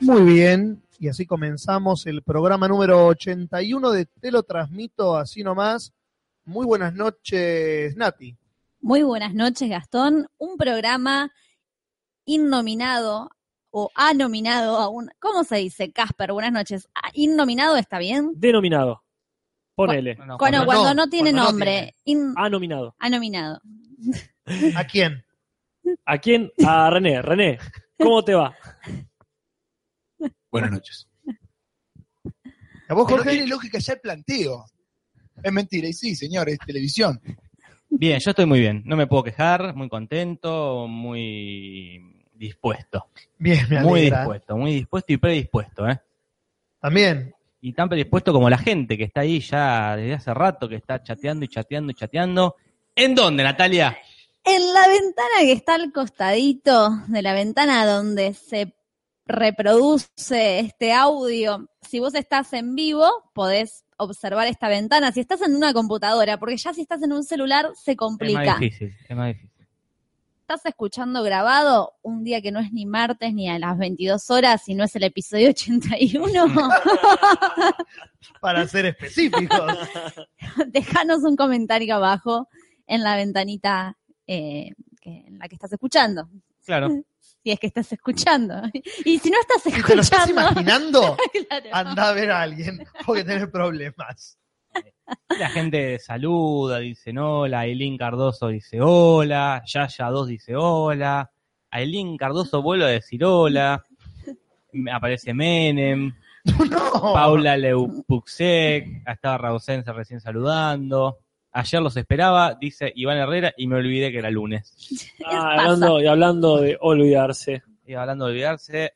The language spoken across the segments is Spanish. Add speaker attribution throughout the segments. Speaker 1: Muy bien, y así comenzamos el programa número 81 de Te lo transmito así nomás. Muy buenas noches, Nati.
Speaker 2: Muy buenas noches, Gastón. Un programa innominado o ha nominado a un... ¿Cómo se dice, Casper? Buenas noches. Ah, ¿Innominado está bien?
Speaker 3: Denominado. Ponele.
Speaker 2: Bueno, cuando, no, tiene
Speaker 1: cuando no
Speaker 2: nombre. in-
Speaker 3: Ha nominado.
Speaker 2: ha nominado.
Speaker 1: ¿A quién?
Speaker 3: ¿A quién? A René. René, ¿cómo te va?
Speaker 4: Buenas noches.
Speaker 1: ¿A
Speaker 4: Pero no
Speaker 1: vos, Jorge?
Speaker 4: tiene lógica ya el planteo. Es mentira, y sí, señor, es televisión.
Speaker 5: Bien, yo estoy muy bien. No me puedo quejar, muy contento, muy dispuesto.
Speaker 1: Bien, me
Speaker 5: Muy
Speaker 1: alegra.
Speaker 5: dispuesto, muy dispuesto y predispuesto, ¿eh?
Speaker 1: También.
Speaker 5: Y tan predispuesto como la gente que está ahí ya desde hace rato, que está chateando y chateando y chateando. ¿En dónde, Natalia?
Speaker 2: En la ventana que está al costadito de la ventana donde se reproduce este audio, si vos estás en vivo, podés observar esta ventana. Si estás en una computadora, porque ya si estás en un celular, se
Speaker 5: Es más
Speaker 2: complica.
Speaker 5: difícil, es más difícil.
Speaker 2: Estás escuchando grabado un día que no es ni martes ni a las 22 horas, y no es el episodio 81.
Speaker 1: Para ser específicos.
Speaker 2: Dejanos un comentario abajo en la ventanita eh, que- en la que estás escuchando.
Speaker 5: Claro.
Speaker 2: Si es que estás escuchando. Y si no estás
Speaker 1: Si te lo estás
Speaker 2: escuchando,
Speaker 1: imaginando,
Speaker 2: claro.
Speaker 1: anda a ver a alguien, porque tenés problemas.
Speaker 5: La gente saluda, dicen hola. Aileen Cardoso dice hola. Yaya 2 dice hola. Aileen Cardoso vuelve a decir hola. Aparece Menem.
Speaker 1: No.
Speaker 5: Paula Leupuxec, estaba Rausense recién saludando. Ayer los esperaba, dice Iván Herrera, y me olvidé que era lunes.
Speaker 3: Ah, hablando, y hablando de olvidarse.
Speaker 5: Iba hablando de olvidarse.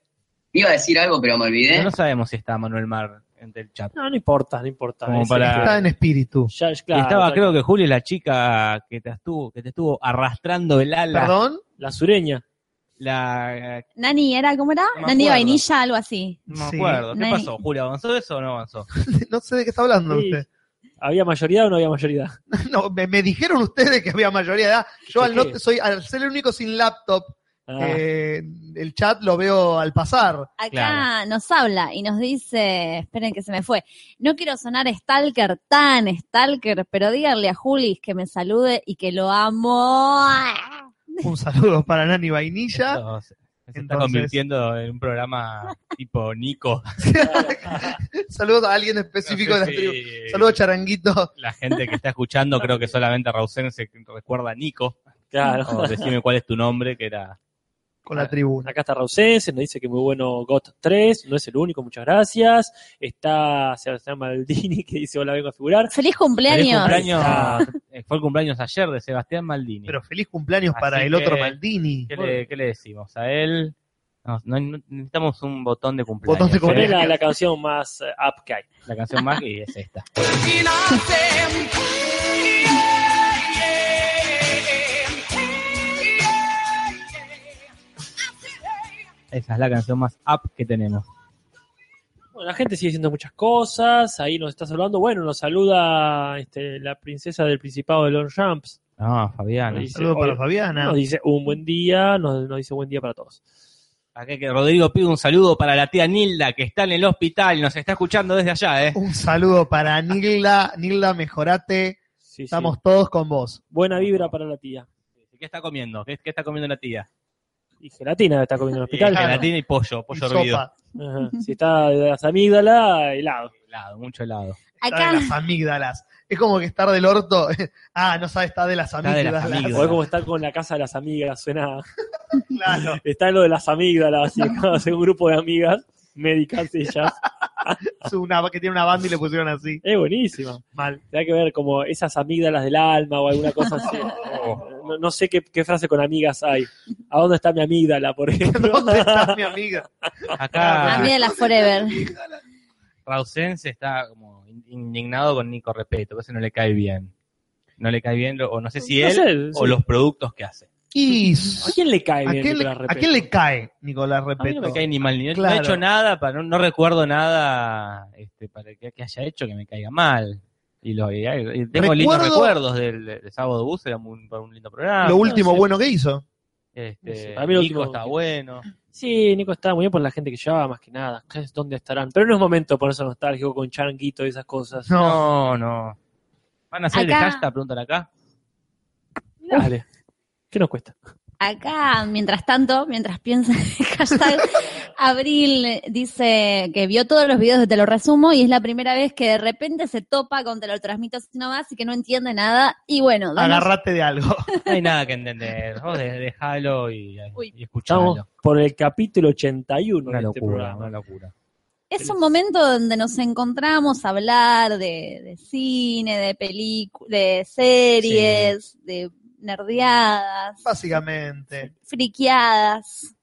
Speaker 6: Iba a decir algo, pero me
Speaker 5: pero
Speaker 6: olvidé.
Speaker 5: No sabemos si está Manuel Mar entre el chat.
Speaker 3: No, no importa, no importa.
Speaker 5: Como
Speaker 3: Es-
Speaker 5: para-
Speaker 1: Está en espíritu.
Speaker 3: ya- ya-
Speaker 5: Y
Speaker 3: claro,
Speaker 5: estaba,
Speaker 3: ya-
Speaker 5: creo que Juli, la chica que te estuvo, que te estuvo arrastrando el ala.
Speaker 1: ¿Perdón?
Speaker 3: La sureña.
Speaker 5: La, eh,
Speaker 2: Nani era, ¿cómo era?
Speaker 5: No me
Speaker 2: Nani
Speaker 5: acuerdo.
Speaker 2: vainilla, algo así.
Speaker 5: no me
Speaker 1: Sí.
Speaker 5: acuerdo. ¿Qué
Speaker 2: Nani.
Speaker 5: pasó? ¿Juli avanzó eso o no avanzó?
Speaker 1: No sé de qué está hablando
Speaker 3: Sí.
Speaker 1: usted.
Speaker 3: ¿Había mayoría o no había mayoría?
Speaker 1: No, me, me dijeron ustedes que había mayoría de edad. Yo al, no,
Speaker 3: ¿Qué?
Speaker 1: soy, al ser el único sin laptop,
Speaker 3: Ah,
Speaker 1: eh, el chat lo veo al pasar.
Speaker 2: Acá
Speaker 5: Claro.
Speaker 2: nos habla y nos dice, esperen que se me fue, no quiero sonar stalker tan stalker, pero díganle a Julis que me salude y que lo amo.
Speaker 1: Un saludo para Nani Vainilla.
Speaker 5: Esto se- se está
Speaker 1: Entonces-
Speaker 5: convirtiendo en un programa tipo Nico.
Speaker 1: Saludos a alguien específico
Speaker 5: No sé
Speaker 1: de la
Speaker 5: si-
Speaker 1: tribu. Saludos, Charanguito.
Speaker 5: La gente que está escuchando, creo que solamente Rausen se recuerda a Nico.
Speaker 3: claro.
Speaker 5: O Oh, decime cuál es tu nombre, que era.
Speaker 1: Con
Speaker 5: Ah,
Speaker 1: la tribuna.
Speaker 3: Acá está Rausense, nos dice que muy bueno GOT 3, no es el único, muchas gracias. Está Sebastián Maldini que dice hola, vengo a figurar.
Speaker 2: Feliz
Speaker 5: Feliz
Speaker 2: cumpleaños.
Speaker 5: cumpleaños- eh, fue el cumpleaños ayer de Sebastián Maldini.
Speaker 1: Pero feliz cumpleaños
Speaker 5: Así
Speaker 1: para el otro
Speaker 5: que-
Speaker 1: Maldini.
Speaker 5: ¿Qué, le, qué le decimos? A él. No, no- no- necesitamos un botón de cumpleaños.
Speaker 1: Botón de
Speaker 3: Poné
Speaker 1: cumpleaños.
Speaker 3: la, la canción más eh, up que hay.
Speaker 5: Eh, La canción más y es esta. Esa es la canción más up que tenemos.
Speaker 3: Bueno, la gente sigue diciendo muchas cosas, ahí nos está saludando. Bueno, nos saluda este, la princesa del Principado de Longchamps.
Speaker 5: No, Fabián.
Speaker 3: Dice,
Speaker 1: Saludos para
Speaker 3: hoy-
Speaker 5: Ah.
Speaker 1: Fabiana.
Speaker 3: Nos dice un buen día, nos, nos dice buen día para todos.
Speaker 5: Acá que Rodrigo pide un saludo para la tía Nilda que está en el hospital y nos está escuchando desde allá, ¿eh?
Speaker 1: Un saludo para Nilda. Nilda, mejorate.
Speaker 3: Sí, sí.
Speaker 1: Estamos todos con vos.
Speaker 3: Buena vibra para la tía.
Speaker 5: ¿Qué está comiendo? ¿Qué, qué está comiendo la tía?
Speaker 3: Y gelatina está comiendo en el
Speaker 5: Eh,
Speaker 3: hospital.
Speaker 5: Gelatina y pollo,
Speaker 1: Y
Speaker 5: pollo hervido.
Speaker 1: sopa.
Speaker 3: Ajá. Si está de las amígdalas, helado.
Speaker 5: Helado, mucho helado.
Speaker 1: Está de
Speaker 2: Acá
Speaker 1: las amígdalas. Es como que estar del orto. Ah, no sabe, está de las
Speaker 5: Está de
Speaker 1: amígdalas.
Speaker 5: las amígdalas.
Speaker 3: O es como estar con la casa de las amigas, suena.
Speaker 1: Claro.
Speaker 3: Está lo de las amígdalas, y hace un grupo de amigas médicas ellas.
Speaker 1: Es una que tiene una banda y le pusieron así.
Speaker 3: Es buenísima.
Speaker 1: Mal.
Speaker 3: Tendrá que ver como esas amigas del alma o alguna cosa así.
Speaker 1: Oh.
Speaker 3: No, no sé qué, qué frase con amigas hay. ¿A dónde está mi amígdala, por ejemplo?
Speaker 1: ¿Dónde está mi amiga?
Speaker 5: Acá
Speaker 2: a mí de la Forever.
Speaker 5: Rausen se está como in- indignado con Nico Repeto, que ese no le cae bien. No le cae bien, lo- o no sé si
Speaker 3: No
Speaker 5: él
Speaker 3: sé,
Speaker 5: o
Speaker 3: sí.
Speaker 5: los productos que hace.
Speaker 1: Y
Speaker 3: ¿A quién le cae
Speaker 1: ¿A
Speaker 3: bien
Speaker 1: quién, le,
Speaker 3: Nicolás
Speaker 1: a
Speaker 3: Repeto?
Speaker 1: quién le cae Nicolás
Speaker 5: A mí
Speaker 1: Repeto?
Speaker 5: no me cae ni mal ni bien. No
Speaker 1: Claro.
Speaker 5: he hecho nada, para, no, no recuerdo nada este, para que, que haya hecho que me caiga mal. Y, lo, y- y tengo lindos
Speaker 1: Recuerdo-
Speaker 5: recuerdos del, de Sábado Bus, era un, un lindo programa.
Speaker 1: Lo último
Speaker 3: sí.
Speaker 1: bueno que hizo.
Speaker 5: Este,
Speaker 3: Sí, para mí lo
Speaker 5: Nico
Speaker 3: último-
Speaker 5: está bueno.
Speaker 3: Sí, Nico está muy bien por la gente que llevaba, más que nada. ¿Qué es- ¿Dónde estarán? Pero no es momento por eso nostálgico con Changuito y esas cosas.
Speaker 5: No, no. ¿Van a hacer
Speaker 2: Acá-
Speaker 5: el hashtag? Preguntan acá.
Speaker 3: Dale. ¿Qué nos cuesta?
Speaker 2: Acá, mientras tanto, mientras piensa en hashtag, Abril dice que vio todos los videos de Te lo resumo y es la primera vez que de repente se topa con Te lo transmito así nomás y que no entiende nada. Y bueno, danos-
Speaker 1: Agarrate de algo.
Speaker 5: No hay nada que entender. Vos de- dejalo y,
Speaker 2: Uy.
Speaker 3: Estamos
Speaker 5: y escuchalo.
Speaker 3: por el capítulo 81
Speaker 5: Una
Speaker 3: de este
Speaker 5: locura,
Speaker 3: programa.
Speaker 5: una locura.
Speaker 2: es un momento donde nos encontramos a hablar de, de cine, de películas, de series, de nerdeadas,
Speaker 1: Básicamente,
Speaker 2: friqueadas.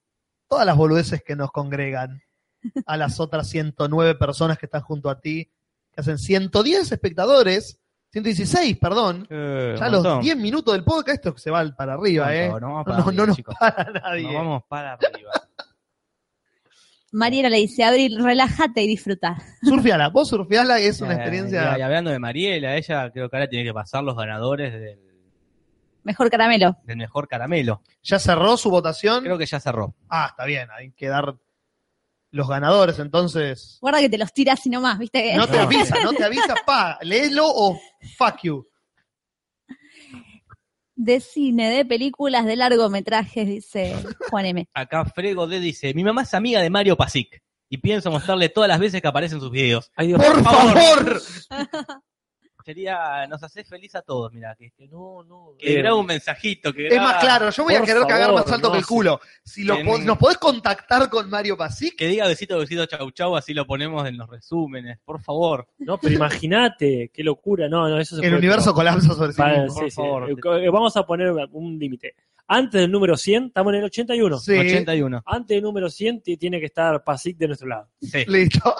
Speaker 1: todas las boludeces que nos congregan a las otras 109 personas que están junto a ti, que hacen 110 espectadores, 116, perdón.
Speaker 5: Eh,
Speaker 1: Ya a
Speaker 5: un
Speaker 1: los
Speaker 5: montón.
Speaker 1: 10 minutos del podcast, esto se va para arriba, ¿eh?
Speaker 5: No, no vamos para
Speaker 1: No,
Speaker 5: arriba,
Speaker 1: no nos
Speaker 5: chicos.
Speaker 1: para
Speaker 5: Nos
Speaker 1: nadie.
Speaker 5: vamos para arriba.
Speaker 2: Mariela le dice, Abril, relájate y disfruta.
Speaker 1: Surfeala, vos surfeala, es una
Speaker 5: Eh,
Speaker 1: experiencia.
Speaker 5: y- Y hablando de Mariela, ella creo que ahora tiene que pasar los ganadores del,
Speaker 2: Mejor caramelo.
Speaker 5: del mejor caramelo.
Speaker 2: Mm.
Speaker 1: ¿Ya cerró su votación?
Speaker 5: Creo que ya cerró.
Speaker 1: Ah, está bien, hay que dar los ganadores, entonces.
Speaker 2: Guarda que te los tiras así nomás, ¿viste? que-
Speaker 1: No te avisa, no te avisa, pa, léelo o fuck you.
Speaker 2: De cine, de películas, de largometrajes, dice Juan M.
Speaker 5: Acá Frego D dice, mi mamá es amiga de Mario Pasic y pienso mostrarle todas las veces que aparecen sus videos.
Speaker 3: Ay, Dios,
Speaker 1: ¡Por favor!
Speaker 5: Sería, nos hace feliz a todos, mira, que,
Speaker 3: que No, no.
Speaker 5: que
Speaker 3: eh,
Speaker 5: graba un mensajito. Que
Speaker 1: Es
Speaker 5: graba-
Speaker 1: más claro, yo voy a
Speaker 3: por
Speaker 1: querer cagar
Speaker 3: favor,
Speaker 1: más alto
Speaker 3: no,
Speaker 1: que el
Speaker 3: sí.
Speaker 1: culo. Si lo
Speaker 5: Que
Speaker 1: po-
Speaker 5: en-
Speaker 1: nos podés contactar con Mario Pasic,
Speaker 5: Que diga besito, besito, chau, chau, así lo ponemos en los resúmenes, por favor.
Speaker 3: No, pero imagínate, qué locura. No, no, eso se
Speaker 1: el
Speaker 3: puede-
Speaker 1: universo
Speaker 3: no.
Speaker 1: colapsa sobre sí
Speaker 3: Para-
Speaker 1: mismo.
Speaker 5: por
Speaker 3: sí, sí.
Speaker 5: favor.
Speaker 3: Eh, Vamos a poner un límite. Antes del número 100, estamos en el 81.
Speaker 1: Sí,
Speaker 5: 81.
Speaker 3: Antes del número 100 ti- tiene que estar Pasic de nuestro lado.
Speaker 5: Sí,
Speaker 1: listo.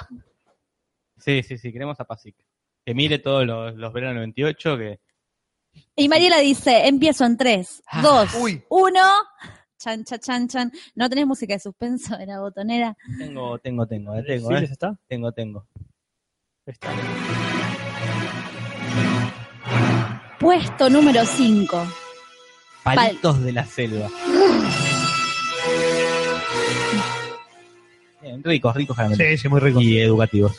Speaker 5: sí, sí, sí, queremos a Pasic. Que mire todos los, los veranos 98, que
Speaker 2: Y Mariela dice, empiezo en 3, 2,
Speaker 1: Ah, Uy,
Speaker 2: 1. Chan, chan, chan, chan. No tenés música de suspenso de la botonera.
Speaker 5: tengo, tengo, tengo, eh, tengo,
Speaker 3: ¿Sí
Speaker 5: eh,
Speaker 3: les está?
Speaker 5: tengo, tengo.
Speaker 3: Está.
Speaker 2: Puesto número 5.
Speaker 5: Palitos de la selva. Bien, ricos, ricos caramelos.
Speaker 1: sí, sí, muy rico.
Speaker 5: Y educativos.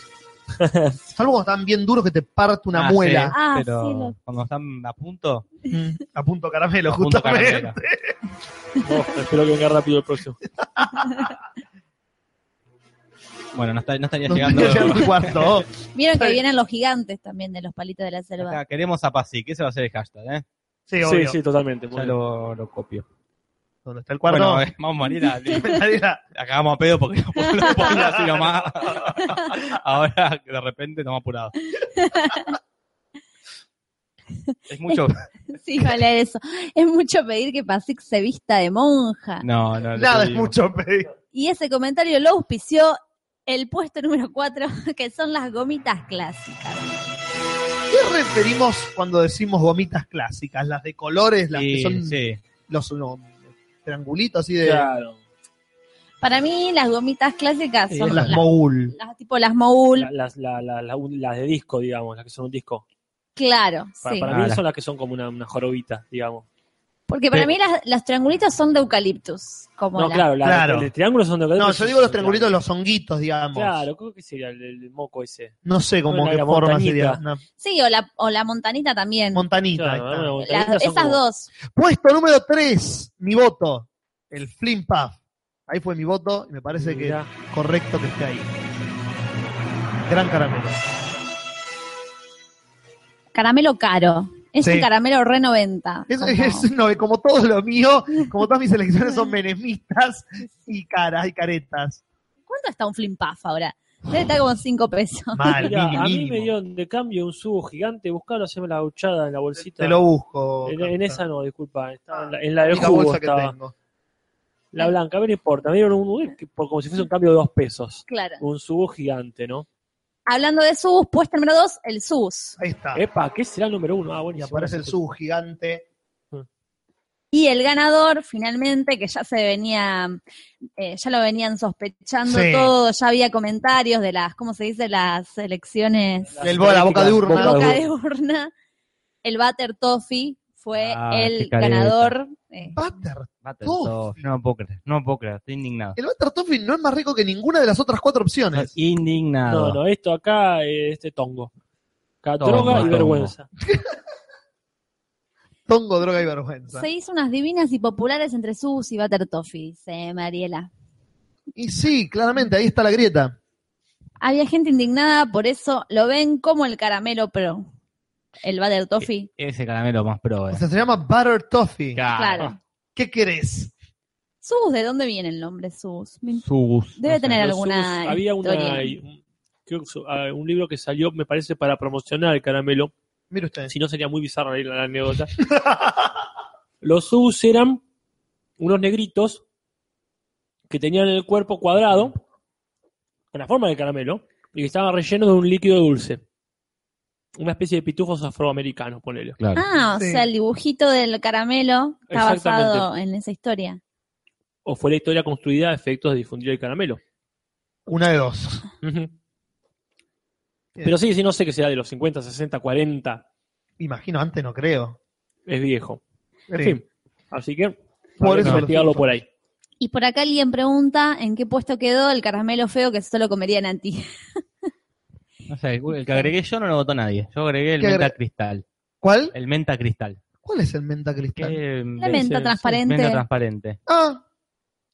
Speaker 1: Salvo cuando están bien duros que te parte una
Speaker 5: Ah, sí,
Speaker 1: muela.
Speaker 2: Ah,
Speaker 5: pero
Speaker 2: sí, lo-
Speaker 5: cuando están a punto,
Speaker 1: Mm, A punto caramelo,
Speaker 5: a punto
Speaker 1: justamente.
Speaker 5: caramelo.
Speaker 3: Oh, espero que venga rápido el próximo.
Speaker 5: Bueno, no, está- no estaría
Speaker 1: No
Speaker 5: llegando.
Speaker 1: estoy llegando al cuarto.
Speaker 2: Vieron que
Speaker 1: Sí.
Speaker 2: vienen los gigantes también de los palitos de la selva.
Speaker 5: Acá, queremos a Pasic, ese va a ser el hashtag, ¿eh?
Speaker 1: Sí,
Speaker 3: Sí,
Speaker 1: obvio.
Speaker 3: sí, totalmente. muy
Speaker 5: Ya
Speaker 3: bien.
Speaker 5: lo, lo copio.
Speaker 1: ¿Dónde está el cuarto?
Speaker 5: Bueno, eh, vamos a morir a-
Speaker 1: Mariela,
Speaker 5: Acabamos a pedo porque lo pongo así nomás. Ahora de repente estamos apurados. Es mucho.
Speaker 2: Sí, vale eso. Es mucho pedir que Pasic se vista de monja.
Speaker 5: No, no, no.
Speaker 1: Nada
Speaker 5: te
Speaker 1: es
Speaker 5: digo.
Speaker 1: mucho pedir.
Speaker 2: Y ese comentario lo auspició el puesto número 4, que son las gomitas clásicas.
Speaker 1: ¿Qué referimos cuando decimos gomitas clásicas? Las de colores, las que
Speaker 5: Sí,
Speaker 1: son
Speaker 5: sí.
Speaker 1: los no, triangulitos así de
Speaker 3: Claro.
Speaker 2: Para mí, las gomitas clásicas
Speaker 5: Sí,
Speaker 2: son
Speaker 1: las
Speaker 2: las,
Speaker 1: mogul.
Speaker 2: las tipo las Moul,
Speaker 3: La- Las, la- la- la- un- las de disco, digamos, las que son un disco.
Speaker 2: claro,
Speaker 3: Para,
Speaker 2: sí.
Speaker 3: para
Speaker 5: Ah,
Speaker 3: mí
Speaker 5: las-
Speaker 3: son las que son como una, una jorobita, digamos.
Speaker 2: Porque para
Speaker 5: Sí.
Speaker 2: mí las, las triangulitas son de eucaliptus, como
Speaker 3: No,
Speaker 2: las-
Speaker 3: claro, las
Speaker 1: Claro.
Speaker 3: los triángulos son de
Speaker 1: No, yo digo los triangulitos, los honguitos, digamos.
Speaker 3: Claro, creo que sería el, el moco ese.
Speaker 1: No sé cómo
Speaker 3: Una
Speaker 1: qué
Speaker 3: la
Speaker 1: forma
Speaker 3: montañita.
Speaker 1: sería. Una
Speaker 2: Sí, o la, o la montanita también.
Speaker 1: montanita.
Speaker 3: Claro,
Speaker 1: ahí está.
Speaker 3: una
Speaker 2: Las-
Speaker 3: montañita son
Speaker 2: esas
Speaker 3: como-
Speaker 2: dos.
Speaker 1: Puesto número 3, mi voto. El Flim Puff. Ahí fue mi voto y me parece
Speaker 3: Mirá.
Speaker 1: que es correcto que esté ahí. Gran caramelo.
Speaker 2: Caramelo caro. Es
Speaker 1: Sí.
Speaker 2: un caramelo re 90.
Speaker 1: Es,
Speaker 2: como-
Speaker 1: es- no, como todo lo mío, como todas mis elecciones son menemistas y caras y caretas.
Speaker 2: ¿Cuánto está un flimpaf ahora? Debe estar como 5 pesos.
Speaker 1: Mal,
Speaker 3: Mira,
Speaker 1: mini-
Speaker 3: a mí
Speaker 1: mínimo.
Speaker 3: me dieron de cambio un subo gigante, buscalo, haceme la gauchada en la bolsita.
Speaker 1: Te lo busco.
Speaker 3: en, en
Speaker 1: Carlos. Ah,
Speaker 3: esa no, disculpa, estaba en la, en
Speaker 1: La
Speaker 3: la del
Speaker 1: única
Speaker 3: jugo
Speaker 1: bolsa que
Speaker 3: estaba.
Speaker 1: tengo.
Speaker 3: La blanca, a ver, no importa, me dieron un, eh, que- por- como si fuese un cambio de dos pesos.
Speaker 2: Claro.
Speaker 3: Un subo gigante, ¿no?
Speaker 2: Hablando de sus, puesto número 2, el sus.
Speaker 1: Ahí está.
Speaker 3: Epa, ¿qué será el número uno? Ah, bueno,
Speaker 1: Y aparece el sub gigante.
Speaker 2: Y el ganador, finalmente, que ya se venía, eh, ya lo venían sospechando
Speaker 1: Sí.
Speaker 2: todo, ya había comentarios de las, ¿cómo se dice? Las elecciones
Speaker 1: El bola, boca de urna.
Speaker 2: boca de urna. El Butter Toffee fue
Speaker 5: Ah,
Speaker 2: el
Speaker 5: qué careta.
Speaker 2: ganador. eh,
Speaker 1: Butter.
Speaker 5: Battletoads. No lo puedo creer, no lo puedo creer, estoy indignado.
Speaker 1: El Butter Toffee no es más rico que ninguna de las otras cuatro
Speaker 5: Estoy
Speaker 3: Ah,
Speaker 1: opciones.
Speaker 5: indignado.
Speaker 3: No, no, esto acá, eh, este tongo. Acá,
Speaker 5: Tongo,
Speaker 3: droga y
Speaker 5: tongo.
Speaker 3: vergüenza.
Speaker 1: Tongo, droga y vergüenza.
Speaker 2: se hizo unas divinas y populares entre Sus y Butter Toffee, dice Mariela.
Speaker 1: Y sí, claramente, ahí está la grieta.
Speaker 2: Había gente indignada, por eso lo ven como el caramelo pro. El
Speaker 5: Eh,
Speaker 2: Butter Toffee.
Speaker 5: Ese caramelo más pro, eh.
Speaker 1: O sea, se llama Butter Toffee.
Speaker 5: Claro.
Speaker 2: Claro.
Speaker 1: ¿Qué querés?
Speaker 2: Sus, ¿de dónde viene el nombre Sus?
Speaker 5: Sus.
Speaker 2: Debe
Speaker 5: no sé.
Speaker 2: tener
Speaker 3: Los
Speaker 2: alguna
Speaker 3: Sus, había una,
Speaker 2: historia.
Speaker 3: un- creo que su- ah, un libro que salió, me parece, para promocionar el caramelo.
Speaker 1: Mire usted.
Speaker 3: si no sería muy bizarra ahí la, la anécdota. Los Sus eran unos negritos que tenían el cuerpo cuadrado, con la forma de caramelo, y que estaban rellenos de un líquido dulce. Una especie de pitujos afroamericanos, ponele.
Speaker 5: Claro.
Speaker 2: Ah, o
Speaker 1: Sí.
Speaker 2: sea, el dibujito del caramelo está
Speaker 3: Exactamente.
Speaker 2: basado en esa historia.
Speaker 3: O fue la historia construida a efectos de difundir el caramelo.
Speaker 1: Una de dos.
Speaker 3: Ujú. Pero sí, sí, no sé que sea de los 50, 60, 40,
Speaker 1: Imagino, antes no creo.
Speaker 3: es viejo. En
Speaker 1: Sí.
Speaker 3: fin, así que
Speaker 1: Por
Speaker 3: por
Speaker 1: eso
Speaker 3: investigarlo por ahí.
Speaker 2: Y por acá alguien pregunta en qué puesto quedó el caramelo feo que solo comerían a ti.
Speaker 5: No sé, el que agregué yo no lo votó nadie. Yo agregué el
Speaker 1: ¿Qué
Speaker 5: menta
Speaker 1: agre-
Speaker 5: cristal.
Speaker 1: ¿Cuál?
Speaker 5: El menta cristal.
Speaker 1: ¿Cuál es el menta
Speaker 5: Que,
Speaker 1: cristal?
Speaker 5: eh,
Speaker 2: La
Speaker 5: es
Speaker 2: menta
Speaker 5: el- sí,
Speaker 2: transparente.
Speaker 5: Menta transparente.
Speaker 1: Ah,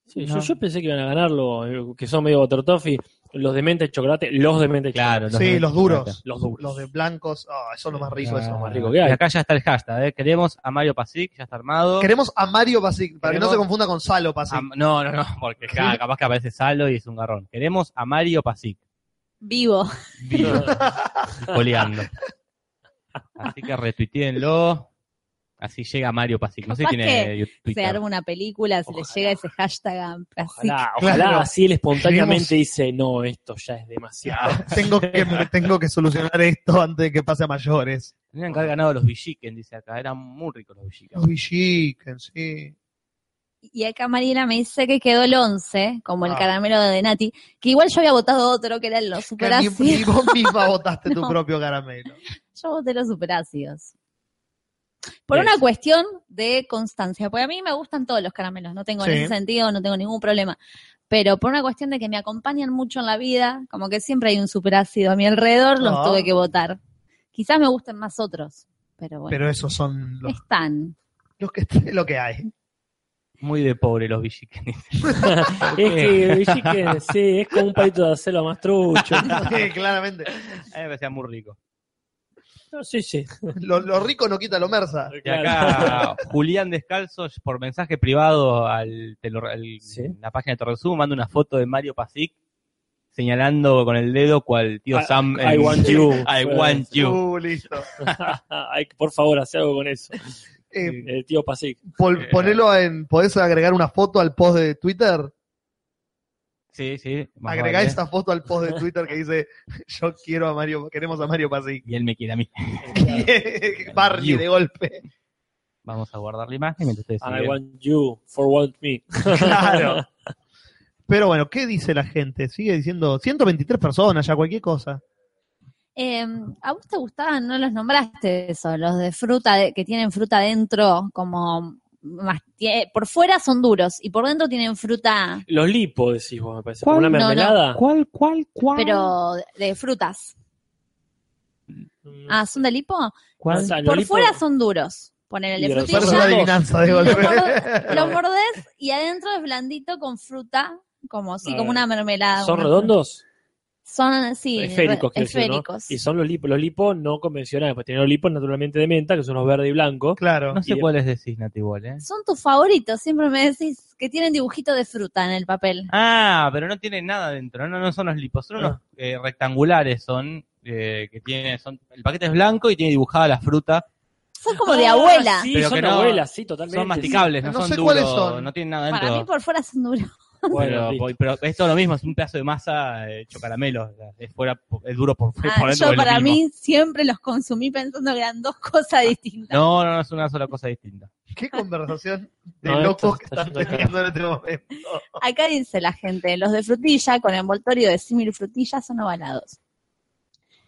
Speaker 3: Sí,
Speaker 5: No.
Speaker 3: yo, yo pensé que iban a ganarlo, eh, que son medio butter toffee, los de menta y chocolate, los de menta y
Speaker 5: Claro.
Speaker 3: chocolate.
Speaker 5: de
Speaker 1: sí,
Speaker 5: menta
Speaker 1: los duros.
Speaker 5: transparente.
Speaker 3: Los duros.
Speaker 1: Los de blancos. Ah, eso es lo más rico, eso es lo más rico.
Speaker 3: rico que hay.
Speaker 5: Y acá ya está el hashtag, ¿eh? Queremos a Mario Pasic, ya está armado.
Speaker 1: Queremos a Mario Pasic, para que no
Speaker 5: Queremos-
Speaker 1: se confunda con Salo Pasic.
Speaker 5: A- no, no, no, porque ca- capaz que aparece Salo y es un garrón. Queremos a Mario Pasic,
Speaker 2: Vivo.
Speaker 5: vivo, coleando. Así que retuiteenlo. Así llega Mario Pasic. No sé si
Speaker 2: Capaz
Speaker 5: tiene
Speaker 2: Se
Speaker 5: Twitter.
Speaker 2: arma una película, se
Speaker 3: Ojalá.
Speaker 2: le llega ese hashtag a Brasil.
Speaker 3: Ojalá,
Speaker 1: Claro.
Speaker 3: ojalá así él espontáneamente
Speaker 1: Tenemos-
Speaker 3: dice, no, esto ya es demasiado.
Speaker 1: tengo, que, tengo que solucionar esto antes de que pase a mayores.
Speaker 5: Tenían que haber ganado los Villiquen, dice acá. Eran muy ricos los Villiquen.
Speaker 1: Los Villiquen, sí.
Speaker 2: Y acá Mariela me dice que quedó el 11, como el
Speaker 1: Ah.
Speaker 2: caramelo de Nati, que igual yo había votado otro, que era los
Speaker 1: Que ni, ni
Speaker 2: superácidos.
Speaker 1: vos misma votaste tu
Speaker 2: No.
Speaker 1: propio caramelo.
Speaker 2: Yo voté los superácidos. Por
Speaker 5: Bien.
Speaker 2: una cuestión de constancia, porque a mí me gustan todos los caramelos, no tengo en
Speaker 1: Sí.
Speaker 2: ese sentido, no tengo ningún problema. Pero por una cuestión de que me acompañan mucho en la vida, como que siempre hay un superácido a mi alrededor, los
Speaker 1: Ah.
Speaker 2: tuve que votar. Quizás me gusten más otros, pero bueno,
Speaker 1: Pero esos son los,
Speaker 2: están.
Speaker 1: los que, lo que hay.
Speaker 5: Muy de pobre los Villiquen. dice.
Speaker 1: Ah,
Speaker 3: es que, viste que, sí, es como un palito de acero más trucho.
Speaker 5: Ah,
Speaker 1: Sí, claramente.
Speaker 5: A mí me parecía muy rico.
Speaker 3: No, sí, sí.
Speaker 1: Lo, lo rico no quita lo mersa.
Speaker 5: Y
Speaker 3: Claro.
Speaker 5: acá Julián Descalzo, por mensaje privado al, te lo- al-
Speaker 3: Sí.
Speaker 5: en la página de Torresum, manda una foto de Mario Pasic señalando con el dedo cual tío
Speaker 3: I-
Speaker 5: Sam.
Speaker 3: I
Speaker 5: en-
Speaker 3: want you.
Speaker 5: I want you.
Speaker 1: Uh, listo.
Speaker 3: Ay, por favor, haz algo con eso.
Speaker 1: Eh,
Speaker 3: El tío Pasic.
Speaker 1: pol-
Speaker 5: Eh.
Speaker 1: ponelo en. ¿Podés agregar una foto al post de Twitter?
Speaker 5: Sí, sí. más
Speaker 1: Agregá
Speaker 5: vale. ¿eh?
Speaker 1: esa foto al post de Twitter que dice: Yo quiero a Mario, queremos a Mario Pasic.
Speaker 5: Y él me quiere a mí.
Speaker 1: Barney de golpe.
Speaker 5: Vamos a guardar la imagen mientras ustedes
Speaker 3: I
Speaker 5: siguen.
Speaker 3: want you, for want me.
Speaker 1: Claro. Pero bueno, ¿qué dice la gente? Sigue diciendo 123 personas, ya cualquier cosa.
Speaker 2: Eh, ¿A vos te gustaban, no los nombraste eso, los de fruta, de- que tienen fruta dentro, como más, tie- por fuera son duros y por dentro tienen fruta,
Speaker 3: Los lipo, decís vos, me parece.
Speaker 5: ¿Cuál?
Speaker 3: ¿Una
Speaker 2: No, no.
Speaker 3: mermelada?
Speaker 5: ¿Cuál, cuál, cuál?
Speaker 2: pero de frutas. Ah, ¿son de lipo?
Speaker 5: ¿Cuál?
Speaker 3: O sea, los
Speaker 2: por
Speaker 3: lipo-
Speaker 2: fuera son duros. Poner el
Speaker 3: Y
Speaker 2: de
Speaker 3: de
Speaker 1: Parece
Speaker 3: los
Speaker 1: una
Speaker 3: Nosotros-
Speaker 2: frutilla,
Speaker 1: adivinanza de golpe.
Speaker 2: los mordés y adentro es blandito con fruta, como sí,
Speaker 3: A
Speaker 2: como
Speaker 3: ver.
Speaker 2: una mermelada.
Speaker 3: ¿Son
Speaker 2: una-
Speaker 3: redondos?
Speaker 2: Son, sí,
Speaker 3: esféricos,
Speaker 2: re-
Speaker 3: quiero decir, ¿no?
Speaker 2: esféricos.
Speaker 3: Y son los lipos, los lipos no convencionales, pues tienen los lipos naturalmente de menta, que son los verdes y blancos.
Speaker 1: Claro.
Speaker 5: No sé
Speaker 3: Y-
Speaker 5: cuáles decís, Nati Wall, ¿eh?
Speaker 2: Son tus favoritos, siempre me decís que tienen dibujito de fruta en el papel.
Speaker 5: Ah, pero no tiene nada dentro. No, no son los lipos, son
Speaker 3: Ah.
Speaker 5: unos eh, rectangulares, son eh, que tiene, son el paquete es blanco y tiene dibujada la fruta.
Speaker 2: Son como de
Speaker 3: Ah,
Speaker 2: abuela.
Speaker 3: Sí,
Speaker 5: Pero
Speaker 3: son
Speaker 5: que
Speaker 3: de
Speaker 5: no-
Speaker 3: abuela, sí, totalmente.
Speaker 5: Son masticables, no,
Speaker 1: No
Speaker 5: son
Speaker 1: sé
Speaker 5: duros,
Speaker 1: cuáles son.
Speaker 5: no tienen nada
Speaker 2: Para mí
Speaker 5: dentro.
Speaker 2: por fuera son duros.
Speaker 3: Sí. Bueno,
Speaker 5: pero,
Speaker 3: listo.
Speaker 5: pero es todo lo mismo, es un pedazo de masa eh, hecho caramelo. o sea, Es, fuera, es duro por,
Speaker 2: Ah,
Speaker 5: por dentro.
Speaker 2: yo
Speaker 5: es lo
Speaker 2: para
Speaker 5: mismo.
Speaker 2: mí siempre los consumí pensando que eran dos cosas distintas.
Speaker 5: No, no, no, es una sola cosa distinta.
Speaker 1: Qué conversación de
Speaker 3: No, esto
Speaker 1: locos que
Speaker 3: está
Speaker 1: están
Speaker 3: yendo acá.
Speaker 1: teniendo en este momento.
Speaker 2: Acá dice la gente, los de frutilla con envoltorio de símil frutilla son ovalados.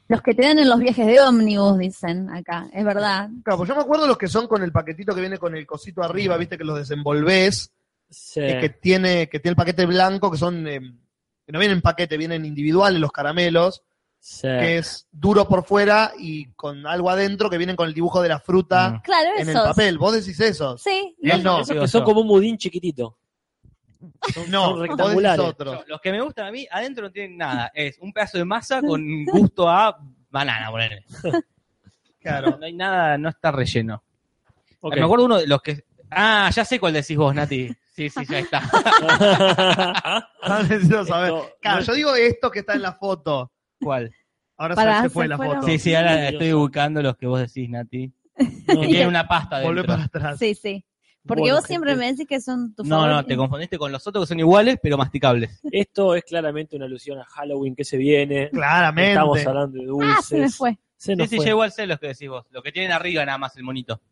Speaker 2: Los que te dan en los viajes de ómnibus, dicen acá, es verdad.
Speaker 1: Claro, pues yo me acuerdo los que son con el paquetito que viene con el cosito arriba, viste que los desenvolvés,
Speaker 3: Sí.
Speaker 1: eh, que, tiene, que tiene el paquete blanco, que son, eh, que no vienen en paquete, vienen individuales los caramelos,
Speaker 3: sí.
Speaker 1: que es duro por fuera y con algo adentro que vienen con el dibujo de la fruta
Speaker 5: Mm.
Speaker 2: Claro,
Speaker 1: en el
Speaker 2: esos.
Speaker 1: papel. Vos decís esos.
Speaker 2: Sí,
Speaker 1: No, no,
Speaker 3: Esos que son como un budín chiquitito.
Speaker 1: no,
Speaker 3: son
Speaker 1: vos decís
Speaker 3: rectangulares.
Speaker 1: otros.
Speaker 5: No, los que me gustan a mí, adentro no tienen nada. Es un pedazo de masa con gusto a banana, ponele.
Speaker 1: Claro.
Speaker 5: No hay nada, no está relleno.
Speaker 3: Ok.
Speaker 5: Me acuerdo uno de los que. Ah, ya sé cuál decís vos, Nati. Sí, sí, ya está.
Speaker 1: No necesito saber.
Speaker 3: Esto-
Speaker 1: Claro, yo digo esto que está en la foto.
Speaker 5: ¿Cuál?
Speaker 1: Ahora
Speaker 2: Pará,
Speaker 1: se, fue
Speaker 2: se
Speaker 1: la
Speaker 2: fueron.
Speaker 1: foto.
Speaker 5: Sí, sí, ahora
Speaker 3: Dios.
Speaker 5: estoy buscando los que vos decís, Nati.
Speaker 3: no,
Speaker 5: Que tienen una pasta
Speaker 1: Volvé para
Speaker 5: dentro.
Speaker 1: atrás.
Speaker 2: sí, sí. Porque
Speaker 3: Bueno,
Speaker 2: vos siempre
Speaker 3: gente.
Speaker 2: me decís que son tus
Speaker 5: No, no,
Speaker 2: favoritos.
Speaker 5: te confundiste con los otros que son iguales, pero masticables.
Speaker 3: Esto es claramente una alusión a Halloween que se viene.
Speaker 1: Claramente.
Speaker 3: Estamos hablando de dulces.
Speaker 2: Ah, se me fue.
Speaker 3: Se
Speaker 5: Sí,
Speaker 3: nos
Speaker 5: sí,
Speaker 3: fue.
Speaker 5: yo igual sé los que decís vos. Los que tienen arriba nada más el monito.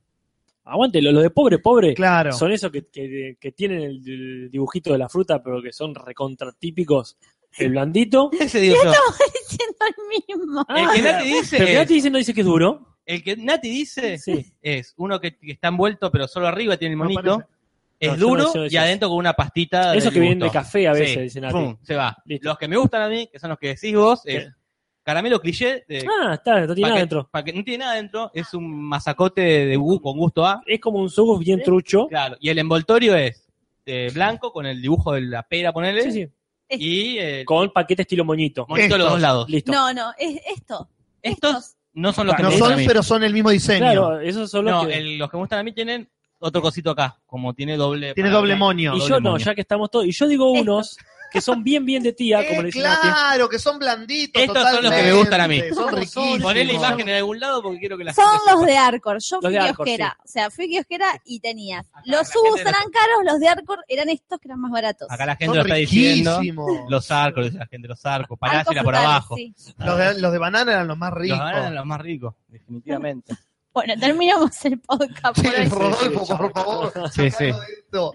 Speaker 3: Aguántelo, los de pobre, pobre.
Speaker 1: Claro.
Speaker 3: Son esos que, que- que tienen el, el dibujito de la fruta, pero que son recontratípicos. El blandito. Ah,
Speaker 5: Ese digo yo.
Speaker 2: Diciendo el mismo.
Speaker 5: El que Nati
Speaker 3: Pero
Speaker 5: dice,
Speaker 3: que
Speaker 5: es,
Speaker 3: Nati dice, no dice que es duro.
Speaker 5: el que Nati dice
Speaker 3: Sí.
Speaker 5: es uno que, que está envuelto, pero solo arriba tiene el
Speaker 1: No
Speaker 5: monito.
Speaker 1: parece.
Speaker 5: es
Speaker 3: No, yo no
Speaker 5: duro
Speaker 3: sé
Speaker 5: y
Speaker 3: esos.
Speaker 5: adentro con una pastita.
Speaker 3: Esos
Speaker 5: del
Speaker 3: que vienen de
Speaker 5: Ah, gusto.
Speaker 3: café a
Speaker 5: Sí.
Speaker 3: veces, dicen Nati.
Speaker 5: Pum, se va.
Speaker 3: Listo.
Speaker 5: Los que me gustan a mí, que son los que decís vos,
Speaker 3: ¿Qué?
Speaker 5: es caramelo cliché. De
Speaker 3: Ah, está, no tiene nada adentro.
Speaker 5: Para que no tiene nada dentro, es un masacote de gu- con gusto a.
Speaker 3: Es como un sugo bien trucho.
Speaker 5: Claro. Y el envoltorio es eh, blanco con el dibujo de la pera, ponele.
Speaker 3: Sí, sí.
Speaker 5: Y eh,
Speaker 3: Con paquete estilo moñito.
Speaker 5: monito de los
Speaker 1: Estos.
Speaker 5: dos lados.
Speaker 3: Listo.
Speaker 2: No, no, es esto.
Speaker 5: Estos no son los que
Speaker 1: No
Speaker 5: me gustan a
Speaker 1: son,
Speaker 5: mí.
Speaker 1: pero son el mismo diseño.
Speaker 3: Claro, esos son los
Speaker 5: No,
Speaker 3: que...
Speaker 5: el- los que me gustan a mí tienen otro cosito acá, como tiene doble.
Speaker 1: Tiene doble moño.
Speaker 3: Y
Speaker 5: doble
Speaker 3: yo no,
Speaker 5: moño.
Speaker 3: ya que estamos todos. Y yo digo unos que son bien, bien de tía, como
Speaker 1: Eh,
Speaker 3: le dicen a Nati.
Speaker 1: claro, que son blanditos.
Speaker 5: Estos son los que me
Speaker 1: totalmente,
Speaker 5: gustan a mí.
Speaker 1: Son riquísimos.
Speaker 5: Poné la imagen en algún lado porque quiero que la
Speaker 2: Son
Speaker 5: gente
Speaker 2: los
Speaker 5: sepa.
Speaker 2: de Arcor. Yo fui
Speaker 3: de Arcor,
Speaker 2: kiosquera. O sea, fui kiosquera y tenías.
Speaker 5: Acá la
Speaker 2: Los
Speaker 5: gente
Speaker 2: subos
Speaker 5: lo-
Speaker 2: eran caros, los de Arcor eran estos que eran más baratos.
Speaker 5: Acá la gente lo
Speaker 1: Son
Speaker 5: está diciendo.
Speaker 1: riquísimos. Los,
Speaker 5: Los arcos, dice la gente, los arcos.
Speaker 2: Arcos
Speaker 5: Parácela por
Speaker 2: frutales,
Speaker 5: abajo.
Speaker 2: sí.
Speaker 1: de, los de banana eran los más ricos.
Speaker 5: Los eran los más ricos, definitivamente.
Speaker 2: Bueno, terminamos el podcast
Speaker 1: Sí,
Speaker 2: por hoy.
Speaker 1: Rodolfo, por favor.
Speaker 5: Sí, sí.
Speaker 1: sacalo de esto.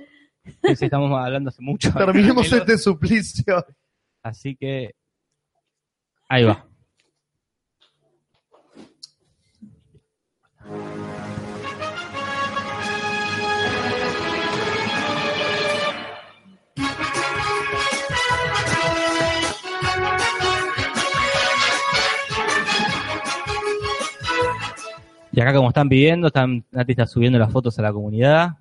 Speaker 5: Ese estamos hablando hace mucho.
Speaker 1: Terminemos
Speaker 5: Caramelo.
Speaker 1: este suplicio.
Speaker 5: Así que. Ahí va. Y acá como están pidiendo, están, Nati está subiendo las fotos a la comunidad.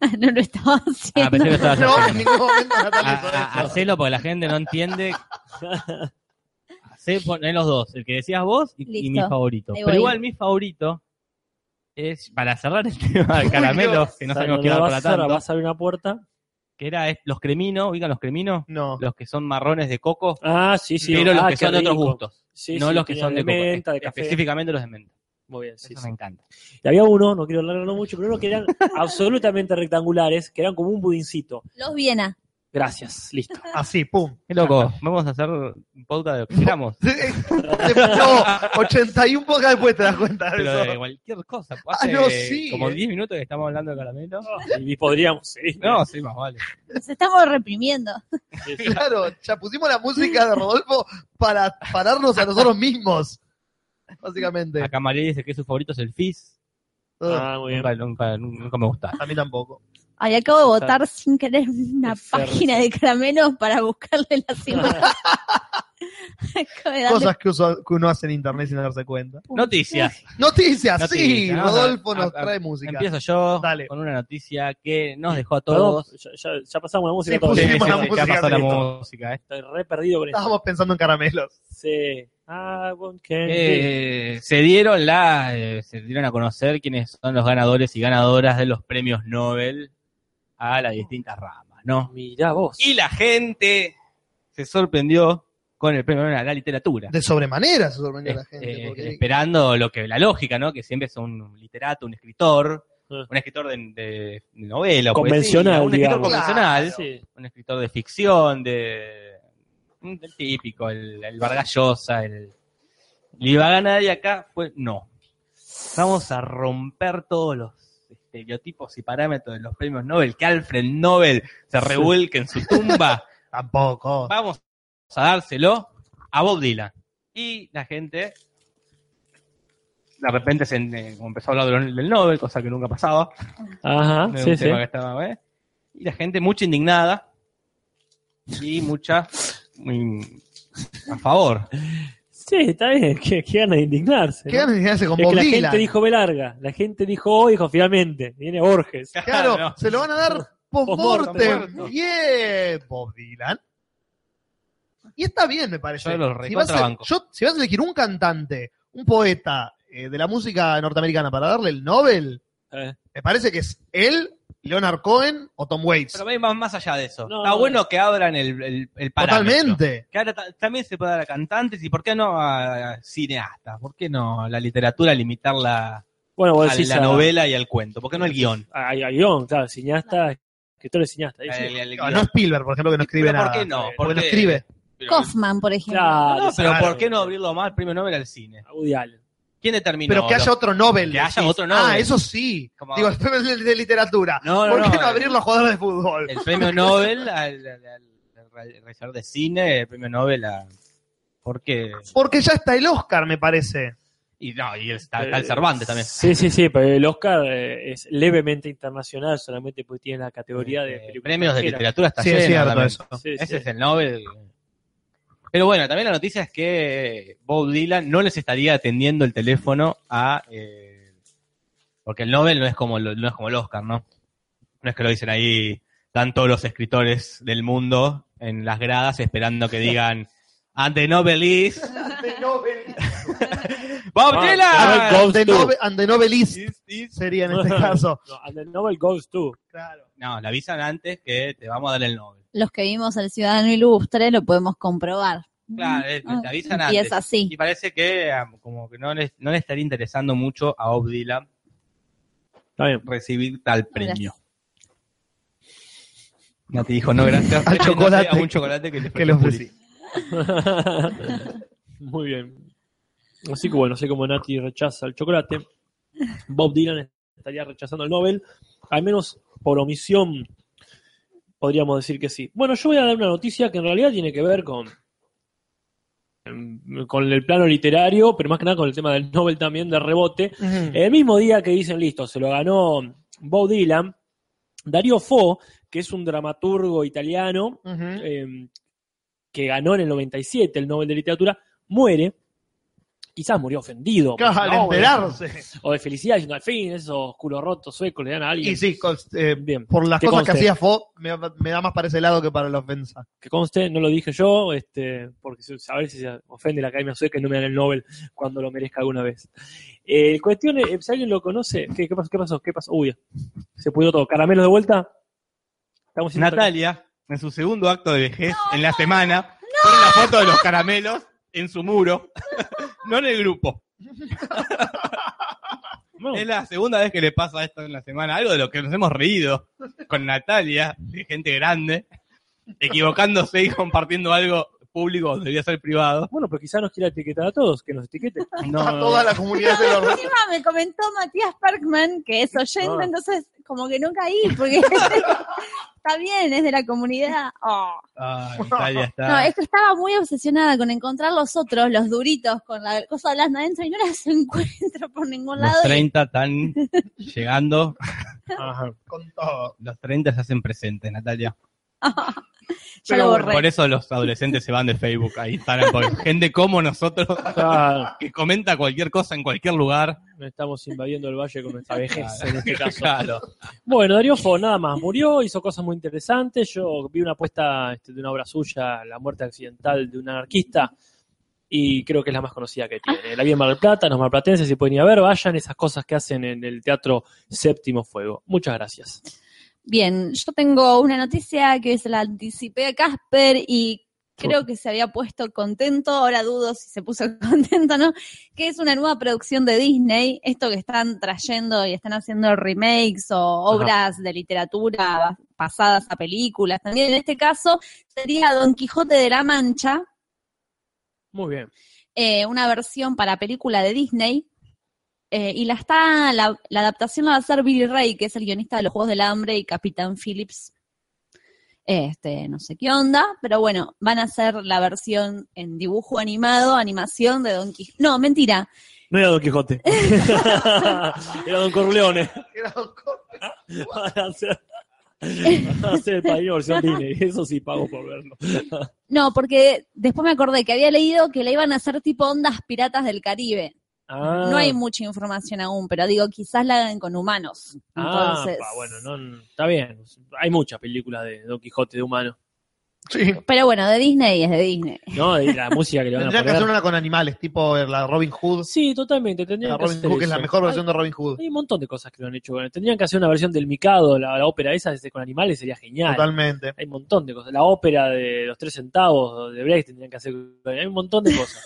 Speaker 2: No lo estaba
Speaker 5: Ah, pensé
Speaker 2: haciendo.
Speaker 5: que lo estabas
Speaker 1: No, en
Speaker 5: haciendo.
Speaker 1: ningún momento Natalia hizo
Speaker 5: A- a-
Speaker 1: eso.
Speaker 5: Ah, Hacelo porque la gente no entiende. Hacé, poné los dos, el que decías vos y, y mi
Speaker 2: Listo.
Speaker 5: favorito.
Speaker 2: Ahí
Speaker 5: Pero
Speaker 2: voy.
Speaker 5: igual mi favorito es, para cerrar el tema del caramelo, que no sabemos
Speaker 3: Cuando
Speaker 5: qué
Speaker 3: la
Speaker 5: va
Speaker 3: vas
Speaker 5: para
Speaker 3: a cerrar,
Speaker 5: tanto,
Speaker 3: vas a abrir una puerta.
Speaker 5: que era es- los cremino, ubican los cremino,
Speaker 1: No.
Speaker 5: los que son marrones de coco,
Speaker 3: Ah, sí, sí.
Speaker 5: pero los
Speaker 3: Ah,
Speaker 5: que
Speaker 3: qué
Speaker 5: son de otros
Speaker 3: rico.
Speaker 5: gustos,
Speaker 3: Sí,
Speaker 5: no
Speaker 3: sí,
Speaker 5: los que
Speaker 3: tenía
Speaker 5: son
Speaker 3: de
Speaker 5: de,
Speaker 3: menta,
Speaker 5: coco,
Speaker 3: de café.
Speaker 5: específicamente los de menta.
Speaker 3: Muy bien, sí,
Speaker 5: Eso
Speaker 3: sí.
Speaker 5: me encanta.
Speaker 3: Y había uno, no quiero hablarlo mucho, pero uno que eran absolutamente rectangulares, que eran como un budincito.
Speaker 2: Los Viena.
Speaker 3: Gracias, listo.
Speaker 1: Así, pum.
Speaker 5: Qué loco, vamos a hacer un podcast de lo que queramos,
Speaker 1: eh, no, 81 pocas después te das cuenta de
Speaker 5: pero de
Speaker 1: eso.
Speaker 5: cualquier cosa.
Speaker 1: Ah,
Speaker 5: Hace
Speaker 1: no, sí,
Speaker 5: como
Speaker 1: eh.
Speaker 5: 10 minutos que estamos hablando de caramelo.
Speaker 3: Y podríamos, Ah, sí.
Speaker 5: No, sí, más vale.
Speaker 2: Nos estamos reprimiendo.
Speaker 3: Sí, sí.
Speaker 1: Claro, ya pusimos la música de Rodolfo para pararnos a nosotros mismos. Básicamente.
Speaker 5: Acá María dice que su favorito es el Fizz.
Speaker 1: Ugh,
Speaker 3: Ah, muy bien.
Speaker 5: Nunca, nunca, nunca me gusta.
Speaker 1: a mí tampoco.
Speaker 2: Ay, acabo de votar sin querer una
Speaker 3: Es
Speaker 2: página de caramelos para buscarle las imágenes. Acabo de darle
Speaker 1: Cosas que, uso- que uno hace en internet sin darse cuenta.
Speaker 5: Noticias.
Speaker 1: Noticias, sí.
Speaker 5: Noticias, vamos a-
Speaker 1: Rodolfo nos
Speaker 5: a- a-
Speaker 1: trae música.
Speaker 5: Empiezo yo
Speaker 1: Dale.
Speaker 5: con una noticia que nos dejó a
Speaker 3: Perdón,
Speaker 5: todos.
Speaker 3: ya, ya- ya pasamos la música.
Speaker 1: Sí,
Speaker 3: todo.
Speaker 5: Sí, sí,
Speaker 1: pusimos
Speaker 5: sí,
Speaker 1: la
Speaker 5: ya
Speaker 1: música,
Speaker 5: pasó la
Speaker 1: listo.
Speaker 5: música, ¿eh?
Speaker 3: Estoy re perdido con esto.
Speaker 1: Estábamos pensando en caramelos.
Speaker 3: Sí. Ah, bueno, que-
Speaker 5: Eh, se dieron la, eh, se dieron a conocer quiénes son los ganadores y ganadoras de los premios Nobel a las distintas ramas, ¿no?
Speaker 3: Mirá vos.
Speaker 5: Y la gente se sorprendió con el premio Nobel a la literatura.
Speaker 1: De sobremanera se sorprendió la gente.
Speaker 5: Eh,
Speaker 1: porque-
Speaker 5: esperando lo que la lógica, ¿no? Que siempre es un literato, un escritor,
Speaker 3: Ah.
Speaker 5: un escritor de, de novela, o
Speaker 3: Convencional,
Speaker 5: poesía, un escritor
Speaker 3: digamos.
Speaker 5: convencional,
Speaker 3: Sí.
Speaker 5: un escritor de ficción, de un- el típico, el, el Vargas Llosa, el le iba a ganar y acá fue no. Vamos a romper todos los estereotipos y parámetros de los premios Nobel, que Alfred Nobel
Speaker 3: Sí.
Speaker 5: se revuelque en su tumba.
Speaker 1: Tampoco.
Speaker 5: Vamos a dárselo a Bob Dylan. Y la gente, de repente, se, eh, como empezó a hablar del del Nobel, cosa que nunca pasaba.
Speaker 3: Ajá,
Speaker 5: Era
Speaker 3: sí,
Speaker 5: un
Speaker 3: Ah, sí.
Speaker 5: tema que estaba, ¿eh? Y la gente, mucha indignada y mucha mm, a favor.
Speaker 3: Sí, está bien, que, que ganas de indignarse.
Speaker 1: ¿Qué
Speaker 3: ¿no?
Speaker 1: ganas de indignarse con
Speaker 3: Es
Speaker 1: Bob
Speaker 3: que la
Speaker 1: Dylan?
Speaker 3: gente dijo Belarga, la gente dijo oh, dijo finalmente, viene Borges.
Speaker 1: Claro,
Speaker 5: No.
Speaker 1: se lo van a dar post-mortem.
Speaker 5: Post-mortem.
Speaker 1: Bien, Bob Dylan. Y está bien, me parece.
Speaker 5: Yo lo
Speaker 1: si, vas a,
Speaker 5: recontrabanco.
Speaker 1: yo- si vas a elegir un cantante, un poeta eh, de la música norteamericana para darle el Nobel,
Speaker 3: Eh.
Speaker 1: me parece que es él, Leonard Cohen o Tom Waits.
Speaker 5: Pero vamos más allá de eso.
Speaker 3: No,
Speaker 5: Está
Speaker 3: no.
Speaker 5: bueno que abran el, el, el parámetro.
Speaker 1: Totalmente.
Speaker 5: Que ahora ta- también se puede dar a cantantes y por qué no a cineastas. ¿Por qué no la literatura limitarla
Speaker 3: Bueno, vos
Speaker 5: a
Speaker 3: decís
Speaker 5: la
Speaker 3: a-
Speaker 5: novela y al cuento? ¿Por qué no el guión?
Speaker 3: A, a guión, claro, cineasta, escritor de cineasta. ahí sí.
Speaker 5: Al- al
Speaker 1: No,
Speaker 5: guión.
Speaker 1: no Spielberg, por ejemplo, que no escribe
Speaker 5: Pero ¿Por
Speaker 1: nada.
Speaker 5: qué no?
Speaker 3: porque
Speaker 1: Porque
Speaker 5: ¿Por
Speaker 1: no
Speaker 5: qué-
Speaker 1: escribe.
Speaker 5: pero-
Speaker 2: Kaufman, por ejemplo.
Speaker 3: Claro,
Speaker 1: Ah,
Speaker 5: No, pero
Speaker 3: claro.
Speaker 5: ¿por qué no abrirlo más el premio Nobel al cine?
Speaker 3: A Woody Allen.
Speaker 5: ¿Quién determinó?
Speaker 1: Pero que haya
Speaker 5: lo-
Speaker 1: otro Nobel.
Speaker 5: Que haya
Speaker 1: decís.
Speaker 5: otro Nobel.
Speaker 1: Ah, eso sí.
Speaker 5: Como-
Speaker 1: Digo, después de, de literatura.
Speaker 5: No, no,
Speaker 1: ¿Por qué
Speaker 5: no, eh.
Speaker 1: no abrir los jugadores de fútbol?
Speaker 5: el premio Nobel al, al, al- al realizador de cine, el premio Nobel a... ¿Por qué?
Speaker 1: Porque ya está el Oscar, me parece.
Speaker 5: Y, no, y el, está, está el Cervantes también.
Speaker 3: Eh, Sí, sí, sí, pero el Oscar eh, es levemente internacional solamente porque tiene la categoría de
Speaker 5: Eh,
Speaker 3: película
Speaker 5: premios de
Speaker 3: extranjera.
Speaker 5: literatura está
Speaker 1: Sí,
Speaker 5: lleno
Speaker 1: es cierto
Speaker 5: también.
Speaker 1: eso.
Speaker 3: Sí,
Speaker 5: Ese
Speaker 3: sí.
Speaker 5: es el Nobel. Pero bueno, también la noticia es que Bob Dylan no les estaría atendiendo el teléfono a... eh, porque el Nobel no es, como, lo- no es como el Oscar, ¿no? No es que lo dicen ahí, están todos los escritores del mundo en las gradas esperando que digan, and the Nobel is Bob
Speaker 3: Wow.
Speaker 5: Dylan.
Speaker 3: Goes
Speaker 1: And the
Speaker 3: to.
Speaker 1: Ah, Nobel- and the Nobelist
Speaker 5: Is- is-
Speaker 1: sería en este caso.
Speaker 3: No, and the Nobel goes to.
Speaker 1: Claro.
Speaker 5: No, le avisan antes que te vamos a dar el Nobel.
Speaker 2: Los que vimos el Ciudadano Ilustre lo podemos comprobar.
Speaker 5: Claro, eh,
Speaker 2: Ah,
Speaker 5: te avisan
Speaker 2: Y
Speaker 5: antes.
Speaker 2: es así.
Speaker 5: Y parece que ah, como que no les, no le estaría interesando mucho a Bob Dylan
Speaker 3: Está bien.
Speaker 5: recibir tal premio.
Speaker 2: Gracias.
Speaker 5: Nati dijo, no, gracias.
Speaker 1: Al
Speaker 5: Este, no sé,
Speaker 1: chocolate.
Speaker 5: a un chocolate que le
Speaker 1: Que le ofrecí.
Speaker 3: Muy bien. Así que bueno, sé como Nati rechaza el chocolate. Bob Dylan estaría rechazando el Nobel. Al menos por omisión podríamos decir que sí. Bueno, yo voy a dar una noticia que en realidad tiene que ver con con el plano literario, pero más que nada con el tema del Nobel también de rebote. El mismo día que dicen, listo, se lo ganó Bob Dylan, Dario Fo, que es un dramaturgo italiano,
Speaker 1: Ujú.
Speaker 3: eh, que ganó en el 97 el Nobel de Literatura, muere. Quizás murió ofendido.
Speaker 1: Claro,
Speaker 3: por el
Speaker 1: al
Speaker 3: Nobel,
Speaker 1: enterarse.
Speaker 3: O de felicidad, diciendo, al fin, esos culos rotos suecos le dan a alguien.
Speaker 1: Y sí, con- eh,
Speaker 3: Bien,
Speaker 1: por las
Speaker 3: Que
Speaker 1: cosas que
Speaker 3: conste.
Speaker 1: hacía Fo, me, me da más para ese lado que para la ofensa.
Speaker 3: que conste, no lo dije yo, este, porque se- a ver si se ofende la Academia Sueca y no me dan el Nobel cuando lo merezca alguna vez. Eh, cuestión es, eh, si alguien lo conoce, ¿qué, qué pasó? ¿Qué pasó? ¿Qué pasó? Uy, se pudo todo. ¿Caramelos de vuelta? Estamos haciendo-
Speaker 5: Natalia, en su segundo acto de vejez, en la semana, pone la foto de los caramelos en su muro, no en el grupo.
Speaker 3: No,
Speaker 5: Es la segunda vez que le pasa esto en la semana, algo de lo que nos hemos reído con Natalia, de gente grande, equivocándose y compartiendo algo público donde debería ser privado.
Speaker 3: Bueno, pero quizás nos quiera etiquetar a todos, que nos etiquete.
Speaker 5: No,
Speaker 1: A toda la comunidad se lo
Speaker 2: Encima me comentó Matías Parkman que es oyente,
Speaker 3: Ah.
Speaker 2: entonces como que no caí, porque está bien, es de la comunidad. Oh.
Speaker 5: Ah, Natalia está.
Speaker 2: No, es que estaba muy obsesionada con encontrar los otros, los duritos, con la cosa blanda adentro y no las encuentro por ningún
Speaker 5: Los
Speaker 2: lado. y
Speaker 5: 30 están llegando.
Speaker 1: con todo.
Speaker 5: Los 30 se hacen presentes, Natalia.
Speaker 2: ya lo borré.
Speaker 5: por eso los adolescentes se van de Facebook a Instagram. Porque gente como nosotros
Speaker 3: Ah,
Speaker 5: que comenta cualquier cosa en cualquier lugar.
Speaker 3: estamos invadiendo el valle con nuestra vejez en este caso.
Speaker 5: Claro.
Speaker 3: Bueno, Darío Fo, nada más, murió, hizo cosas muy interesantes. Yo vi una apuesta este, de una obra suya, La muerte accidental de un anarquista, y creo que es la más conocida que tiene. La vi en Mar del Plata, los marplatenses, si pueden ir a ver, vayan esas cosas que hacen en el Teatro Séptimo Fuego. Muchas gracias.
Speaker 2: Bien, yo tengo una noticia que hoy se la anticipé a Casper y creo que se había puesto contento, ahora dudo si se puso contento o no, que es una nueva producción de Disney, esto que están trayendo y están haciendo remakes o
Speaker 3: Ajá.
Speaker 2: obras de literatura bas- pasadas a películas. También en este caso sería Don Quijote de la Mancha,
Speaker 3: Muy bien.
Speaker 2: eh, una versión para película de Disney. eh, y la está la, la adaptación la va a hacer Billy Ray, que es el guionista de los Juegos del Hambre y Capitán Phillips. este, no sé qué onda, pero bueno, van a hacer la versión en dibujo animado, animación de Don Quijote. No, mentira,
Speaker 3: No era Don Quijote. era Don Corleone.
Speaker 1: Era Don Corleone.
Speaker 3: Van a hacer, van a hacer el padrino versión Disney. Eso sí pago por verlo.
Speaker 2: No, porque después me acordé que había leído que la iban a hacer tipo ondas piratas del Caribe.
Speaker 3: Ah,
Speaker 2: No hay mucha información aún, pero digo, quizás la hagan con humanos.
Speaker 3: ah,
Speaker 2: Entonces,
Speaker 3: pa, bueno, no- no, está bien. Hay muchas películas de Don Quijote de humano.
Speaker 1: Sí.
Speaker 2: Pero bueno, de Disney es de Disney.
Speaker 3: No, y la música que le van a
Speaker 1: Tendría que hacer
Speaker 3: poner.
Speaker 1: una con animales, tipo la Robin Hood.
Speaker 3: Sí, totalmente. Tendrían
Speaker 1: La
Speaker 3: que
Speaker 1: Ah, Robin
Speaker 3: hacer
Speaker 1: Hood, que es
Speaker 3: eso.
Speaker 1: la mejor versión de Robin Hood.
Speaker 3: Hay un montón de cosas que lo han hecho. Bueno, tendrían que hacer una versión del Mikado, la, la ópera esa este, con animales, sería genial.
Speaker 1: Totalmente.
Speaker 3: Hay un montón de cosas. La ópera de los tres centavos de Brecht tendrían que hacer. Hay un montón de cosas.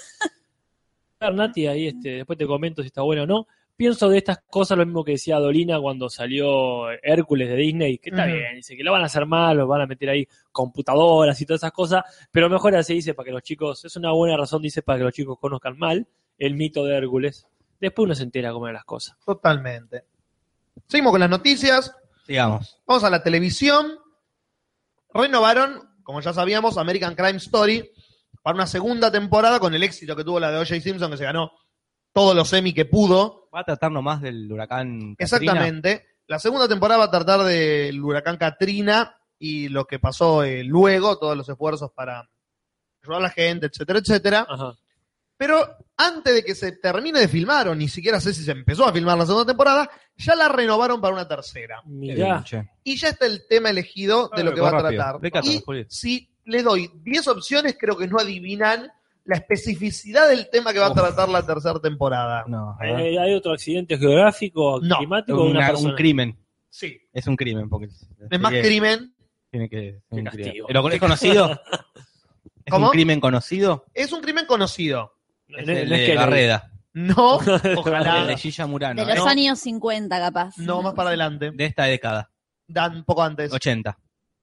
Speaker 3: A ver, Nati, ahí este, después te comento si está bueno o no. Pienso de estas cosas lo mismo que decía Dolina cuando salió Hércules de Disney, que está
Speaker 1: Ujú.
Speaker 3: bien, dice que lo van a hacer mal, lo van a meter ahí computadoras y todas esas cosas, pero mejor así dice para que los chicos, es una buena razón, dice, para que los chicos conozcan mal el mito de Hércules. Después uno se entera cómo eran las cosas.
Speaker 1: Totalmente. Seguimos con las noticias.
Speaker 5: Digamos.
Speaker 1: Vamos a la televisión. Renovaron, como ya sabíamos, American Crime Story para una segunda temporada con el éxito que tuvo la de O.J. Simpson, que se ganó todos los Emmy que pudo.
Speaker 5: Va a tratar nomás del huracán. Katrina.
Speaker 1: Exactamente. La segunda temporada va a tratar del huracán Katrina y lo que pasó eh, luego, todos los esfuerzos para ayudar a la gente, etcétera, etcétera.
Speaker 3: Ajá.
Speaker 1: Pero antes de que se termine de filmar, o ni siquiera sé si se empezó a filmar la segunda temporada, ya la renovaron para una tercera.
Speaker 5: Qué
Speaker 3: Mirá.
Speaker 5: bien, che.
Speaker 1: Y ya está el tema elegido de
Speaker 5: Ah,
Speaker 1: lo que
Speaker 5: qué
Speaker 1: va a
Speaker 5: rápido.
Speaker 1: tratar.
Speaker 5: Explícate,
Speaker 1: Y
Speaker 5: Juli.
Speaker 1: si les doy 10 opciones, creo que no adivinan la especificidad del tema que va a
Speaker 5: Uf.
Speaker 1: tratar la tercera temporada.
Speaker 5: No, a ver.
Speaker 3: Eh, ¿Hay otro accidente geográfico,
Speaker 1: No.
Speaker 3: climático? de
Speaker 5: Una-
Speaker 3: una
Speaker 5: un
Speaker 3: persona?
Speaker 5: crimen.
Speaker 1: Sí.
Speaker 5: Es un crimen. Porque
Speaker 1: Es más
Speaker 5: Este que-
Speaker 1: crimen.
Speaker 5: Tiene que es un
Speaker 3: castigo.
Speaker 5: crimen. ¿Lo es conocido? ¿Es
Speaker 1: ¿Cómo?
Speaker 5: un crimen conocido?
Speaker 1: Es un crimen conocido.
Speaker 3: No,
Speaker 5: Es
Speaker 3: no-
Speaker 5: el
Speaker 3: no es
Speaker 5: de
Speaker 3: que-
Speaker 5: Garreda.
Speaker 1: No,
Speaker 5: El de
Speaker 1: Oh, ojalá.
Speaker 5: Gilla Murano.
Speaker 2: De los
Speaker 5: ¿no?
Speaker 2: años 50, capaz.
Speaker 1: No, más para adelante.
Speaker 5: De esta década,
Speaker 1: Dan un poco antes.
Speaker 5: 80.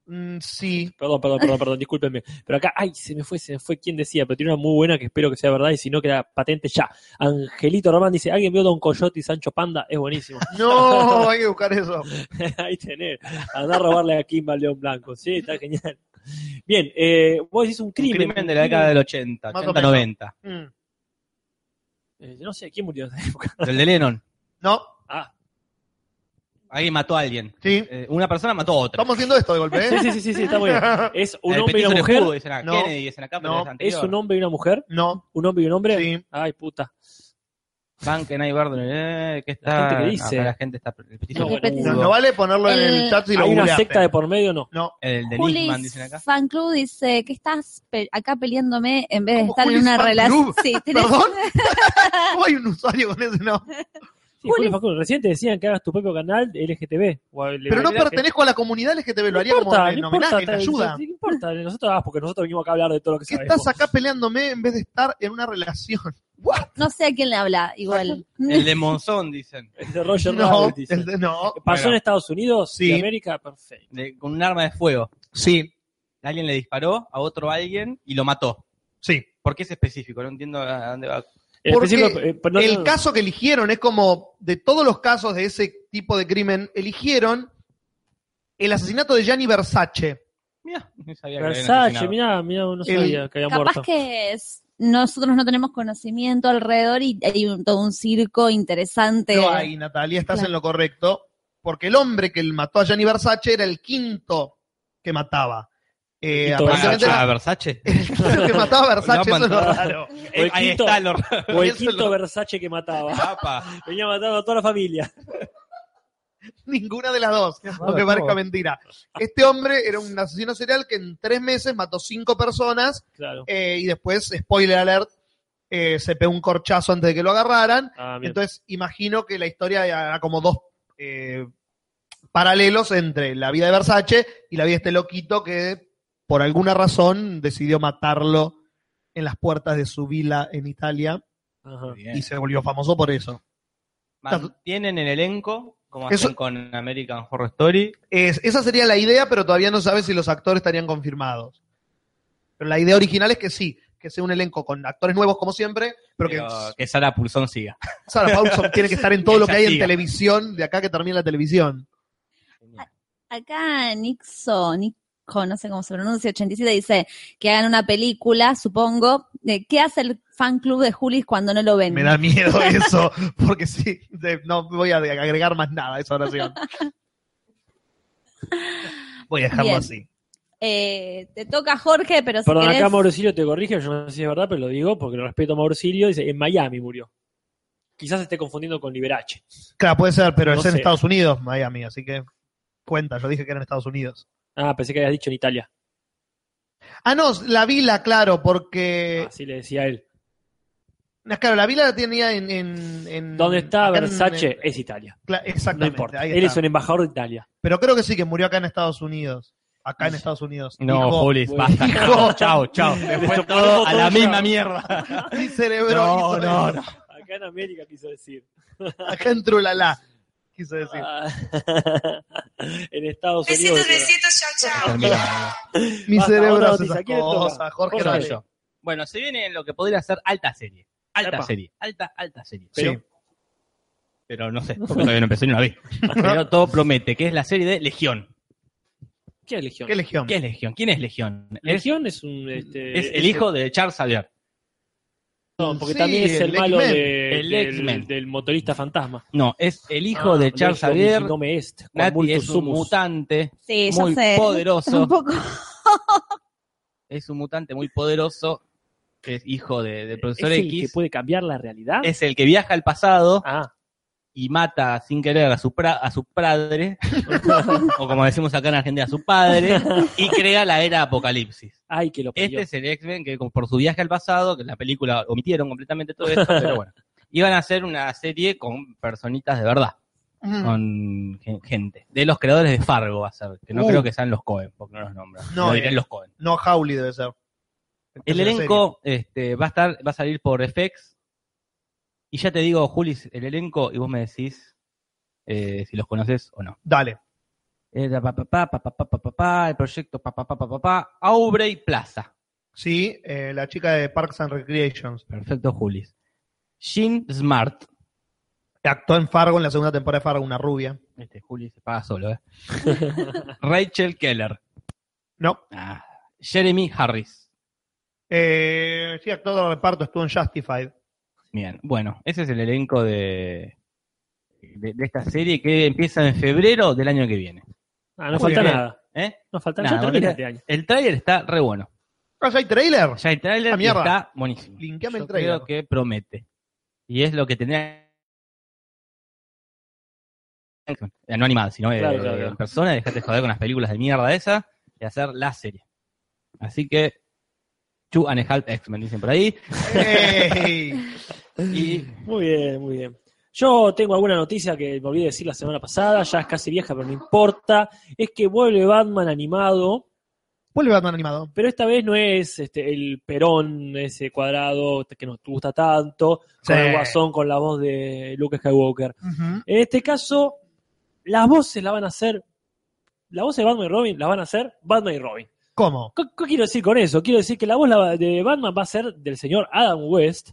Speaker 1: Mm, sí.
Speaker 3: Perdón, perdón, perdón, perdón, discúlpenme. Pero acá, ay, se me fue, se me fue quien decía, pero tiene una muy buena que espero que sea verdad y si no queda patente ya. Angelito Román dice, ¿alguien vio Don Coyote y Sancho Panda? Es buenísimo.
Speaker 1: No, hay que buscar eso.
Speaker 3: Ahí tenés. Andá a robarle a Kimba León Blanco. Sí, está genial. Bien, eh, vos decís un
Speaker 5: Un
Speaker 3: crimen.
Speaker 5: crimen de la década del 80,
Speaker 1: Más o
Speaker 5: 80,
Speaker 1: menos.
Speaker 5: 90.
Speaker 1: Mm,
Speaker 3: Eh, no sé, ¿quién murió en esa época?
Speaker 5: Del de Lennon.
Speaker 1: No,
Speaker 3: Ah,
Speaker 5: Alguien mató a alguien.
Speaker 1: sí.
Speaker 5: Eh, una persona mató a otra.
Speaker 1: Estamos haciendo esto de golpe,
Speaker 3: sí,
Speaker 1: ¿eh?
Speaker 3: sí, sí, sí, sí, está muy bien. Es un
Speaker 5: El
Speaker 3: hombre y
Speaker 5: petiso
Speaker 3: una
Speaker 5: le
Speaker 3: mujer.
Speaker 5: pudo, dicen acá.
Speaker 1: No.
Speaker 5: Kennedy, dicen acá, pero
Speaker 1: No.
Speaker 5: es
Speaker 3: Es
Speaker 5: anterior.
Speaker 3: un hombre y una mujer.
Speaker 1: No,
Speaker 3: Un hombre y un hombre.
Speaker 1: sí.
Speaker 3: Ay, puta.
Speaker 5: Van que nadie Barden, eh, que
Speaker 3: La
Speaker 5: está.
Speaker 3: gente que dice.
Speaker 5: acá la gente está. El petiso
Speaker 3: No,
Speaker 5: le
Speaker 3: bueno,
Speaker 5: pudo.
Speaker 1: No, no vale ponerlo en el
Speaker 2: El-
Speaker 1: chat si lo
Speaker 3: ¿Hay una
Speaker 1: googleaste.
Speaker 3: secta de por medio no?
Speaker 1: No.
Speaker 5: El de
Speaker 2: Juli
Speaker 5: Nisman, dicen acá.
Speaker 2: Fan Club dice que estás pe- acá peleándome en vez de
Speaker 1: ¿Cómo
Speaker 2: estar en
Speaker 1: Julis
Speaker 2: una
Speaker 1: Fan
Speaker 2: relación.
Speaker 1: Club?
Speaker 2: Sí, tenés-
Speaker 1: ¿Perdón? ¿Cómo hay un usuario con ese nombre?
Speaker 3: Sí, Julio Facundo, recién te decían que hagas tu propio canal de LGTB. o el-
Speaker 1: Pero no
Speaker 3: el- el-
Speaker 1: pertenezco a la comunidad LGTB, lo haría como en homenaje, en
Speaker 3: está-
Speaker 1: ayuda.
Speaker 3: No importa, nosotros ah, porque nosotros venimos acá a hablar de todo lo que
Speaker 1: ¿Qué
Speaker 3: sabemos.
Speaker 1: estás acá peleándome en vez de estar en una relación?
Speaker 2: no sé a quién le habla, igual.
Speaker 5: El de Monzón, dicen.
Speaker 3: Es de Roger
Speaker 1: No,
Speaker 3: Rabbit, dice.
Speaker 1: el de- no.
Speaker 3: Pasó en
Speaker 5: Bueno.
Speaker 3: Estados Unidos,
Speaker 1: Sí.
Speaker 3: y América, perfecto.
Speaker 5: de- con un arma de fuego.
Speaker 1: Sí,
Speaker 5: Alguien le disparó a otro alguien y lo mató.
Speaker 1: sí.
Speaker 5: ¿Por qué es específico? No entiendo a a dónde va.
Speaker 3: En
Speaker 1: Porque
Speaker 3: principio, eh, pero no-
Speaker 1: el
Speaker 3: no-
Speaker 1: caso que eligieron es como de todos los casos de ese tipo de crimen, eligieron el asesinato de Gianni Versace.
Speaker 5: Mira, no sabía que lo habían
Speaker 3: Versace,
Speaker 5: asesinado.
Speaker 3: mirá, mirá, no
Speaker 1: El-
Speaker 3: sabía que había
Speaker 2: Capaz
Speaker 3: muerto.
Speaker 2: que es- nosotros no tenemos conocimiento alrededor y hay un- todo un circo interesante.
Speaker 1: No hay, Natalia, estás
Speaker 2: Claro.
Speaker 1: en lo correcto. Porque el hombre que mató a Gianni Versace era el quinto que mataba. Eh,
Speaker 3: El quinto
Speaker 1: aparentemente
Speaker 5: Ah,
Speaker 1: era
Speaker 5: ¿A Versace?
Speaker 1: el quinto que mataba a Versace,
Speaker 5: Lo
Speaker 1: eso es lo
Speaker 5: mataba.
Speaker 1: raro.
Speaker 3: O el
Speaker 5: Ahí
Speaker 3: quinto,
Speaker 5: está lo
Speaker 3: o el
Speaker 1: eso
Speaker 3: quinto
Speaker 1: lo-
Speaker 3: Versace que mataba.
Speaker 5: Apa.
Speaker 3: Venía matando a toda la familia.
Speaker 1: Ninguna de las dos, aunque
Speaker 5: todo.
Speaker 1: parezca mentira. Este hombre era un asesino serial que en tres meses mató cinco personas
Speaker 3: Claro.
Speaker 1: eh, y después, spoiler alert, eh, se pegó un corchazo antes de que lo agarraran.
Speaker 3: Ah, bien.
Speaker 1: Entonces, imagino que la historia hará como dos eh, paralelos entre la vida de Versace y la vida de este loquito que, por alguna razón, decidió matarlo en las puertas de su villa en Italia
Speaker 3: Ajá.
Speaker 1: y se volvió famoso por eso.
Speaker 5: Mantienen el elenco, como
Speaker 1: Eso-
Speaker 5: hacen con American Horror Story.
Speaker 1: Es- esa sería la idea, pero todavía no sabe si los actores estarían confirmados. Pero la idea original es que sí, que sea un elenco con actores nuevos como siempre, pero,
Speaker 5: Pero
Speaker 1: que
Speaker 5: que Sara Pulsón siga.
Speaker 1: Sarah Paulson tiene que estar en todo lo que
Speaker 5: Ella
Speaker 1: hay en
Speaker 5: siga.
Speaker 1: televisión, de acá que termine la televisión.
Speaker 2: Acá Nixo, Ni- con no sé cómo se pronuncia, 87, dice que hagan una película, supongo, de qué hace el fan club de Julis cuando no lo ven.
Speaker 1: Me da miedo eso, porque sí, de- no voy a agregar más nada a esa oración. Voy a dejarlo
Speaker 2: Bien.
Speaker 1: así.
Speaker 2: Eh, te toca Jorge, pero si
Speaker 3: Perdón,
Speaker 2: querés-
Speaker 3: acá Mauricio te corrige, yo no sé si es verdad, pero lo digo porque lo respeto a Mauricio. Dice, en Miami murió. Quizás se esté confundiendo con Liberace.
Speaker 1: Claro, puede ser, pero
Speaker 3: No
Speaker 1: es en
Speaker 3: sé.
Speaker 1: Estados Unidos, Miami, así que cuenta, yo dije que era en Estados Unidos.
Speaker 3: Ah, pensé que habías dicho en Italia.
Speaker 1: Ah, no, la vila, claro,
Speaker 5: Eh,
Speaker 1: porque...
Speaker 3: Así le decía él.
Speaker 1: no, Claro, la vila la tenía en... en,
Speaker 5: mm,
Speaker 1: en-
Speaker 3: ¿Dónde está
Speaker 1: acá en-
Speaker 3: Versace?
Speaker 1: en-
Speaker 3: es Italia.
Speaker 1: cla-
Speaker 3: No
Speaker 1: exactamente,
Speaker 3: importa.
Speaker 1: ahí
Speaker 3: Él es
Speaker 1: está.
Speaker 3: un embajador de Italia.
Speaker 1: Pero creo que sí, que murió acá en Estados Unidos. Acá en Estados Unidos.
Speaker 5: No,
Speaker 1: Dijo,
Speaker 5: Julis,
Speaker 3: Dijo-
Speaker 5: basta.
Speaker 1: Dijo-
Speaker 5: Chao, chao.
Speaker 3: Después
Speaker 5: Después
Speaker 3: todo
Speaker 5: todo a la
Speaker 3: chao.
Speaker 5: misma mierda.
Speaker 1: "Ah, Mi cerebro
Speaker 5: No,
Speaker 1: hizo
Speaker 5: no,
Speaker 1: eso.
Speaker 5: no.
Speaker 3: Acá en América quiso decir.
Speaker 1: Acá en Trulalá, quiso decir.
Speaker 3: Ah, en Estados Unidos.
Speaker 7: Besitos,
Speaker 3: decía.
Speaker 7: besitos, chao, chao.
Speaker 1: Mi
Speaker 3: Basta,
Speaker 1: cerebro
Speaker 3: otra
Speaker 1: hace
Speaker 3: noticia.
Speaker 1: esas
Speaker 3: ¿Quién le toca?
Speaker 1: cosas. Jorge,
Speaker 3: Jorge.
Speaker 1: dale.
Speaker 5: Yo. Bueno, se viene lo que podría ser alta serie. Alta
Speaker 3: Epa.
Speaker 5: serie. Alta, alta serie.
Speaker 1: Sí.
Speaker 5: Pero, pero no sé, porque todavía no empecé ni una vi. Pero todo promete, que es la serie de Legión.
Speaker 3: ¿Qué es Legión?
Speaker 1: ¿Qué legión?
Speaker 5: ¿Qué es Legión? ¿Quién es Legión? Es,
Speaker 3: Legión es un. Este,
Speaker 5: es el hijo de Charles Xavier.
Speaker 3: No, porque
Speaker 1: Sí,
Speaker 3: también es el,
Speaker 1: el
Speaker 3: malo
Speaker 1: X-Men.
Speaker 3: de-
Speaker 5: El
Speaker 3: del,
Speaker 5: X-Men.
Speaker 3: del motorista fantasma. Ah,
Speaker 5: No, es el hijo de Charles
Speaker 3: Legion
Speaker 5: Xavier.
Speaker 3: Insignomen Est, con
Speaker 5: Nati
Speaker 3: multus
Speaker 5: es un
Speaker 3: sumus.
Speaker 5: mutante
Speaker 2: Sí, ya
Speaker 5: muy
Speaker 2: sé.
Speaker 5: poderoso.
Speaker 2: Tampoco.
Speaker 5: Es un mutante muy poderoso. que Es hijo de, del
Speaker 3: ¿Es
Speaker 5: profesor
Speaker 3: el que
Speaker 5: X.
Speaker 3: puede cambiar la realidad?
Speaker 5: Es el que viaja al pasado
Speaker 3: Ah,
Speaker 5: y mata sin querer a su, pra- a su padre, o como decimos acá en Argentina, a su padre, y crea la era apocalipsis.
Speaker 3: ay, que lo parió.
Speaker 5: Este es el X-Men que con- por su viaje al pasado, que en la película omitieron completamente todo esto, pero bueno. Iban a hacer una serie con personitas de verdad,
Speaker 1: Mm.
Speaker 5: Ah. con gen- gente. De los creadores de Fargo va a ser, que no
Speaker 1: Uh.
Speaker 5: creo que sean los Cohen, porque no los nombran.
Speaker 1: No,
Speaker 5: No,
Speaker 1: eh.
Speaker 5: dirán los Cohen.
Speaker 1: No, Howley debe ser.
Speaker 5: El
Speaker 1: Entonces,
Speaker 5: elenco este, va a estar, va a salir por FX. Y ya te digo, Julis, el elenco, y vos me decís eh, si los conoces o no.
Speaker 1: Dale.
Speaker 5: Era pa, pa, pa, pa, pa, pa, pa, pa, pa, el proyecto pa, pa, pa, pa, pa, pa, Aubrey Plaza.
Speaker 1: Sí, eh, la chica de Parks and Recreations.
Speaker 5: Perfecto, Julis. Jean Smart.
Speaker 1: Actuó en Fargo, en la segunda temporada de Fargo, una rubia.
Speaker 5: Este Julis se paga solo, ¿eh? Rachel Keller.
Speaker 1: No.
Speaker 5: Ah, Jeremy Harris.
Speaker 1: Eh, sí, actor de reparto, estuvo en Justified.
Speaker 5: Bien, bueno, ese es el elenco de, de, de esta serie que empieza en febrero del año que viene.
Speaker 3: Ah, no
Speaker 1: Muy
Speaker 3: falta
Speaker 1: bien.
Speaker 3: nada.
Speaker 5: ¿Eh?
Speaker 3: No falta
Speaker 5: Nada,
Speaker 3: nada. Ya termina
Speaker 5: boludo.
Speaker 3: este año.
Speaker 5: El tráiler está re bueno.
Speaker 1: Ah, ¿ya hay trailer?
Speaker 5: Ya el tráiler
Speaker 1: Ah, mierda.
Speaker 5: está buenísimo.
Speaker 1: Linkeame
Speaker 5: Yo
Speaker 1: el trailer.
Speaker 5: creo que promete. Y es lo que tendría eh, no animada, sino eh,
Speaker 3: Claro, claro,
Speaker 5: eh,
Speaker 3: claro.
Speaker 5: en persona, dejate de joder con las películas de mierda esa y hacer la serie. Así que Chu and a Half X-Men dicen por ahí.
Speaker 1: Ey.
Speaker 5: Y
Speaker 3: Muy bien, muy bien. Yo tengo alguna noticia que me olvidé decir la semana pasada, ya es casi vieja, pero no importa. Es que vuelve Batman animado,
Speaker 1: Vuelve Batman animado.
Speaker 3: pero esta vez no es este, el Perón, ese cuadrado que nos gusta tanto, con
Speaker 1: Sí.
Speaker 3: el guasón, con la voz de Luke Skywalker. En este caso, las voces la van a hacer, la voz de Batman y Robin la van a hacer Batman y Robin.
Speaker 1: ¿Cómo?
Speaker 3: ¿Qué, qué quiero decir con eso? Quiero decir que la voz la- de Batman va a ser del señor Adam West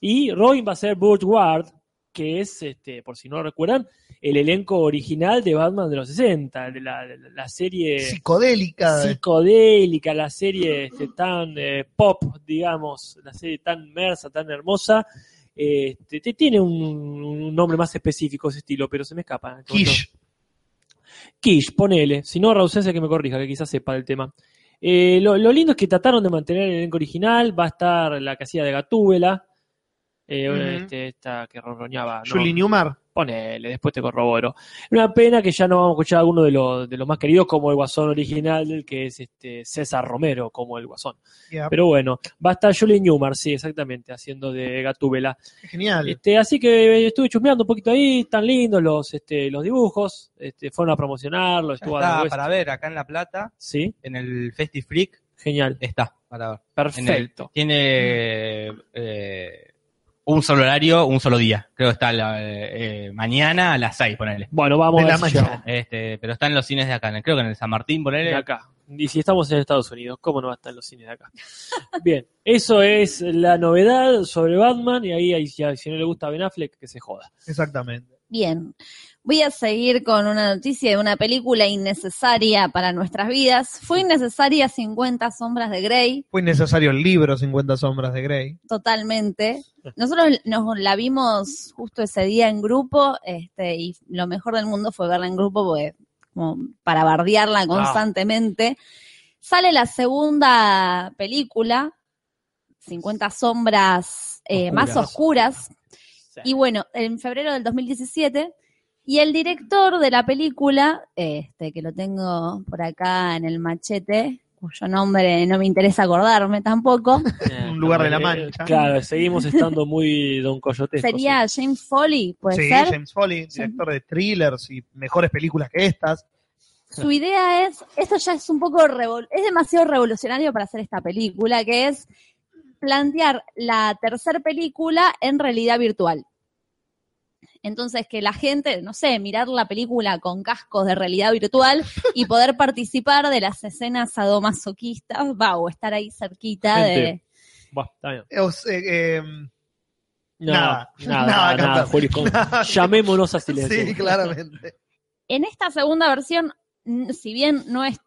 Speaker 3: y Robin va a ser Burt Ward, que es, este, por si no recuerdan, el elenco original de Batman de los 60, de la, de la serie
Speaker 1: Psicodélica.
Speaker 3: psicodélica, la serie este, tan eh, pop, digamos, la serie tan mersa, tan hermosa. Este, te- tiene un, un nombre más específico ese estilo, pero se me escapa.
Speaker 1: Kish.
Speaker 3: Kish, ponele. Si no, Rausense que me corrija, que quizás sepa del tema. Eh, lo, lo lindo es que trataron de mantener el elenco original. Va a estar la casilla de Gatúbela. Eh,
Speaker 1: Ujú.
Speaker 3: este, esta que ronroñaba. ¿no?
Speaker 1: Julie Newmar.
Speaker 3: Ponele, después te corroboro. Una pena que ya no vamos a escuchar a alguno de los, de los más queridos, como el guasón original, del que es este César Romero, como el guasón.
Speaker 5: Ah.
Speaker 1: Yeah.
Speaker 3: Pero bueno, va a estar Julie Newmar, sí, exactamente, haciendo de Gatúbela.
Speaker 1: Genial.
Speaker 3: Este, así que estuve chusmeando un poquito ahí, tan lindos los, este, los dibujos, este, fueron a promocionarlo,
Speaker 5: ya
Speaker 3: estuvo Adam
Speaker 5: está
Speaker 3: West.
Speaker 5: para ver acá en La Plata,
Speaker 3: Sí,
Speaker 5: en el Festi Freak,
Speaker 3: genial,
Speaker 5: está para ver. En el-
Speaker 3: perfecto.
Speaker 5: tiene eh, un solo horario, un solo día. Creo que está la, eh, eh, mañana a las 6, ponele.
Speaker 3: Bueno, vamos
Speaker 1: De la
Speaker 3: a ver si
Speaker 1: mañana.
Speaker 5: Este, pero está en los cines de acá, en el- creo que en el San Martín,
Speaker 3: llegamos de
Speaker 5: ponele.
Speaker 3: acá. Y si estamos en Estados Unidos, ¿cómo no va a estar en los cines de acá? Bien, eso es la novedad sobre Batman y ahí, ahí ya, si no le gusta a Ben Affleck, que se joda.
Speaker 1: Exactamente.
Speaker 2: Bien, voy a seguir con una noticia de una película innecesaria para nuestras vidas. Fue innecesaria 50 sombras de Grey,
Speaker 1: Fue innecesario el libro 50 sombras de Grey.
Speaker 2: totalmente. Nosotros nos la vimos justo ese día en grupo, este, y lo mejor del mundo fue verla en grupo porque, como para bardearla constantemente. Sale la segunda película, 50 sombras eh, más oscuras, y bueno, en febrero del 2017, y el director de la película, este, que lo tengo por acá en el machete, cuyo nombre no me interesa acordarme tampoco,
Speaker 5: Eh,
Speaker 1: Un lugar de la mancha.
Speaker 3: Claro, seguimos estando muy Don Coyote.
Speaker 2: sería James Foley, puede
Speaker 1: Sí,
Speaker 2: ser.
Speaker 1: James Foley, director de thrillers y mejores películas que estas.
Speaker 2: Su idea es, esto ya es un poco, revol- es demasiado revolucionario para hacer esta película, que es plantear la tercera película en realidad virtual. Entonces, que la gente, no sé, mirar la película con cascos de realidad virtual y poder participar de las escenas sadomasoquistas, va, o estar ahí cerquita de...
Speaker 3: Gente. Buah, está bien.
Speaker 1: Eh, o sea, eh, Nada,
Speaker 3: Nada, nada,
Speaker 1: nada,
Speaker 3: nada,
Speaker 1: Carlos.
Speaker 3: Juli, con- Llamémonos a silencio.
Speaker 1: sí, claramente.
Speaker 2: En esta segunda versión, n- si bien no es,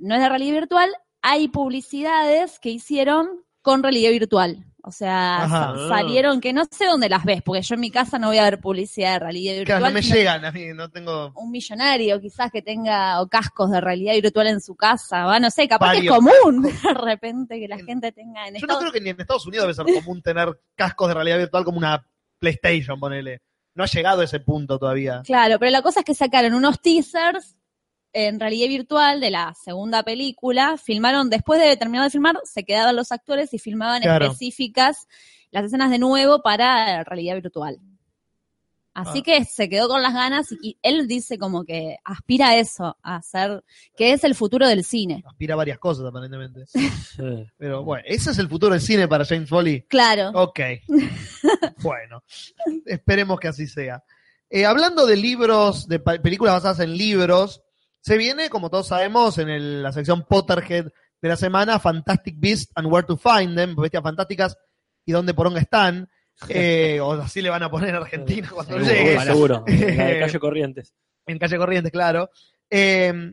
Speaker 2: no es de realidad virtual, hay publicidades que hicieron con realidad virtual. O sea,
Speaker 1: Ajá.
Speaker 3: Ah,
Speaker 2: sa- salieron que no sé dónde las ves, porque yo en mi casa no voy a ver publicidad de realidad virtual.
Speaker 1: Claro, no me
Speaker 2: sino
Speaker 1: llegan a mí, no tengo...
Speaker 2: Un millonario quizás que tenga o cascos de realidad virtual en su casa, va, no sé, capaz que
Speaker 1: Varios
Speaker 2: es común de repente que la
Speaker 1: En-
Speaker 2: gente tenga en
Speaker 1: Yo no
Speaker 2: Estados-
Speaker 1: creo que ni en Estados Unidos debe ser común tener cascos de realidad virtual como una PlayStation, ponele. No ha llegado a ese punto todavía.
Speaker 2: Claro, pero la cosa es que sacaron unos teasers en realidad virtual de la segunda película, filmaron, después de terminar de filmar, se quedaban los actores y filmaban
Speaker 1: Claro.
Speaker 2: específicas las escenas de nuevo para eh, realidad virtual. Así
Speaker 1: Ah.
Speaker 2: que se quedó con las ganas y, y él dice como que aspira a eso, a hacer, que es el futuro del cine.
Speaker 1: Aspira a varias cosas, aparentemente.
Speaker 3: Sí.
Speaker 1: Pero bueno, ese es el futuro del cine para James Foley.
Speaker 2: Claro.
Speaker 1: Ok. bueno, esperemos que así sea. Eh, hablando de libros, de pa- películas basadas en libros, se viene, como todos sabemos, en el- la sección Potterhead de la semana, Fantastic Beasts and Where to Find Them, Bestias Fantásticas y dónde poronga están. Eh, o así le van a poner a Argentina cuando
Speaker 3: Seguro,
Speaker 1: llegue.
Speaker 3: seguro. La de calle Corrientes.
Speaker 1: en Calle Corrientes, claro. Eh,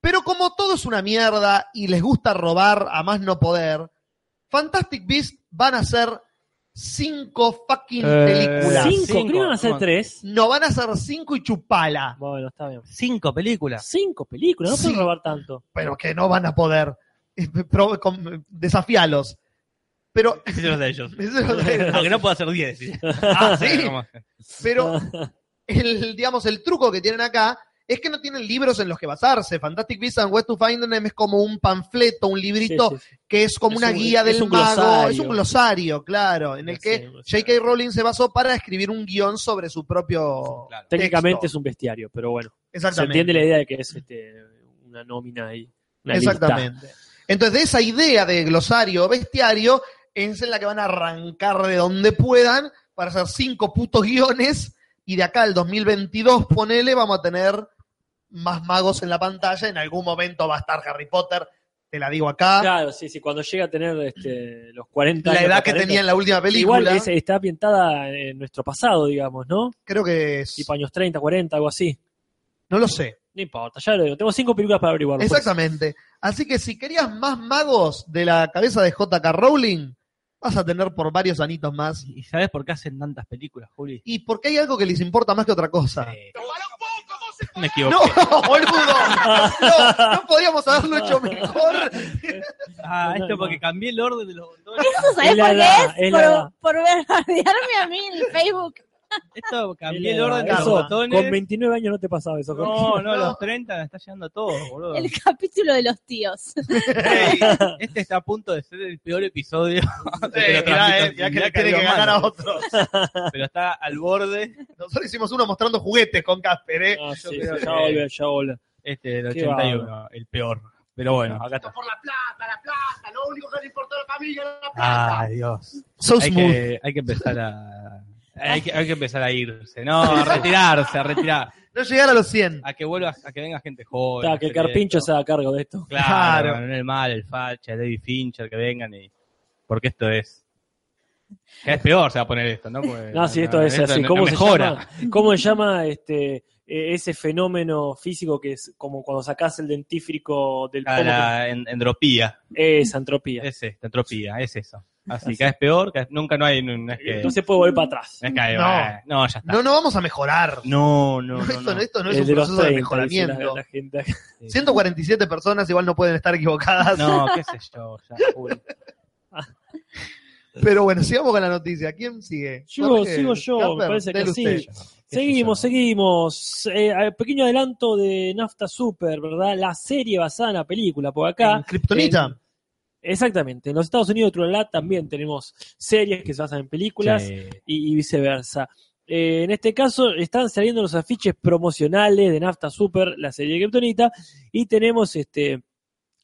Speaker 1: pero como todo es una mierda y les gusta robar a más no poder, Fantastic Beasts van a ser cinco fucking
Speaker 5: Eh,
Speaker 1: películas.
Speaker 5: sí.
Speaker 3: Cinco,
Speaker 5: cinco.
Speaker 3: ¿qué iban a hacer
Speaker 5: Bueno.
Speaker 3: tres?
Speaker 1: No, van a ser cinco y chupala,
Speaker 3: Bueno, está bien.
Speaker 5: Cinco películas.
Speaker 3: Cinco películas, no pueden
Speaker 1: Sí.
Speaker 3: robar tanto.
Speaker 1: pero que no van a poder. Pro- con- Desafialos. Pero,
Speaker 5: Hicieron de ellos. Aunque
Speaker 1: pero
Speaker 5: no puedo hacer diez.
Speaker 1: Ah, sí. el, digamos, el truco que tienen acá es que no tienen libros en los que basarse. Fantastic Beasts and Where to Find Them es como un panfleto, un
Speaker 3: Sí,
Speaker 1: librito
Speaker 3: sí, sí.
Speaker 1: que es como
Speaker 3: Es
Speaker 1: una
Speaker 3: un-
Speaker 1: guía
Speaker 3: es
Speaker 1: del
Speaker 3: un
Speaker 1: mago,
Speaker 3: glosario.
Speaker 1: es un glosario, claro, en el
Speaker 3: Sí,
Speaker 1: que
Speaker 3: un glosario.
Speaker 1: J.K. Rowling se basó para escribir un guión sobre su propio...
Speaker 5: Claro.
Speaker 3: Técnicamente
Speaker 1: texto.
Speaker 3: es un bestiario, pero bueno. Se
Speaker 1: Exactamente.
Speaker 3: entiende la idea de que es este, una nómina ahí. Una lista.
Speaker 1: Exactamente. Entonces, de esa idea de glosario bestiario, es en la que van a arrancar de donde puedan para hacer cinco putos guiones y de acá al 2022, ponele, vamos a tener más magos en la pantalla. En algún momento va a estar Harry Potter, te la digo acá.
Speaker 3: Claro, sí, sí. Cuando llega a tener este, los 40
Speaker 1: la
Speaker 3: años,
Speaker 1: edad que
Speaker 3: 40,
Speaker 1: tenía en la última película,
Speaker 3: Igual es- está ambientada en nuestro pasado, digamos, ¿no?
Speaker 1: creo que es...
Speaker 3: Tipo años 30, 40, algo así.
Speaker 1: No lo sé.
Speaker 3: No importa, ya lo digo. Tengo cinco películas para averiguarlo. pues.
Speaker 1: Exactamente. Así que si querías más magos de la cabeza de J.K. Rowling, vas a tener por varios anitos más.
Speaker 5: ¿Y sabes por qué hacen tantas películas, Juli?
Speaker 1: Y porque hay algo que les importa más que otra cosa.
Speaker 5: Eh, Me equivoqué.
Speaker 1: No, boludo. No, no podíamos haberlo hecho mejor.
Speaker 5: Ah,
Speaker 3: No,
Speaker 5: esto
Speaker 3: no.
Speaker 5: porque cambié el orden de los botones.
Speaker 2: ¿Eso sabés
Speaker 3: Es la
Speaker 2: por qué
Speaker 3: edad,
Speaker 2: es?
Speaker 3: es la edad.
Speaker 2: Por, por ver bardearme a mí en Facebook.
Speaker 5: Esto cambié
Speaker 3: Mira,
Speaker 5: el orden de los
Speaker 3: eso, Con
Speaker 5: botones.
Speaker 3: 29 años no te pasaba eso. Jorge.
Speaker 5: No, no, los 30 me está llegando todo, boludo.
Speaker 2: El capítulo de los tíos.
Speaker 5: Ey, este está a punto de ser el peor episodio. de
Speaker 1: mirá,
Speaker 5: los Transmitos.
Speaker 1: eh, mirá que
Speaker 5: Mirá
Speaker 1: le tiene
Speaker 5: había
Speaker 1: que ganar a
Speaker 5: mano,
Speaker 1: otros.
Speaker 5: Pero está al borde
Speaker 1: Nosotros hicimos uno mostrando juguetes con Casper, ¿eh?
Speaker 3: Ah, sí,
Speaker 5: Yo creo
Speaker 3: sí,
Speaker 5: que-
Speaker 3: ya volve, ya volve.
Speaker 5: este del
Speaker 3: Qué
Speaker 5: 81, el peor. Pero bueno, acá está.
Speaker 1: Por la plata, la plata, lo único que le importa a la familia es la
Speaker 5: Ay, Dios.
Speaker 1: So
Speaker 5: Hay
Speaker 1: smooth.
Speaker 5: que, hay que empezar a. Hay que, hay que empezar a irse, no, a retirarse, a retirar,
Speaker 1: No llegar a los 100.
Speaker 5: a que vuelva, a que venga gente joven.
Speaker 3: Está, que el
Speaker 5: hacer
Speaker 3: carpincho
Speaker 5: esto.
Speaker 3: se haga cargo de esto.
Speaker 5: Claro,
Speaker 1: Claro.
Speaker 5: no el mal, el facha, David Fincher, que vengan y. Porque esto es Es peor se va a poner esto, ¿no? Porque-
Speaker 3: No, sí, esto es así.
Speaker 5: no-
Speaker 3: ¿Cómo
Speaker 5: no
Speaker 3: se
Speaker 5: mejora.
Speaker 3: llama? ¿Cómo se llama este eh, ese fenómeno físico que es como cuando sacás el dentífrico del
Speaker 5: Ah,
Speaker 3: pomo
Speaker 5: la en- entropía.
Speaker 3: que- Esa entropía.
Speaker 5: Es esta, entropía, es eso. Así, cada vez peor, cada vez- nunca no hay... No no es que,
Speaker 3: Entonces puede volver para atrás.
Speaker 5: no, es que hay-
Speaker 1: No.
Speaker 5: eh, no, ya está.
Speaker 1: No, no vamos a mejorar.
Speaker 5: No, no, no.
Speaker 1: esto,
Speaker 5: no.
Speaker 1: no- esto no es un
Speaker 3: Desde los
Speaker 1: proceso de
Speaker 3: 30, dice la-
Speaker 1: mejoramiento.
Speaker 3: la gente.
Speaker 1: 147 personas igual no pueden estar equivocadas.
Speaker 5: No, qué sé yo. ya, uy.
Speaker 1: Pero bueno, sigamos con la noticia. ¿Quién sigue?
Speaker 3: Sigo- sigo yo, me parece que
Speaker 1: dele
Speaker 3: sí.
Speaker 1: usted.
Speaker 3: Seguimos, seguimos. Eh, a- pequeño adelanto de Nafta Super, ¿verdad? La serie basada en la película, por acá.
Speaker 1: En Kryptonita.
Speaker 3: Exactamente. En los Estados Unidos de Trulalá también tenemos series que se basan en películas
Speaker 5: Sí.
Speaker 3: y, y viceversa. Eh, en este caso están saliendo los afiches promocionales de Nafta Super, la serie de Kryptonita, y tenemos este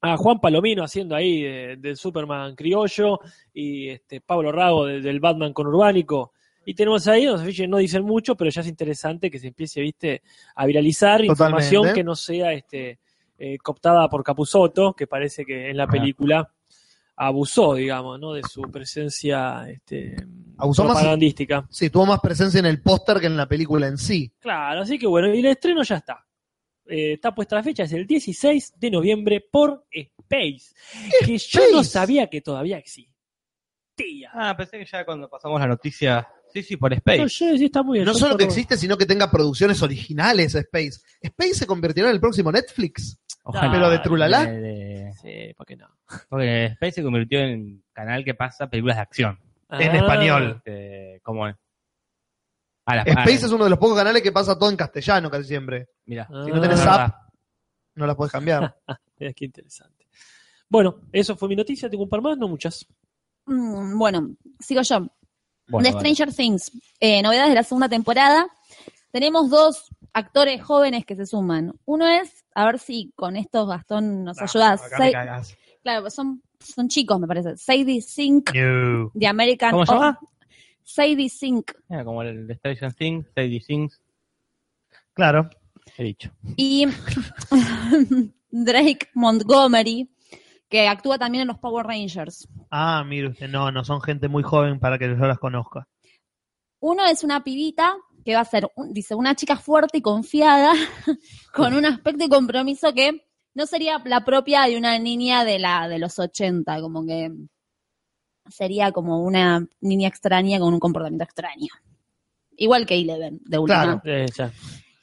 Speaker 3: a Juan Palomino haciendo ahí de- del Superman criollo y este Pablo Rago de- del Batman conurbánico. Y tenemos ahí, los afiches no dicen mucho, pero ya es interesante que se empiece, viste, a viralizar información
Speaker 1: Totalmente.
Speaker 3: que no sea este eh, cooptada por Capusotto, que parece que en la
Speaker 5: Ajá.
Speaker 3: película abusó, digamos, ¿no? de su presencia este,
Speaker 1: Abusó más-
Speaker 3: propagandística.
Speaker 1: Sí, tuvo más presencia en el póster que en la película en sí.
Speaker 3: Claro, así que bueno, y el estreno ya está. Eh, está puesta la fecha, es el 16 de noviembre por Space, que yo no
Speaker 1: Space.
Speaker 3: sabía que todavía existía.
Speaker 5: Ah, pensé que ya cuando pasamos la noticia... Sí, sí, por Space.
Speaker 3: No, yo- sí, está muy bien.
Speaker 1: No
Speaker 3: yo
Speaker 1: solo que
Speaker 3: por-
Speaker 1: existe, sino que tenga producciones originales Space. Space se convertirá en el próximo Netflix.
Speaker 3: Ah,
Speaker 5: Ojalá.
Speaker 1: Pero de Trulalá.
Speaker 5: De- de-
Speaker 3: Sí, ¿por qué no?
Speaker 5: Porque Space se convirtió en canal que pasa películas de acción.
Speaker 3: Ah,
Speaker 1: En español.
Speaker 5: Este, como a las
Speaker 1: Ah. Space es uno de los pocos canales que pasa todo en castellano casi siempre.
Speaker 5: Mira,
Speaker 1: Ah.
Speaker 3: Si no tenés
Speaker 1: app. No las podés cambiar.
Speaker 3: ah, Mira qué interesante. Bueno, eso fue mi noticia. Tengo un par más, no muchas.
Speaker 2: Mm, bueno, sigo yo. de Stranger Things, eh, novedades de la segunda temporada. Tenemos dos actores jóvenes que se suman. Uno es, a ver si con estos Gastón nos ayudas. Sei- claro, pues son, son chicos, me parece. Sadie Sink de American. Oh,
Speaker 5: ¿Cómo se llama?
Speaker 2: Sadie Sink.
Speaker 5: Mira, como el de Station Things, Sadie Things,
Speaker 1: Claro.
Speaker 5: he dicho.
Speaker 2: Y Drake Montgomery, que actúa también en los Power Rangers.
Speaker 1: Ah, mire usted, no, no, son gente muy joven para que yo las conozca.
Speaker 2: Uno es una pibita que va a ser, un- dice, una chica fuerte y confiada, con un aspecto y compromiso que no sería la propia de una niña de, la, de los 80, como que sería como una niña extraña con un comportamiento extraño. Igual que Eleven, de
Speaker 1: Claro.
Speaker 2: última.
Speaker 3: Eh, ya.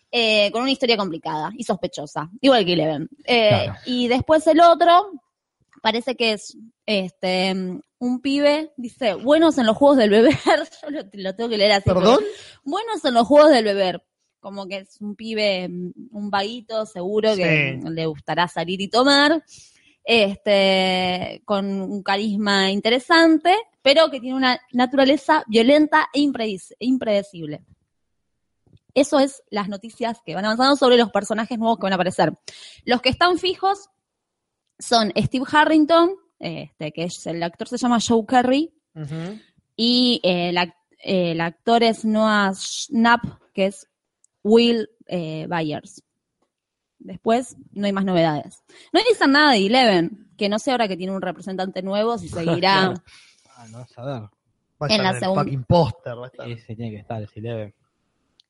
Speaker 2: Eh, con una historia complicada y sospechosa, igual que Eleven. Eh,
Speaker 5: Claro.
Speaker 2: Y después el otro, parece que es este mm, un pibe, dice, buenos en los juegos del beber, yo lo, lo tengo que leer así. porque-
Speaker 1: ¿Perdón?
Speaker 2: buenos en los juegos del beber. Como que es un pibe, mm, un vaguito, seguro que mm,
Speaker 1: Sí.
Speaker 2: le gustará salir y tomar. Este, con un carisma interesante, pero que tiene una naturaleza violenta e impredic- impredecible. Eso es las noticias que van avanzando sobre los personajes nuevos que van a aparecer. Los que están fijos son Steve Harrington, este, que es el actor se llama Joe Curry, y eh, el, ac- eh, el actor es Noah Schnapp, que es Will eh, Byers. Después no hay más novedades. No dicen nada de Eleven, que no sé ahora que tiene un representante nuevo si seguirá.
Speaker 5: Ah, no vas a ver.
Speaker 1: Va a
Speaker 2: En
Speaker 1: estar
Speaker 2: la
Speaker 1: en el
Speaker 2: segunda.
Speaker 1: fucking póster. va a estar.
Speaker 5: Ese tiene que estar, eh, el Eleven.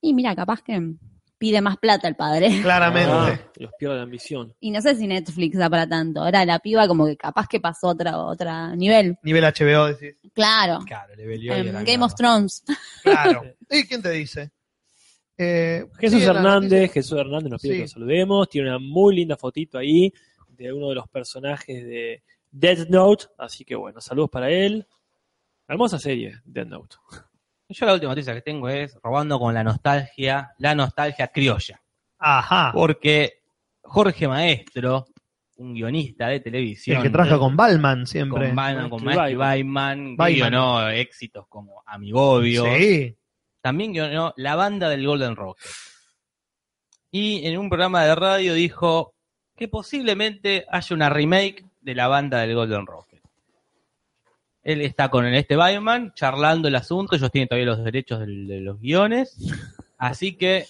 Speaker 2: y mira, capaz que pide más plata el padre.
Speaker 1: Claramente.
Speaker 3: Ah, los pierdo la ambición.
Speaker 2: Y no sé si Netflix da para tanto. Ahora la piba como que capaz que pasó a otra, otra nivel.
Speaker 1: Nivel HBO, decís.
Speaker 2: Claro.
Speaker 5: Claro, le velió
Speaker 2: Em, Game of Thrones.
Speaker 1: Claro. ¿Y quién te dice? Eh,
Speaker 3: Jesús
Speaker 1: sí, en la
Speaker 3: Hernández,
Speaker 1: noticia-
Speaker 3: Jesús Hernández nos pide
Speaker 1: Sí.
Speaker 3: que lo saludemos. Tiene una muy linda fotito ahí de uno de los personajes de Death Note. Así que bueno, saludos para él. Hermosa serie, Death Note.
Speaker 5: Yo la última noticia que tengo es robando con la nostalgia, la nostalgia criolla.
Speaker 1: Ajá.
Speaker 5: Porque Jorge Maestro, un guionista de televisión,
Speaker 1: El que trabaja con Balman siempre.
Speaker 5: con Batman, con
Speaker 3: Maestro y
Speaker 5: Maestro y
Speaker 3: Batman.
Speaker 5: Batman,
Speaker 1: Batman.
Speaker 5: guionó éxitos como Amigobio,
Speaker 1: sí.
Speaker 5: también guionó La Banda del Golden Rocket. Y en un programa de radio dijo que posiblemente haya una remake de La Banda del Golden Rocket. Él está con este Batman charlando el asunto, ellos tienen todavía los derechos del- de los guiones. Así que,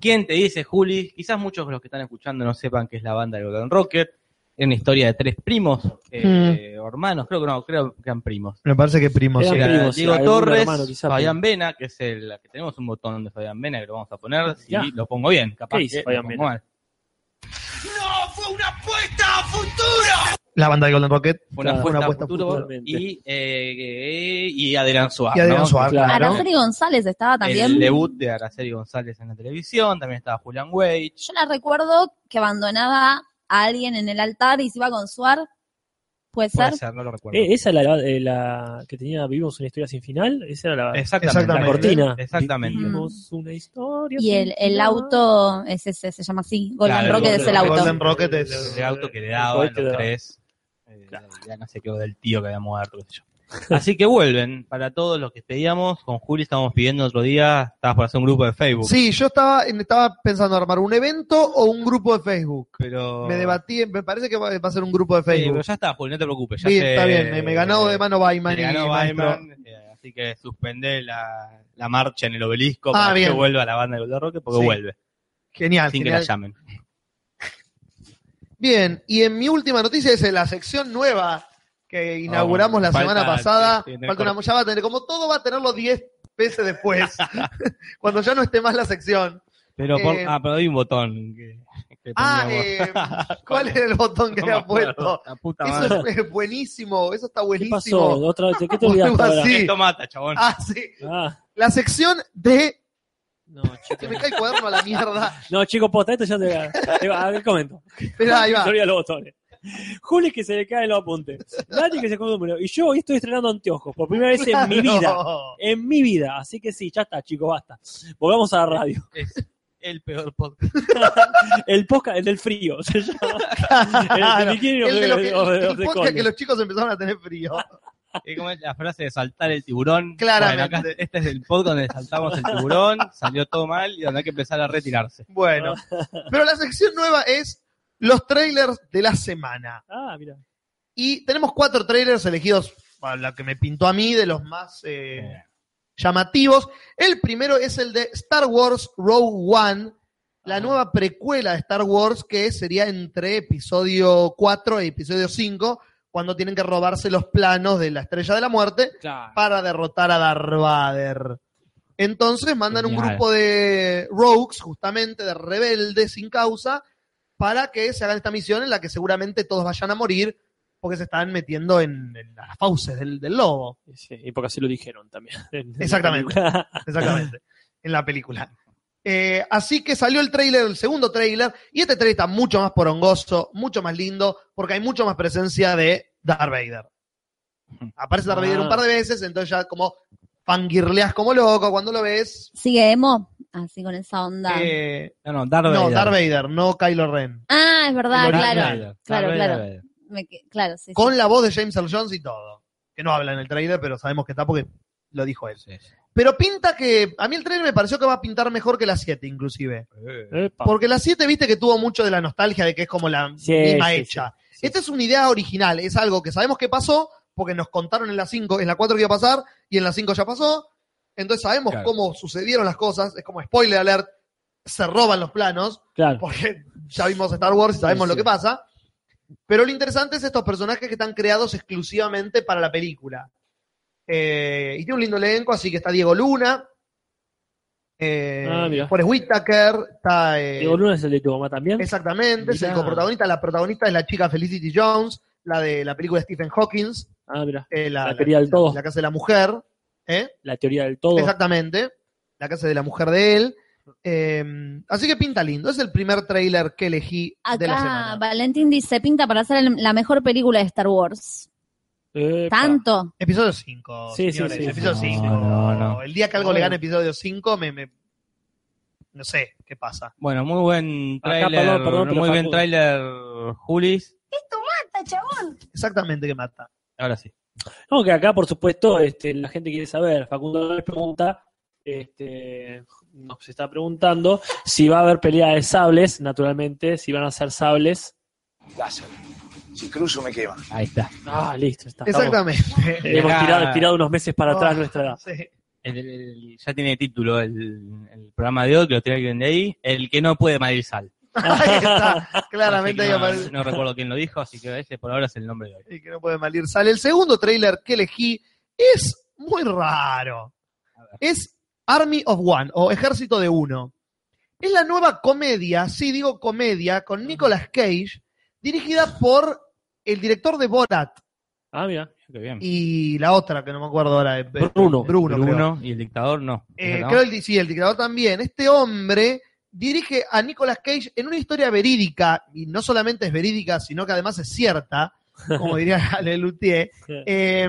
Speaker 5: ¿quién te dice, Juli? Quizás muchos de los que están escuchando no sepan qué es La Banda del Golden Rocket. Era una historia de tres primos, eh, hermanos, creo que no, creo que eran primos.
Speaker 1: Me parece que primo.
Speaker 3: Era
Speaker 1: sí.
Speaker 5: Era
Speaker 3: primos,
Speaker 5: Diego
Speaker 3: algún
Speaker 5: Torres,
Speaker 3: hermano, quizá,
Speaker 5: Fabián Vena, que es el que tenemos un botón de Fabián Vena que lo vamos a poner si
Speaker 3: Ya.
Speaker 5: lo pongo bien, capaz
Speaker 3: ¿Qué hizo
Speaker 5: que
Speaker 3: Fabián
Speaker 5: lo pongo
Speaker 3: Vena?
Speaker 5: mal.
Speaker 1: La banda de Golden Rocket.
Speaker 5: Fue una
Speaker 3: Claro,
Speaker 5: apuesta,
Speaker 1: una
Speaker 5: a
Speaker 1: apuesta
Speaker 5: futuro
Speaker 3: totalmente.
Speaker 5: y eh, y Adrián Suárez.
Speaker 1: Y Adrián
Speaker 5: ¿no?
Speaker 1: Suárez,
Speaker 3: Claro.
Speaker 1: claro.
Speaker 2: Araceli González estaba también.
Speaker 5: El debut de Araceli González en la televisión, también estaba Julián Weich.
Speaker 2: Yo la recuerdo que abandonaba a alguien en el altar y se iba con Suar. ¿Puede ser?
Speaker 5: Puede ser, no lo recuerdo.
Speaker 3: Eh, ¿Esa es la, eh, la que tenía Vivimos una historia sin final? Esa era la,
Speaker 5: exactamente.
Speaker 3: la cortina.
Speaker 5: Exactamente.
Speaker 3: Vivimos una historia
Speaker 2: Y
Speaker 3: sin
Speaker 2: el, el
Speaker 3: final.
Speaker 2: auto es ese, se llama así. Golden
Speaker 5: Claro,
Speaker 2: Rocket es Ah, el
Speaker 1: Golden
Speaker 2: auto.
Speaker 1: Rocket. Rocket es-
Speaker 5: El auto que le
Speaker 3: El
Speaker 5: daban
Speaker 3: cohete
Speaker 5: los
Speaker 3: que daban.
Speaker 5: tres. eh, Ya no sé qué, o del tío que había muerto, qué sé yo. Así que vuelven, para todos los que pedíamos, con Juli estábamos pidiendo otro día, estabas por hacer un grupo de Facebook.
Speaker 1: Sí, yo estaba, estaba pensando armar un evento o un grupo de Facebook.
Speaker 5: pero...
Speaker 1: Me debatí, me parece que va va a ser un grupo de
Speaker 5: Oh. Sí, pero
Speaker 1: Facebook.
Speaker 5: ya está, Juli, no te preocupes. Ya
Speaker 1: Bien,
Speaker 5: se- eh,
Speaker 1: está bien, me, me ganó de mano Bayman.
Speaker 5: Me ganó
Speaker 1: y maestro.
Speaker 5: Bayman, eh, así que suspendé la, la marcha en el obelisco
Speaker 1: Ah,
Speaker 5: para
Speaker 1: bien.
Speaker 5: que vuelva la banda de Golden Rocket, porque
Speaker 1: Sí,
Speaker 5: vuelve,
Speaker 1: Genial,
Speaker 5: sin que
Speaker 1: genial.
Speaker 5: la llamen.
Speaker 1: Bien, y en mi última noticia es la sección nueva que inauguramos la
Speaker 5: falta-
Speaker 1: semana pasada.
Speaker 5: sí, tiene
Speaker 1: Falta una,
Speaker 5: corte.
Speaker 1: ya va a tener, como todo va a tenerlo 10 veces después, cuando ya no esté más la sección.
Speaker 5: Pero, por-
Speaker 1: Eh,
Speaker 5: ah, pero hay un botón. Que, que
Speaker 1: Ah,
Speaker 5: poníamos.
Speaker 1: eh, ¿cuál era el botón que
Speaker 5: No
Speaker 1: le
Speaker 5: me
Speaker 1: ha
Speaker 5: acuerdo,
Speaker 1: puesto?
Speaker 5: La puta madre.
Speaker 1: Eso es eh, buenísimo, eso está
Speaker 3: ¿Qué pasó?
Speaker 1: buenísimo.
Speaker 3: ¿Otra vez? ¿De qué te olvidaste
Speaker 1: Algo
Speaker 3: ahora?
Speaker 1: así.
Speaker 5: Esto mata, chabón.
Speaker 1: Ah, sí.
Speaker 3: Ah,
Speaker 1: La sección de...
Speaker 3: no,
Speaker 1: Se
Speaker 3: chicos.
Speaker 1: me cae el cuaderno a la mierda.
Speaker 3: No, chicos, posta, esto ya te va. Te va a ver, comento.
Speaker 1: Espera, ahí
Speaker 3: Se
Speaker 1: va.
Speaker 3: olvida los botones. Juli que se le caen los apuntes. Nati que se come un número. Y yo hoy estoy estrenando anteojos por primera vez en mi vida.
Speaker 1: Claro.
Speaker 3: En mi vida. Así que sí, ya está, chicos, basta. Volvamos a la radio.
Speaker 5: Es el peor podcast.
Speaker 3: El podcast, el del frío. Se llama. El de bikini o
Speaker 1: El de lo que-
Speaker 3: o de- o
Speaker 1: el
Speaker 3: de
Speaker 1: podcast
Speaker 3: cole.
Speaker 1: que los chicos empezaron a tener frío.
Speaker 5: eh, Es como la frase de saltar el tiburón.
Speaker 1: Claramente.
Speaker 5: Bueno, acá- este es el podcast donde saltamos el tiburón, salió todo mal y donde hay que empezar a retirarse.
Speaker 1: Bueno, pero la sección nueva es los trailers de la semana.
Speaker 3: Ah, mira.
Speaker 1: Y tenemos cuatro trailers elegidos, a la que me pintó a mí, de los más eh, llamativos. El primero es el de Star Wars Rogue One, la nueva precuela de Star Wars que sería entre episodio 4 y episodio 5, cuando tienen que robarse los planos de la Estrella de la Muerte
Speaker 5: Claro.
Speaker 1: para derrotar a Darth Vader. Entonces mandan un
Speaker 5: Genial.
Speaker 1: grupo de rogues, justamente de rebeldes sin causa, para que se hagan esta misión en la que seguramente todos vayan a morir porque se están metiendo en, en las fauces del, del lobo.
Speaker 3: Sí, y porque así lo dijeron también. En- en
Speaker 1: Exactamente.
Speaker 3: la película.
Speaker 1: Exactamente. en la película. Eh, así que salió el trailer, el segundo trailer, y este trailer está mucho más porongoso, mucho más lindo, porque hay mucho más presencia de Darth Vader. Aparece Darth Vader
Speaker 3: Ah.
Speaker 1: un par de veces, entonces ya como fangirleas como loco cuando lo ves.
Speaker 2: Sigue Emo, así con esa onda.
Speaker 1: Eh,
Speaker 5: No, no, Darth
Speaker 1: no,
Speaker 5: Vader.
Speaker 1: Darth Vader, no Kylo Ren.
Speaker 2: ah, es verdad,
Speaker 5: Darth
Speaker 2: claro.
Speaker 5: Vader. Darth
Speaker 2: Claro,
Speaker 5: Vader,
Speaker 2: claro.
Speaker 5: Darth Vader.
Speaker 2: Me que- claro, sí, sí.
Speaker 1: Con la voz de James Earl Jones y todo. Que no habla en el trailer, pero sabemos que está porque lo dijo él.
Speaker 5: Sí, sí.
Speaker 1: Pero pinta que. A mí el trailer me pareció que va a pintar mejor que la 7, inclusive.
Speaker 3: Epa.
Speaker 1: Porque la 7, viste que tuvo mucho de la nostalgia de que es como la
Speaker 3: Sí,
Speaker 1: misma
Speaker 3: sí,
Speaker 1: hecha.
Speaker 3: sí, sí.
Speaker 1: Esta es una idea original, es algo que sabemos que pasó, porque nos contaron en la 5, en la 4 que iba a pasar, y en la 5 ya pasó. Entonces sabemos
Speaker 5: Claro.
Speaker 1: cómo sucedieron las cosas, es como spoiler alert, se roban los planos,
Speaker 3: Claro.
Speaker 1: porque ya vimos Star Wars y sabemos
Speaker 3: Sí,
Speaker 1: lo
Speaker 3: sí.
Speaker 1: que pasa. Pero lo interesante es estos personajes que están creados exclusivamente para la película. Eh, y tiene un lindo elenco, así que está Diego Luna, eh,
Speaker 3: Ah, mira.
Speaker 1: Forrest Whitaker, está... eh,
Speaker 3: Diego Luna es el de tu mamá también.
Speaker 1: Exactamente, es el
Speaker 3: Mirá.
Speaker 1: coprotagonista. La protagonista es la chica Felicity Jones, la de la película de Stephen Hawking,
Speaker 3: Ah, mira.
Speaker 1: eh, la,
Speaker 3: La querida del todo.
Speaker 1: la casa de la mujer. ¿eh?
Speaker 3: La teoría del todo.
Speaker 1: Exactamente, la casa de la mujer de él. Eh, así que pinta lindo. Es el primer trailer que elegí de la
Speaker 2: Acá
Speaker 1: semana.
Speaker 2: Valentín dice, pinta para hacer el- la mejor película de Star Wars.
Speaker 3: Epa.
Speaker 2: ¿Tanto?
Speaker 1: Episodio 5.
Speaker 3: Sí, sí,
Speaker 1: señores,
Speaker 3: sí.
Speaker 1: Episodio
Speaker 5: No,
Speaker 1: 5.
Speaker 5: no, no.
Speaker 1: El día que algo le
Speaker 3: Bueno.
Speaker 1: gane episodio 5, me, me- No sé qué pasa.
Speaker 5: Bueno, muy buen
Speaker 3: Acá,
Speaker 5: trailer.
Speaker 3: perdón, perdón, pero
Speaker 5: muy buen
Speaker 3: Facundo.
Speaker 5: trailer, Julis.
Speaker 1: Exactamente qué mata.
Speaker 5: Ahora sí.
Speaker 3: No, que acá, por supuesto, este, la gente quiere saber. Facundo les pregunta, este, nos está preguntando si va a haber pelea de sables, naturalmente, si van a ser sables.
Speaker 7: Láser. Si cruzo me quema.
Speaker 5: Ahí está.
Speaker 3: Ah, listo, está. estamos-
Speaker 1: Exactamente.
Speaker 3: eh, Hemos
Speaker 5: Acá-
Speaker 3: tirado, tirado unos meses para
Speaker 1: Ah,
Speaker 3: atrás nuestra edad.
Speaker 1: sí.
Speaker 5: El- el- el- ya tiene título el, el programa de hoy, que lo tiene alguien de ahí. El que no puede medir sal.
Speaker 1: Ahí está, claramente
Speaker 5: Así
Speaker 1: ahí
Speaker 5: que no-
Speaker 1: aparece.
Speaker 5: no recuerdo quién lo dijo, así que ese por ahora es el nombre de hoy.
Speaker 1: y que no puede malir sale. El segundo tráiler que elegí es muy raro. Es Army of One o Ejército de Uno. Es la nueva comedia, sí digo comedia, con Nicolas Cage, dirigida por el director de Borat
Speaker 3: Ah, mira.
Speaker 5: Qué bien.
Speaker 1: y la otra que no me acuerdo ahora. eh,
Speaker 3: Bruno.
Speaker 1: Bruno, creo.
Speaker 5: Bruno y el dictador no.
Speaker 1: Eh,
Speaker 5: ¿No?
Speaker 1: creo el, di- sí, el dictador también. Este hombre dirige a Nicolas Cage en una historia verídica, y no solamente es verídica, sino que además es cierta, como diría Le Luthier, eh,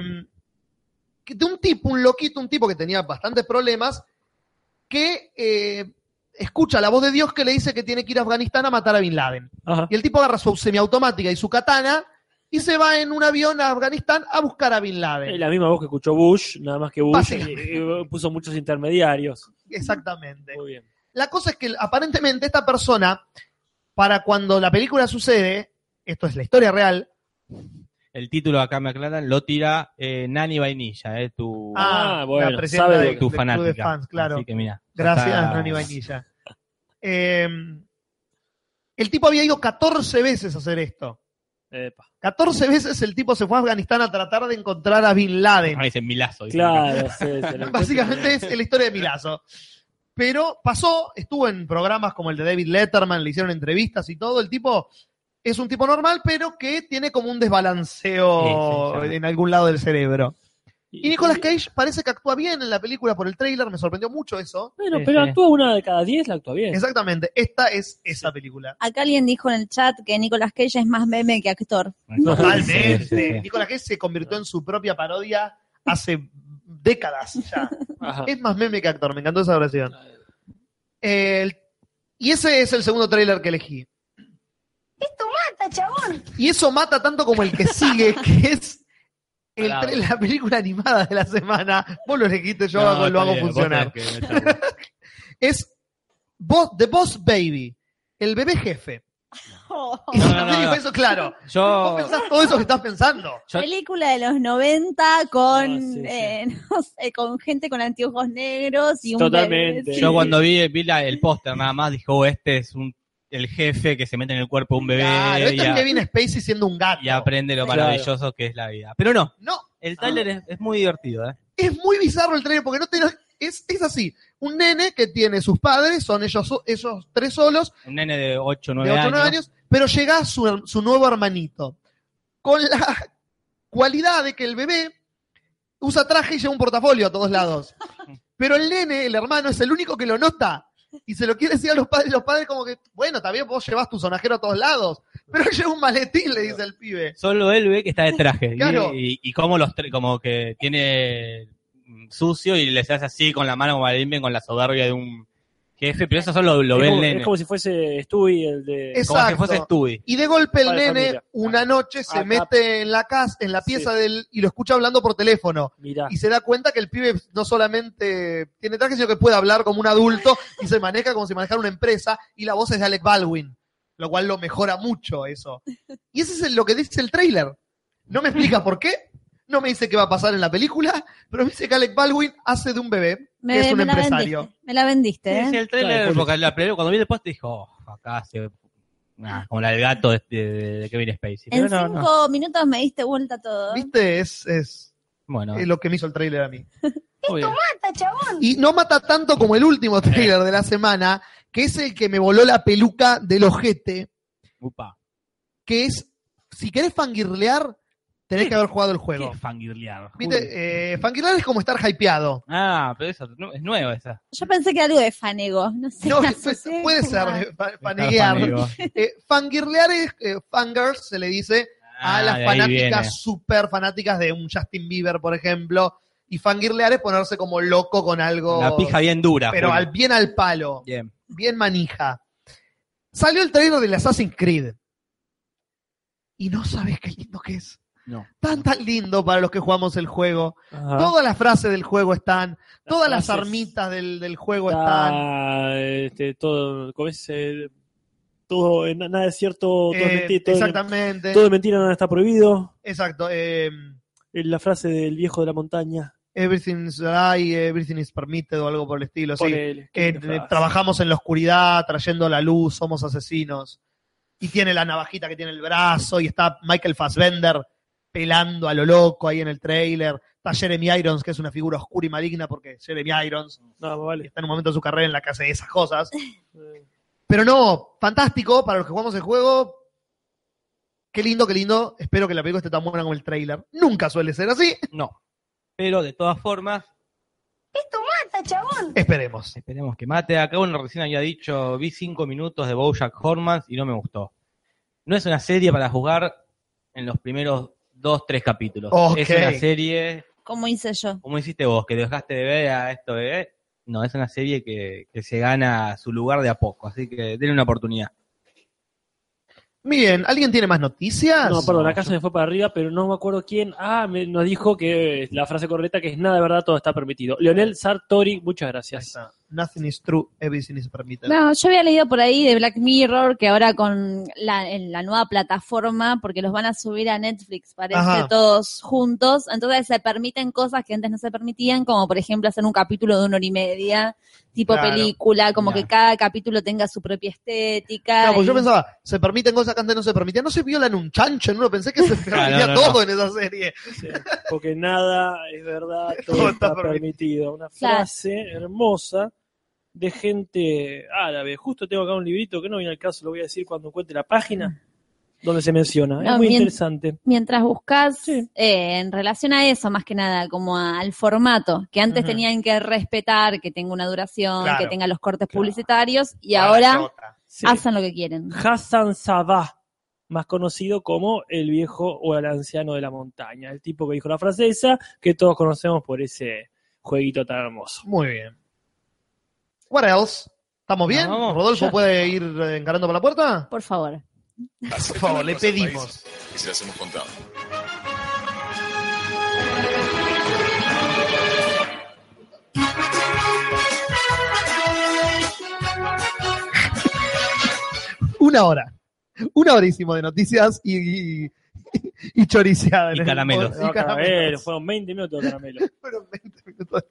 Speaker 1: que de un tipo, un loquito, un tipo que tenía bastantes problemas, que eh, escucha la voz de Dios que le dice que tiene que ir a Afganistán a matar a Bin Laden.
Speaker 3: Ajá.
Speaker 1: Y el tipo agarra su semiautomática y su katana y se va en un avión a Afganistán a buscar a Bin
Speaker 3: Es
Speaker 1: Laden.
Speaker 3: la misma voz que escuchó Bush, nada más que Bush
Speaker 1: Básicamente.
Speaker 3: eh, puso muchos intermediarios.
Speaker 1: Exactamente.
Speaker 3: Muy bien.
Speaker 1: La cosa es que aparentemente esta persona, para cuando la película sucede, esto es la historia real,
Speaker 5: El título acá me aclaran, lo tira eh, Nani Vainilla, eh, tu,
Speaker 1: a
Speaker 3: Ah, bueno,
Speaker 1: la presidenta
Speaker 3: sabe
Speaker 1: del-
Speaker 5: tu
Speaker 1: del club
Speaker 5: fanática.
Speaker 1: de fans, claro.
Speaker 5: Así que mira.
Speaker 1: Gracias,
Speaker 5: está-
Speaker 1: Nani Vainilla. Eh, el tipo había ido 14 veces a hacer esto.
Speaker 3: Epa.
Speaker 1: 14 veces el tipo se fue a Afganistán a tratar de encontrar a Bin Laden.
Speaker 5: Ahí dice Milazo. dice.
Speaker 3: Claro, sí, se lo encuentra.
Speaker 1: Básicamente es la historia de Milazo. Pero pasó, estuvo en programas como el de David Letterman, le hicieron entrevistas y todo. El tipo es un tipo normal, pero que tiene como un desbalanceo
Speaker 5: Sí, sí, sí.
Speaker 1: en algún lado del cerebro. Y Nicolas Cage parece que actúa bien en la película por el tráiler, me sorprendió mucho eso.
Speaker 3: Bueno,
Speaker 5: Sí,
Speaker 3: pero
Speaker 5: sí.
Speaker 3: actúa una de cada diez, la actúa bien.
Speaker 1: Exactamente, esta es esa película.
Speaker 2: Acá alguien dijo en el chat que Nicolas Cage es más meme que actor.
Speaker 1: Totalmente.
Speaker 5: Sí, sí, sí.
Speaker 1: Nicolas Cage se convirtió en su propia parodia hace décadas ya.
Speaker 3: Ajá.
Speaker 1: Es más meme que actor, me encantó esa oración. El- y ese es el segundo tráiler que elegí. Y eso mata tanto como el que sigue, que es el
Speaker 5: Parado.
Speaker 1: tra- la película animada de la semana. Vos lo elegiste, yo
Speaker 5: No,
Speaker 1: hago- lo
Speaker 5: está
Speaker 1: hago
Speaker 5: bien, vos
Speaker 1: funcionar.
Speaker 5: tenés que meterlo.
Speaker 1: Es Bo- The Boss Baby, el bebé jefe. Y si
Speaker 5: No, Oh, no,
Speaker 1: no
Speaker 5: no,
Speaker 1: te digo
Speaker 5: no. Oh.
Speaker 1: eso, claro. Vos
Speaker 5: Yo,
Speaker 1: pensás todo eso que estás pensando.
Speaker 5: Yo-
Speaker 2: Película de los 90 con,
Speaker 3: Ah, sí, sí.
Speaker 2: eh, no sé, con gente con anteojos negros y un
Speaker 3: Totalmente.
Speaker 2: bebé.
Speaker 5: yo cuando vi, vi la- el póster nada más, dije, oh, este es un, el jefe que se mete en el cuerpo de un bebé
Speaker 1: Claro,
Speaker 5: y,
Speaker 1: esto es
Speaker 5: a-
Speaker 1: Kevin Spacey siendo un gato.
Speaker 5: y aprende lo
Speaker 3: Claro.
Speaker 5: maravilloso que es la vida. Pero no,
Speaker 1: No,
Speaker 5: el trailer es, es muy divertido. ¿eh?
Speaker 1: es muy bizarro el trailer porque no tenés- es, es así. Un nene que tiene sus padres, son ellos, so- ellos tres solos,
Speaker 5: Un nene de 8
Speaker 1: de
Speaker 5: 9
Speaker 1: 8 o
Speaker 5: años.
Speaker 1: 9 años, pero llega su, her- su nuevo hermanito. Con la cualidad de que el bebé usa traje y lleva un portafolio a todos lados. Pero el nene, el hermano, es el único que lo nota. Y se lo quiere decir a los padres, los padres como que, bueno, también vos llevas tu sonajero a todos lados. Pero él lleva un maletín, le dice el pibe.
Speaker 5: Solo él ve que está de traje. Y-
Speaker 1: Claro.
Speaker 5: Y, y como los tre- como que tiene mm, sucio y les hace así con la mano como la limpian con la soberbia de un jefe, pero eso solo lo
Speaker 3: es,
Speaker 5: ve el
Speaker 3: como,
Speaker 5: nene.
Speaker 3: es como si fuese Stewie el de.
Speaker 1: Es-
Speaker 5: Como si
Speaker 1: Exacto.
Speaker 5: fuese Stewie.
Speaker 1: Y de golpe el
Speaker 3: Padre de
Speaker 1: nene,
Speaker 3: familia. Ah.
Speaker 1: una noche, se
Speaker 3: Acá.
Speaker 1: mete en la casa, en la pieza del, y lo escucha hablando por teléfono.
Speaker 3: Mirá.
Speaker 1: Y se da cuenta que el pibe no solamente tiene traje, sino que puede hablar como un adulto y se maneja como si manejara una empresa. Y la voz es de Alec Baldwin, lo cual lo mejora mucho eso. Y ese es el- lo que dice el tráiler. No me explica por qué, no me dice qué va a pasar en la película, pero me dice que Alec Baldwin hace de un bebé,
Speaker 2: Me,
Speaker 1: que es un
Speaker 2: me la
Speaker 1: empresario.
Speaker 2: vendiste. Me la vendiste,
Speaker 5: Sí,
Speaker 2: ¿eh?
Speaker 5: sí, el trailer,
Speaker 3: Claro,
Speaker 5: porque la primera- cuando vi después te dijo, "Oh, acá se... ah, como la del gato de, de- de Kevin Spacey. Pero
Speaker 2: En
Speaker 5: no, no.
Speaker 2: cinco minutos me diste vuelta todo.
Speaker 1: ¿Viste? Es, es,
Speaker 5: Bueno,
Speaker 1: es lo que me hizo el tráiler a mí.
Speaker 5: muy bien.
Speaker 1: Y no mata tanto como el último tráiler de la semana, que es el que me voló la peluca del ojete.
Speaker 5: Upa.
Speaker 1: que es, si querés fangirlear, tenés que haber jugado el
Speaker 5: ¿Qué
Speaker 1: juego.
Speaker 5: es fangirlear?
Speaker 1: ¿Viste? Eh, fangirlear es como estar hypeado.
Speaker 5: Ah, pero eso no- es nuevo esa.
Speaker 2: Yo pensé que algo de fanego. No sé.
Speaker 1: No,
Speaker 2: la
Speaker 1: puede
Speaker 2: asocié
Speaker 1: puede
Speaker 2: con
Speaker 1: ser,
Speaker 2: una-
Speaker 1: eh, fa-
Speaker 5: Estar
Speaker 1: faneguear.
Speaker 5: fanigo.
Speaker 1: Eh, fangirlear es, eh, fangirls se le dice a
Speaker 5: Ah,
Speaker 1: las
Speaker 5: de ahí viene.
Speaker 1: fanáticas super fanáticas de un Justin Bieber, por ejemplo. Y fangirlear es ponerse como loco con algo,
Speaker 5: La pija bien dura.
Speaker 1: pero
Speaker 5: Julio.
Speaker 1: al, bien al palo,
Speaker 5: Bien.
Speaker 1: bien manija. Salió el trailer del Assassin's Creed. Y no sabes qué lindo que es.
Speaker 5: No.
Speaker 1: Tan tan lindo para los que jugamos el juego.
Speaker 3: Ajá.
Speaker 1: Todas las frases del juego están, todas las
Speaker 3: Ah. frases. Ah,
Speaker 1: armitas del, del juego están.
Speaker 3: Está, este, todo. ¿Cómo es? Eh, todo, eh, na- nada es cierto, todo es
Speaker 1: Eh,
Speaker 3: mentira. Todo, es-
Speaker 1: exactamente.
Speaker 3: todo es mentira, nada está prohibido.
Speaker 1: Exacto. eh,
Speaker 3: Eh, La frase del viejo de la montaña.
Speaker 1: Everything's Right, Everything is Permitted o algo por el estilo. sí.
Speaker 3: Ponele,
Speaker 1: que
Speaker 3: qué
Speaker 1: eh,
Speaker 3: frase.
Speaker 1: trabajamos en la oscuridad, trayendo la luz, somos asesinos. Y tiene la navajita que tiene el brazo, y está Michael Fassbender pelando a lo loco ahí en el trailer. Está Jeremy Irons, que es una figura oscura y maligna, porque Jeremy Irons
Speaker 3: No, más vale.
Speaker 1: está en un momento de su carrera en la que hace esas cosas.
Speaker 3: Eh,
Speaker 1: Pero no, fantástico para los que jugamos el juego. Qué lindo, qué lindo. Espero que la película esté tan buena como el trailer. Nunca suele ser así.
Speaker 5: No. Pero de todas formas,
Speaker 1: Esperemos.
Speaker 5: esperemos que mate. Acá uno recién había dicho, vi cinco minutos de Bojack Hormans y no me gustó. No es una serie para jugar en los primeros dos, tres capítulos.
Speaker 1: Ok.
Speaker 5: Es una serie,
Speaker 2: ¿Cómo hice yo?
Speaker 5: como hiciste vos, que dejaste de ver a esto de... eh, No, es una serie que, que se gana su lugar de a poco, así que denle una oportunidad.
Speaker 1: Bien, ¿alguien tiene más noticias?
Speaker 3: No, perdón, acá se me fue para arriba, pero no me acuerdo quién. Ah, me- nos dijo que eh, la frase correcta que es nada de verdad, todo está permitido. Leonel Sartori, muchas
Speaker 1: Ahí
Speaker 3: gracias.
Speaker 1: está. Nothing is true, everything is permitted.
Speaker 2: No, yo había leído por ahí de Black Mirror que ahora con la, en la nueva plataforma, porque los van a subir a Netflix, parece,
Speaker 1: Ajá.
Speaker 2: todos juntos, entonces se permiten cosas que antes no se permitían, como por ejemplo hacer un capítulo de una hora y media, tipo
Speaker 1: Claro.
Speaker 2: película, como
Speaker 5: Claro.
Speaker 2: que cada capítulo tenga su propia estética.
Speaker 1: Claro, porque pues yo
Speaker 2: y-
Speaker 1: pensaba, se permiten cosas que antes no se permitían. No se violan un chancho, no pensé que se permitía
Speaker 5: no, no,
Speaker 1: todo en esa serie.
Speaker 3: Sí, porque nada es verdad, todo
Speaker 1: Todo
Speaker 3: está,
Speaker 1: está
Speaker 3: permitido. Una
Speaker 2: Claro.
Speaker 3: frase hermosa de gente árabe. Justo tengo acá un librito que no viene al caso, lo voy a decir cuando encuentre la página donde se menciona. es
Speaker 2: No,
Speaker 3: muy
Speaker 2: mien-
Speaker 3: interesante.
Speaker 2: Mientras buscas
Speaker 3: Sí.
Speaker 2: eh, en relación a eso, más que nada, como a- al formato, que antes
Speaker 1: Ujú.
Speaker 2: tenían que respetar, que tenga una duración,
Speaker 1: Claro.
Speaker 2: que tenga los cortes
Speaker 1: Claro.
Speaker 2: publicitarios, y
Speaker 1: Para
Speaker 2: ahora
Speaker 1: la chota.
Speaker 3: Sí.
Speaker 2: hacen lo que quieren.
Speaker 3: Hassan Sabah, más conocido como el viejo o el anciano de la montaña, el tipo que dijo la frase esa, que todos conocemos por ese jueguito tan hermoso.
Speaker 1: Muy bien. What else? ¿Estamos bien?
Speaker 5: No, vamos,
Speaker 1: ¿Rodolfo
Speaker 5: ya.
Speaker 1: puede ir eh, encarando para la puerta?
Speaker 2: Por favor.
Speaker 1: Por favor, le pedimos.
Speaker 7: Y se lo hacemos contado.
Speaker 1: Una hora. Una hora hicimos de noticias y, y, y choriceada. en
Speaker 5: Y
Speaker 1: el-
Speaker 5: caramelos.
Speaker 1: y
Speaker 3: No, caramelo,
Speaker 1: caramelos.
Speaker 3: fueron 20 minutos de caramelo.
Speaker 1: Fueron 20 minutos.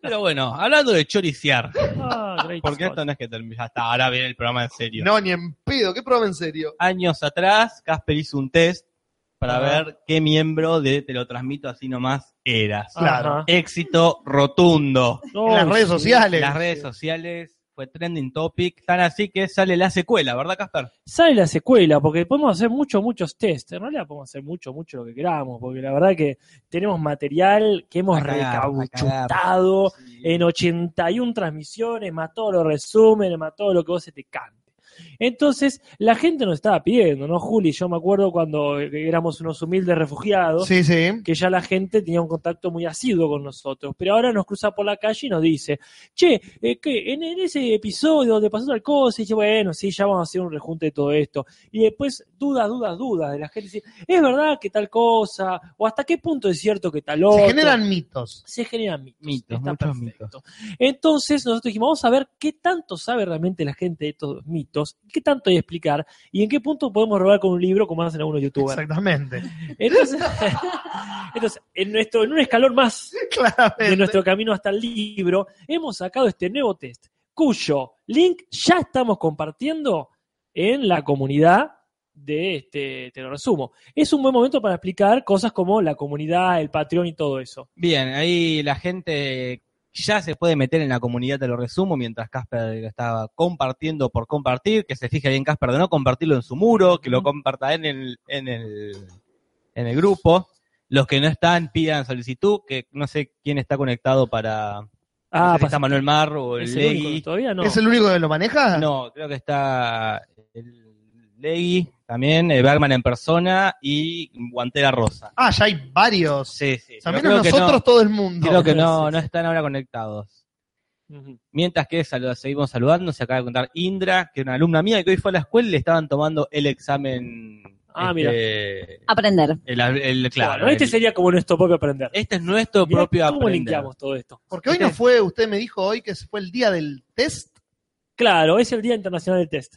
Speaker 5: Pero bueno, hablando de choriciar,
Speaker 3: Ah, great
Speaker 5: porque
Speaker 3: Scott.
Speaker 5: esto no es que termine, ya está, ahora viene el programa en serio.
Speaker 1: No, ni en pedo. ¿Qué programa en serio?
Speaker 5: Años atrás, Casper hizo un test para
Speaker 1: Ah.
Speaker 5: ver qué miembro de Te lo transmito así nomás eras.
Speaker 1: Claro.
Speaker 3: Ajá.
Speaker 5: Éxito rotundo.
Speaker 3: No,
Speaker 1: en las redes sociales.
Speaker 5: Las redes sociales fue trending topic, tan así que sale la secuela, ¿verdad, Casper?
Speaker 3: sale la secuela, porque podemos hacer muchos, muchos test. En realidad podemos hacer mucho, mucho lo que queramos, porque la verdad que tenemos material que hemos
Speaker 5: A cagar, a cagar.
Speaker 3: recauchutado en 81 transmisiones, más todos los resúmenes, más todo lo que vos se te cante. Entonces, la gente nos estaba pidiendo, ¿no, Juli? Yo me acuerdo cuando éramos unos humildes refugiados,
Speaker 1: Sí, sí.
Speaker 3: que ya la gente tenía un contacto muy asiduo con nosotros, pero ahora nos cruza por la calle y nos dice, che, eh, que en, en ese episodio donde pasó tal cosa, y dice, bueno, sí, ya vamos a hacer un rejunte de todo esto. Y después dudas, dudas, dudas de la gente, dice, ¿es verdad que tal cosa? ¿O hasta qué punto es cierto que tal otro?
Speaker 1: Se generan mitos.
Speaker 3: se generan mitos.
Speaker 5: Mitos,
Speaker 3: está
Speaker 5: muchos
Speaker 3: perfecto. Entonces nosotros dijimos, vamos a ver qué tanto sabe realmente la gente de estos mitos, qué tanto hay que explicar y en qué punto podemos robar con un libro como hacen algunos youtubers.
Speaker 1: Exactamente.
Speaker 3: Entonces, entonces, en, nuestro, en un escalón más
Speaker 1: Claramente.
Speaker 3: de nuestro camino hasta el libro, hemos sacado este nuevo test, cuyo link ya estamos compartiendo en la comunidad de este, te lo resumo. Es un buen momento para explicar cosas como la comunidad, el Patreon y todo eso.
Speaker 5: Bien, ahí la gente ya se puede meter en la comunidad, te lo resumo, mientras Casper lo estaba compartiendo por compartir, que se fije bien Casper de no compartirlo en su muro, que lo comparta en el, en el, en el grupo. Los que no están pidan solicitud, que no sé quién está conectado para... no
Speaker 3: Ah,
Speaker 5: sé si
Speaker 3: pasa-
Speaker 5: está Manuel Marro o el
Speaker 3: es el único,
Speaker 5: Legui.
Speaker 3: todavía no.
Speaker 1: ¿Es el único que lo maneja?
Speaker 5: No, creo que está el Legui también, eh, Bergman en persona y Guantera Rosa.
Speaker 1: Ah, ya hay varios.
Speaker 5: Sí, sí.
Speaker 1: O sea,
Speaker 5: pero
Speaker 1: menos
Speaker 5: creo que
Speaker 1: nosotros
Speaker 5: no-
Speaker 1: todo el mundo.
Speaker 5: Creo que
Speaker 3: Sí,
Speaker 5: no,
Speaker 3: sí.
Speaker 5: no están ahora conectados.
Speaker 3: Ujú.
Speaker 5: Mientras que saluda- seguimos saludando, se acaba de contar Indra, que es una alumna mía que hoy fue a la escuela y le estaban tomando el examen.
Speaker 3: Ah,
Speaker 5: este,
Speaker 3: mira.
Speaker 2: Aprender.
Speaker 5: El, el- claro.
Speaker 3: Bueno, este
Speaker 5: el-
Speaker 3: sería como nuestro propio aprender.
Speaker 5: este es nuestro
Speaker 3: Mirá
Speaker 5: propio
Speaker 3: ¿Cómo
Speaker 5: aprender.
Speaker 3: linkeamos todo esto?
Speaker 1: Porque hoy no fue, usted me dijo hoy que fue el día del test.
Speaker 3: Claro, es el Día Internacional del Test.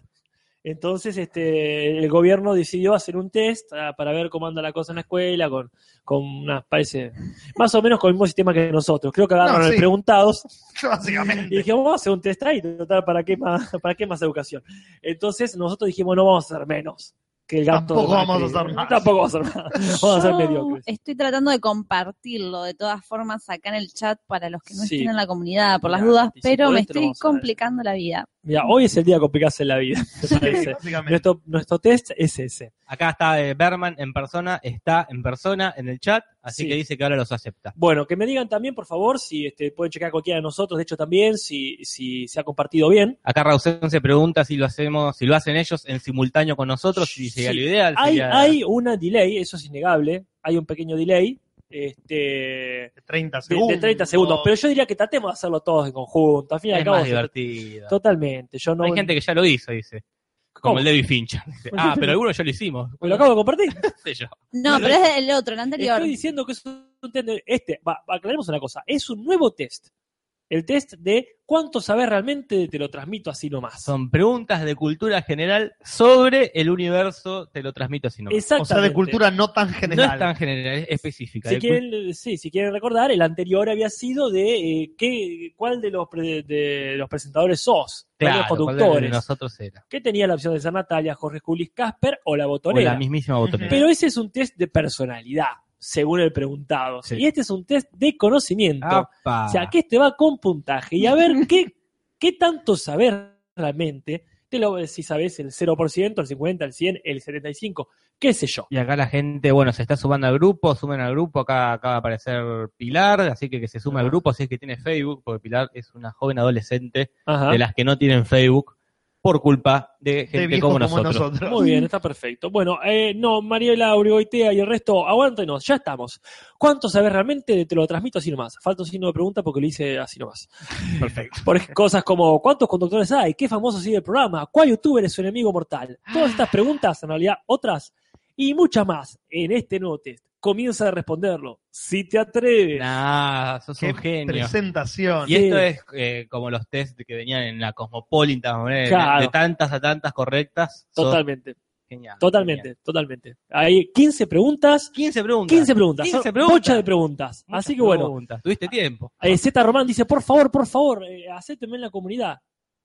Speaker 3: Entonces, este, el gobierno decidió hacer un test ah, para ver cómo anda la cosa en la escuela, con, con unas, parece, más o menos con el mismo sistema que nosotros. Creo que agarraron
Speaker 1: No,
Speaker 3: los
Speaker 1: sí.
Speaker 3: preguntados
Speaker 1: Básicamente.
Speaker 3: y dijimos, vamos a hacer un test ahí, total, ¿para qué más, para qué más educación? Entonces, nosotros dijimos, no vamos a hacer menos que el gasto.
Speaker 1: Tampoco
Speaker 3: de
Speaker 1: vamos a
Speaker 3: Macri.
Speaker 1: hacer más.
Speaker 3: Tampoco vamos a hacer más. Vamos a hacer
Speaker 2: Yo
Speaker 3: mediocres.
Speaker 2: Estoy tratando de compartirlo de todas formas acá en el chat para los que no
Speaker 3: Sí.
Speaker 2: estén en la comunidad por las
Speaker 3: Mirá,
Speaker 2: dudas,
Speaker 3: y si
Speaker 2: pero me
Speaker 3: podés, te lo
Speaker 2: estoy
Speaker 3: vamos a dar.
Speaker 2: complicando la vida.
Speaker 3: Mira, hoy es el día de complicarse la vida, me
Speaker 1: Sí,
Speaker 3: parece.
Speaker 1: básicamente.
Speaker 3: Nuestro, nuestro test es ese.
Speaker 5: Acá está eh, Berman en persona, está en persona en el chat, así
Speaker 3: Sí.
Speaker 5: que dice que ahora los acepta.
Speaker 3: Bueno, que me digan también, por favor, si este, pueden checar cualquiera de nosotros, de hecho también, si, si se ha compartido bien.
Speaker 5: Acá Rausen se pregunta si lo hacemos, si lo hacen ellos en simultáneo con nosotros, si sería
Speaker 3: Sí.
Speaker 5: lo ideal.
Speaker 3: Hay,
Speaker 5: sería-
Speaker 3: hay una delay, eso es innegable, hay un pequeño delay este, de,
Speaker 1: 30
Speaker 3: de
Speaker 1: segundos.
Speaker 3: 30 segundos, pero yo diría que tratemos de hacerlo todos en conjunto, al fin y al
Speaker 5: es
Speaker 3: cabo.
Speaker 5: más
Speaker 3: se-
Speaker 5: divertido.
Speaker 3: Totalmente, yo no...
Speaker 5: Hay gente que ya lo hizo, dice. Como
Speaker 3: ¿Cómo?
Speaker 5: el David Fincher. Dice, Ah, pero algunos ya lo hicimos.
Speaker 3: Me lo acabo de compartir.
Speaker 5: ¿Qué sé yo?
Speaker 2: No, pero es el otro, el anterior.
Speaker 3: Estoy diciendo que es un test de- Este, va, aclaremos una cosa, es un nuevo test. El test de cuánto sabes realmente, te lo transmito así nomás.
Speaker 5: Son preguntas de cultura general sobre el universo, te lo transmito así nomás.
Speaker 1: O sea, de cultura no tan
Speaker 5: No
Speaker 1: general.
Speaker 5: es tan general, es específica.
Speaker 3: Si
Speaker 5: De
Speaker 3: quieren, eh, sí, si quieren recordar, el anterior había sido de eh, qué, cuál de los, pre- de los presentadores sos,
Speaker 5: cultura-
Speaker 3: de los
Speaker 5: claro, ¿cuál de
Speaker 3: conductores.
Speaker 5: nosotros era.
Speaker 3: Que tenía la opción de ser Natalia, Jorge Julis Casper o la
Speaker 5: O
Speaker 3: botonera.
Speaker 5: la mismísima botonera.
Speaker 3: Pero ese es un test de personalidad, según el preguntado.
Speaker 5: Sí.
Speaker 3: Y este es un test de conocimiento.
Speaker 5: Apa.
Speaker 3: O sea, que este va con puntaje. Y a ver qué, qué tanto saber realmente. Te lo, si sabes el 0%, el 50%, el 100%, el 75%, qué sé yo.
Speaker 5: Y acá la gente, bueno, se está sumando al grupo, sumen al grupo, acá acaba de aparecer Pilar, así que que se suma al grupo si es que tiene Facebook, porque Pilar es una joven adolescente
Speaker 3: Ajá.
Speaker 5: de las que no tienen Facebook por culpa de
Speaker 1: de
Speaker 5: gente
Speaker 1: viejos
Speaker 5: como,
Speaker 1: como
Speaker 5: nosotros.
Speaker 1: nosotros.
Speaker 3: Muy bien, está perfecto. Bueno, eh, no, Mariela Urigoitea y el resto, aguántenos, ya estamos. ¿Cuánto sabes realmente? Te lo transmito así nomás. Falta un signo de pregunta porque lo hice así nomás. Perfecto. Por ej- cosas como, ¿cuántos conductores hay? ¿Qué famoso sigue el programa? ¿Cuál youtuber es su enemigo mortal? Todas estas preguntas, en realidad otras y muchas más en este nuevo test. Comienza a responderlo, si te atreves.
Speaker 5: Nah, sos
Speaker 1: Qué
Speaker 5: un genio.
Speaker 1: presentación.
Speaker 5: Y esto es eh, como los test que venían en la Cosmopolitan, ¿no? De-
Speaker 3: Claro.
Speaker 5: de tantas a tantas correctas. sos
Speaker 3: Totalmente,
Speaker 5: genial.
Speaker 3: totalmente,
Speaker 5: Genial.
Speaker 3: totalmente. Hay 15 preguntas.
Speaker 5: 15 preguntas.
Speaker 3: 15 preguntas,
Speaker 5: 15
Speaker 3: son
Speaker 5: preguntas.
Speaker 3: muchas de preguntas.
Speaker 5: Muchas
Speaker 3: Así que bueno,
Speaker 5: preguntas. Tuviste tiempo.
Speaker 3: Eh, Z Román dice, por favor, por favor, eh, acépteme en la comunidad.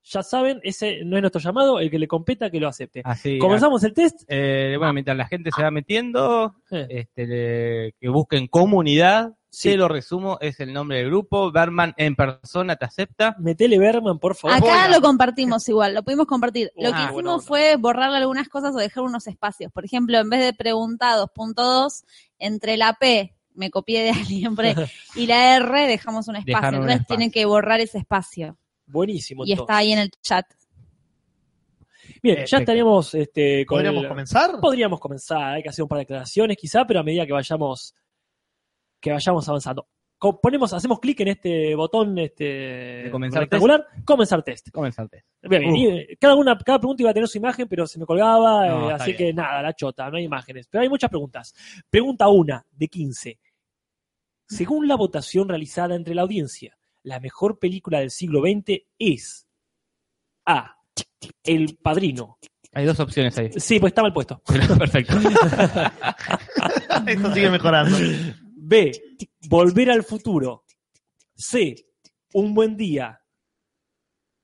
Speaker 3: Ya saben, ese no es nuestro llamado, el que le competa que lo acepte.
Speaker 5: Así.
Speaker 3: Comenzamos el test.
Speaker 5: Eh, bueno, mientras la gente se va metiendo,
Speaker 3: Eh.
Speaker 5: este, le- que busquen comunidad,
Speaker 3: Sí.
Speaker 5: te lo resumo, es el nombre del grupo, Berman en persona te acepta.
Speaker 3: Metele Berman, por favor.
Speaker 2: Acá lo compartimos igual, lo pudimos compartir. Lo
Speaker 3: Ah,
Speaker 2: que hicimos
Speaker 3: bueno, bueno.
Speaker 2: fue borrarle algunas cosas o dejar unos espacios. Por ejemplo, en vez de preguntados, punto 2, entre la P, me copié de alguien, por ahí, y la R dejamos un espacio.
Speaker 5: Dejaron un
Speaker 2: Entonces
Speaker 5: espacio.
Speaker 2: tienen que borrar ese espacio.
Speaker 3: Buenísimo.
Speaker 2: Y
Speaker 3: todo.
Speaker 2: está ahí en el chat.
Speaker 3: Bien, ya
Speaker 5: Perfecto.
Speaker 3: estaríamos este, con
Speaker 1: ¿Podríamos
Speaker 3: el-
Speaker 1: comenzar?
Speaker 3: Podríamos comenzar, hay que hacer un par de aclaraciones quizá, pero a medida que vayamos que vayamos avanzando. Co- Ponemos, hacemos clic en este botón este
Speaker 5: De comenzar
Speaker 3: rectangular, comenzar test.
Speaker 5: Comenzarte.
Speaker 3: Bien, bien.
Speaker 5: Uh.
Speaker 3: Y, eh, cada, una, cada pregunta iba a tener su imagen, pero se me colgaba,
Speaker 5: No,
Speaker 3: eh,
Speaker 5: está
Speaker 3: así
Speaker 5: bien.
Speaker 3: que nada, la chota, no hay imágenes. Pero hay muchas preguntas. Pregunta una de 15. Según la votación realizada entre la audiencia, la mejor película del siglo XX es A. El Padrino.
Speaker 5: Hay dos opciones ahí.
Speaker 3: Sí, pues está mal puesto.
Speaker 5: Perfecto.
Speaker 1: Esto sigue mejorando.
Speaker 3: B. Volver al futuro. C. Un buen día.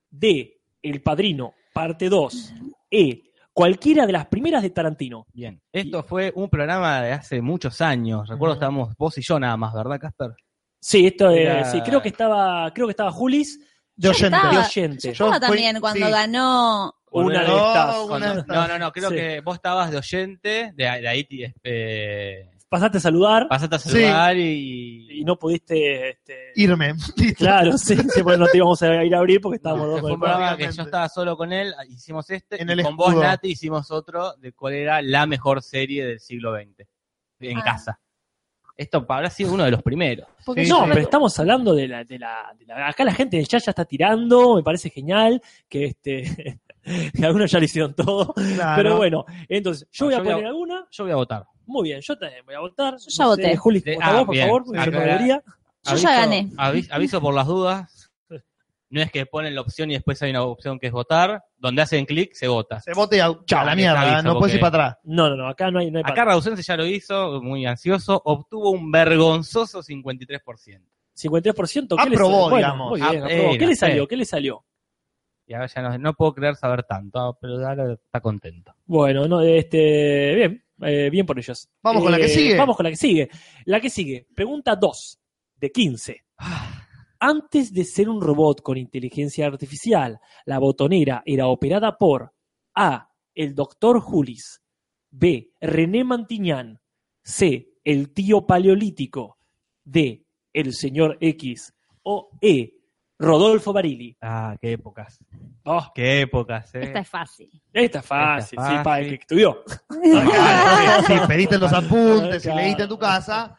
Speaker 3: D. El Padrino, parte 2. E. Cualquiera de las primeras de Tarantino.
Speaker 5: Bien. Esto fue un programa de hace muchos años. Recuerdo estábamos vos y yo nada más, ¿verdad, Casper?
Speaker 3: Sí, esto es-
Speaker 5: Era-
Speaker 3: sí, creo que estaba, creo que estaba Julis
Speaker 1: De oyente.
Speaker 3: de
Speaker 2: estaba. Ah,
Speaker 3: oyente.
Speaker 1: Yo
Speaker 2: Yo
Speaker 1: fui-
Speaker 2: también cuando
Speaker 1: sí.
Speaker 2: ganó.
Speaker 3: Una de
Speaker 1: No,
Speaker 3: estas.
Speaker 1: una de estas.
Speaker 5: No, no, no, creo
Speaker 3: Sí.
Speaker 5: que vos estabas de oyente, de, de ahí te- eh,
Speaker 3: Pasaste a saludar
Speaker 5: pasaste a
Speaker 1: Sí.
Speaker 5: saludar
Speaker 3: y
Speaker 5: y...
Speaker 3: no pudiste. este,
Speaker 1: Irme. Listo.
Speaker 3: Claro, sí, sí, porque no te íbamos a ir a abrir porque estábamos dos
Speaker 5: Fue
Speaker 3: con el
Speaker 5: un programa que
Speaker 1: básicamente.
Speaker 5: yo estaba solo con él, hicimos este,
Speaker 1: En
Speaker 5: y
Speaker 1: el
Speaker 5: con vos,
Speaker 1: escudo.
Speaker 5: Nati, hicimos otro de cuál era la mejor serie del siglo XX en
Speaker 2: Ah.
Speaker 5: casa. Esto habrá sido uno de los primeros.
Speaker 1: Porque
Speaker 3: no, pero estamos hablando de la, de la, de la- Acá la gente del chat ya está tirando, me parece genial, que este... que algunos ya lo hicieron todo.
Speaker 1: Claro.
Speaker 3: Pero bueno, entonces, yo voy a
Speaker 5: Bueno, Ah, yo voy a-
Speaker 3: poner alguna.
Speaker 5: Yo voy a votar.
Speaker 3: Muy bien, yo también voy a votar. Yo
Speaker 2: ya voté.
Speaker 3: Juli,
Speaker 5: De-
Speaker 3: vota
Speaker 5: ah,
Speaker 3: vos, por
Speaker 5: bien.
Speaker 3: favor, porque yo no
Speaker 5: Acá-
Speaker 3: debería.
Speaker 2: Yo ya gané.
Speaker 5: avi- Aviso por las dudas. No es que ponen la opción y después hay una opción que es votar. Donde hacen clic, se vota.
Speaker 1: Se bote y au- chao, la
Speaker 5: Te
Speaker 1: mierda, ¿eh?
Speaker 5: avisa,
Speaker 1: no puedes ir
Speaker 5: porque-
Speaker 1: para atrás.
Speaker 3: No, no, no, acá no hay, no hay
Speaker 5: Acá
Speaker 3: patria.
Speaker 5: Rausense ya lo hizo, muy ansioso. Obtuvo un vergonzoso 53%.
Speaker 3: 53%. ¿qué le
Speaker 1: Aprobó,
Speaker 3: salió? Bueno,
Speaker 1: digamos.
Speaker 3: muy bien,
Speaker 5: Ah,
Speaker 3: aprobó.
Speaker 5: eh,
Speaker 3: ¿Qué
Speaker 5: no
Speaker 3: le
Speaker 5: sé.
Speaker 3: salió? ¿Qué le salió?
Speaker 5: Y ahora ya no, no puedo creer saber tanto, ah, pero ahora está contento.
Speaker 3: Bueno, no, este, bien, eh, bien por ellos.
Speaker 1: Vamos con la que
Speaker 3: Eh,
Speaker 1: sigue.
Speaker 3: Vamos con la que sigue. La que sigue. Pregunta 2 de 15. Antes de ser un robot con inteligencia artificial, la botonera era operada por A. El doctor Julis. B. René Mantiñán. C. El tío paleolítico. D. El señor X. O E. Rodolfo Barili.
Speaker 5: Ah, qué épocas.
Speaker 1: Ah.
Speaker 3: Oh,
Speaker 5: Qué épocas, eh.
Speaker 2: Esta es fácil.
Speaker 3: esta es fácil,
Speaker 5: Esta es
Speaker 3: sí, para el
Speaker 5: fácil.
Speaker 3: que estudió.
Speaker 1: Si pediste los apuntes, si
Speaker 3: Claro.
Speaker 1: leíste en tu casa,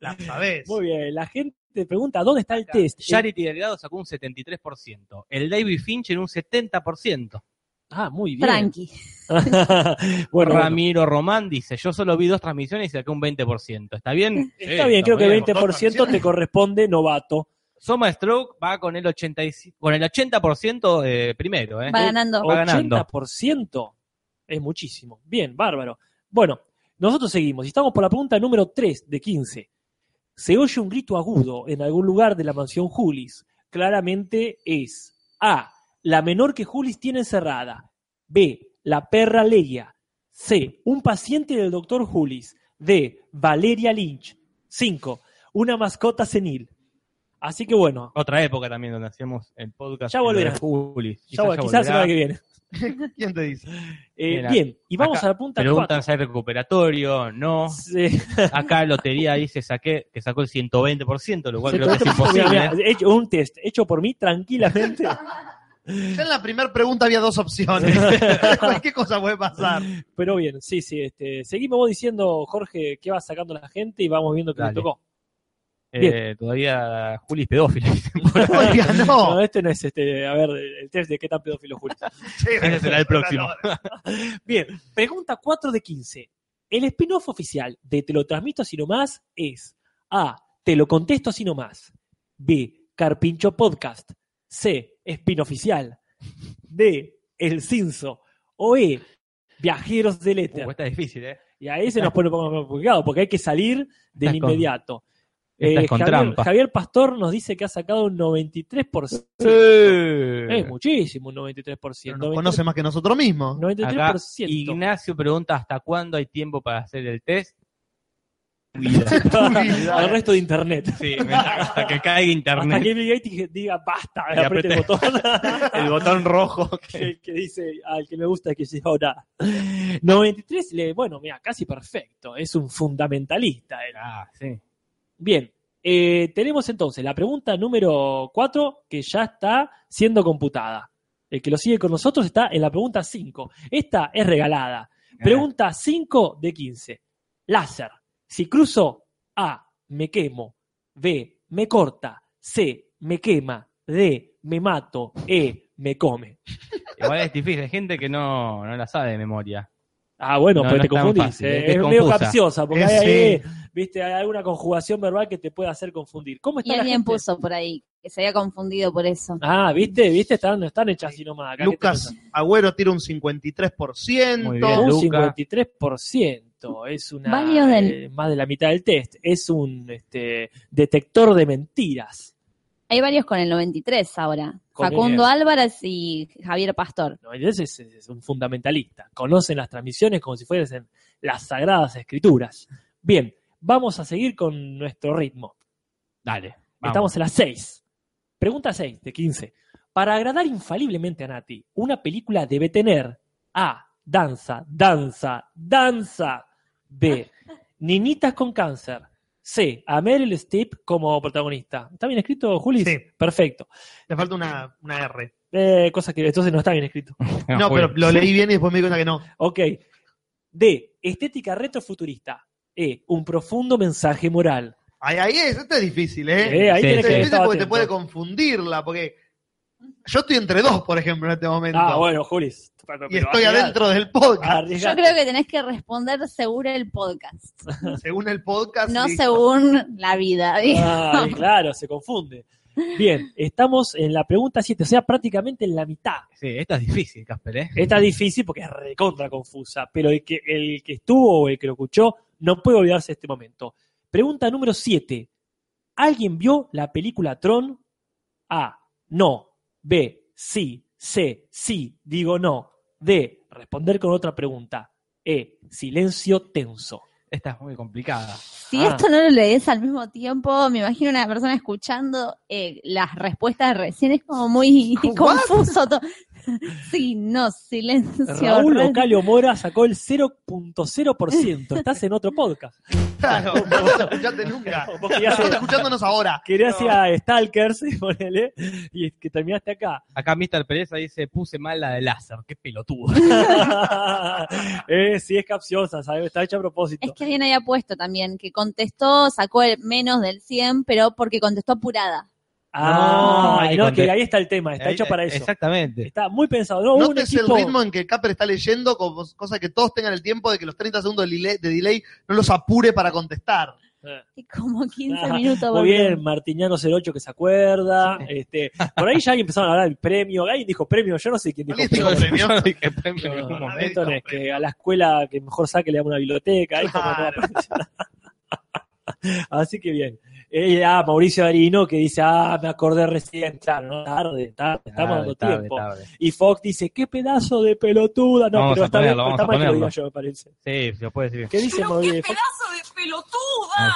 Speaker 1: la sabés.
Speaker 3: Muy bien, la gente pregunta, ¿dónde está el test? Eh,
Speaker 5: Charity Delgado sacó un 73%. El David Fincher un 70%.
Speaker 3: Ah, muy bien.
Speaker 2: Tranqui.
Speaker 3: bueno, bueno,
Speaker 5: Ramiro Román dice, yo solo vi dos transmisiones y saqué un 20%. ¿Está bien?
Speaker 3: está bien, creo que 20% te corresponde novato.
Speaker 5: Soma Stroke va con el 80, con el 80% eh, primero, ¿eh?
Speaker 2: Va ganando.
Speaker 5: Va ganando.
Speaker 3: 80% es muchísimo. Bien, bárbaro. Bueno, nosotros seguimos. y Estamos por la pregunta número 3 de 15. Se oye un grito agudo en algún lugar de la mansión Julis. Claramente es A. La menor que Julis tiene encerrada. B. La perra Leia. C. Un paciente del doctor Julis. D. Valeria Lynch. 5. Una mascota senil. Así que bueno,
Speaker 5: Otra época también donde hacíamos el podcast.
Speaker 3: Ya volverá.
Speaker 5: de Juli.
Speaker 3: ya va- quizás la semana
Speaker 5: volverá.
Speaker 3: que viene.
Speaker 1: ¿Quién te dice?
Speaker 3: Eh,
Speaker 5: Mira,
Speaker 3: bien, y vamos
Speaker 5: acá
Speaker 3: a la punta
Speaker 5: Preguntan si hay recuperatorio, no.
Speaker 3: Sí.
Speaker 5: Acá Lotería dice saqué, que sacó el 120%, lo cual creo que es
Speaker 3: Mira,
Speaker 5: imposible. ¿eh?
Speaker 3: mira, hecho- un test hecho por mí tranquilamente.
Speaker 1: Ya en la primera pregunta había dos opciones. Cualquier cosa puede pasar.
Speaker 3: Pero bien, sí, sí. Este, seguimos vos diciendo, Jorge, qué va sacando la gente y vamos viendo qué le
Speaker 5: Dale.
Speaker 3: tocó.
Speaker 5: Eh, todavía Juli es pedófila. dicen por ahí.
Speaker 1: Oiga,
Speaker 3: No,
Speaker 1: no.
Speaker 3: este no es este. A ver, el test de qué tan pedófilo Julio.
Speaker 1: Sí, este
Speaker 5: Ese este será el próximo.
Speaker 3: Bien, pregunta 4 de 15. El spin-off oficial de Te lo transmito así nomás es A. Te lo contesto así nomás. B. Carpincho Podcast. C. Spin oficial. D. El Cinzo. O E. Viajeros del Éter.
Speaker 5: Uh, está difícil, ¿eh?
Speaker 3: Y ahí se nos pone un poco más complicado porque hay que salir del
Speaker 5: Estás con-
Speaker 3: inmediato. Eh,
Speaker 5: estás con
Speaker 3: Javier,
Speaker 5: trampa.
Speaker 3: Javier Pastor nos dice que ha sacado un 93%. Es muchísimo, un 93%.
Speaker 1: Pero nos conoce más que nosotros mismos.
Speaker 3: 93%.
Speaker 5: Acá Ignacio pregunta hasta cuándo hay tiempo para hacer el test. Vida.
Speaker 3: al resto de internet.
Speaker 5: Sí, me- hasta que caiga
Speaker 3: Hasta
Speaker 5: internet.
Speaker 3: que Bill Gates diga basta,
Speaker 5: Y
Speaker 3: apriete el botón
Speaker 5: El botón rojo.
Speaker 3: que, que dice al que me gusta que se ahora. 93, le- bueno, mira, casi perfecto. Es un fundamentalista. él.
Speaker 5: Ah, sí.
Speaker 3: Bien, eh, tenemos entonces la pregunta número 4 que ya está siendo computada. El que lo sigue con nosotros está en la pregunta 5. Esta es regalada.
Speaker 5: Eh.
Speaker 3: Pregunta 5 de 15. Láser. Si cruzo A, me quemo. B, me corta. C, me quema. D, me mato. E, me come.
Speaker 5: Igual es difícil, hay gente que no, no la sabe de memoria.
Speaker 3: Ah, bueno,
Speaker 5: No,
Speaker 3: pero
Speaker 5: no
Speaker 3: te
Speaker 5: es tan
Speaker 3: confundís.
Speaker 5: fácil,
Speaker 3: eh.
Speaker 5: es que
Speaker 3: Es,
Speaker 5: es
Speaker 3: medio
Speaker 5: confusa.
Speaker 3: capciosa, porque
Speaker 1: Eh,
Speaker 3: hay, ahí,
Speaker 1: sí.
Speaker 3: viste, hay alguna conjugación verbal que te puede hacer confundir. ¿Cómo está
Speaker 2: Y
Speaker 3: la
Speaker 2: alguien
Speaker 3: gente?
Speaker 2: puso por ahí que se había confundido por eso.
Speaker 3: Ah, viste, viste, están, están hechas así nomás. Acá, ¿qué te
Speaker 1: Lucas Agüero tira un 53%.
Speaker 5: Muy
Speaker 3: pensás?
Speaker 5: bien.
Speaker 3: un
Speaker 5: Luca.
Speaker 3: 53%. Es una.
Speaker 2: Varios del-
Speaker 3: eh, más de la mitad del test. Es un este, detector de mentiras.
Speaker 2: Hay varios con el 93 ahora.
Speaker 3: Con
Speaker 2: Facundo
Speaker 3: el-
Speaker 2: Álvarez y Javier Pastor.
Speaker 3: ¿no? Entonces es, es un fundamentalista. Conocen las transmisiones como si fuesen las sagradas escrituras. Bien, vamos a seguir con nuestro ritmo.
Speaker 5: Dale.
Speaker 3: Estamos en las 6. Pregunta 6 de 15. Para agradar infaliblemente a Nati, una película debe tener A. Danza, danza, danza. B. Ninitas con cáncer. C. A Meryl Streep como protagonista. ¿Está bien escrito, Juli?
Speaker 1: Sí.
Speaker 3: Perfecto.
Speaker 1: Le falta una, una R.
Speaker 3: Eh, cosa que entonces no está bien escrito.
Speaker 5: Ah,
Speaker 1: No, pero lo leí bien y después me di cuenta que no.
Speaker 3: Ok. D. Estética retrofuturista. E. Un profundo mensaje moral.
Speaker 1: Ahí, ahí es, este es difícil, ¿eh?
Speaker 3: Eh, ahí
Speaker 5: Sí,
Speaker 1: este
Speaker 3: tenés
Speaker 5: sí.
Speaker 3: que
Speaker 1: es difícil
Speaker 3: estar
Speaker 1: porque te
Speaker 3: atento.
Speaker 1: puede confundirla, porque yo estoy entre dos, por ejemplo, en este momento.
Speaker 3: Ah, bueno, Juli.
Speaker 1: y estoy adentro del podcast,
Speaker 2: Yo creo que tenés que responder según el podcast,
Speaker 1: según el podcast.
Speaker 2: no
Speaker 1: y-
Speaker 2: según la vida. ¿sí?
Speaker 3: Ah, y claro, se confunde. Bien, estamos en la pregunta 7, o sea, prácticamente en la mitad.
Speaker 5: Sí, esta es difícil, Casper, ¿eh?
Speaker 3: Esta es difícil porque es recontra confusa, pero el que, el que estuvo o el que lo escuchó no puede olvidarse de este momento. Pregunta número 7. ¿Alguien vio la película Tron? A. No. B. Sí. C. Sí. Digo no. D. Responder con otra pregunta. E. Silencio tenso.
Speaker 5: Esta es muy complicada.
Speaker 2: Si
Speaker 3: Ah.
Speaker 2: esto no lo lees al mismo tiempo, me imagino una persona escuchando eh, las respuestas recién, es como muy
Speaker 1: ¿What?
Speaker 2: confuso. todo. sí, no, silencio.
Speaker 3: Raúl
Speaker 2: re-
Speaker 3: Ocalio Mora sacó el 0.0%. Estás en otro podcast.
Speaker 1: Claro, no nos escuchaste nunca.
Speaker 3: Vos querías
Speaker 1: Estamos
Speaker 3: ir-
Speaker 1: escuchándonos ahora.
Speaker 3: querías ir a Stalkers, ponele, y que terminaste acá.
Speaker 5: Acá Mr. Pereza dice, puse mal la de láser, qué pelotudo.
Speaker 3: eh, sí, es capciosa, ¿sabes? Está hecha a propósito.
Speaker 2: Es que alguien había puesto también que contestó, sacó el menos del 100, pero porque contestó apurada.
Speaker 3: Ah,
Speaker 5: No,
Speaker 3: no,
Speaker 5: hay que
Speaker 3: que
Speaker 5: contar-
Speaker 3: ahí está el tema, está
Speaker 5: Ahí-
Speaker 3: hecho para eso.
Speaker 5: Exactamente.
Speaker 3: Está muy pensado. No, hubo un
Speaker 1: Notes el
Speaker 3: equipo.
Speaker 1: ritmo en que Capper está leyendo, como- cosa que todos tengan el tiempo de que los 30 segundos de delay, de delay no los apure para contestar.
Speaker 2: Y como 15
Speaker 3: Ah,
Speaker 2: minutos.
Speaker 3: Muy
Speaker 2: boludo.
Speaker 3: bien, Martiñano 08 que se acuerda. Este, por ahí ya alguien empezaron a hablar del premio. Alguien dijo premio, yo no sé quién dijo
Speaker 1: ¿Alguien
Speaker 3: premio.
Speaker 1: dijo premio?
Speaker 5: Yo no dije premio en ningún
Speaker 3: No,
Speaker 5: momento.
Speaker 3: esto no es que a la escuela que mejor saque le damos una biblioteca. ahí como no va a aparecer. Así que bien. Eh, ah, Mauricio Arino que dice, ah, me acordé recién, claro, no, tarde, tarde, estamos dando
Speaker 5: Tarde,
Speaker 3: tiempo.
Speaker 5: tarde, tarde.
Speaker 3: Y Fox dice, qué pedazo de pelotuda. No,
Speaker 5: Vamos
Speaker 3: pero
Speaker 5: a
Speaker 3: está,
Speaker 5: ponerlo,
Speaker 3: bien,
Speaker 5: vamos
Speaker 3: está
Speaker 5: a
Speaker 3: mal que lo
Speaker 5: ponerlo.
Speaker 3: diga yo, me parece.
Speaker 5: Sí, se lo puede decir.
Speaker 3: ¿Qué dice Mauricio?
Speaker 2: ¡Ah!
Speaker 5: Ahí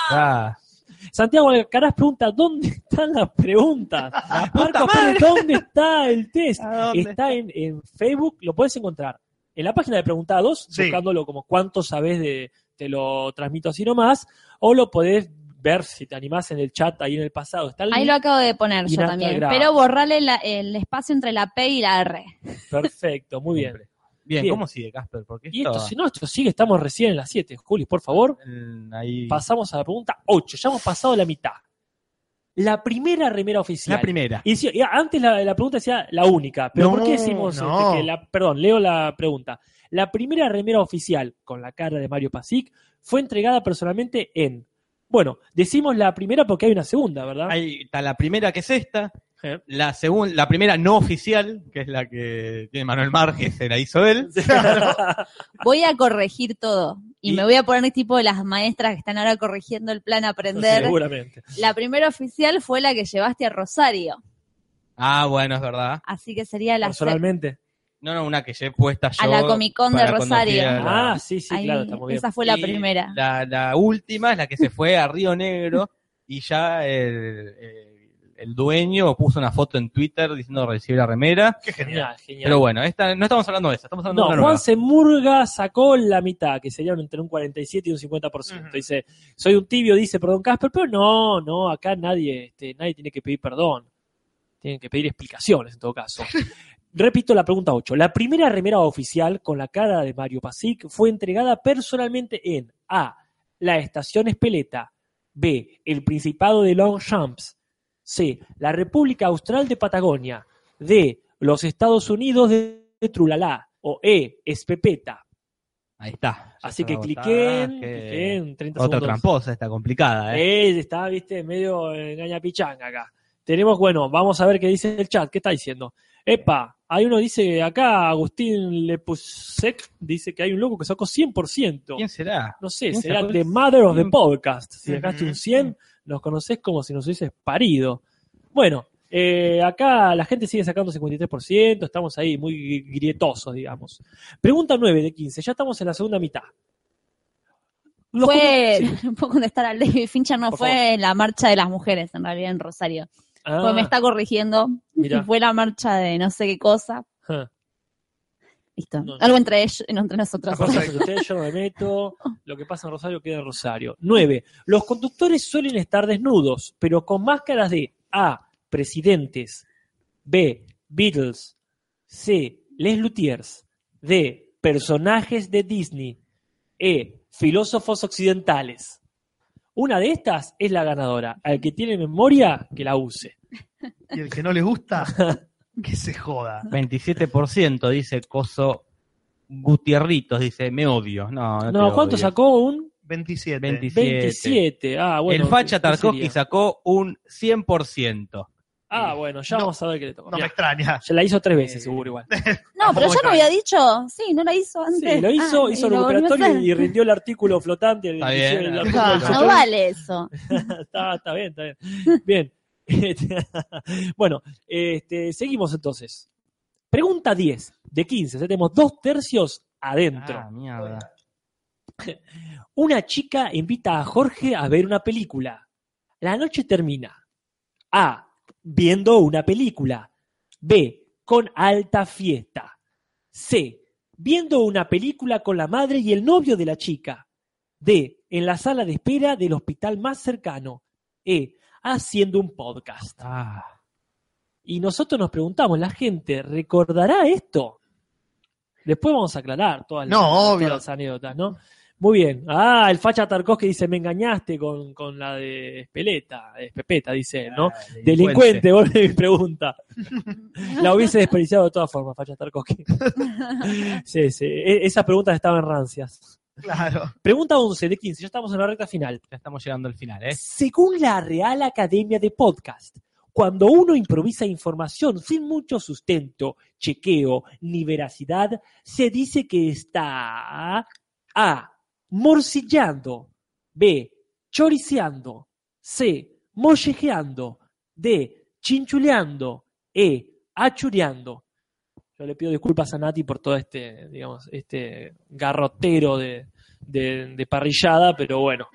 Speaker 5: está.
Speaker 3: Santiago Alcaraz pregunta, ¿dónde están las preguntas? Marcos Pérez, ¿dónde está el test? Está en, en Facebook, lo puedes encontrar. En la página de Pregunta 2,
Speaker 1: Sí.
Speaker 3: buscándolo como cuánto sabes de, te lo transmito así nomás, o lo podés ver si te animás en el chat ahí en el pasado. Está el
Speaker 2: Ahí
Speaker 3: link.
Speaker 2: lo acabo de poner
Speaker 3: Y
Speaker 2: yo
Speaker 3: no está
Speaker 2: también.
Speaker 3: grabado.
Speaker 2: Pero borrale la- el espacio entre la P y la R.
Speaker 3: Perfecto, muy bien.
Speaker 5: Bien,
Speaker 3: Bien.
Speaker 5: ¿cómo sigue Casper? Porque
Speaker 3: Y esto,
Speaker 5: esto,
Speaker 3: si no, esto sigue, estamos recién en las 7, Juli, por favor.
Speaker 5: mm, ahí...
Speaker 3: Pasamos a la pregunta 8, ya hemos pasado la mitad. La primera remera oficial.
Speaker 5: La primera.
Speaker 3: Y sí, y antes la, la pregunta decía la única, pero
Speaker 1: No,
Speaker 3: ¿por qué decimos este,
Speaker 1: no.
Speaker 3: que la, perdón, leo la pregunta. La primera remera oficial con la cara de Mario Pasic fue entregada personalmente en. Bueno, decimos la primera porque hay una segunda, ¿verdad?
Speaker 5: Ahí está la primera que es esta,
Speaker 3: Eh.
Speaker 5: la segunda, la primera no oficial, que es la que tiene Manuel Márquez, se la hizo él.
Speaker 2: Voy a corregir todo. Y,
Speaker 5: Y-
Speaker 2: me voy a poner tipo las maestras que están ahora corrigiendo el plan aprender.
Speaker 3: Seguramente.
Speaker 2: La primera oficial fue la que llevaste a Rosario.
Speaker 5: Ah, bueno, es verdad.
Speaker 2: Así que sería la se-
Speaker 3: Personalmente.
Speaker 5: No, no, una que llevé puesta yo.
Speaker 2: a la Comic Con de
Speaker 5: para cuando fui
Speaker 2: Rosario.
Speaker 5: a la-
Speaker 3: Ah, sí, sí,
Speaker 2: Ahí,
Speaker 3: claro, está muy bien.
Speaker 2: esa fue la
Speaker 5: Y
Speaker 2: primera.
Speaker 5: La, la última es la que se fue a Río Negro y ya el, el- el dueño puso una foto en Twitter diciendo recibe la remera.
Speaker 1: Qué genial.
Speaker 3: Genial, genial.
Speaker 5: Pero bueno, esta, no estamos hablando de esa, estamos hablando
Speaker 3: No,
Speaker 5: de una
Speaker 3: Juan
Speaker 5: nueva.
Speaker 3: Semurga sacó la mitad, que serían entre un 47 y un 50%.
Speaker 1: Ujú.
Speaker 3: Dice, soy un tibio, dice, perdón, Casper, pero no, no, acá nadie, este, nadie tiene que pedir perdón. Tienen que pedir explicaciones en todo caso. Repito la pregunta 8. La primera remera oficial con la cara de Mario Pasic fue entregada personalmente en A. La estación Espeleta. B. El Principado de Longchamps. C. La República Austral de Patagonia. D. Los Estados Unidos de Trulalá. O E. Espepeta.
Speaker 5: Ahí está.
Speaker 3: Así que
Speaker 5: Otra
Speaker 3: cliquen,
Speaker 5: que-
Speaker 3: cliquen, 30
Speaker 5: Otra
Speaker 3: segundos.
Speaker 5: tramposa, está complicada, ¿eh?
Speaker 3: Eh, está, viste, medio engaña pichanga acá. Tenemos, bueno, vamos a ver qué dice el chat, qué está diciendo. Epa, hay uno dice acá, Agustín Lepusek, dice que hay un loco que sacó 100%.
Speaker 5: ¿Quién será?
Speaker 3: No sé,
Speaker 5: ¿Quién
Speaker 3: será
Speaker 5: sacó
Speaker 3: The
Speaker 5: el
Speaker 3: Mother of the
Speaker 5: 100?
Speaker 3: Podcast. Si
Speaker 1: pues, mm. Ujú.
Speaker 3: sacaste un 100, nos conoces como si nos hubieses parido. Bueno, eh, acá la gente sigue sacando 53%, estamos ahí muy grietosos, digamos. Pregunta 9 de 15, ya estamos en la segunda mitad. Los
Speaker 2: Fue,
Speaker 3: comen- sí.
Speaker 2: no puedo contestar al David Fincher, no
Speaker 3: Por
Speaker 2: fue
Speaker 3: favor.
Speaker 2: la marcha de las mujeres en realidad en Rosario.
Speaker 3: Ah,
Speaker 2: Pues me está corrigiendo.
Speaker 3: mirá.
Speaker 2: Fue la marcha de no sé qué cosa.
Speaker 3: Ah.
Speaker 2: Listo.
Speaker 3: No, no.
Speaker 2: Algo entre ellos, no, entre nosotros.
Speaker 3: Las cosas que ustedes, yo no me meto. Lo que pasa en Rosario queda en Rosario. 9. Los conductores suelen estar desnudos, pero con máscaras de A. Presidentes. B. Beatles. C. Les Lutiers. D. Personajes de Disney. E. Filósofos occidentales. Una de estas es la ganadora. Al que tiene memoria, que la use.
Speaker 1: Y el que no le gusta, que se joda.
Speaker 5: 27% dice Coso Gutierritos, dice me odio. No, no,
Speaker 3: No,
Speaker 5: Ah, te
Speaker 3: ¿cuánto
Speaker 5: odio.
Speaker 3: sacó? Un
Speaker 1: 27.
Speaker 5: 27.
Speaker 3: 27. Ah, bueno.
Speaker 5: el facha
Speaker 3: ¿qué sería?
Speaker 5: Tarkovsky sacó un 100%.
Speaker 3: Ah, bueno, ya
Speaker 1: No.
Speaker 3: vamos a ver qué le toca.
Speaker 1: No me
Speaker 3: Mirá,
Speaker 1: extraña.
Speaker 3: ya la hizo tres
Speaker 5: Eh,
Speaker 3: veces, seguro igual.
Speaker 2: No, pero
Speaker 1: ¿Cómo
Speaker 2: yo
Speaker 1: está?
Speaker 2: no había dicho. Sí, no la hizo antes.
Speaker 3: Sí, lo hizo,
Speaker 2: Ah,
Speaker 3: hizo
Speaker 2: y lo volvió a
Speaker 3: recuperatorio
Speaker 2: hacer.
Speaker 3: y rindió el artículo flotante.
Speaker 5: Está
Speaker 3: el-
Speaker 5: bien.
Speaker 3: el artículo del
Speaker 1: Ah,
Speaker 2: No
Speaker 3: flotante.
Speaker 2: vale eso.
Speaker 3: está, está bien, está bien. Bien. Este, bueno, este, seguimos entonces. Pregunta 10 de 15. Ya tenemos dos tercios adentro.
Speaker 5: Ah, mierda.
Speaker 3: Una chica invita a Jorge a ver una película. La noche termina. A. Viendo una película. B. Con alta fiesta. C. Viendo una película con la madre y el novio de la chica. D. En la sala de espera del hospital más cercano. E. Haciendo un podcast.
Speaker 5: Ah.
Speaker 3: Y nosotros nos preguntamos, ¿la gente recordará esto? Después vamos a aclarar todas las,
Speaker 1: No,
Speaker 3: todas
Speaker 1: obvio.
Speaker 3: las anécdotas, ¿no? Muy bien. Ah, el facha Tarkovsky dice, me engañaste con, con la de Peleta, es Pepeta, dice,
Speaker 1: Ah,
Speaker 3: ¿no? Delincuente, vuelve mi pregunta. la hubiese desperdiciado de todas formas, facha Tarkovsky. sí, sí. E- esas preguntas estaban rancias.
Speaker 1: Claro.
Speaker 3: Pregunta 11 de 15, ya estamos en la recta final.
Speaker 5: Ya estamos llegando al final, ¿eh?
Speaker 3: Según la Real Academia de Podcast, cuando uno improvisa información sin mucho sustento, chequeo ni veracidad, se dice que está A. Morcillando. B. Choriceando. C. Mollejeando. D. Chinchuleando. E. Achureando. Yo le pido disculpas a Nati por todo este, digamos, este garrotero de, de- de parrillada, pero bueno.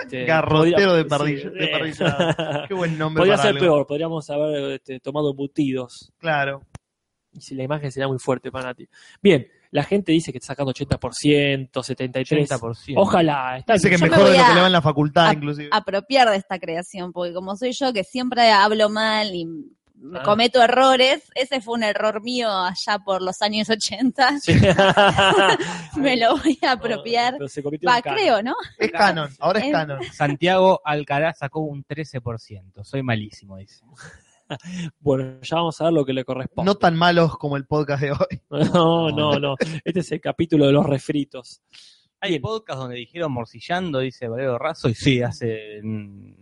Speaker 3: Este,
Speaker 1: Garrotero de
Speaker 3: podría- eh,
Speaker 1: parrilla- de parrillada. Qué buen nombre.
Speaker 3: Podría
Speaker 1: para
Speaker 3: ser
Speaker 1: algo.
Speaker 3: peor, podríamos haber este, tomado embutidos.
Speaker 1: Claro.
Speaker 3: Y si la imagen sería muy fuerte para Nati. Bien, la gente dice que está sacando 80%, 73%.
Speaker 5: 30%.
Speaker 3: Ojalá. Está
Speaker 1: Dice que
Speaker 3: bien.
Speaker 2: me
Speaker 1: mejor
Speaker 2: voy
Speaker 1: de lo
Speaker 2: a-
Speaker 1: que le va en la facultad,
Speaker 2: a-
Speaker 1: inclusive.
Speaker 2: apropiar de esta creación, porque como soy yo que siempre hablo mal y
Speaker 3: Ah.
Speaker 2: cometo errores, ese fue un error mío allá por los años 80,
Speaker 3: Sí.
Speaker 2: me lo voy a apropiar.
Speaker 3: Pero se convirtió en
Speaker 2: Va,
Speaker 3: cara.
Speaker 2: creo, ¿no?
Speaker 1: Es canon, ahora es
Speaker 2: Es-
Speaker 1: canon.
Speaker 5: Santiago Alcaraz sacó un 13%. Soy malísimo, dice.
Speaker 3: Bueno, ya vamos a ver lo que le corresponde.
Speaker 1: No tan malos como el podcast de hoy.
Speaker 3: No, no, no. Este es el capítulo de los refritos.
Speaker 5: Hay
Speaker 3: Bien.
Speaker 5: podcast donde dijeron morcillando, dice Valero Razo, y sí, hace mm,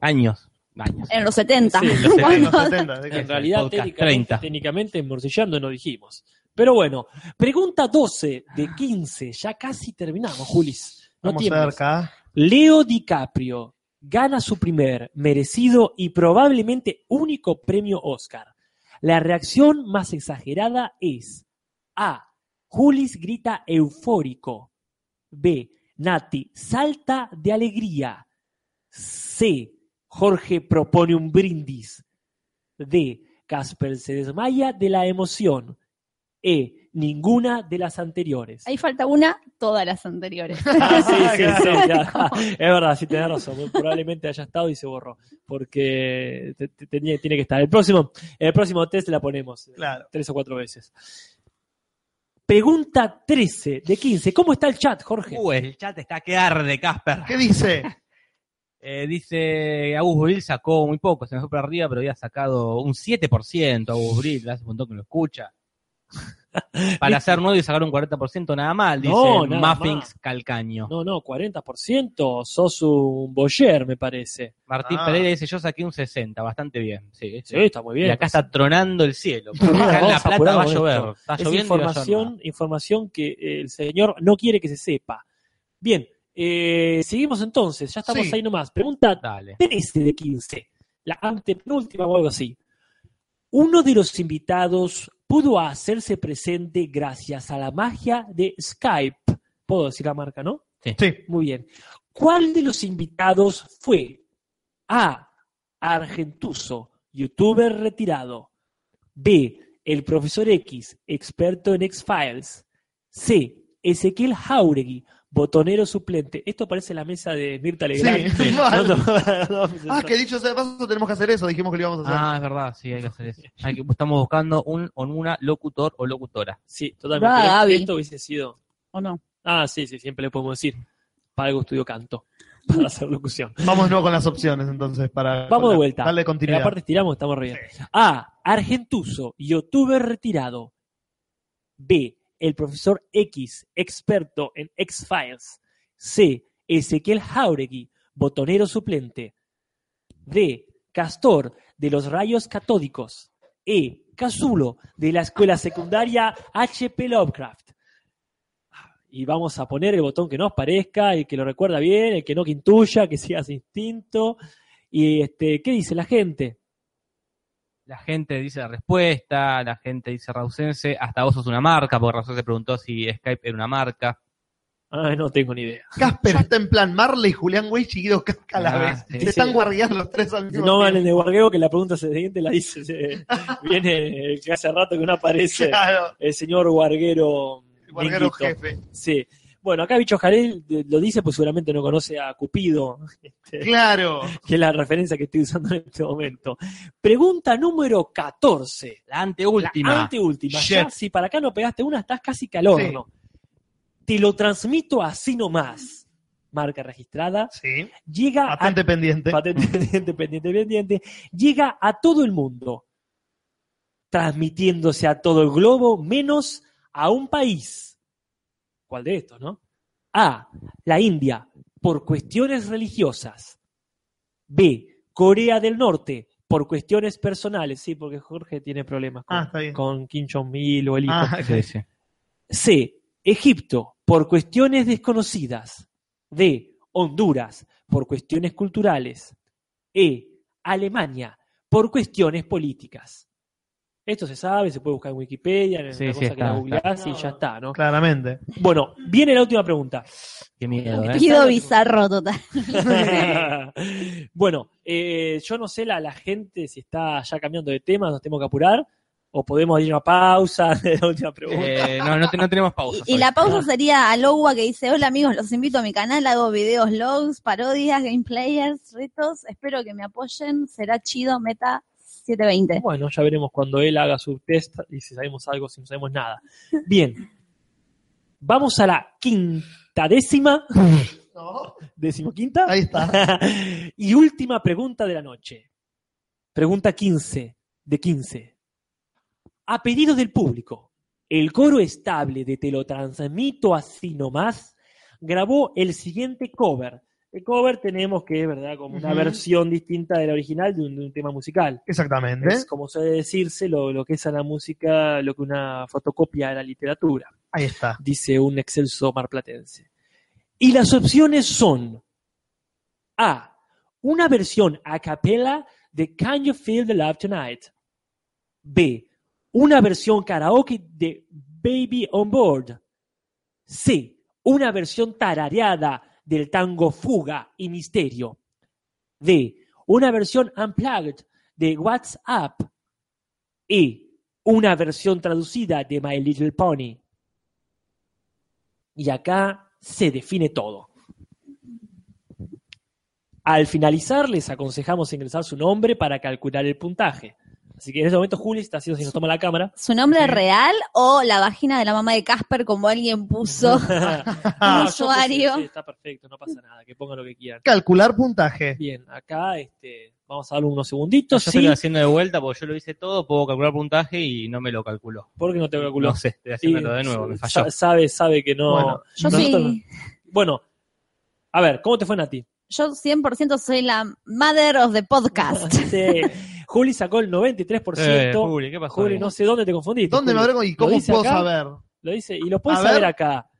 Speaker 5: años. Años.
Speaker 2: En los 70.
Speaker 3: Sí,
Speaker 5: los
Speaker 1: Sí,
Speaker 2: Cuando-
Speaker 1: los 70, de
Speaker 3: En
Speaker 1: que-
Speaker 3: realidad,
Speaker 5: podcast
Speaker 3: técnicamente,
Speaker 5: 30.
Speaker 3: técnicamente, en morcillando no dijimos. Pero bueno, pregunta 12 de 15. Ya casi terminamos, Julis. No
Speaker 1: Vamos
Speaker 3: tiembles.
Speaker 1: cerca.
Speaker 3: Leo DiCaprio gana su primer, merecido y probablemente único premio Oscar. La reacción más exagerada es A. Julis grita eufórico. B. Nati salta de alegría. C. Jorge propone un brindis. D. Casper se desmaya de la emoción. E. Ninguna de las anteriores.
Speaker 2: Ahí falta una, todas las anteriores.
Speaker 3: Ah, sí, sí, sí,
Speaker 2: Como-
Speaker 3: ya. Es verdad, sí, tenés razón. Muy Probablemente haya estado y se borró. Porque te- te- tenía- tiene que estar. El próximo, el próximo test la ponemos eh,
Speaker 1: Claro.
Speaker 3: tres o cuatro veces. Pregunta 13 de 15. ¿Cómo está el chat, Jorge?
Speaker 5: Uh, el chat está que arde, Casper.
Speaker 1: ¿Qué dice?
Speaker 5: Eh, dice, Agus Bril sacó muy poco, se me fue para arriba, pero había sacado un 7%. Agus Bril, hace un montón que lo escucha. Para hacer nuevo y sacar un 40% nada mal, dice
Speaker 3: No, nada
Speaker 5: Muffins
Speaker 3: mal.
Speaker 5: Calcaño.
Speaker 3: No, no, 40%. Sos un boyer, me parece.
Speaker 5: Martín
Speaker 1: Ah.
Speaker 5: Pereira dice, yo saqué un 60, bastante bien. Sí,
Speaker 3: Sí, está muy bien.
Speaker 5: Y acá está tronando el cielo.
Speaker 3: Mira,
Speaker 5: Acá en
Speaker 3: vamos
Speaker 5: La Plata
Speaker 3: apurado
Speaker 5: va a
Speaker 3: esto.
Speaker 5: llover. Está
Speaker 3: es
Speaker 5: lloviendo y va a
Speaker 3: información,
Speaker 5: llover.
Speaker 3: información que el señor no quiere que se sepa. Bien, eh, seguimos entonces. Ya estamos
Speaker 1: Sí.
Speaker 3: ahí nomás. Pregunta
Speaker 5: Dale.
Speaker 3: 13 de 15, la antepenúltima o algo así. Uno de los invitados pudo hacerse presente gracias a la magia de Skype. Puedo decir la marca, ¿no?
Speaker 1: Sí.
Speaker 3: Muy bien. ¿Cuál de los invitados fue? A. Argentuso, youtuber retirado. B. El profesor X, experto en X-Files. C. Ezequiel Jauregui, botonero suplente. Esto parece la mesa de Mirta Legrand.
Speaker 1: Sí, mal.
Speaker 3: No, no, no,
Speaker 1: Ah, que dicho sea de paso, tenemos que hacer eso. Dijimos que lo íbamos a hacer.
Speaker 5: Ah, es verdad, sí, hay que hacer eso. Hay que- estamos buscando un o una locutor o locutora.
Speaker 3: Sí, totalmente.
Speaker 2: Va, Gaby.
Speaker 3: Esto hubiese sido.
Speaker 2: ¿O no?
Speaker 3: Ah, sí, sí, siempre le podemos decir. Para algo estudio canto, para hacer locución.
Speaker 1: Vamos no con las opciones entonces para
Speaker 3: Vamos de vuelta.
Speaker 1: darle
Speaker 3: Y
Speaker 1: continuidad.
Speaker 3: aparte estiramos, estamos re bien. A. Argentuso, youtuber retirado. B. El profesor X, experto en X-Files. C. Ezequiel Jauregui, botonero suplente. D. Castor de los rayos catódicos. E. Casulo de la escuela secundaria HP Lovecraft. Y vamos a poner el botón que nos parezca, el que lo recuerda bien, el que no que intuya, que siga ese instinto. Y este, ¿qué dice la gente?
Speaker 5: La gente dice la respuesta, la gente dice Rausense, hasta vos sos una marca, porque Rausense preguntó si Skype era una marca.
Speaker 3: Ah, no tengo ni idea.
Speaker 1: Casper está en plan Marley, Julián Weich y Guido Casca a la
Speaker 5: Ah,
Speaker 1: vez.
Speaker 5: sí,
Speaker 1: Se
Speaker 3: sí.
Speaker 1: están guardiando los tres al mismo
Speaker 3: No
Speaker 1: tiempo.
Speaker 3: valen de guargueo que la pregunta siguiente la dice, eh, viene eh, que hace rato que no aparece
Speaker 1: Claro,
Speaker 3: el señor guarguero.
Speaker 1: el guarguero
Speaker 3: Minguito.
Speaker 1: jefe.
Speaker 3: Sí. Bueno, acá Bicho Jarel eh, lo dice, pues seguramente no conoce a Cupido, este,
Speaker 1: Claro.
Speaker 3: que es la referencia que estoy usando en este momento. Pregunta número 14.
Speaker 5: La
Speaker 3: La
Speaker 5: anteúltima.
Speaker 3: anteúltima.
Speaker 1: Shit.
Speaker 3: Ya, si para acá no pegaste una, estás casi que al horno. Te lo transmito así nomás. Marca registrada.
Speaker 1: Sí.
Speaker 3: Llega a
Speaker 1: Bastante pendiente.
Speaker 3: Patente, pendiente, pendiente, pendiente, llega a todo el mundo, transmitiéndose a todo el globo, menos a un país. ¿Cuál de estos, no? A. La India, por cuestiones religiosas. B. Corea del Norte, por cuestiones personales. Sí, porque Jorge tiene problemas con,
Speaker 1: Ah, está bien.
Speaker 3: con Kim Jong-il o el hijo.
Speaker 1: Ah,
Speaker 5: Sí, sí.
Speaker 3: C. Egipto, por cuestiones desconocidas. D. Honduras, por cuestiones culturales. E. Alemania, por cuestiones políticas. Esto se sabe, se puede buscar en Wikipedia, en
Speaker 5: Sí,
Speaker 3: una
Speaker 5: sí,
Speaker 3: cosa que
Speaker 5: está,
Speaker 3: la
Speaker 5: está.
Speaker 3: googleás y ya está, ¿no?
Speaker 1: claramente.
Speaker 3: Bueno, viene la última pregunta.
Speaker 5: Qué miedo, ¿eh?
Speaker 2: Guido bizarro total.
Speaker 3: bueno, eh, yo no sé la, la gente si está ya cambiando de tema, nos tenemos que apurar, o podemos ir a una pausa de la última pregunta.
Speaker 5: Eh, no, no, te- no tenemos pausa.
Speaker 2: Y, y la pausa sería a Lowa que dice, hola amigos, los invito a mi canal, hago videos, logs, parodias, gameplayers, retos, espero que me apoyen, será chido, meta 720.
Speaker 3: Bueno, ya veremos cuando él haga su test y si sabemos algo, si no sabemos nada. Bien. Vamos a la quinta décima,
Speaker 1: No,
Speaker 3: decimoquinta,
Speaker 1: ahí está.
Speaker 3: y última pregunta de la noche. Pregunta 15 de 15. A pedido del público, el coro estable de Te lo transmito así nomás grabó el siguiente cover. El cover tenemos que es, ¿verdad?, como una
Speaker 1: Ujú.
Speaker 3: versión distinta de la original de un- de un tema musical.
Speaker 1: Exactamente.
Speaker 3: Es como suele decirse, lo, lo que es a la música, lo que una fotocopia de la literatura,
Speaker 1: Ahí está.
Speaker 3: dice un excelso marplatense. Y las opciones son A. Una versión a capella de Can You Feel the Love Tonight? B. Una versión karaoke de Baby on Board. C. Una versión tarareada del tango Fuga y Misterio. D. Una versión unplugged de WhatsApp. E. Una versión traducida de My Little Pony. Y acá se define todo. Al finalizar, les aconsejamos ingresar su nombre para calcular el puntaje. Así que en este momento, Juli está haciendo si nos toma la cámara.
Speaker 2: ¿Su nombre
Speaker 1: Sí.
Speaker 2: real o la vagina de la mamá de Casper como alguien puso?
Speaker 3: Ah, yo
Speaker 2: usuario.
Speaker 3: puse, sí, está perfecto, no pasa nada, que pongan lo que quieran.
Speaker 1: Calcular puntaje.
Speaker 3: Bien, acá este, vamos a darle unos segunditos,
Speaker 5: Yo
Speaker 3: sí,
Speaker 5: estoy haciendo de vuelta porque yo lo hice todo, puedo calcular puntaje y no me lo calculó.
Speaker 3: porque no te calculó.
Speaker 5: No sé, estoy
Speaker 3: Sí,
Speaker 5: haciéndolo de nuevo, me
Speaker 3: sa-
Speaker 5: falló.
Speaker 3: Sabe, sabe que no.
Speaker 1: Bueno,
Speaker 2: Yo
Speaker 3: nosotros
Speaker 2: sí.
Speaker 3: no. Bueno, a ver, ¿cómo te fue Nati?
Speaker 2: Yo 100% soy la mother of the podcast.
Speaker 3: Sí, Este, Juli sacó el 93%.
Speaker 5: Eh, Juli, ¿qué pasó?
Speaker 3: Juli, no sé dónde te confundiste.
Speaker 1: ¿Dónde me
Speaker 3: Juli.
Speaker 1: habré con- y
Speaker 3: ¿Lo
Speaker 1: cómo
Speaker 3: dice
Speaker 1: puedo
Speaker 3: acá?
Speaker 1: saber?
Speaker 3: Lo dice, y lo puedes
Speaker 1: A
Speaker 3: saber
Speaker 1: ver.
Speaker 3: acá,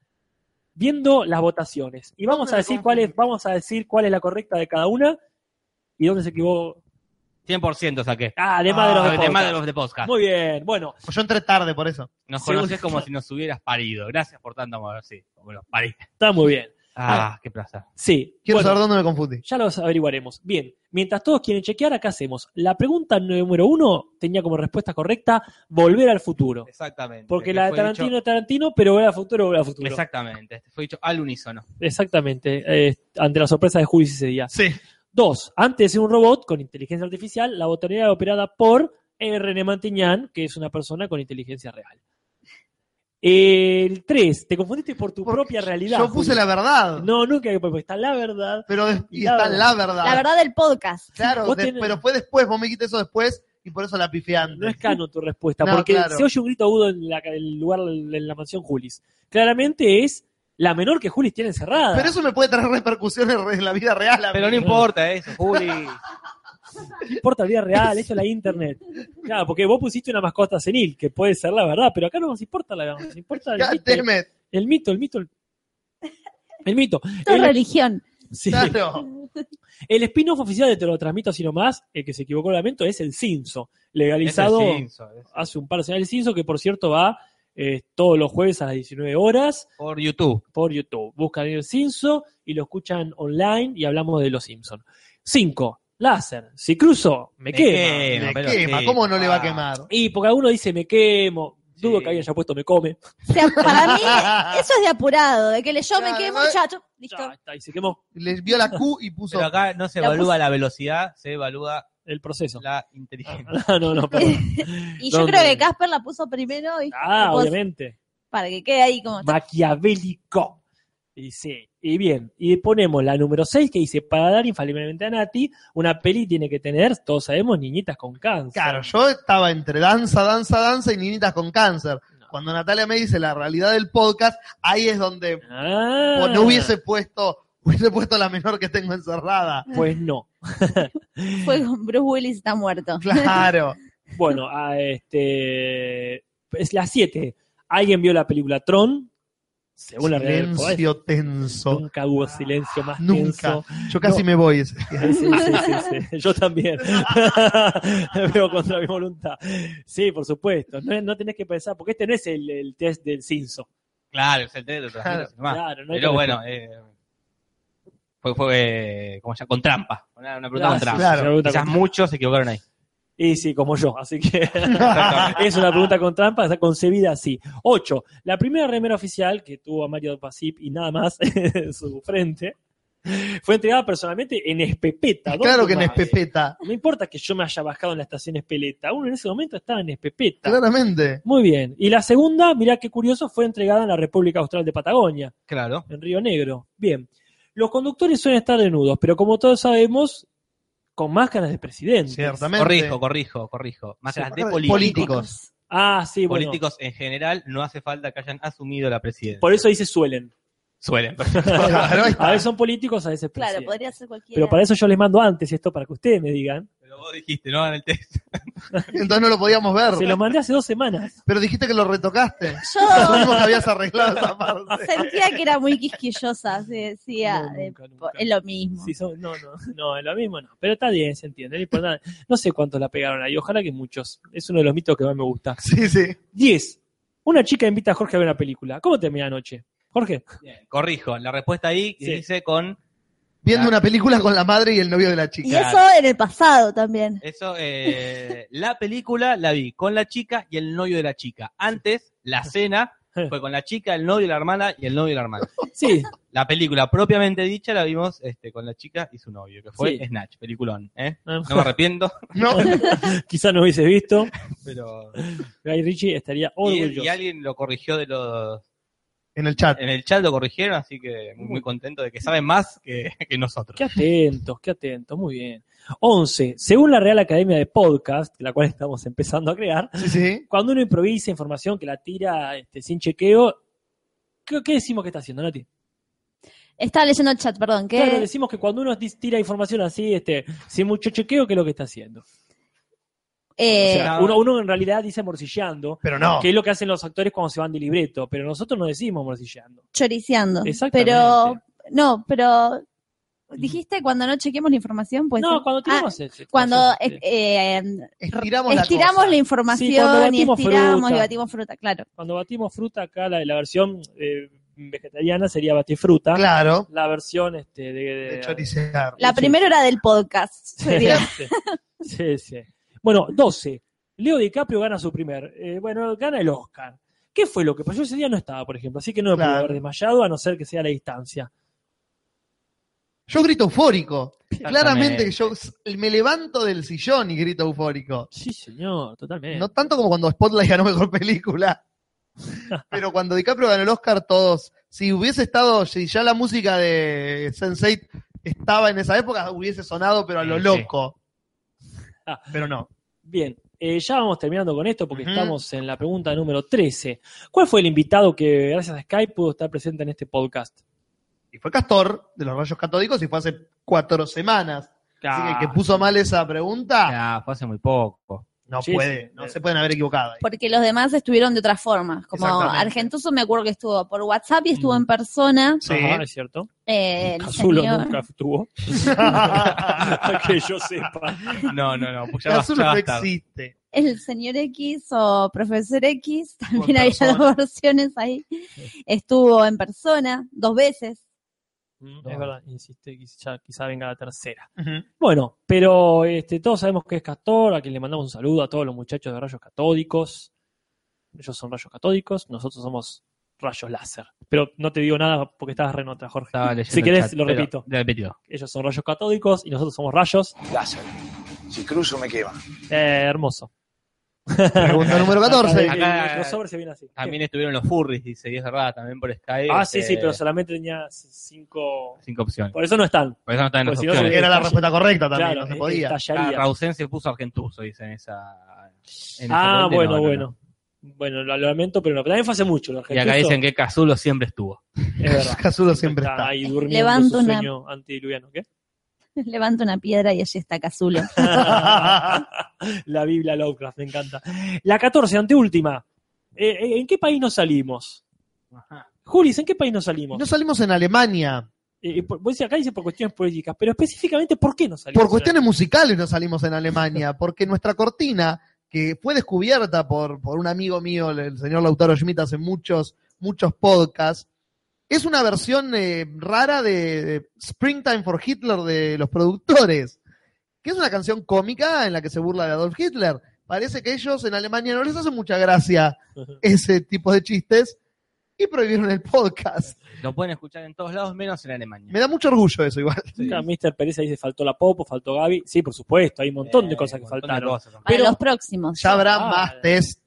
Speaker 3: viendo las votaciones. Y vamos
Speaker 1: ¿Dónde
Speaker 3: a
Speaker 1: me
Speaker 3: decir cuál es, vamos a decir cuál es la correcta de cada una y dónde se equivocó.
Speaker 5: 100% saqué.
Speaker 3: Ah, de madre
Speaker 1: Ah,
Speaker 3: of the
Speaker 5: Además
Speaker 3: Podcast.
Speaker 5: de los de podcast.
Speaker 3: Muy bien, bueno,
Speaker 1: Pues yo entré tarde por eso.
Speaker 5: Nos
Speaker 3: Según-
Speaker 5: conoces como si nos hubieras parido. Gracias por tanto amor. Sí, como los parí.
Speaker 3: está muy bien.
Speaker 5: Ah, qué plaza.
Speaker 3: Sí,
Speaker 1: Quiero
Speaker 3: bueno,
Speaker 1: saber dónde me confundí.
Speaker 3: ya los averiguaremos. Bien, mientras todos quieren chequear, acá hacemos. La pregunta número uno tenía como respuesta correcta volver al futuro.
Speaker 5: Exactamente.
Speaker 3: Porque
Speaker 5: Que
Speaker 3: la de
Speaker 5: fue
Speaker 3: Tarantino
Speaker 5: dicho-
Speaker 3: es Tarantino, pero volver al futuro, volver al futuro.
Speaker 5: Exactamente. Este fue dicho al unísono.
Speaker 3: Exactamente, eh, ante la sorpresa de Julius ese día.
Speaker 1: Sí.
Speaker 3: Dos, antes de ser un robot con inteligencia artificial, la botanera era operada por eh, René Mantiñán, que es una persona con inteligencia real. El tres, te confundiste por tu
Speaker 1: Porque
Speaker 3: propia realidad.
Speaker 1: Yo puse
Speaker 3: Juli.
Speaker 1: la verdad.
Speaker 3: No, nunca, porque está la verdad.
Speaker 1: Pero des- y
Speaker 3: La
Speaker 1: está
Speaker 3: verdad.
Speaker 1: la verdad.
Speaker 2: La verdad del podcast.
Speaker 1: Claro,
Speaker 3: Vos
Speaker 1: de-
Speaker 3: tenés-
Speaker 1: pero fue después, vos me dijiste eso después y por eso la pifié antes.
Speaker 3: No es canon tu respuesta,
Speaker 1: No,
Speaker 3: porque
Speaker 1: claro.
Speaker 3: se oye un grito agudo en la- el lugar, en la mansión Julis. Claramente es la menor que Julis tiene encerrada.
Speaker 1: Pero eso me puede traer repercusiones re- en la vida real.
Speaker 5: Pero no
Speaker 1: amigo.
Speaker 5: importa eso, Juli.
Speaker 3: No importa la vida real, eso es la internet. Claro, porque vos pusiste una mascota senil, que puede ser la verdad, pero acá no nos importa la verdad, nos importa el
Speaker 1: God
Speaker 3: mito, el,
Speaker 1: damn it.
Speaker 3: el mito, el mito. El, el mito.
Speaker 2: Esto es
Speaker 3: El,
Speaker 2: religión.
Speaker 3: sí.
Speaker 1: Claro.
Speaker 3: El spin-off oficial de Te lo transmito así nomás, el que se equivocó el lamento, es el Cinso, legalizado
Speaker 5: Es el Simpson, es-
Speaker 3: hace un par de semanas. El Cinso, que por cierto va eh, todos los jueves a las 19 horas
Speaker 5: Por YouTube.
Speaker 3: por YouTube. Buscan el Simpson y lo escuchan online y hablamos de los Simpsons. 5. Láser. Si cruzo, me,
Speaker 5: Me
Speaker 3: quema.
Speaker 5: quema.
Speaker 1: Le
Speaker 5: pero
Speaker 1: quema,
Speaker 5: sí,
Speaker 1: ¿cómo no le va a
Speaker 5: papá.
Speaker 1: quemar?
Speaker 3: Y porque alguno dice me quemo. Dudo
Speaker 5: Sí.
Speaker 3: que alguien haya puesto me come.
Speaker 2: O sea, para mí, eso es de apurado, de que le yo
Speaker 1: Ah.
Speaker 2: me
Speaker 1: Claro,
Speaker 2: quemo,
Speaker 1: ¿no?
Speaker 2: ya, yo- listo.
Speaker 3: Ya está, y se quemó
Speaker 1: Les vio la Q y puso.
Speaker 5: Pero acá no se
Speaker 2: La
Speaker 5: evalúa la velocidad, se evalúa
Speaker 3: el proceso.
Speaker 5: la inteligencia.
Speaker 3: Ah, no, no, perdón.
Speaker 2: Y yo
Speaker 3: ¿Dónde?
Speaker 2: creo que Casper la puso primero y
Speaker 3: Ah,
Speaker 2: Vos-
Speaker 3: obviamente.
Speaker 2: para que quede ahí como.
Speaker 3: Maquiavélico. Y sí. Y bien, y ponemos la número 6 que dice, para dar infaliblemente a Nati, una peli tiene que tener, todos sabemos, niñitas con cáncer.
Speaker 1: Claro, yo estaba entre danza, danza, danza y niñitas con cáncer. Cuando Natalia me dice la realidad del podcast, ahí es donde
Speaker 3: Ah.
Speaker 1: o Pues no hubiese puesto, hubiese puesto la menor que tengo encerrada.
Speaker 3: Pues no.
Speaker 2: Fue con Bruce Willis está muerto.
Speaker 1: Claro.
Speaker 3: Bueno, a este es la 7. ¿Alguien vio la película Tron? Según la realidad del poder,
Speaker 1: Silencio tenso.
Speaker 3: Nunca hubo silencio más
Speaker 1: Nunca.
Speaker 3: tenso.
Speaker 1: Yo casi
Speaker 3: No.
Speaker 1: me voy. ese día.
Speaker 3: Sí, sí, sí, sí. Yo también. Veo contra mi voluntad. Sí, por supuesto. No, no tenés que pensar, porque este no es el, el test del cinzo.
Speaker 5: claro, es el test de los transmitos, nomás.
Speaker 3: Claro, no hay
Speaker 5: Ah, Pero
Speaker 3: que-
Speaker 5: bueno, eh, fue, fue eh, como ya, con trampa. Una, una pregunta
Speaker 3: Ah,
Speaker 5: con
Speaker 3: sí,
Speaker 5: trampa.
Speaker 1: Claro.
Speaker 3: sí, una pregunta
Speaker 5: Quizás
Speaker 3: con-
Speaker 5: muchos se equivocaron ahí.
Speaker 3: Y sí, como yo, así que es una pregunta con trampa, está concebida así. Ocho, la primera remera oficial que tuvo a Mario Pasip y nada más en su frente fue entregada personalmente en Espepeta. ¿Dónde
Speaker 1: Claro que en
Speaker 3: más?
Speaker 1: Espepeta.
Speaker 3: No importa que yo me haya bajado en la estación Espeleta, uno en ese momento estaba en Espepeta.
Speaker 1: Claramente.
Speaker 3: Muy bien. Y la segunda, mirá qué curioso, fue entregada en la República Austral de Patagonia
Speaker 5: Claro.
Speaker 3: en Río Negro. Bien. Los conductores suelen estar desnudos, pero como todos sabemos, con máscaras de presidente.
Speaker 1: Ciertamente.
Speaker 5: Corrijo, corrijo, corrijo. Máscaras
Speaker 1: Sí,
Speaker 5: de
Speaker 1: máscaras de
Speaker 5: políticos.
Speaker 1: políticos.
Speaker 3: Ah, sí, bueno.
Speaker 5: Políticos en general no hace falta que hayan asumido la presidencia.
Speaker 3: Por eso dice suelen.
Speaker 5: Suelen.
Speaker 1: Claro, ahí está.
Speaker 3: A veces son políticos, a veces
Speaker 2: Claro,
Speaker 3: presidentes.
Speaker 2: podría ser cualquiera.
Speaker 3: Pero para eso yo les mando antes esto para que ustedes me digan.
Speaker 5: Pero vos dijiste, no hagan el test.
Speaker 1: Entonces no lo podíamos
Speaker 3: Se
Speaker 1: ver.
Speaker 3: los mandé hace dos semanas.
Speaker 1: Pero dijiste que lo retocaste.
Speaker 2: Yo
Speaker 1: Supimos que habías arreglado esa parte.
Speaker 2: sentía que era muy quisquillosa, así decía.
Speaker 3: No,
Speaker 2: de-
Speaker 3: nunca, nunca.
Speaker 2: Es lo mismo.
Speaker 3: Sí, son- no, no, no, es lo mismo no. Pero está bien, se entiende. No, importa. no sé cuántos la pegaron ahí, ojalá que muchos. Es uno de los mitos que más me gusta.
Speaker 1: Sí, sí.
Speaker 3: 10. Una chica invita a Jorge a ver una película. ¿Cómo termina anoche? Jorge.
Speaker 5: Bien, corrijo. La respuesta ahí
Speaker 3: Sí.
Speaker 5: dice con.
Speaker 1: Viendo
Speaker 5: Claro.
Speaker 1: una película con la madre y el novio de la
Speaker 2: Y
Speaker 1: chica.
Speaker 5: claro.
Speaker 2: eso en el pasado también.
Speaker 5: Eso, eh, la película la vi con la chica y el novio de la chica. Antes, la cena fue con la chica, el novio, la hermana y el novio y la hermana.
Speaker 3: Sí,
Speaker 5: La película propiamente dicha la vimos este, con la chica y su novio, que fue
Speaker 3: Sí.
Speaker 5: Snatch, peliculón. ¿eh?
Speaker 3: Ah.
Speaker 5: No me arrepiento,
Speaker 1: No,
Speaker 3: quizás no hubiese visto.
Speaker 5: pero.
Speaker 3: Guy Ritchie estaría
Speaker 5: Y,
Speaker 3: orgulloso.
Speaker 5: y alguien lo corrigió de los.
Speaker 1: en el chat.
Speaker 5: En el chat lo corrigieron, así que muy, muy contento de que saben más que, que nosotros.
Speaker 3: Qué atentos, qué atentos, muy bien. 11. Según la Real Academia de Podcast, la cual estamos empezando a crear,
Speaker 1: Sí, sí.
Speaker 3: cuando uno improvisa información que la tira este, sin chequeo, ¿qué, qué decimos que está haciendo, Nati?
Speaker 2: Estaba leyendo el chat, perdón. que
Speaker 3: Claro, decimos que cuando uno dis- tira información así, este, sin mucho chequeo, ¿qué es lo que está haciendo?
Speaker 2: eh,
Speaker 3: o sea, uno, uno en realidad dice morcillando,
Speaker 1: Pero no.
Speaker 3: que es lo que hacen los actores cuando se van de libreto, pero nosotros no decimos morcillando.
Speaker 2: choriceando.
Speaker 3: Exactamente.
Speaker 2: Pero, no, pero dijiste cuando no chequeemos la información, pues.
Speaker 3: no, cuando tenemos este,
Speaker 2: cuando
Speaker 3: este,
Speaker 2: eh, eh,
Speaker 1: Estiramos,
Speaker 2: estiramos
Speaker 1: la
Speaker 2: la,
Speaker 1: cosa.
Speaker 2: información
Speaker 3: Sí, cuando
Speaker 2: y
Speaker 3: batimos
Speaker 2: estiramos
Speaker 3: fruta.
Speaker 2: y batimos fruta, claro.
Speaker 3: cuando batimos fruta acá, la, la versión eh, vegetariana sería batir fruta.
Speaker 1: Claro.
Speaker 3: La versión este, de, de-
Speaker 1: De choricear.
Speaker 2: La
Speaker 3: Sí.
Speaker 2: primera hora del podcast sería.
Speaker 3: Sí, sí, sí. Bueno, 12. Leo DiCaprio gana su primer. eh, bueno, gana el Oscar. ¿Qué fue lo que pasó? Yo ese día no estaba, por ejemplo, así que no me pude
Speaker 1: Claro.
Speaker 3: haber desmayado a no ser que sea a la distancia.
Speaker 1: Yo grito eufórico. Claramente
Speaker 5: Exactamente.
Speaker 1: que yo s- me levanto del sillón y grito eufórico.
Speaker 3: Sí, señor, totalmente.
Speaker 1: No tanto como cuando Spotlight ganó mejor película. Pero cuando DiCaprio ganó el Oscar, todos. Si hubiese estado, si ya la música de Sense8 estaba en esa época, hubiese sonado, pero a lo
Speaker 5: Sí, sí.
Speaker 1: loco.
Speaker 3: Ah.
Speaker 1: Pero no.
Speaker 3: Bien, eh, ya vamos terminando con esto porque
Speaker 1: Ujú.
Speaker 3: estamos en la pregunta número 13. ¿Cuál fue el invitado que, gracias a Skype, pudo estar presente en este podcast?
Speaker 1: Y fue Castor, de los Rayos Catódicos, y fue hace cuatro semanas. Así que el
Speaker 5: Ah,
Speaker 1: que puso mal esa pregunta,
Speaker 5: ah, fue hace muy poco.
Speaker 1: no
Speaker 3: Sí,
Speaker 1: puede,
Speaker 3: sí.
Speaker 1: no se pueden haber equivocado. ahí.
Speaker 2: Porque los demás estuvieron de otra forma. Como
Speaker 1: Exactamente.
Speaker 2: Argentuso me acuerdo que estuvo por WhatsApp y estuvo en
Speaker 3: Mm.
Speaker 2: persona.
Speaker 1: Sí.
Speaker 3: Ajá, es cierto.
Speaker 2: Eh, el
Speaker 3: Cazulo
Speaker 2: señor-
Speaker 3: nunca tuvo. que yo sepa.
Speaker 5: No, no, no, pues ya,
Speaker 1: Cazulo
Speaker 5: basta, ya
Speaker 1: no
Speaker 5: basta.
Speaker 1: existe.
Speaker 2: el señor X o profesor X, también
Speaker 1: Con
Speaker 2: había
Speaker 1: persona.
Speaker 2: dos versiones ahí. Estuvo en persona dos veces.
Speaker 3: Mm, Es
Speaker 1: No.
Speaker 3: verdad, insiste, quizá, quizá venga la tercera.
Speaker 1: Ujú.
Speaker 3: Bueno, pero este, todos sabemos que es Castor, a quien le mandamos un saludo a todos los muchachos de rayos catódicos. Ellos son rayos catódicos, nosotros somos rayos láser. Pero no te digo nada porque estabas re nota, Jorge.
Speaker 5: Estaba leyendo
Speaker 3: Si
Speaker 5: el
Speaker 3: querés,
Speaker 5: chat,
Speaker 3: lo
Speaker 5: pero-
Speaker 3: repito.
Speaker 5: lo repito.
Speaker 3: Ellos son rayos catódicos y nosotros somos rayos.
Speaker 7: Láser. Si cruzo me quema.
Speaker 3: Eh, hermoso.
Speaker 1: Pregunta número 14.
Speaker 5: Acá-
Speaker 3: El crossover se viene así.
Speaker 5: También estuvieron los furries, dice, y es verdad, también por Sky.
Speaker 3: Ah, sí, sí,
Speaker 5: este,
Speaker 3: pero solamente tenía cinco.
Speaker 5: Cinco opciones.
Speaker 3: Por eso no están.
Speaker 5: Por eso no están en
Speaker 3: Porque
Speaker 5: las
Speaker 3: si no,
Speaker 5: opciones.
Speaker 1: Era la respuesta correcta también,
Speaker 3: claro,
Speaker 1: no se
Speaker 3: eh,
Speaker 1: podía.
Speaker 5: Ah,
Speaker 3: estallaría.
Speaker 5: Rausen se puso argentuso, dice en esa. en esa
Speaker 3: Ah, bueno,
Speaker 5: vuelta, no, no,
Speaker 3: bueno. Bueno, lo, lo lamento, pero no. También fue hace mucho. Lo
Speaker 5: no. Y acá
Speaker 3: argentuso.
Speaker 5: dicen que Cazulo siempre estuvo.
Speaker 3: Es verdad.
Speaker 1: Cazulo siempre
Speaker 3: está
Speaker 1: está.
Speaker 3: ahí durmiendo
Speaker 2: Levanto
Speaker 3: su
Speaker 2: una-
Speaker 3: sueño antidiluviano. ¿Qué?
Speaker 2: Levanta una piedra y allí está Cazulo.
Speaker 3: la Biblia Lovecraft, me encanta. La 14, anteúltima. Eh, eh, ¿En qué país nos salimos? Julis, ¿en qué país nos salimos?
Speaker 1: No salimos en Alemania.
Speaker 3: Eh, eh, por- vos decís acá dice por cuestiones políticas, pero específicamente, ¿por qué nos salimos?
Speaker 1: Por cuestiones musicales no salimos en Alemania, porque nuestra cortina, que fue descubierta por, por un amigo mío, el- el señor Lautaro Schmidt, hace muchos, muchos podcasts, es una versión eh, rara de, de Springtime for Hitler de los productores, que es una canción cómica en la que se burla de Adolf Hitler. Parece que ellos en Alemania no les hace mucha gracia ese tipo de chistes y prohibieron el podcast.
Speaker 5: Lo pueden escuchar en todos lados, menos en Alemania.
Speaker 1: Me da mucho orgullo eso igual.
Speaker 3: Acá Mr. Pérez dice, faltó la Popo, faltó Gaby. Sí, por supuesto, hay un montón de
Speaker 5: Eh,
Speaker 3: cosas que
Speaker 5: un montón de
Speaker 3: faltaron.
Speaker 5: cosas.
Speaker 2: Para
Speaker 3: Pero-
Speaker 2: los próximos.
Speaker 1: Ya habrá
Speaker 3: Ah.
Speaker 1: más test.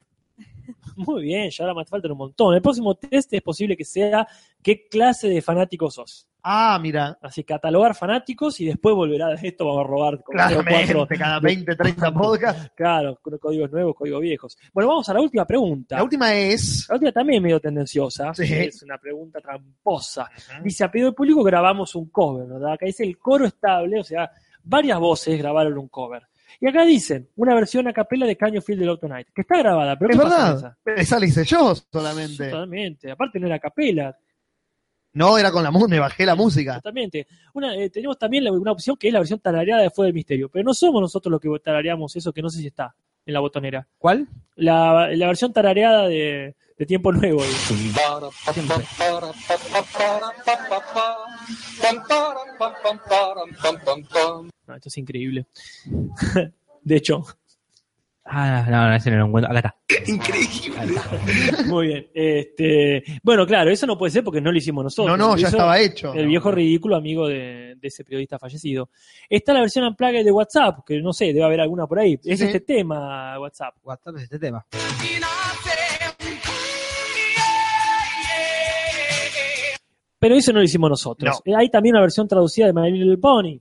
Speaker 3: Muy bien, ya ahora más te faltan un montón. El próximo test es posible que sea qué clase de fanático sos.
Speaker 1: Ah, mira,
Speaker 3: Así catalogar fanáticos y después volverá esto, vamos a robar como tres o
Speaker 1: Claramente,
Speaker 3: cuatro
Speaker 1: cada 20, 30 podcasts.
Speaker 3: Claro, con códigos nuevos, códigos viejos. Bueno, vamos a la última pregunta.
Speaker 1: La última es.
Speaker 3: La última también es medio tendenciosa.
Speaker 1: Sí.
Speaker 3: Es una pregunta tramposa. Dice, a pedido del público grabamos un cover, ¿verdad? Acá dice el coro estable, o sea, varias voces grabaron un cover. Y acá dicen, una versión a capela de Caño Field de Lotto Night, que está grabada, pero
Speaker 1: Es
Speaker 3: ¿qué pasa con
Speaker 1: verdad. Esa la hice yo
Speaker 3: esa?
Speaker 1: solamente.
Speaker 3: Totalmente. Aparte no era a capela,
Speaker 1: No, era con la música, me bajé la música.
Speaker 3: totalmente. Una, eh, tenemos también la- una opción que es la versión tarareada de Fuego del Misterio, pero no somos nosotros los que tarareamos eso, que no sé si está en la botonera.
Speaker 5: ¿Cuál?
Speaker 3: la, la versión tarareada de, de Tiempo Nuevo. digo. No, esto es increíble. De hecho,
Speaker 5: Ah, no, no, ese no lo encuentro. Acá está.
Speaker 3: muy bien. Este, bueno, claro, eso no puede ser porque no lo hicimos
Speaker 1: No,
Speaker 3: nosotros.
Speaker 1: no, ya
Speaker 3: Eso-
Speaker 1: estaba hecho.
Speaker 3: El viejo ridículo amigo de, de ese periodista fallecido. Está la versión unplugged de WhatsApp, que no sé, debe haber alguna por ahí. Es
Speaker 1: Sí.
Speaker 3: este tema, WhatsApp.
Speaker 5: WhatsApp es este tema.
Speaker 3: Pero eso no lo hicimos nosotros. Eh, Hay también una versión traducida de My Little Pony.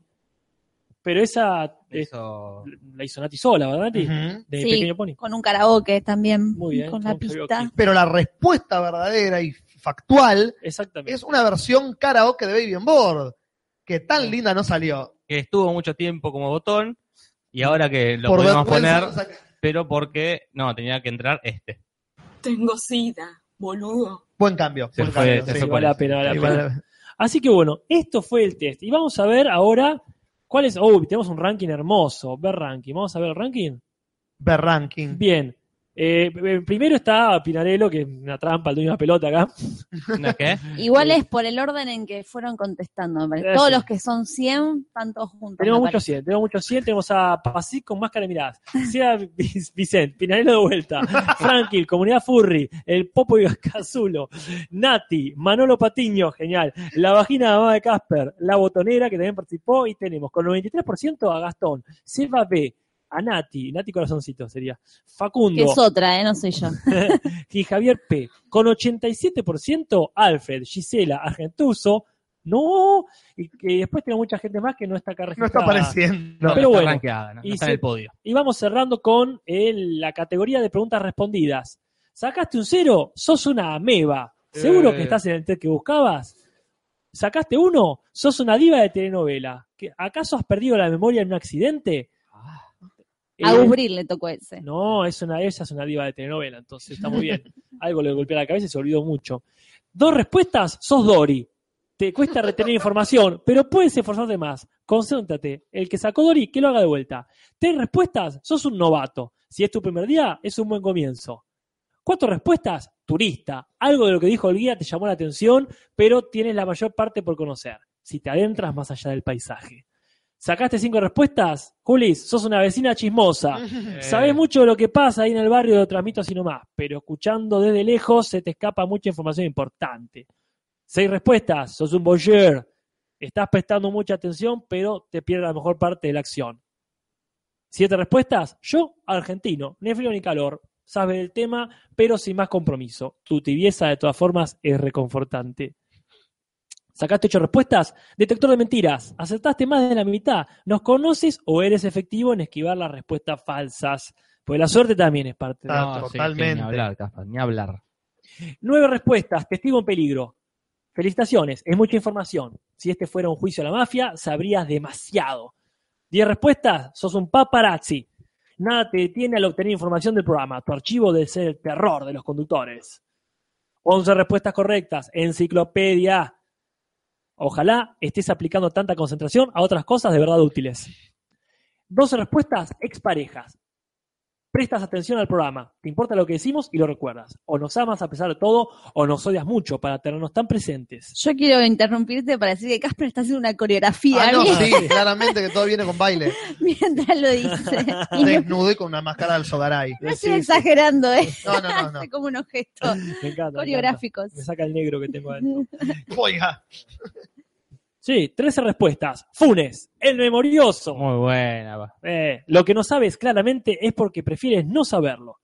Speaker 3: Pero esa eh,
Speaker 5: Eso.
Speaker 3: la hizo Nati sola, ¿verdad, Nati?
Speaker 1: Ujú.
Speaker 3: De
Speaker 2: Sí.
Speaker 3: Pequeño Pony.
Speaker 2: Con un karaoke también.
Speaker 3: Muy bien,
Speaker 2: Con la
Speaker 3: con karaoke.
Speaker 2: pista.
Speaker 1: Pero la respuesta verdadera y factual
Speaker 3: Exactamente.
Speaker 1: es una versión karaoke de Baby on Board. Que tan linda no salió.
Speaker 5: Que estuvo mucho tiempo como botón. Y ahora que lo
Speaker 1: Por
Speaker 5: podemos poner,
Speaker 1: vergüenza, saca-
Speaker 5: pero porque. No, tenía que entrar este.
Speaker 8: Tengo sida, boludo.
Speaker 1: Buen cambio.
Speaker 5: Se
Speaker 1: buen
Speaker 5: fue,
Speaker 1: cambio,
Speaker 5: se
Speaker 1: sí.
Speaker 5: fue.
Speaker 3: Sí, vale la pena, vale la
Speaker 1: Sí,
Speaker 3: pena.
Speaker 1: vale.
Speaker 3: Así que bueno, esto fue el test. Y vamos a ver ahora cuál es. Uy, tenemos un ranking hermoso. Ver ranking. Vamos a ver el ranking.
Speaker 1: Ver ranking.
Speaker 3: Bien. Eh, eh, primero está Pinarello, que es una trampa, el dueño de la pelota acá.
Speaker 5: ¿No es qué?
Speaker 2: Ah, Igual es por el orden en que fueron contestando. me parece.
Speaker 3: Eh,
Speaker 2: Todos
Speaker 3: sí.
Speaker 2: los que son 100, están todos juntos.
Speaker 3: Tenemos
Speaker 2: me
Speaker 3: muchos 100, tenemos muchos 100. Tenemos a Pasic con máscara de miradas. Sea Vicente, Pinarello de vuelta. Frankie, Comunidad Furry, el Popo y Cazulo, Nati, Manolo Patiño, genial. La vagina de mamá de Casper, la botonera que también participó. Y tenemos con 93% a Gastón, Seba B. A Nati, Nati Corazoncito sería,
Speaker 2: parece. Que
Speaker 3: Facundo,
Speaker 2: es otra, ¿eh? No soy yo.
Speaker 3: y Javier P. Con 87%, Alfred, Gisela, Argentuso, no, y que después tiene mucha gente más que no está acá
Speaker 1: No está
Speaker 3: registrada.
Speaker 1: apareciendo.
Speaker 3: Pero
Speaker 5: no
Speaker 3: bueno.
Speaker 5: Está rankeada, no, No
Speaker 3: Y
Speaker 5: está
Speaker 3: se-
Speaker 5: en el podio.
Speaker 3: y vamos cerrando con eh, la categoría de preguntas respondidas. ¿Sacaste un cero? Sos una ameba. ¿Seguro
Speaker 5: Eh.
Speaker 3: que estás en el test que buscabas? ¿Sacaste uno? Sos una diva de telenovela. ¿Qué- ¿Acaso has perdido la memoria en un accidente? Eh,
Speaker 2: A Ubril le tocó ese.
Speaker 3: no, es una, ella es una diva de telenovela, entonces está muy bien. Algo le golpea la cabeza y se olvidó mucho. Dos respuestas, sos Dory. Te cuesta retener información, pero puedes esforzarte más. Concéntrate. El que sacó Dory, que lo haga de vuelta. Tres respuestas, sos un novato. Si es tu primer día, es un buen comienzo. Cuatro respuestas, turista. Algo de lo que dijo el guía te llamó la atención, pero tienes la mayor parte por conocer. Si te adentras más allá del paisaje. ¿Sacaste cinco respuestas? Julis, sos una vecina chismosa.
Speaker 5: Eh,
Speaker 3: Sabés mucho de lo que pasa ahí en el barrio, lo transmito así nomás, pero escuchando desde lejos se te escapa mucha información importante. Seis respuestas, sos un voyeur, estás prestando mucha atención, pero te pierdes la mejor parte de la acción. Siete respuestas, yo argentino, ni frío ni calor, sabes del tema, pero sin más compromiso. Tu tibieza de todas formas es reconfortante. ¿Sacaste ocho respuestas? Detector de mentiras, acertaste más de la mitad. ¿Nos conoces o eres efectivo en esquivar las respuestas falsas? Pues la suerte también es parte de la
Speaker 1: Ah, totalmente.
Speaker 5: ni hablar, Casper, ni hablar.
Speaker 3: Nueve respuestas, testigo en peligro. Felicitaciones, es mucha información. Si este fuera un juicio a la mafia, sabrías demasiado. Diez respuestas, sos un paparazzi. Nada te detiene al obtener información del programa. Tu archivo debe ser el terror de los conductores. Once respuestas correctas, enciclopedia. Ojalá estés aplicando tanta concentración a otras cosas de verdad útiles. 12 respuestas exparejas. Prestas atención al programa, te importa lo que decimos y lo recuerdas. O nos amas a pesar de todo, o nos odias mucho para tenernos tan presentes.
Speaker 2: Yo quiero interrumpirte para decir que Casper está haciendo una coreografía
Speaker 1: Ah, no,
Speaker 2: mien-
Speaker 1: sí, claramente que todo viene con baile.
Speaker 2: mientras lo dice. Y no-
Speaker 1: Desnudo y con una máscara del Sogaray.
Speaker 2: no estoy exagerando, ¿eh?
Speaker 1: No, no, no, no.
Speaker 2: Hace como unos gestos
Speaker 3: Me encanta. me encanta.
Speaker 2: coreográficos.
Speaker 3: Me saca el negro que tengo adentro.
Speaker 1: Oiga,
Speaker 3: Sí, 13 respuestas. Funes, el memorioso.
Speaker 5: Muy buena, va.
Speaker 3: Eh, lo que no sabes claramente es porque prefieres no saberlo.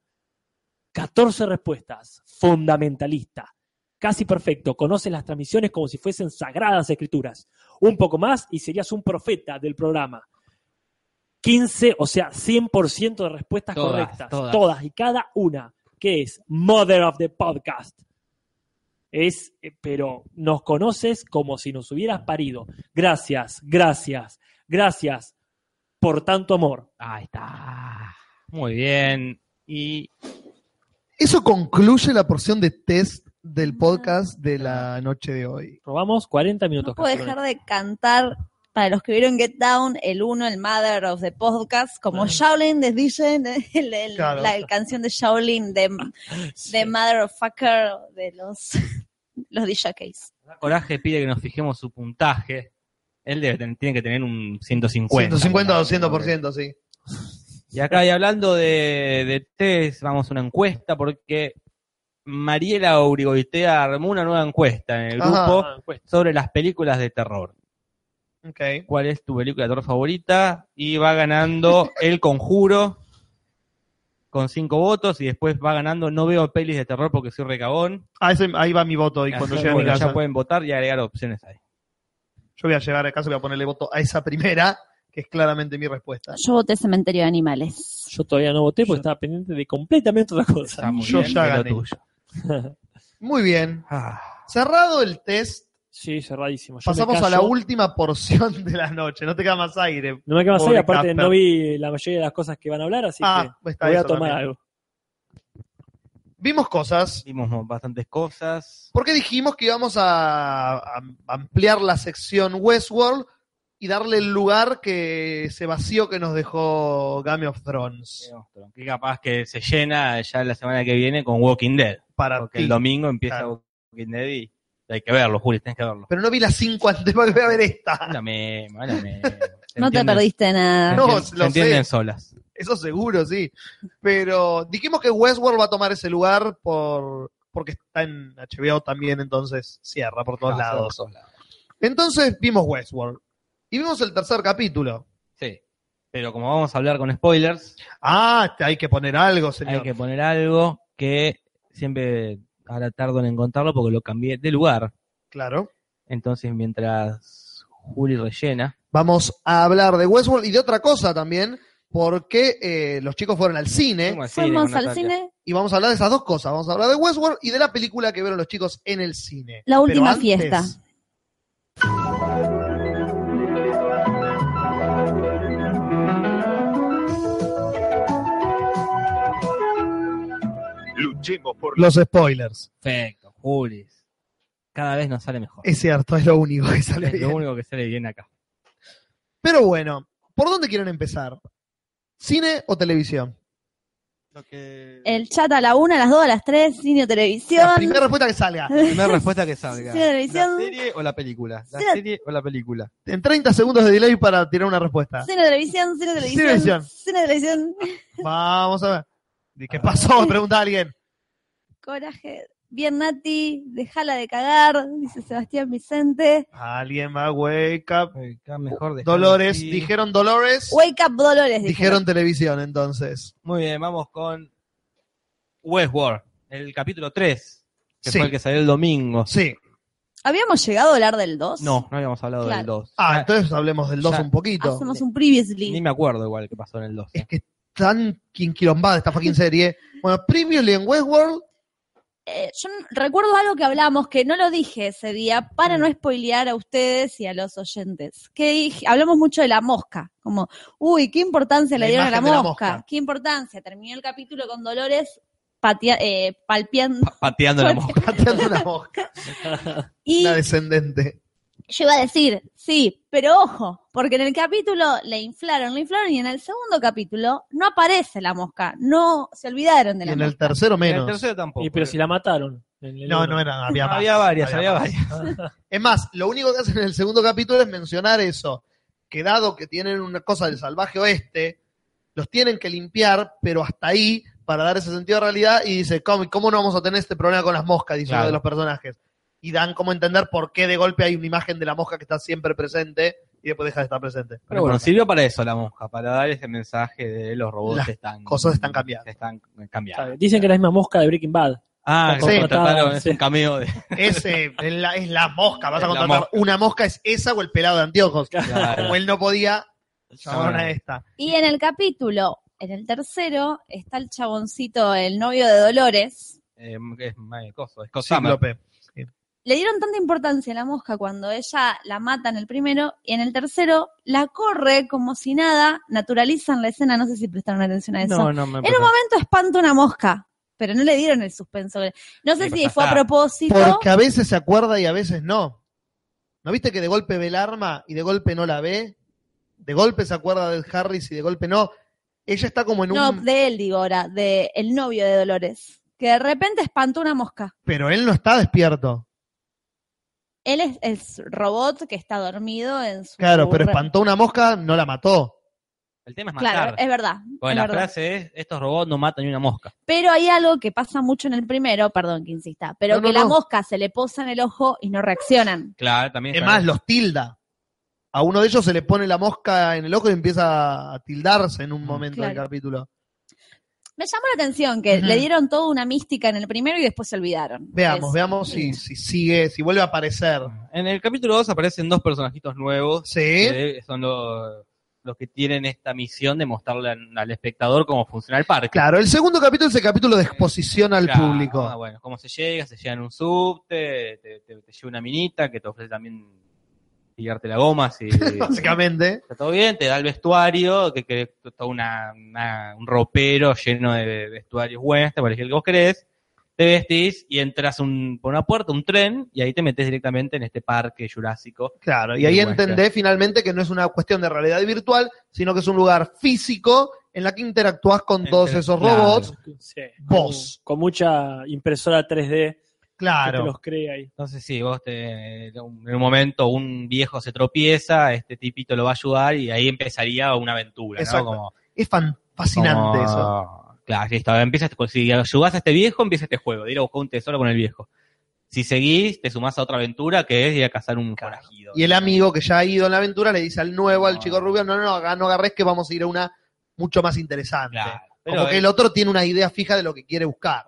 Speaker 3: 14 respuestas. Fundamentalista. Casi perfecto. Conoces las transmisiones como si fuesen sagradas escrituras. Un poco más y serías un profeta del programa. 15, o sea, 100% de respuestas
Speaker 5: Todas,
Speaker 3: correctas.
Speaker 5: todas.
Speaker 3: todas y cada una. Que es Mother of the Podcast. Es, eh, pero nos conoces como si nos hubieras parido. Gracias, gracias, gracias por tanto amor.
Speaker 5: Ahí está. Muy bien. Y
Speaker 1: eso concluye la porción de test del podcast de la noche de hoy.
Speaker 3: Robamos 40
Speaker 2: No
Speaker 3: minutos.
Speaker 2: puedo
Speaker 3: Castellón.
Speaker 2: dejar de cantar para los que vieron Get Down, el uno, el Mother of the Podcast, como Shaolin de DJ, el- el-
Speaker 1: Claro.
Speaker 2: la canción de Shaolin de, de Mother of Fucker de los, los DJs.
Speaker 5: Coraje pide que nos fijemos su puntaje. Él debe ten- tiene que tener un 150.
Speaker 1: 150 o
Speaker 5: ¿no?
Speaker 1: 200%, sí.
Speaker 5: Y acá, y hablando de, de test, vamos a una encuesta porque Mariela Aurigoitea armó una nueva encuesta en el
Speaker 1: Ajá.
Speaker 5: grupo
Speaker 3: Ah, encuesta.
Speaker 5: sobre las películas de terror.
Speaker 1: Ok.
Speaker 5: ¿Cuál es tu película de terror favorita? Y va ganando El Conjuro con cinco votos y después va ganando No veo pelis de terror porque soy recabón.
Speaker 1: Ah, ese- ahí va mi voto y cuando
Speaker 5: Así
Speaker 1: llegue a mi
Speaker 5: que
Speaker 1: casa.
Speaker 5: ya pueden votar y agregar opciones ahí.
Speaker 1: Yo voy a llegar a casa y voy a ponerle voto a esa primera, que es claramente mi respuesta.
Speaker 2: Yo voté Cementerio de Animales.
Speaker 3: Yo todavía no voté porque estaba pendiente de completamente otra cosa.
Speaker 5: Está muy
Speaker 1: Yo
Speaker 5: bien,
Speaker 1: ya
Speaker 5: es lo
Speaker 1: gané.
Speaker 5: tuyo.
Speaker 1: Muy bien.
Speaker 5: Ah,
Speaker 1: Cerrado el test,
Speaker 3: Sí, cerradísimo. Yo me
Speaker 1: pasamos a
Speaker 3: callo.
Speaker 1: la última porción de la noche. No te queda más aire.
Speaker 3: No me queda más
Speaker 1: Pobre
Speaker 3: ahí, aparte
Speaker 1: Casper.
Speaker 3: no vi la mayoría de las cosas que van a hablar, así
Speaker 1: Ah,
Speaker 3: que
Speaker 1: está
Speaker 3: voy a
Speaker 1: eso
Speaker 3: tomar
Speaker 1: también.
Speaker 3: algo.
Speaker 1: Vimos cosas.
Speaker 5: Vimos bastantes cosas.
Speaker 1: Porque dijimos que íbamos a, a ampliar la sección Westworld y darle el lugar que ese vacío que nos dejó Game of Thrones
Speaker 5: Que capaz que se llena ya la semana que viene con Walking Dead.
Speaker 1: para
Speaker 5: Porque
Speaker 1: ti.
Speaker 5: el domingo empieza
Speaker 1: Claro.
Speaker 5: Walking Dead y hay que verlo, Juli, tenés que verlo.
Speaker 1: Pero no vi las cinco antes, voy a ver esta.
Speaker 5: La misma, la misma. Se
Speaker 2: No te
Speaker 5: entienden-
Speaker 2: perdiste
Speaker 5: se
Speaker 2: nada.
Speaker 1: No, lo
Speaker 5: entienden- se
Speaker 1: sé.
Speaker 5: entienden solas.
Speaker 1: Eso seguro, sí. Pero dijimos que Westworld va a tomar ese lugar por porque está en HBO también, entonces cierra por todos
Speaker 5: Ah,
Speaker 1: lados.
Speaker 5: solas, solas.
Speaker 1: Entonces vimos Westworld. Y vimos el tercer capítulo.
Speaker 5: Sí. Pero como vamos a hablar con spoilers,
Speaker 1: Ah, hay que poner algo, señor.
Speaker 5: hay que poner algo que siempre ahora tardo en encontrarlo porque lo cambié de lugar.
Speaker 1: Claro.
Speaker 5: Entonces, mientras Juli rellena,
Speaker 1: Vamos a hablar de Westworld y de otra cosa también, porque eh, los chicos fueron al cine
Speaker 5: ¿Cómo así,
Speaker 2: ¿Eh? Fuimos
Speaker 5: Diego
Speaker 2: al
Speaker 5: Natalia?
Speaker 2: cine,
Speaker 1: y vamos a hablar de esas dos cosas. Vamos a hablar de Westworld y de la película que vieron los chicos en el cine.
Speaker 2: La última
Speaker 1: Pero antes,
Speaker 2: fiesta.
Speaker 9: chingos por
Speaker 1: Los spoilers.
Speaker 5: Perfecto, Julis. Cada vez nos sale mejor.
Speaker 1: Es cierto, es lo único que sale
Speaker 5: Es
Speaker 1: bien.
Speaker 5: lo único que sale bien acá.
Speaker 1: Pero bueno, ¿por dónde quieren empezar? ¿Cine o televisión?
Speaker 10: Lo que-
Speaker 2: El chat a la una, a las dos, a las tres, cine o
Speaker 1: La
Speaker 2: televisión.
Speaker 1: primera respuesta que salga.
Speaker 10: Primera respuesta que salga.
Speaker 2: Cine o
Speaker 10: ¿La
Speaker 2: televisión.
Speaker 10: serie o la película? ¿La
Speaker 2: Sí, la-
Speaker 10: serie o la película?
Speaker 1: En 30 segundos de delay para tirar una respuesta.
Speaker 2: Cine o televisión, cine o
Speaker 1: Cine o
Speaker 2: televisión. Cine o televisión.
Speaker 1: Vamos a ver. ¿De
Speaker 5: Ah.
Speaker 1: ¿Qué pasó? Pregunta a alguien.
Speaker 2: Coraje. Bien, Nati, dejala de cagar, dice Sebastián Vicente.
Speaker 1: Alguien va, wake up.
Speaker 10: Acá mejor dejarlo
Speaker 1: Dolores,
Speaker 10: así.
Speaker 1: dijeron Dolores.
Speaker 2: Wake up Dolores.
Speaker 1: Dijeron televisión, entonces.
Speaker 5: Muy bien, vamos con Westworld, el capítulo 3, que
Speaker 1: Sí.
Speaker 5: fue el que salió el domingo.
Speaker 1: Sí.
Speaker 2: ¿Habíamos llegado a hablar del 2?
Speaker 5: No, no habíamos hablado del
Speaker 2: Claro.
Speaker 5: 2.
Speaker 1: Ah, entonces hablemos del 2
Speaker 5: Ya.
Speaker 1: un poquito.
Speaker 2: Hacemos un previously.
Speaker 5: Ni me acuerdo igual qué pasó en el eh. 2.
Speaker 1: Es que tan quinquilombada esta fucking serie. Bueno, Previously en Westworld.
Speaker 2: Eh, yo n- recuerdo algo que hablamos, que no lo dije ese día, para
Speaker 1: Mm.
Speaker 2: no spoilear a ustedes y a los oyentes. Que dij- hablamos mucho de la mosca. Como, uy, qué importancia
Speaker 1: La
Speaker 2: le dieron a la
Speaker 1: imagen de
Speaker 2: mosca.
Speaker 1: la mosca.
Speaker 2: Qué importancia. Terminó el capítulo con Dolores patea- eh, palpeando.
Speaker 5: Pateando la mosca.
Speaker 1: Pateando una mosca.
Speaker 2: Y
Speaker 1: La descendente.
Speaker 2: yo iba a decir, sí, pero ojo, porque en el capítulo le inflaron, le inflaron, y en el segundo capítulo no aparece la mosca. No se olvidaron de
Speaker 1: Y
Speaker 2: la
Speaker 1: en
Speaker 2: mosca.
Speaker 1: el tercero
Speaker 5: En el
Speaker 1: menos.
Speaker 5: tercero tampoco. eh.
Speaker 3: Y pero si la mataron. en el
Speaker 1: No,
Speaker 3: uno.
Speaker 1: no era, había más.
Speaker 5: había varias, había
Speaker 1: más.
Speaker 5: varias.
Speaker 1: Es más, lo único que hacen en el segundo capítulo es mencionar eso. Que dado que tienen una cosa del salvaje oeste, los tienen que limpiar, pero hasta ahí, para dar ese sentido de realidad, y dice, ¿cómo, cómo no vamos a tener este problema con las moscas? Dice uno
Speaker 5: Claro.
Speaker 1: de los personajes. Y dan como entender por qué de golpe hay una imagen de la mosca que está siempre presente y después deja de estar presente.
Speaker 5: Pero bueno, sirvió para eso la mosca, para dar ese mensaje de los robots
Speaker 1: Las
Speaker 5: están.
Speaker 1: cosas están cambiando.
Speaker 5: Están
Speaker 3: Está bien.
Speaker 5: cambiando.
Speaker 3: Dicen que es la misma mosca de Breaking Bad.
Speaker 5: Ah,
Speaker 1: Está
Speaker 5: sí,
Speaker 3: contratada,
Speaker 5: contrataron, es
Speaker 3: sí.
Speaker 5: un cameo de.
Speaker 1: Ese es la, es la mosca, vas a
Speaker 5: Es la
Speaker 1: contratar
Speaker 5: mosca.
Speaker 1: una mosca, es esa o el pelado de anteojos. Como él no podía, llamaron
Speaker 5: Llamaron.
Speaker 1: a esta.
Speaker 2: Y en el capítulo, en el tercero, está el chaboncito, el novio de Dolores.
Speaker 5: Eh, es Mike Coso, es Coso
Speaker 1: Sí,
Speaker 5: Summer.
Speaker 1: Lope.
Speaker 2: Le dieron tanta importancia a la mosca cuando ella la mata en el primero y en el tercero la corre como si nada, naturalizan la escena, no sé si prestaron atención a eso.
Speaker 5: No, no me
Speaker 2: en un momento espanta una mosca, pero no le dieron el suspenso. No sé
Speaker 5: Sí,
Speaker 2: si
Speaker 5: ya
Speaker 2: fue a
Speaker 5: está.
Speaker 2: propósito.
Speaker 1: Porque a veces se acuerda y a veces no. ¿No viste que de golpe ve el arma y de golpe no la ve? De golpe se acuerda de Harris y de golpe no. Ella está como en un...
Speaker 2: No, de él digo ahora, de el novio de Dolores, que de repente espantó una mosca.
Speaker 1: Pero él no está despierto.
Speaker 2: Él es el robot que está dormido en su
Speaker 1: Claro, pero
Speaker 2: re-
Speaker 1: espantó una mosca, no la mató.
Speaker 5: El tema es matar.
Speaker 2: Claro, es verdad.
Speaker 5: Bueno,
Speaker 2: es
Speaker 5: la
Speaker 2: verdad.
Speaker 5: frase es: estos robots no matan ni una mosca.
Speaker 2: Pero hay algo que pasa mucho en el primero, perdón que insista, pero
Speaker 1: No, no,
Speaker 2: que la
Speaker 1: no.
Speaker 2: mosca se le posa en el ojo y no reaccionan.
Speaker 5: Claro, también.
Speaker 1: Es más, los tilda. A uno de ellos se le pone la mosca en el ojo y empieza a tildarse
Speaker 5: Mm,
Speaker 1: en un momento del
Speaker 2: Claro.
Speaker 1: capítulo.
Speaker 2: Me llamó la atención que
Speaker 1: Ujú.
Speaker 2: le dieron toda una mística en el primero y después se olvidaron.
Speaker 1: Veamos,
Speaker 2: Es-
Speaker 1: veamos si, si sigue, si vuelve a aparecer.
Speaker 5: En el capítulo 2 aparecen dos personajitos nuevos.
Speaker 1: Sí.
Speaker 5: que son los, los que tienen esta misión de mostrarle al, al espectador cómo funciona el parque.
Speaker 1: Claro, el segundo capítulo es el capítulo de exposición al
Speaker 5: Claro,
Speaker 1: público.
Speaker 5: ah, bueno, cómo se llega, se llega en un subte, te, te- te lleva una minita que te ofrece también tirarte la goma si está
Speaker 1: Básicamente.
Speaker 5: todo bien, te da el vestuario, que, que es todo una, una- un ropero lleno de vestuarios western, para elegir el que vos querés, te vestís y entras un- por una puerta, un tren, y ahí te metes directamente en este parque jurásico.
Speaker 1: Claro, y
Speaker 5: Muy
Speaker 1: ahí
Speaker 5: buena.
Speaker 1: entendés finalmente que no es una cuestión de realidad virtual, sino que es un lugar físico en la que interactúas con todos
Speaker 5: Entre-
Speaker 1: esos
Speaker 5: claro.
Speaker 1: robots.
Speaker 3: Sí.
Speaker 1: Vos.
Speaker 3: Con, con mucha impresora 3D que te
Speaker 1: Claro.
Speaker 3: los crea ahí.
Speaker 5: Entonces sí, vos te, en un momento un viejo se tropieza, este tipito lo va a ayudar y ahí empezaría una aventura,
Speaker 1: Exacto.
Speaker 5: ¿no? Como,
Speaker 1: Es fan- fascinante
Speaker 5: como-
Speaker 1: eso.
Speaker 5: Claro, listo, empieza, este- si ayudás a este viejo, empieza este juego, de ir a buscar un tesoro con el viejo. Si seguís, te sumás a otra aventura que es ir a cazar un forajido.
Speaker 1: Y el amigo que ya ha ido en la aventura le dice al nuevo, al
Speaker 5: No.
Speaker 1: chico rubio, no, no, no, acá no agarres que vamos a ir a una mucho más interesante.
Speaker 5: Claro, pero
Speaker 1: Como que
Speaker 5: es-
Speaker 1: el otro tiene una idea fija de lo que quiere buscar.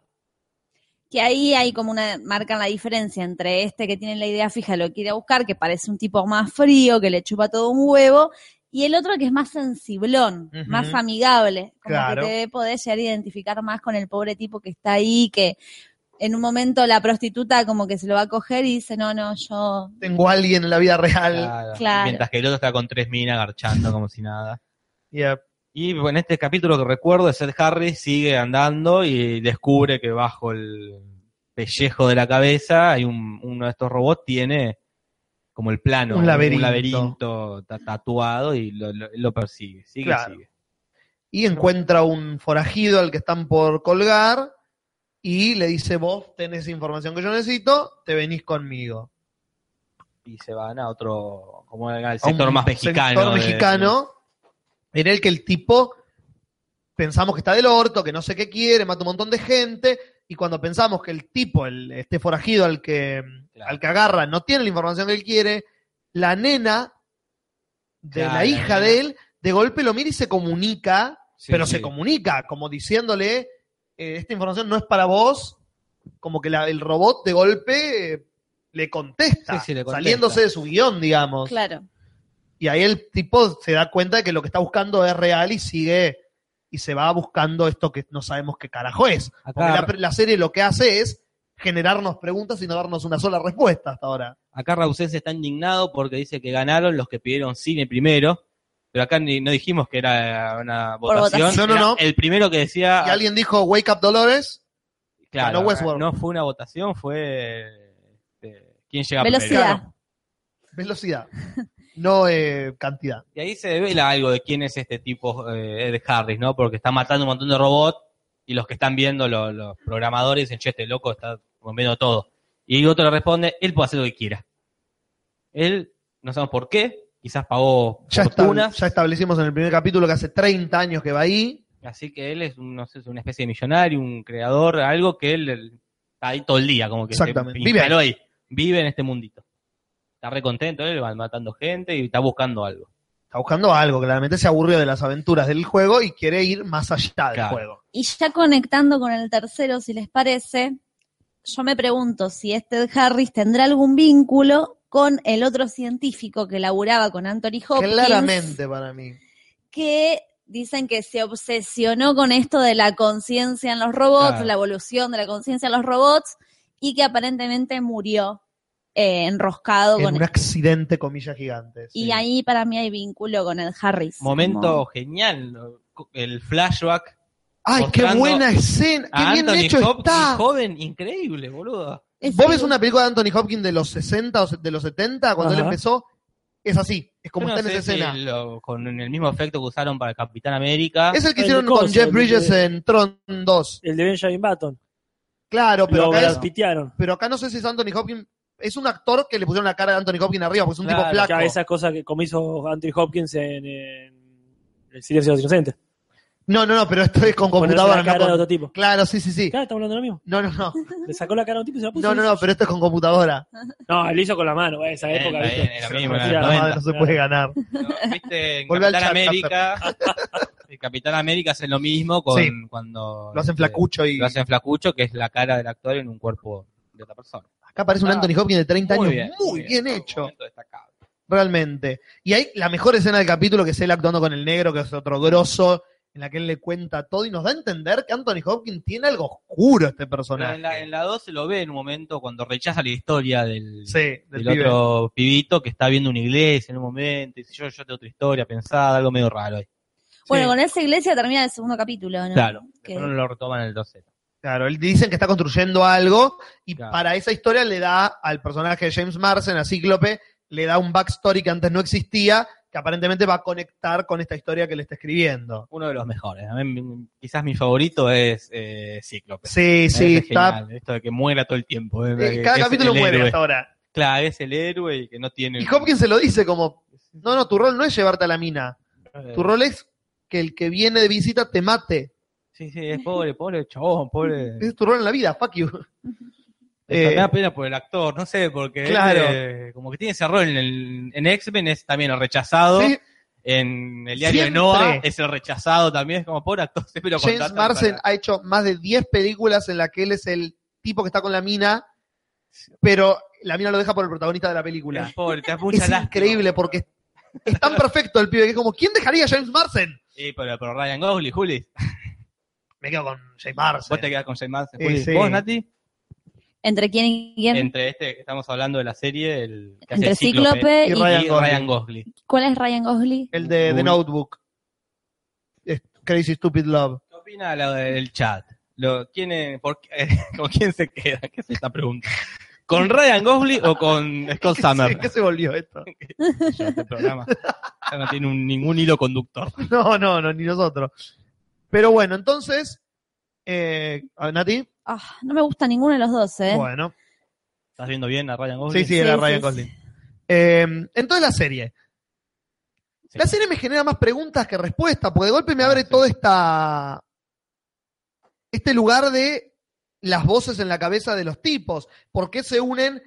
Speaker 2: Que ahí hay como una, marcan la diferencia entre este que tiene la idea fija, lo que quiere buscar, que parece un tipo más frío, que le chupa todo un huevo, y el otro que es más sensiblón,
Speaker 1: Ujú.
Speaker 2: más amigable, como
Speaker 1: Claro.
Speaker 2: que te podés llegar a identificar más con el pobre tipo que está ahí, que en un momento la prostituta como que se lo va a coger y dice, no, no, yo...
Speaker 1: Tengo a alguien en la vida real.
Speaker 5: Claro.
Speaker 2: Claro.
Speaker 5: Mientras que el otro está con tres minas garchando como si nada.
Speaker 1: Yeah.
Speaker 5: Y bueno, este capítulo que recuerdo es Ed Harris sigue andando y descubre que bajo el pellejo de la cabeza hay un, uno de estos robots tiene como el plano,
Speaker 1: Un laberinto.
Speaker 5: laberinto ta- tatuado y lo, lo- lo persigue, sigue,
Speaker 1: Claro.
Speaker 5: sigue.
Speaker 1: y encuentra un forajido al que están por colgar y le dice, vos tenés información que yo necesito, te venís conmigo.
Speaker 5: Y se van a otro, como al
Speaker 1: A un
Speaker 5: sector más mexicano.
Speaker 1: sector
Speaker 5: de-
Speaker 1: mexicano, en el que el tipo pensamos que está del orto, que no sé qué quiere, mata un montón de gente, y cuando pensamos que el tipo, el, este forajido al que,
Speaker 5: Claro.
Speaker 1: al que agarra, no tiene la información que él quiere, la nena de
Speaker 5: Claro,
Speaker 1: la
Speaker 5: la
Speaker 1: hija
Speaker 5: nena.
Speaker 1: de él, de golpe lo mira y se comunica,
Speaker 5: Sí,
Speaker 1: pero
Speaker 5: sí.
Speaker 1: se comunica, como diciéndole, eh, esta información no es para vos, como que la- el robot de golpe eh, le contesta,
Speaker 5: Sí, sí, le contesta.
Speaker 1: saliéndose de su guión, digamos.
Speaker 2: Claro.
Speaker 1: Y ahí el tipo se da cuenta de que lo que está buscando es real y sigue y se va buscando esto que no sabemos qué carajo es.
Speaker 5: Acá-
Speaker 1: Porque la, la serie lo que hace es generarnos preguntas y no darnos una sola respuesta hasta ahora.
Speaker 5: Acá Rausés está indignado porque dice que ganaron los que pidieron cine primero, pero acá ni- no dijimos que era una
Speaker 2: Por
Speaker 5: votación.
Speaker 1: votación. No, no,
Speaker 5: era
Speaker 1: no.
Speaker 5: El primero que decía.
Speaker 1: Y alguien dijo Wake Up Dolores,
Speaker 5: claro,
Speaker 1: ganó Westworld.
Speaker 5: No fue una votación, fue. este, ¿Quién llega
Speaker 2: Velocidad.
Speaker 5: primero?
Speaker 1: velocidad, no eh, cantidad.
Speaker 5: Y ahí se devela algo de quién es este tipo eh, Ed Harris, ¿no? Porque está matando un montón de robots y los que están viendo lo- los programadores dicen, che, este loco está comiendo todo. Y otro le responde, él puede hacer lo que quiera. Él, no sabemos por qué, quizás pagó
Speaker 1: Ya, está-
Speaker 5: fortunas.
Speaker 1: ya establecimos en el primer capítulo que hace 30 años que va ahí.
Speaker 5: Así que él es, un, no sé, es una especie de millonario, un creador, algo que él, él está ahí todo el día, como que se
Speaker 1: Exactamente. Vive
Speaker 5: instaló ahí, vive en este mundito. Está re contento, él va matando gente y está buscando algo.
Speaker 1: Está buscando algo, claramente se aburrió de las aventuras del juego y quiere ir más allá del
Speaker 5: Claro.
Speaker 1: juego.
Speaker 2: Y ya conectando con el tercero, si les parece, yo me pregunto si este Harris tendrá algún vínculo con el otro científico que laburaba con Anthony Hopkins.
Speaker 1: Claramente para mí.
Speaker 2: que dicen que se obsesionó con esto de la conciencia en los robots,
Speaker 5: Claro.
Speaker 2: la evolución de la conciencia en los robots, y que aparentemente murió eh, enroscado
Speaker 1: En
Speaker 2: con...
Speaker 1: un accidente, comillas gigantes.
Speaker 2: Y
Speaker 1: Sí.
Speaker 2: ahí para mí hay vínculo con el Harris.
Speaker 5: Momento
Speaker 2: como-
Speaker 5: genial, ¿no? el flashback
Speaker 1: ¡Ay, qué
Speaker 5: mostrando
Speaker 1: buena escena! ¡Qué
Speaker 5: a
Speaker 1: bien
Speaker 5: Anthony
Speaker 1: hecho
Speaker 5: Hopkins,
Speaker 1: está!
Speaker 5: joven, increíble, boludo.
Speaker 2: Es-
Speaker 1: Vos ves una película de Anthony Hopkins de los 60 o se- de los 70, cuando él
Speaker 3: Ajá.
Speaker 1: empezó, es así, es como
Speaker 5: Yo no
Speaker 1: está en esa
Speaker 5: sé si
Speaker 1: escena.
Speaker 5: lo- con el mismo efecto que usaron para Capitán América.
Speaker 1: Es el que
Speaker 3: El
Speaker 1: hicieron
Speaker 3: de
Speaker 1: con
Speaker 3: Coso,
Speaker 1: Jeff
Speaker 3: el
Speaker 1: Bridges
Speaker 3: de-
Speaker 1: en Tron 2.
Speaker 3: El de Benjamin Button.
Speaker 1: Claro, pero
Speaker 3: Lo
Speaker 1: acá, es-
Speaker 3: graspitearon.
Speaker 1: pero acá no sé si es Anthony Hopkins. Es un actor que le pusieron la cara de Anthony Hopkins arriba, porque es un
Speaker 5: Claro,
Speaker 1: tipo flaco.
Speaker 3: Acá esa cosa que como hizo Anthony Hopkins en, en El silencio de los inocentes.
Speaker 1: No, no, no, pero esto es con
Speaker 3: Ponerle
Speaker 1: computadora.
Speaker 3: la cara
Speaker 1: no con-
Speaker 3: de otro tipo.
Speaker 1: Claro, sí, sí, sí.
Speaker 3: Claro, estamos hablando de lo mismo.
Speaker 1: No, no, no.
Speaker 3: Le sacó la cara a un tipo y se la puso.
Speaker 1: No, no, no, pero esto es con computadora.
Speaker 3: No, él hizo con la mano, eh, esa
Speaker 5: Bien,
Speaker 3: época,
Speaker 5: bien,
Speaker 3: ¿viste?
Speaker 5: era
Speaker 3: Se
Speaker 5: mismo,
Speaker 3: lo
Speaker 5: era
Speaker 1: La
Speaker 3: metía a la
Speaker 5: noventa.
Speaker 1: madre no se puede ganar.
Speaker 5: No, ¿Viste? En
Speaker 1: Volvé al
Speaker 5: Capitán
Speaker 1: chat,
Speaker 5: América. el Capitán América hace lo mismo con
Speaker 1: Sí.
Speaker 5: cuando.
Speaker 1: Lo hacen
Speaker 5: este,
Speaker 1: flacucho y.
Speaker 5: Lo hacen flacucho, que es la cara del actor en un cuerpo de otra persona.
Speaker 1: Acá aparece un
Speaker 5: Ah,
Speaker 1: Anthony Hopkins de 30 años muy bien
Speaker 5: un
Speaker 1: hecho.
Speaker 5: momento destacable.
Speaker 1: Realmente. Y hay la mejor escena del capítulo que es él actuando con el negro, que es otro grosso, en la que él le cuenta todo y nos da a entender que Anthony Hopkins tiene algo oscuro este
Speaker 5: Pero
Speaker 1: personaje.
Speaker 5: en la, en la 2 se lo ve en un momento cuando rechaza la historia del,
Speaker 1: sí, del
Speaker 5: del
Speaker 1: pibe.
Speaker 5: otro pibito que está viendo una iglesia en un momento. Y dice, yo, yo tengo otra historia pensada, algo medio raro. ahí.
Speaker 2: Bueno,
Speaker 1: Sí.
Speaker 2: con esa iglesia termina el segundo capítulo, ¿no?
Speaker 5: Claro.
Speaker 2: Que-
Speaker 5: Pero no lo retoman en el 12.
Speaker 1: Claro, él dicen que está construyendo algo y
Speaker 5: Claro.
Speaker 1: para esa historia le da al personaje de James Marsden, a Cíclope, le da un backstory que antes no existía, que aparentemente va a conectar con esta historia que le está escribiendo.
Speaker 5: Uno de los mejores. A mí, mm, quizás mi favorito es eh, Cíclope.
Speaker 1: Sí,
Speaker 5: Me
Speaker 1: sí,
Speaker 5: parece
Speaker 1: está.
Speaker 5: genial, Esto de que muera todo el tiempo. eh,
Speaker 1: eh,
Speaker 5: que
Speaker 1: cada
Speaker 5: es
Speaker 1: capítulo
Speaker 5: el
Speaker 1: muere
Speaker 5: héroe.
Speaker 1: hasta ahora.
Speaker 5: Claro, es el héroe y que no tiene.
Speaker 1: Y Hopkins se lo dice como, no, no, tu rol no es llevarte a la mina,
Speaker 5: Eh,
Speaker 1: tu rol es que el que viene de visita te mate.
Speaker 5: Sí, sí, es pobre, pobre chabón, pobre.
Speaker 1: Ese es tu rol en la vida, fuck you.
Speaker 5: Pero me
Speaker 1: Eh,
Speaker 5: da pena por el actor, no sé, porque él,
Speaker 1: Claro.
Speaker 5: eh, como que tiene ese rol en, el- en X-Men, es también el rechazado.
Speaker 1: sí,
Speaker 5: En el diario
Speaker 1: Siempre.
Speaker 5: de Noah es el rechazado también, es como pobre actor, siempre lo
Speaker 1: James
Speaker 5: contratan
Speaker 1: Marsden
Speaker 5: para-
Speaker 1: ha hecho más de 10 películas en las que él es el tipo que está con la mina, pero la mina lo deja por el protagonista de la película.
Speaker 5: Es pobre, te da mucha
Speaker 1: Es
Speaker 5: lástima.
Speaker 1: increíble porque es tan perfecto el pibe que es como, ¿quién dejaría a James Marsden?
Speaker 5: Sí, pero, pero Ryan Gosling, Juli.
Speaker 1: Me quedo con James
Speaker 5: Vos te
Speaker 1: Marsden.
Speaker 5: quedás con James Marsden,
Speaker 1: Eh,
Speaker 5: Juli.
Speaker 1: sí.
Speaker 5: ¿Vos, Nati?
Speaker 2: Entre quién y quién.
Speaker 5: Entre este que estamos hablando de la serie, el que
Speaker 2: Entre
Speaker 5: hace
Speaker 2: Cíclope
Speaker 5: Cíclope, y,
Speaker 2: y-
Speaker 5: Ryan,
Speaker 1: Ryan
Speaker 5: Gosling.
Speaker 2: ¿Cuál es Ryan Gosling?
Speaker 1: El de The
Speaker 5: Uy.
Speaker 1: Notebook. Crazy Stupid Love.
Speaker 5: ¿Qué opina la del chat? Lo, ¿quién es- por qué- ¿Con quién se queda? ¿Qué es esta pregunta? ¿Con Ryan Gosling o con Scott Summer?
Speaker 1: ¿Qué se volvió esto?
Speaker 5: Este programa ya no tiene un- ningún hilo conductor.
Speaker 1: No, no, no, ni nosotros. Pero bueno, entonces, eh, a ver, Nati,
Speaker 2: Ah, no me gusta ninguno de los dos, ¿eh?
Speaker 1: bueno,
Speaker 5: ¿Estás viendo bien a Ryan Gosling?
Speaker 1: sí, sí, era
Speaker 2: Sí,
Speaker 1: Ryan
Speaker 2: sí,
Speaker 1: Gosling. Eh, entonces la serie.
Speaker 5: Sí.
Speaker 1: La serie me genera más preguntas que respuestas, porque de golpe me abre
Speaker 5: Ah, sí.
Speaker 1: todo esta este lugar de las voces en la cabeza de los tipos. ¿Por qué se unen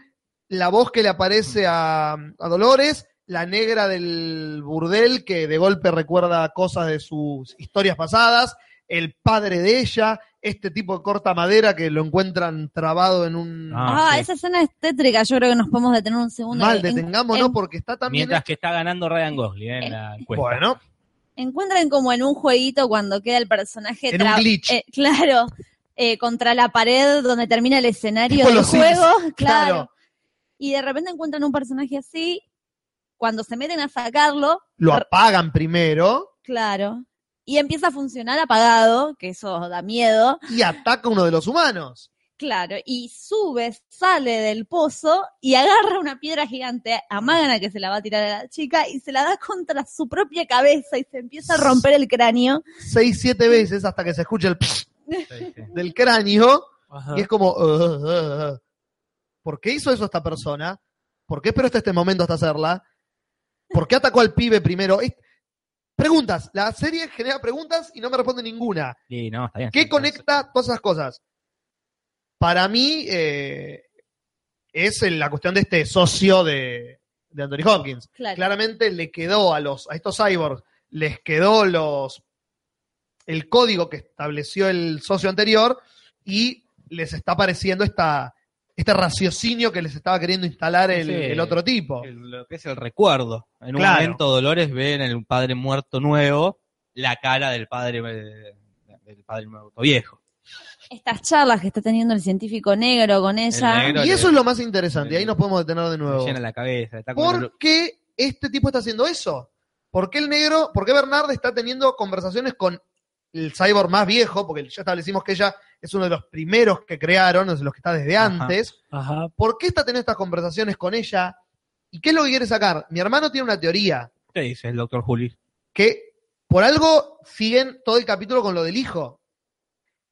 Speaker 1: la voz que le aparece a, a Dolores, la negra del burdel que de golpe recuerda cosas de sus historias pasadas, el padre de ella, este tipo de corta madera que lo encuentran trabado en un...
Speaker 5: Ah,
Speaker 2: Ah,
Speaker 5: sí.
Speaker 2: esa escena es tétrica, yo creo que nos podemos detener un segundo.
Speaker 1: Mal,
Speaker 2: En-
Speaker 1: detengámonos
Speaker 2: en-
Speaker 1: porque está también...
Speaker 5: Mientras que está ganando Ryan Gosling eh, en la encuesta.
Speaker 1: Bueno,
Speaker 2: encuentran como en un jueguito cuando queda el personaje
Speaker 1: En un
Speaker 2: tra-
Speaker 1: glitch.
Speaker 2: eh, claro eh, contra la pared donde termina el escenario
Speaker 1: Tipo
Speaker 2: del
Speaker 1: los Sims,
Speaker 2: juego claro.
Speaker 1: claro.
Speaker 2: y de repente encuentran un personaje así cuando se meten a sacarlo
Speaker 1: lo apagan primero.
Speaker 2: claro y empieza a funcionar apagado que eso da miedo
Speaker 1: y ataca a uno de los humanos.
Speaker 2: claro y sube sale del pozo y agarra una piedra gigante amagan a que se la va a tirar a la chica y se la da contra su propia cabeza y se empieza a romper el cráneo
Speaker 1: Seis, siete veces hasta que se escucha el
Speaker 5: Sí, sí.
Speaker 1: del cráneo
Speaker 3: Ajá.
Speaker 1: y es como, "Uh, "Ugh, ugh, ugh". ¿por qué hizo eso esta persona? ¿Por qué esperó hasta este momento hasta hacerla? ¿Por qué atacó al pibe primero? Es- Preguntas. La serie genera preguntas y no me responde ninguna.
Speaker 5: Sí, no, está bien.
Speaker 1: ¿Qué e-
Speaker 5: Sí,
Speaker 1: conecta todas esas cosas? Para mí eh, es el- la cuestión de este socio de, de Anthony Hopkins.
Speaker 2: Claro.
Speaker 1: Claramente le quedó a los a estos cyborgs, les quedó los el código que estableció el socio anterior y les está apareciendo esta, este raciocinio que les estaba queriendo instalar el,
Speaker 5: Sí.
Speaker 1: el otro tipo.
Speaker 5: el- lo que es el recuerdo. En un
Speaker 1: Claro.
Speaker 5: momento Dolores ve en el padre muerto nuevo la cara del padre eh, del padre muerto viejo.
Speaker 2: estas charlas que está teniendo el científico negro con ella.
Speaker 5: negro
Speaker 1: Y
Speaker 5: le-
Speaker 1: eso es lo más interesante, y ahí nos podemos detener de
Speaker 5: le
Speaker 1: nuevo.
Speaker 5: llena la cabeza. Está con el-
Speaker 1: ¿Por qué este tipo está haciendo eso? ¿Por qué el negro, por qué Bernard está teniendo conversaciones con el cyborg más viejo? Porque ya establecimos que ella es uno de los primeros que crearon, es de los que está desde
Speaker 5: Ajá.
Speaker 1: antes.
Speaker 3: Ajá.
Speaker 1: ¿Por qué está teniendo estas conversaciones con ella? ¿Y qué es lo que quiere sacar? Mi hermano tiene una teoría
Speaker 5: ¿Qué dice el doctor Juli?
Speaker 1: que por algo siguen todo el capítulo con lo del hijo.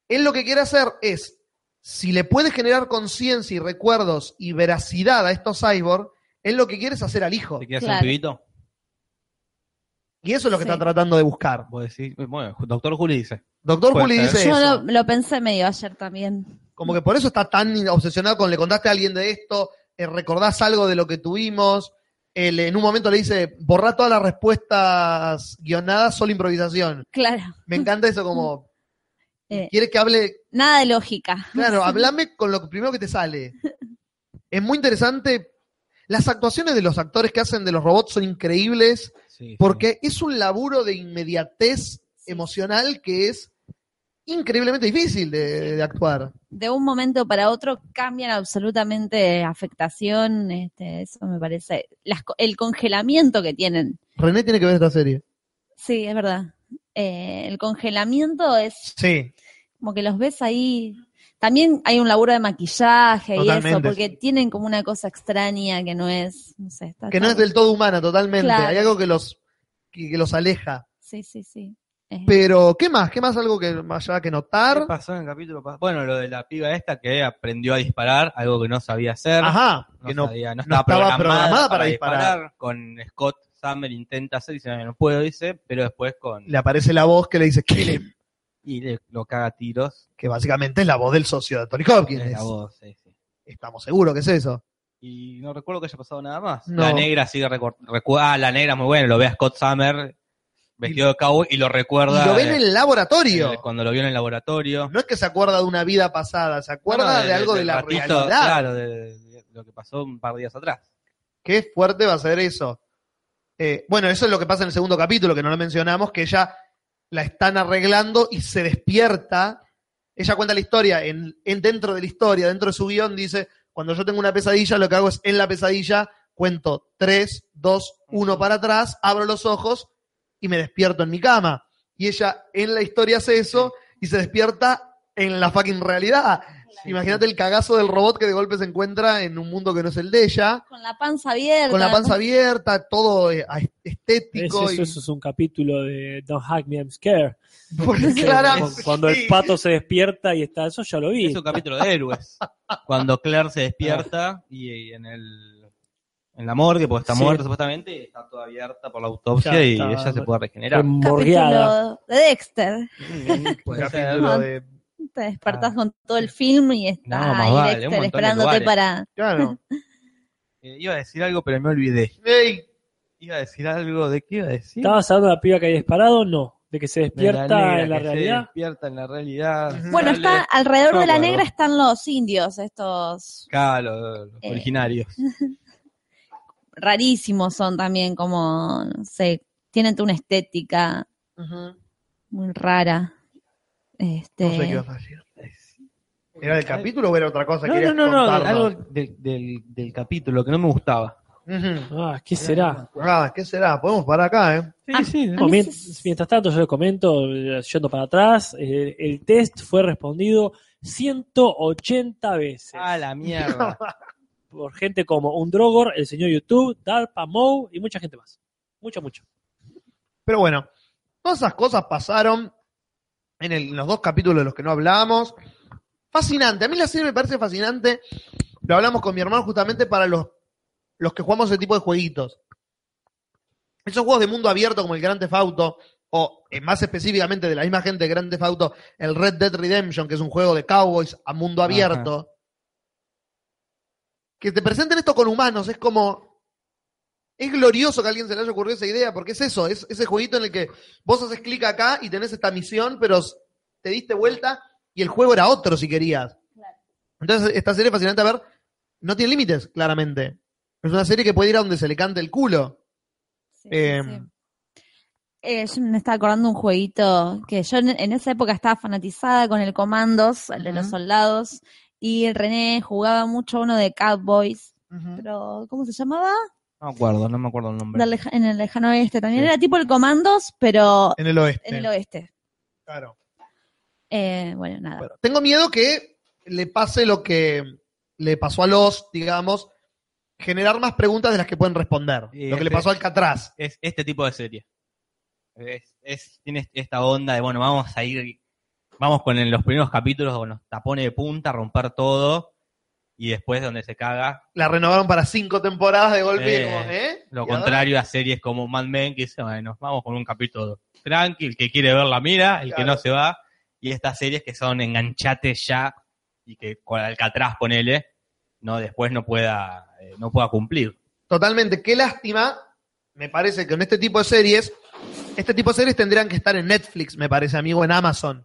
Speaker 1: Él lo que quiere hacer es, si le puede generar conciencia y recuerdos y veracidad a estos cyborg, él lo que quiere es hacer al hijo.
Speaker 5: ¿Te quieres
Speaker 2: Claro.
Speaker 5: hacer un pibito?
Speaker 1: Y eso es lo que
Speaker 2: Sí.
Speaker 1: está tratando de buscar.
Speaker 5: Vos decís, bueno, doctor Juli dice.
Speaker 1: Doctor
Speaker 5: Puede
Speaker 1: Juli
Speaker 5: ser.
Speaker 1: dice
Speaker 2: Yo
Speaker 1: eso.
Speaker 2: lo, lo pensé medio ayer también.
Speaker 1: Como que por eso está tan obsesionado con le contaste a alguien de esto, eh, recordás algo de lo que tuvimos. Él, en un momento le dice, borrá todas las respuestas guionadas, solo improvisación.
Speaker 2: Claro,
Speaker 1: Me encanta eso como,
Speaker 2: Eh.
Speaker 1: quiere que hable,
Speaker 2: nada de lógica.
Speaker 1: claro, hablame con lo primero que te sale. Es muy interesante. Las actuaciones de los actores que hacen de los robots son increíbles.
Speaker 5: Sí, sí.
Speaker 1: Porque es un laburo de inmediatez emocional que es increíblemente difícil de, de actuar.
Speaker 2: De un momento para otro cambian absolutamente afectación, este, eso me parece. Las co- el congelamiento que tienen.
Speaker 1: René tiene que ver esta serie.
Speaker 2: Sí, es verdad. Eh, el congelamiento es
Speaker 1: Sí.
Speaker 2: como que los ves ahí. También hay un laburo de maquillaje y eso,
Speaker 1: Totalmente.
Speaker 2: porque tienen como una cosa extraña que no es, no sé, está-
Speaker 1: Que no es del todo humana, totalmente.
Speaker 2: Claro.
Speaker 1: Hay algo que los, que, que los aleja.
Speaker 2: Sí, sí, sí. Eh,
Speaker 1: Pero, ¿qué más? ¿Qué más algo que haya que
Speaker 5: ¿Qué
Speaker 1: notar?
Speaker 5: pasó en el capítulo? pas- Bueno, lo de la piba esta que aprendió a disparar, algo que no sabía hacer.
Speaker 1: Ajá,
Speaker 5: no,
Speaker 1: que no.
Speaker 5: sabía, no
Speaker 1: no
Speaker 5: estaba, programada, para,
Speaker 1: disparar.
Speaker 5: disparar. Con Scott Summer intenta hacer, dice, no, no puedo, dice, pero después con...
Speaker 1: Le aparece la voz que le dice "Kill him",
Speaker 5: Y le- lo caga a tiros.
Speaker 1: que básicamente es la voz del socio de Tony Hopkins.
Speaker 5: Es la voz, sí, sí.
Speaker 1: Estamos seguros que es eso.
Speaker 5: Y no recuerdo que haya pasado nada más.
Speaker 1: No.
Speaker 5: La negra sigue recuerda. Ah, la negra es muy buena. Lo ve a Scott Summer vestido de cowboy y lo recuerda.
Speaker 1: Y lo ven en
Speaker 5: de-
Speaker 1: el laboratorio.
Speaker 5: de- Cuando lo vio en el laboratorio.
Speaker 1: No es que se acuerda de una vida pasada, se acuerda
Speaker 5: No,
Speaker 1: de, algo de
Speaker 5: del
Speaker 1: la
Speaker 5: ratito,
Speaker 1: realidad.
Speaker 5: Claro, de, de lo que pasó un par de días atrás.
Speaker 1: Qué fuerte va a ser eso. Eh, bueno, eso es lo que pasa en el segundo capítulo, que no lo mencionamos, que ella la están arreglando y se despierta. Ella cuenta la historia, en, en- dentro de la historia, dentro de su guión, dice, cuando yo tengo una pesadilla, lo que hago es en la pesadilla, cuento 3, 2, 1 para atrás, abro los ojos y me despierto en mi cama. y ella en la historia hace eso y se despierta en la fucking realidad. Imagínate el cagazo del robot que de golpe se encuentra en un mundo que no es el de ella,
Speaker 2: Con la panza abierta.
Speaker 1: con la panza abierta, todo eh, a-
Speaker 3: Es
Speaker 1: estético.
Speaker 3: eso,
Speaker 1: y-
Speaker 3: eso es un capítulo de Don't Hack Me, I'm Scared.
Speaker 1: Porque
Speaker 5: Ah,
Speaker 1: Clara-
Speaker 3: Cu- Cuando el pato se despierta y está, eso ya lo vi.
Speaker 5: Es un capítulo de héroes. Cuando Claire se despierta y, y en el en la morgue, porque está
Speaker 3: Sí.
Speaker 5: muerta supuestamente, y está toda abierta por la autopsia
Speaker 3: Ya
Speaker 5: y
Speaker 3: está.
Speaker 5: ella se puede
Speaker 3: Fue
Speaker 5: regenerar.
Speaker 3: morgueada.
Speaker 2: Capítulo de Dexter.
Speaker 5: Puede ser.
Speaker 1: Pues, capítulo de-
Speaker 2: Te despertás
Speaker 1: Ah,
Speaker 2: con todo el film y está
Speaker 5: No, más
Speaker 2: ahí
Speaker 5: vale, un montón
Speaker 2: Dexter
Speaker 5: de
Speaker 2: esperándote
Speaker 5: lugares.
Speaker 2: para.
Speaker 1: Claro.
Speaker 5: Eh, iba a decir algo, pero me olvidé.
Speaker 1: Ey,
Speaker 5: Iba a decir algo, ¿de qué iba a decir?
Speaker 3: ¿Estabas hablando de la piba que hay disparado? No. De que se
Speaker 5: De
Speaker 3: despierta
Speaker 5: negra
Speaker 3: en la
Speaker 5: que se
Speaker 3: realidad.
Speaker 5: despierta en la realidad.
Speaker 1: Ujú.
Speaker 2: Bueno,
Speaker 5: Sale-
Speaker 2: está alrededor
Speaker 5: No,
Speaker 2: de la
Speaker 5: bueno.
Speaker 2: negra están los indios, estos
Speaker 5: Acá, los, los
Speaker 2: Eh.
Speaker 5: originarios.
Speaker 2: rarísimos son también, como, no sé, tienen una estética
Speaker 1: ujú.
Speaker 2: muy rara. Este,
Speaker 1: No sé qué vas a decir. ¿Era del capítulo o era otra cosa? que
Speaker 5: No, no,
Speaker 1: querías
Speaker 5: no, no,
Speaker 1: contarnos?
Speaker 5: algo del, del, del capítulo que no me gustaba.
Speaker 1: Ujú.
Speaker 3: Ah, ¿qué será?
Speaker 1: Ah, ¿qué será? Podemos parar acá, ¿eh?
Speaker 5: Sí,
Speaker 2: Ah,
Speaker 5: sí.
Speaker 2: A
Speaker 3: Bueno,
Speaker 2: mí
Speaker 3: mien-
Speaker 2: se-
Speaker 3: mientras tanto, yo les comento, eh, yendo para atrás, eh, el test fue respondido 180 veces
Speaker 5: A Ah, la mierda.
Speaker 3: por gente como Un Drogor, el señor YouTube, Darpa, Moe y mucha gente más. Mucho, mucho.
Speaker 1: Pero bueno, todas esas cosas pasaron en, el- en los dos capítulos de los que no hablábamos. Fascinante, a mí la serie me parece fascinante. Lo hablamos con mi hermano justamente para los, los que jugamos ese tipo de jueguitos. Esos juegos de mundo abierto como el Grand Theft Auto, o eh, más específicamente de la misma gente de Grand Theft Auto, el Red Dead Redemption, que es un juego de cowboys a mundo abierto. Que te presenten esto con humanos, es como, es glorioso que a alguien se le haya ocurrido esa idea, porque es eso, es ese jueguito en el que vos haces clic acá y tenés esta misión, pero s- te diste vuelta y el juego era otro si querías. Entonces, esta serie es fascinante a ver, no tiene límites, claramente. Es una serie que puede ir a donde se le cante el culo.
Speaker 2: sí, sí,
Speaker 1: Eh,
Speaker 2: sí. Eh, yo me estaba acordando un jueguito que yo en, en esa época estaba fanatizada con el Comandos, el de los
Speaker 1: Ujú.
Speaker 2: soldados, y el René jugaba mucho uno de Cowboys,
Speaker 1: Ujú.
Speaker 2: pero ¿cómo se llamaba?
Speaker 5: No me acuerdo, no me acuerdo el nombre.
Speaker 2: Del leja- en el lejano oeste también.
Speaker 5: Sí.
Speaker 2: Era tipo el Comandos, pero
Speaker 1: En el oeste.
Speaker 2: en el oeste.
Speaker 1: Claro.
Speaker 2: Eh, bueno, nada.
Speaker 1: Bueno, tengo miedo que le pase lo que le pasó a los, digamos, generar más preguntas de las que pueden responder.
Speaker 5: Y
Speaker 1: lo que le
Speaker 5: este-
Speaker 1: pasó al Alcatraz.
Speaker 5: Es este tipo de serie. Es, es- tiene esta onda de, bueno, vamos a ir, vamos con el- los primeros capítulos con los tapones de punta, romper todo, y después donde se caga,
Speaker 1: la renovaron para cinco temporadas de golpe. y
Speaker 5: Eh,
Speaker 1: como, ¿eh?
Speaker 5: lo
Speaker 1: ¿Y ahora?
Speaker 5: contrario a series como Mad Men, que dice, bueno, vamos con un capítulo tranqui, el que quiere ver la mira, el que
Speaker 1: Claro.
Speaker 5: no se va, y estas series que son enganchate ya, y que con Alcatraz ponele, no después no pueda, eh, no pueda cumplir.
Speaker 1: Totalmente. Qué lástima. Me parece que en este tipo de series, este tipo de series tendrían que estar en Netflix, me parece, amigo, en Amazon.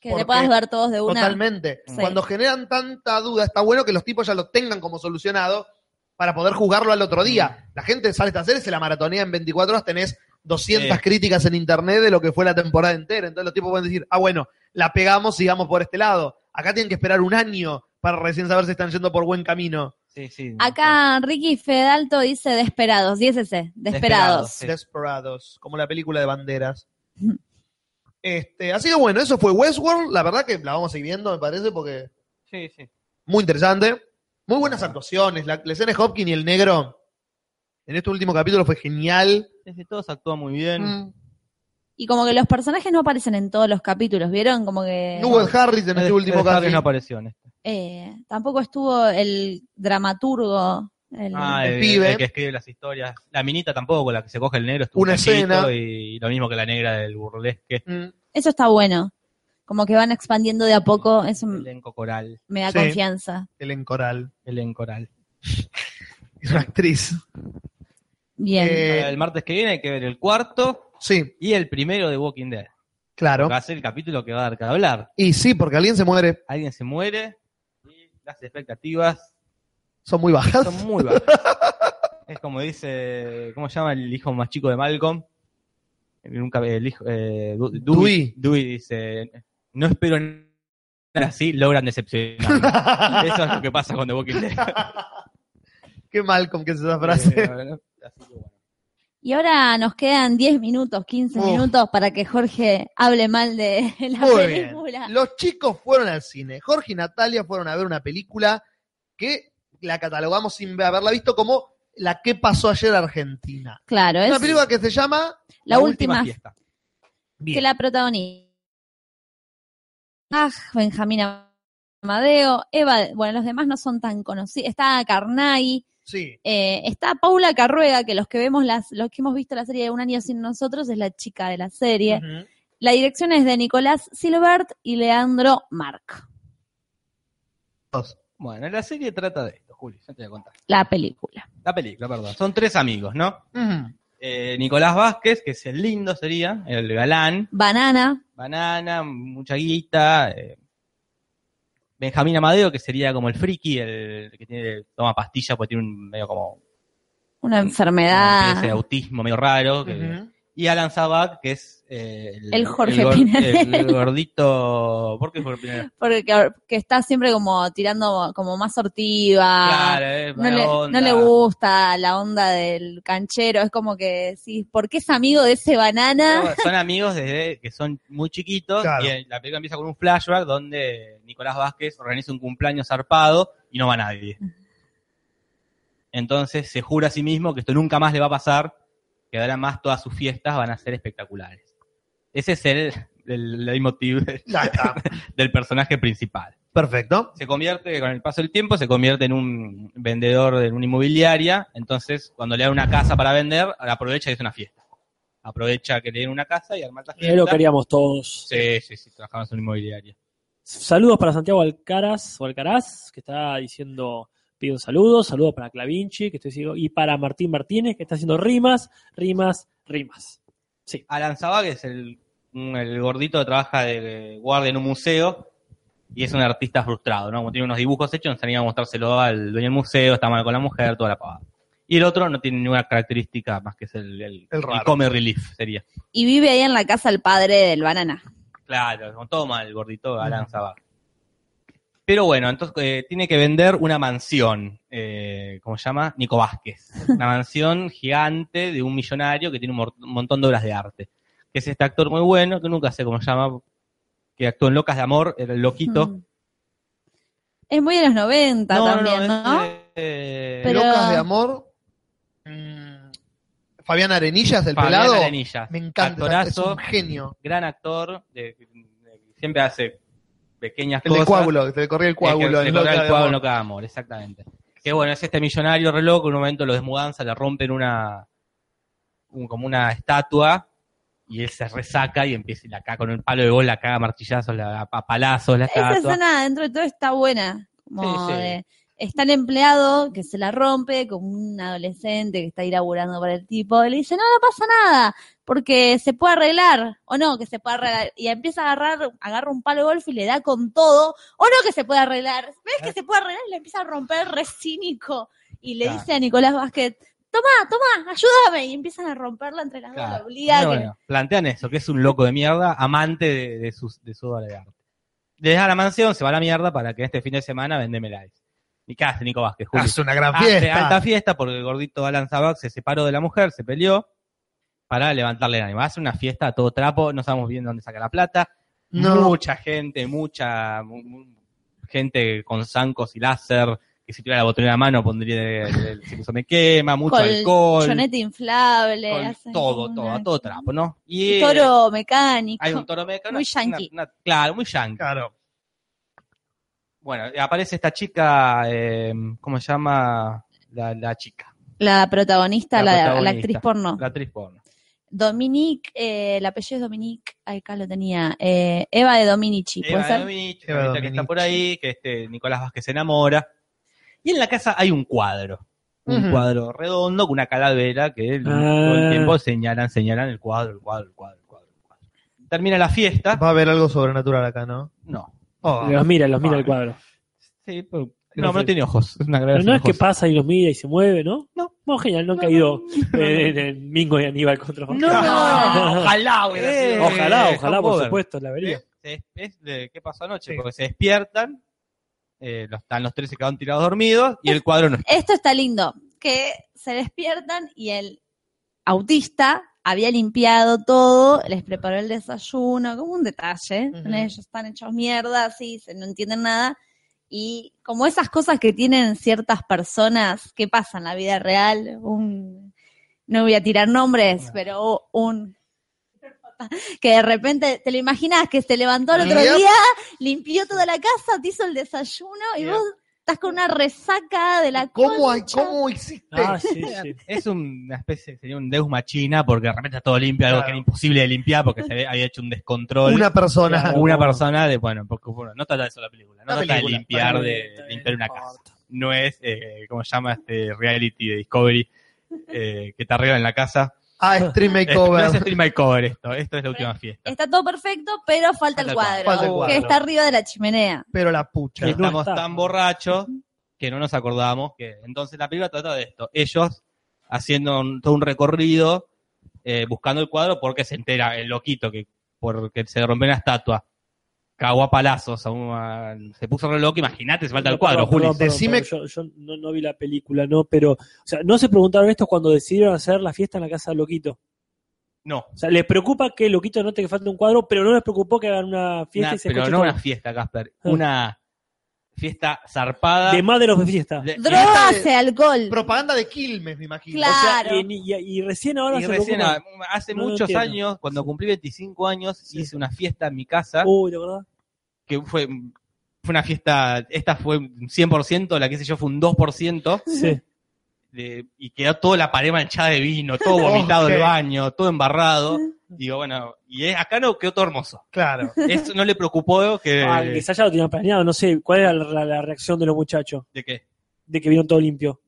Speaker 2: Que
Speaker 1: porque
Speaker 2: te puedas ver todos de una.
Speaker 1: Totalmente.
Speaker 2: Sí.
Speaker 1: Cuando generan tanta duda, está bueno que los tipos ya lo tengan como solucionado para poder jugarlo al otro día. La gente sale a esta serie, se la maratonea en 24 horas, tenés 200
Speaker 5: Sí.
Speaker 1: críticas en internet de lo que fue la temporada entera. Entonces los tipos pueden decir, ah, bueno, la pegamos, sigamos por este lado. Acá tienen que esperar un año para recién saber si están yendo por buen camino.
Speaker 5: Sí, sí.
Speaker 2: Acá Ricky Fedalto dice Desperados, 10 ese, Desperados.
Speaker 5: Sí.
Speaker 1: Desperados, como la película de banderas. Este, así que bueno, eso fue Westworld. La verdad que la vamos a ir viendo, me parece, porque
Speaker 5: Sí, sí.
Speaker 1: muy interesante. Muy buenas actuaciones. La, la escena de Hopkins y el negro en este último capítulo fue genial.
Speaker 5: Sí, sí, todos actúan muy bien.
Speaker 1: Mm.
Speaker 2: Y como que los personajes no aparecen en todos los capítulos, ¿vieron? Como que
Speaker 1: Newell Harris en este
Speaker 5: El
Speaker 1: último
Speaker 5: Harry no
Speaker 1: capítulo.
Speaker 5: apareció en este.
Speaker 2: eh, tampoco estuvo el dramaturgo. el-
Speaker 5: Ah,
Speaker 1: el
Speaker 5: el,
Speaker 1: pibe.
Speaker 5: el que escribe las historias. La minita tampoco, la que se coge el negro, estuvo
Speaker 1: Una
Speaker 5: un cachito,
Speaker 1: escena.
Speaker 5: Y, lo mismo que la negra del burlesque.
Speaker 1: Mm.
Speaker 2: Eso está bueno. Como que van expandiendo de a poco, eso m-
Speaker 5: Elenco coral.
Speaker 2: me da
Speaker 1: Sí.
Speaker 2: confianza.
Speaker 1: Ellen Coral.
Speaker 5: Elenco coral.
Speaker 1: Es una actriz.
Speaker 2: Bien.
Speaker 1: Eh,
Speaker 5: el martes que viene hay que ver el cuarto
Speaker 1: Sí,
Speaker 5: y el primero de Walking Dead.
Speaker 1: claro.
Speaker 5: Va a ser el capítulo que va a dar que hablar.
Speaker 1: Y sí, porque alguien se muere.
Speaker 5: Alguien se muere y las expectativas
Speaker 1: Son muy bajas.
Speaker 5: son muy bajas. es como dice, ¿cómo se llama el hijo más chico de Malcolm? En un cap- el hijo, eh, Du-
Speaker 1: Dewey.
Speaker 5: Dewey. Dewey dice, no espero nada así, logran decepcionar. Eso es lo que pasa con The Walking Dead.
Speaker 1: Qué Malcolm que es esa frase.
Speaker 5: Eh, así que bueno.
Speaker 2: Y ahora nos quedan 10 minutos, 15
Speaker 1: Uf.
Speaker 2: minutos para que Jorge hable mal de la
Speaker 1: Muy bien.
Speaker 2: película.
Speaker 1: Los chicos fueron al cine. Jorge y Natalia fueron a ver una película que la catalogamos sin haberla visto como la que pasó ayer a Argentina.
Speaker 2: Claro, es
Speaker 1: Una película que se llama
Speaker 2: la última
Speaker 5: fiesta.
Speaker 2: que la protagoniza. Ah, Benjamín Amadeo, Eva, bueno, los demás no son tan conocidos. Está Carnay,
Speaker 1: Sí,
Speaker 2: eh, está Paula Carruega, que los que vemos las, los que hemos visto la serie de Un año sin nosotros es la chica de la serie.
Speaker 1: Ujú.
Speaker 2: La dirección es de Nicolás Silbert y Leandro Marc,
Speaker 5: Bueno, la serie trata de esto, Juli, ya te voy a contar.
Speaker 2: la película.
Speaker 5: La película, perdón. Son tres amigos, ¿no?
Speaker 1: Ujú.
Speaker 5: Eh, Nicolás Vázquez, que es el lindo sería, el galán,
Speaker 2: Banana,
Speaker 5: banana, mucha guita. eh. Benjamín Amadeo, que sería como el friki, el que tiene, toma pastillas porque tiene un medio como
Speaker 2: una
Speaker 5: una especie de
Speaker 2: enfermedad.
Speaker 5: autismo medio raro. que-
Speaker 1: Ujú.
Speaker 5: Y Alan Zabak, que es eh,
Speaker 2: El Jorge
Speaker 5: gor-
Speaker 2: Pinedel.
Speaker 5: el gordito. ¿Por qué Jorge Pinedel?
Speaker 2: Porque que está siempre como tirando como más sortiva.
Speaker 5: Claro, eh,
Speaker 2: Ah, no
Speaker 5: mala
Speaker 2: le,
Speaker 5: onda.
Speaker 2: no le gusta la onda del canchero, es como que sí, ¿por qué es amigo de ese
Speaker 5: Pero
Speaker 2: banana?
Speaker 5: bueno, Son amigos desde que son muy chiquitos
Speaker 1: Claro.
Speaker 5: y la película empieza con un flashback donde Nicolás Vázquez organiza un cumpleaños zarpado y no va nadie. Entonces se jura a sí mismo que esto nunca más le va a pasar, que ahora más todas sus fiestas van a ser espectaculares. Ese es el, el leitmotiv del-
Speaker 1: Ya está.
Speaker 5: del personaje principal.
Speaker 1: Perfecto.
Speaker 5: se convierte, con el paso del tiempo, se convierte en un vendedor de una inmobiliaria. Entonces, cuando le dan una casa para vender, aprovecha y hace una fiesta. Aprovecha que le den una casa y arma la
Speaker 3: Es lo
Speaker 5: fiesta.
Speaker 3: que haríamos todos.
Speaker 5: Sí, sí, sí, trabajamos en una inmobiliaria.
Speaker 3: Saludos para Santiago Alcaraz, o Alcaraz, que está diciendo, pide un saludo, saludos para Clavinci, que estoy diciendo, y para Martín Martínez, que está haciendo rimas, rimas, rimas.
Speaker 5: Alan Zabag es el, un- el gordito que trabaja de guardia en un museo y es un artista frustrado, ¿no? Como tiene unos dibujos hechos, no se anima a mostrárselo al dueño del museo, está mal con la mujer, toda la pavada. Y el otro no tiene ninguna característica más que es el, el,
Speaker 1: El raro.
Speaker 5: comic relief, sería.
Speaker 2: Y vive ahí en la casa el padre del banana.
Speaker 5: Claro, no toma el gordito Alan Zabak. Pero bueno, entonces eh, tiene que vender una mansión, eh, ¿cómo se llama? Nico Vázquez. Una mansión gigante de un millonario que tiene un, mor- un montón de obras de arte. Que es este actor muy bueno, que nunca sé cómo se llama, que actuó en Locas de Amor, era el loquito.
Speaker 2: Mm. Es muy de los 90 también, ¿no?
Speaker 5: es, eh,
Speaker 2: Pero-
Speaker 1: Locas de amor. Mm, Fabián Arenillas, del
Speaker 5: Fabián
Speaker 1: pelado.
Speaker 5: Arenillas.
Speaker 1: Me encanta. Es
Speaker 5: Actorazo,
Speaker 1: un genio.
Speaker 5: gran actor, de- de- siempre hace pequeñas
Speaker 1: El de
Speaker 5: cosas.
Speaker 1: coágulo, que se le corría el coágulo.
Speaker 5: Es que
Speaker 1: en
Speaker 5: le corta
Speaker 1: Locas
Speaker 5: el
Speaker 1: de
Speaker 5: coágulo
Speaker 1: Amor.
Speaker 5: en Loca de Amor, exactamente. Que bueno, es este millonario re loco, en un momento lo desmudanza, le rompen una un- como una estatua y él se resaca y empieza y la caga con el palo de bola, la caga a martillazos, la, la- a palazos, la
Speaker 2: Esa
Speaker 5: estatua.
Speaker 2: escena dentro de todo está buena. Como
Speaker 5: Sí, sí.
Speaker 2: de- está el empleado que se la rompe con un adolescente que está ahí laburando para el tipo. Y le dice, no, no pasa nada, porque se puede arreglar. O no, que se puede arreglar. Y empieza a agarrar, agarra un palo de golf y le da con todo. O no, que se puede arreglar. ¿Ves que se puede arreglar? Y le empieza a romper re cínico. Y le
Speaker 5: Claro.
Speaker 2: dice a Nicolás Vázquez, toma, toma, ayúdame. Y empiezan a romperla entre las dos.
Speaker 5: Claro.
Speaker 2: la obliga a
Speaker 5: Bueno,
Speaker 2: que-
Speaker 5: bueno, plantean eso, que es un loco de mierda, amante de, de sus, de su obra de arte. Le deja la mansión, se va a la mierda para que este fin de semana vendémela. ¿Y qué hace Nico Vázquez? Juli?
Speaker 1: Hace Ah, una gran
Speaker 5: Hace
Speaker 1: fiesta.
Speaker 5: alta fiesta porque el gordito Alan Zabak se separó de la mujer, se peleó para levantarle el ánimo. Hace una fiesta a todo trapo, no sabemos bien dónde saca la plata.
Speaker 1: No.
Speaker 5: Mucha gente, mucha mu- mu- gente con zancos y láser, que si tuviera la botonera a mano pondría el, el- si eso me quema, mucho alcohol,
Speaker 2: colchonete inflable,
Speaker 5: con
Speaker 2: hacen
Speaker 5: todo,
Speaker 2: como
Speaker 5: todo,
Speaker 2: una-
Speaker 5: a todo trapo, ¿no? Y eh,
Speaker 2: toro mecánico.
Speaker 5: hay un toro mecánico,
Speaker 2: Muy
Speaker 5: una-
Speaker 2: yankee.
Speaker 5: una- claro, muy yankee.
Speaker 1: Claro.
Speaker 5: Bueno, aparece esta chica, eh, ¿cómo se llama? La, la chica,
Speaker 2: La protagonista, la,
Speaker 5: La
Speaker 2: la
Speaker 5: protagonista.
Speaker 2: actriz porno.
Speaker 5: la actriz porno.
Speaker 2: Dominique, eh, el apellido es Dominique, ay, acá lo tenía. eh, Eva de Dominici, ¿puede
Speaker 5: Eva
Speaker 2: ser?
Speaker 5: Dominici,
Speaker 1: Eva
Speaker 5: ahorita que
Speaker 1: Dominici.
Speaker 5: está por ahí, que este Nicolás Vázquez se enamora. Y en la casa hay un cuadro. Un
Speaker 1: Ujú.
Speaker 5: cuadro redondo con una calavera que él-
Speaker 3: Ah.
Speaker 5: todo el tiempo señalan, señalan el cuadro, el cuadro, el cuadro, el cuadro. el cuadro. Termina la fiesta.
Speaker 1: Va a haber algo sobrenatural acá, ¿no?
Speaker 5: No.
Speaker 1: Oh.
Speaker 3: Los mira, los mira
Speaker 5: Ah.
Speaker 3: el cuadro.
Speaker 5: Sí, pero- no, no tiene ojos. Es una
Speaker 3: Pero
Speaker 5: calavera
Speaker 3: no es
Speaker 5: sin
Speaker 3: que
Speaker 5: ojos.
Speaker 3: pasa y los mira y se mueve, ¿no?
Speaker 5: No.
Speaker 3: Bueno, genial, no han caído eh, en el Mingo y Aníbal contra
Speaker 5: No, ojalá, güey.
Speaker 3: Eh, ojalá, ojalá, por
Speaker 5: Hangover.
Speaker 3: supuesto, la vería.
Speaker 5: Se- se- es de- ¿Qué pasó anoche?
Speaker 1: Sí.
Speaker 5: Porque se despiertan, eh, los- están los tres se quedaron tirados dormidos y el cuadro no está.
Speaker 2: Esto está lindo, que se despiertan y el autista, había limpiado todo, les preparó el desayuno, como un detalle.
Speaker 1: Ujú.
Speaker 2: Ellos están hechos mierda, así, se no entienden nada. Y como esas cosas que tienen ciertas personas que pasan en la vida real, un, no voy a tirar nombres, pero un que de repente te lo imaginas que se levantó el otro
Speaker 1: Yep.
Speaker 2: día, limpió toda la casa, te hizo el desayuno y
Speaker 1: Yep.
Speaker 2: vos estás con una resaca de la
Speaker 1: ¿Cómo, hay-
Speaker 2: concha.
Speaker 1: ¿Cómo hiciste?
Speaker 3: Ah, sí, sí.
Speaker 5: Es una especie, sería un deus machina, porque de repente está todo limpio, algo
Speaker 1: Claro.
Speaker 5: que era imposible de limpiar porque se había- había hecho un descontrol.
Speaker 1: Una persona.
Speaker 5: Una persona de, bueno, porque, bueno, no trata de eso la película, no
Speaker 1: La
Speaker 5: trata
Speaker 1: película,
Speaker 5: de limpiar,
Speaker 1: claro,
Speaker 5: de limpiar una
Speaker 3: No
Speaker 5: casa.
Speaker 3: importa.
Speaker 5: No es, eh, ¿cómo se llama este reality de Discovery? eh, que te arreglan en la casa.
Speaker 1: Ah, Stream
Speaker 5: Esto No es
Speaker 1: Makeover.
Speaker 5: Stream Makeover esto, esto es la última fiesta.
Speaker 2: Está todo perfecto, pero falta el cuadro,
Speaker 1: Falta el cuadro.
Speaker 2: que está arriba de la chimenea.
Speaker 1: Pero la
Speaker 5: Que
Speaker 1: pucha.
Speaker 3: no
Speaker 5: estamos
Speaker 3: está.
Speaker 5: tan borrachos que no nos acordamos que entonces la película trata de esto. Ellos haciendo un- todo un recorrido eh, buscando el cuadro porque se entera el loquito que porque se le rompió una estatua. Cagó a palazos, a una- se puso re loco, imagínate, se falta
Speaker 3: Perdón,
Speaker 5: el cuadro,
Speaker 3: perdón,
Speaker 5: Juli.
Speaker 3: perdón, perdón,
Speaker 1: Decime-
Speaker 3: yo yo no, no vi la película, no, pero. O sea, no se preguntaron esto cuando decidieron hacer la fiesta en la casa de Loquito.
Speaker 5: No,
Speaker 3: O sea, les preocupa que Loquito no te falte un cuadro, pero no les preocupó que hagan una fiesta
Speaker 5: una-
Speaker 3: y se
Speaker 5: pero
Speaker 3: escuche
Speaker 5: no
Speaker 3: todo. Ah.
Speaker 5: una fiesta, Casper, una fiesta zarpada.
Speaker 3: De más de los de fiesta.
Speaker 5: de-
Speaker 2: Drogas y alcohol.
Speaker 1: Propaganda de Quilmes, me imagino.
Speaker 2: Claro.
Speaker 3: O sea, y, ni- y- y recién ahora
Speaker 5: y
Speaker 3: se
Speaker 5: recién,
Speaker 3: preocupan.
Speaker 5: ah, hace
Speaker 3: No lo
Speaker 5: muchos
Speaker 3: entiendo.
Speaker 5: años, cuando cumplí 25 años,
Speaker 3: Sí.
Speaker 5: hice una fiesta en mi casa.
Speaker 3: Uy, la verdad.
Speaker 5: que fue, fue una fiesta, esta fue un 100%, la que sé yo fue un 2%,
Speaker 3: Sí.
Speaker 5: de- y quedó toda la pared manchada de vino, todo vomitado
Speaker 1: Ok.
Speaker 5: del baño, todo embarrado. Digo, bueno, y es- acá no quedó todo hermoso.
Speaker 1: Claro.
Speaker 5: Eso no le preocupó que...
Speaker 3: Ah, quizás ya lo tenían planeado, no sé. ¿Cuál era la, la reacción de los muchachos?
Speaker 5: ¿De qué?
Speaker 3: De que vieron todo limpio.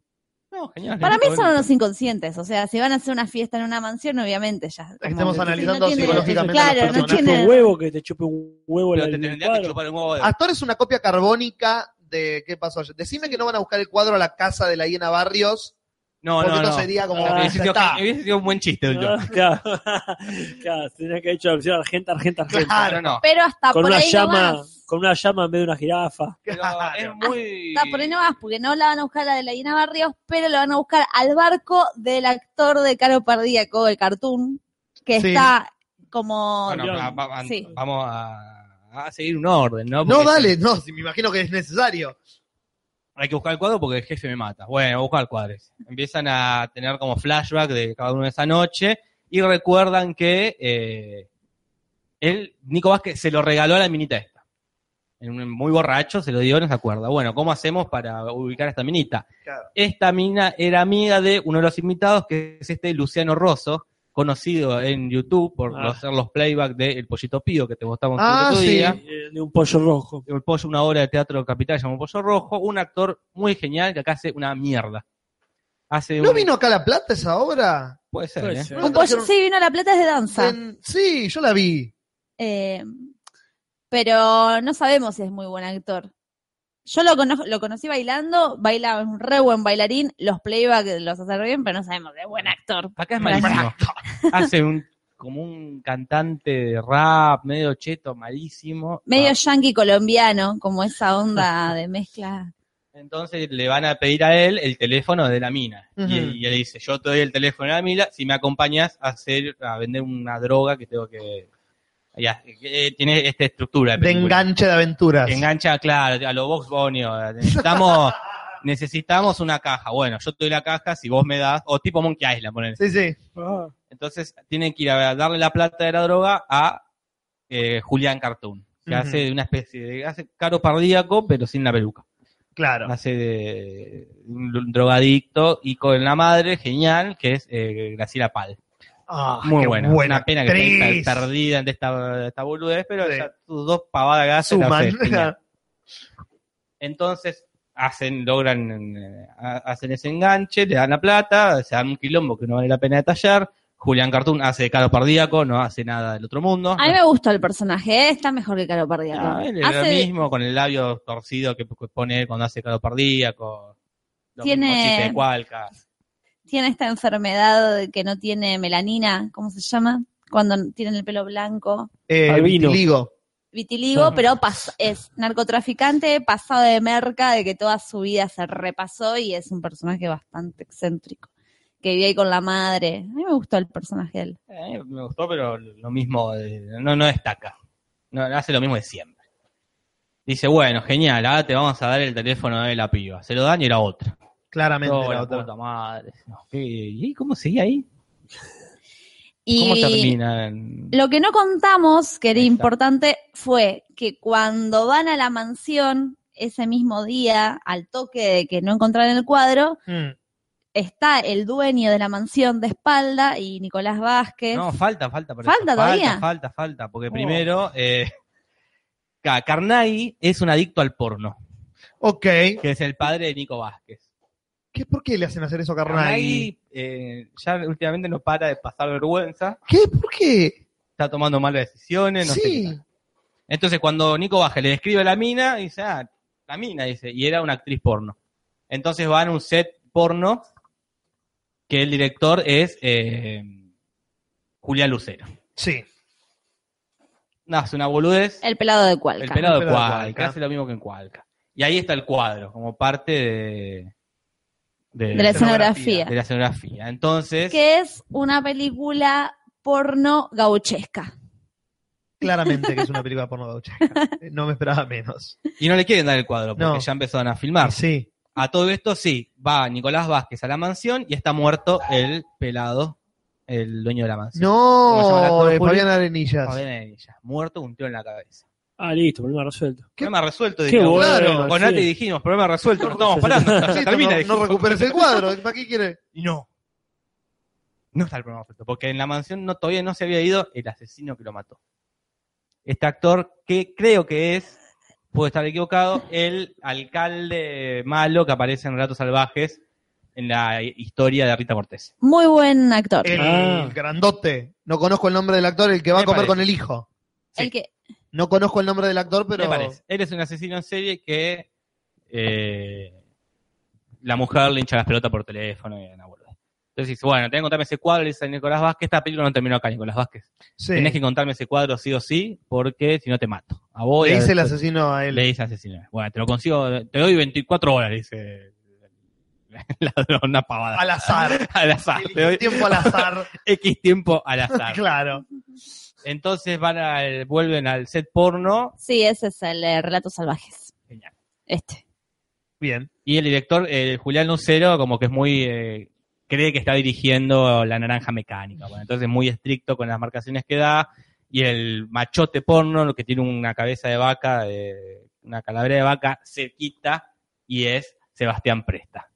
Speaker 5: No, genial.
Speaker 2: Para mí
Speaker 5: todo
Speaker 2: son
Speaker 5: bien.
Speaker 2: unos inconscientes, o sea, si van a hacer una fiesta en una mansión, obviamente ya. como
Speaker 1: Estamos
Speaker 2: que
Speaker 1: analizando
Speaker 2: tiene-
Speaker 1: psicológicamente a
Speaker 2: Claro,
Speaker 1: las
Speaker 2: no
Speaker 1: personas.
Speaker 3: Chupe un
Speaker 2: tiene.
Speaker 3: huevo, que te chupe un huevo
Speaker 5: Pero
Speaker 3: la-
Speaker 5: te
Speaker 3: el
Speaker 5: tendrías que
Speaker 3: cuadro.
Speaker 5: chupar un huevo de-
Speaker 1: Actor es una copia carbónica de qué pasó ayer. Decime que no van a buscar el cuadro a la casa de la Iena Barrios,
Speaker 5: No,
Speaker 1: porque
Speaker 5: no,
Speaker 1: no,
Speaker 5: no.
Speaker 1: sería como.
Speaker 3: Ah,
Speaker 5: Hubiese
Speaker 1: ya
Speaker 5: sido,
Speaker 1: está.
Speaker 5: hubiese sido un buen chiste, Dulce.
Speaker 3: Ah, claro. claro, tenías que haber hecho la opción argenta, argenta, argenta.
Speaker 5: Pero no.
Speaker 2: Pero hasta
Speaker 3: Con
Speaker 2: Ah, por
Speaker 3: una
Speaker 2: ahí
Speaker 3: llama,
Speaker 2: nomás.
Speaker 3: con una llama en vez de una jirafa.
Speaker 5: Pero es muy...
Speaker 2: Está por ahí nomás, porque no la van a buscar a la de Laina Barrios, pero la van a buscar al barco del actor de Caro Pardíaco, el cartoon, que
Speaker 1: Sí.
Speaker 2: está como.
Speaker 5: Bueno,
Speaker 3: Dios.
Speaker 5: va- va-
Speaker 2: Sí.
Speaker 5: vamos a, a seguir un orden, ¿no?
Speaker 1: No,
Speaker 5: Porque-
Speaker 1: dale, no, si me imagino que es necesario.
Speaker 5: hay que buscar el cuadro porque el jefe me mata. Bueno, voy a buscar el cuadro. Empiezan a tener como flashback de cada uno de esa noche y recuerdan que eh, él, Nico Vázquez, se lo regaló a la minita esta. En un- Muy borracho, se lo dio, no se acuerda. Bueno, ¿cómo hacemos para ubicar a esta minita?
Speaker 1: Claro.
Speaker 5: Esta mina era amiga de uno de los invitados, que es este Luciano Rosso, conocido en YouTube por
Speaker 3: Ah.
Speaker 5: hacer los playbacks de El Pollito Pío, que te mostramos
Speaker 1: Ah,
Speaker 5: el otro
Speaker 1: sí.
Speaker 5: día
Speaker 3: Eh, De un pollo rojo.
Speaker 5: el pollo, una obra de teatro capital llamado Pollo Rojo, un actor muy genial que acá hace una mierda. Hace
Speaker 1: ¿No
Speaker 5: un-
Speaker 1: vino acá a La Plata esa obra?
Speaker 5: Puede ser,
Speaker 3: Puede
Speaker 5: ¿eh?
Speaker 3: ser.
Speaker 2: Un pollo- sí, vino a La Plata es de danza.
Speaker 1: En- Sí, yo la vi.
Speaker 2: Eh, pero no sabemos si es muy buen actor. Yo lo, cono- lo conocí bailando, baila es un re buen bailarín, los playback los hace re bien, pero no sabemos, es buen actor.
Speaker 5: Acá es
Speaker 2: Gracias.
Speaker 5: malísimo. Hace un como un cantante de rap, medio cheto, malísimo.
Speaker 2: Medio
Speaker 5: Ah,
Speaker 2: yankee colombiano, como esa onda de mezcla.
Speaker 5: Entonces le van a pedir a él el teléfono de la mina. Y-
Speaker 1: Ujú.
Speaker 5: y, él dice, yo te doy el teléfono de la mina si me acompañas a hacer, a vender una droga que tengo que... Ya, que tiene esta estructura.
Speaker 1: De
Speaker 5: película.
Speaker 1: enganche de aventuras.
Speaker 5: Que engancha, claro, a los Box Bunny. o- Necesitamos, necesitamos una caja. Bueno, yo te doy la caja si vos me das. O tipo Monkey Island, ponen.
Speaker 1: Sí, sí.
Speaker 3: Ah,
Speaker 5: Entonces tienen que ir a darle la plata de la droga a eh, Julián Cartoon. Que
Speaker 1: Ujú.
Speaker 5: hace de una especie de. Hace caro pardíaco, pero sin la peluca.
Speaker 1: Claro.
Speaker 5: Hace de un drogadicto y con la madre, genial, que es eh, Graciela Pal.
Speaker 1: Ah,
Speaker 5: Muy
Speaker 1: qué
Speaker 5: buena. Una pena que
Speaker 1: actriz.
Speaker 5: esté per- perdida de esta, de esta boludez, pero
Speaker 1: Sí.
Speaker 5: ya tus dos pavadas que hace, la hace
Speaker 1: Suman.
Speaker 5: genial. Entonces hacen, logran, eh, ha- hacen ese enganche, le dan la plata, se dan un quilombo que no vale la pena detallar. Julián Cartoon hace de caro pardíaco, no hace nada del otro mundo.
Speaker 2: A mí me gustó el personaje, eh, está mejor que Caro Pardiaco.
Speaker 5: No, Ah, él es lo
Speaker 2: Hace-
Speaker 5: mismo, con el labio torcido que pone cuando hace caro pardíaco. Lo
Speaker 2: Tiene-
Speaker 5: mismo chiste de Cualca.
Speaker 2: tiene esta enfermedad de que no tiene melanina, ¿cómo se llama? Cuando tienen el pelo blanco.
Speaker 1: Eh,
Speaker 3: Albino.
Speaker 1: vitiligo.
Speaker 2: vitiligo, pero pas- es narcotraficante, pasado de merca, de que toda su vida se repasó y es un personaje bastante excéntrico. que vivía ahí con la madre. A mí me gustó el personaje de él.
Speaker 5: Eh, me gustó, pero lo mismo, eh, no, no destaca. No, hace lo mismo de siempre. Dice, bueno, genial, ahora te vamos a dar el teléfono de la piba. Se lo dan y era otra.
Speaker 1: Claramente
Speaker 5: Oh,
Speaker 1: la
Speaker 5: la
Speaker 1: otra.
Speaker 5: puta madre. No, ¿qué? ¿Y cómo seguía ahí?
Speaker 2: Y
Speaker 5: ¿Cómo terminan?
Speaker 2: Lo que no contamos, que era
Speaker 5: Ahí está.
Speaker 2: importante, fue que cuando van a la mansión ese mismo día, al toque de que no encontraron el cuadro,
Speaker 1: Mm.
Speaker 2: está el dueño de la mansión de espalda y Nicolás Vázquez.
Speaker 5: No, falta, falta. por
Speaker 2: ¿Falta todavía? Oh.
Speaker 5: Falta, falta, falta, Porque primero, eh, Ca- Carnaghi es un adicto al porno,
Speaker 1: Ok. ¿Qué,
Speaker 5: que es el padre de Nico Vázquez.
Speaker 1: ¿Por qué le hacen hacer eso a Carnaghi?
Speaker 5: Carnaghi eh, ya últimamente no para de pasar vergüenza,
Speaker 1: ¿Qué? ¿Por qué?
Speaker 5: está tomando malas decisiones, Eh, no sé qué
Speaker 1: sí.
Speaker 5: tal. Entonces cuando Nico Vázquez le describe a la mina, dice, ah, la mina, dice, y era una actriz porno. Entonces van a un set porno que el director es eh, Julián Lucero.
Speaker 1: sí.
Speaker 5: No, es una boludez.
Speaker 2: El pelado de Cualca.
Speaker 5: El pelado
Speaker 1: El
Speaker 5: de
Speaker 1: pelado de
Speaker 5: Cualca,
Speaker 1: Cualca.
Speaker 5: hace lo mismo que en Cualca. Y ahí está el cuadro, como parte de...
Speaker 2: De la escenografía.
Speaker 5: De la escenografía. Entonces...
Speaker 2: Que es una película porno gauchesca.
Speaker 1: Claramente que es una película porno gauchesca. No me esperaba menos.
Speaker 5: Y no le quieren dar el cuadro porque
Speaker 1: No.
Speaker 5: ya empezaron a filmar.
Speaker 1: Sí.
Speaker 5: A todo esto sí, va Nicolás Vázquez a la mansión y está muerto el pelado, el dueño de la mansión. ¿Cómo se llama el
Speaker 1: No,
Speaker 5: actor,
Speaker 1: eh,
Speaker 5: Juli?
Speaker 1: Fabián Arenillas.
Speaker 5: Fabián Arenilla, muerto un tiro en la cabeza.
Speaker 3: Ah, listo, problema resuelto.
Speaker 5: Problema resuelto,
Speaker 3: Qué
Speaker 5: digamos.
Speaker 1: bueno,
Speaker 5: Claro, Con
Speaker 3: sí.
Speaker 5: Nati dijimos, problema resuelto, no estamos parando.
Speaker 1: Sí,
Speaker 5: ya Ah, termina,
Speaker 1: no, no
Speaker 5: dijimos.
Speaker 1: recuperes el cuadro. ¿Para qué quiere?
Speaker 5: Y no. No está el problema resuelto, porque en la mansión no, todavía no se había ido el asesino que lo mató. Este actor, que creo que es, puedo estar equivocado, el alcalde malo que aparece en Relatos Salvajes en la historia de Rita Cortés.
Speaker 2: Muy buen actor.
Speaker 1: El
Speaker 2: El,
Speaker 3: Ah.
Speaker 1: grandote. No conozco el nombre del actor, el que va a
Speaker 5: Me
Speaker 1: comer
Speaker 5: parece.
Speaker 1: con el hijo.
Speaker 5: sí.
Speaker 2: que
Speaker 1: No conozco el nombre del actor, pero.
Speaker 5: Me parece. Él es un asesino en serie que eh, la mujer le hincha las pelotas por teléfono y una boluda. Entonces dice, bueno, tenés que contarme ese cuadro, le dice a Nicolás Vázquez, esta película no terminó acá, Nicolás Vázquez.
Speaker 1: Sí.
Speaker 5: Tenés que contarme ese cuadro sí o sí, porque si no te mato. A vos y
Speaker 1: Le
Speaker 5: a-
Speaker 1: dice el asesino a él.
Speaker 5: Le dice asesino. Bueno, te lo consigo, te doy 24 horas, le dice el ladrón, una pavada.
Speaker 1: Al azar.
Speaker 5: Al azar. Te Ah, doy
Speaker 1: El tiempo al azar.
Speaker 5: X tiempo al azar.
Speaker 1: claro.
Speaker 5: Entonces van al, vuelven al set porno
Speaker 2: sí, ese es el eh, Relatos Salvajes.
Speaker 5: Genial.
Speaker 2: Este.
Speaker 1: Bien.
Speaker 5: y el director, eh, Julián Lucero, como que es muy... eh, cree que está dirigiendo La Naranja Mecánica. Bueno, entonces muy estricto con las marcaciones que da. Y el machote porno, lo que tiene una cabeza de vaca, de- una calavera de vaca cerquita, y es Sebastián Presta.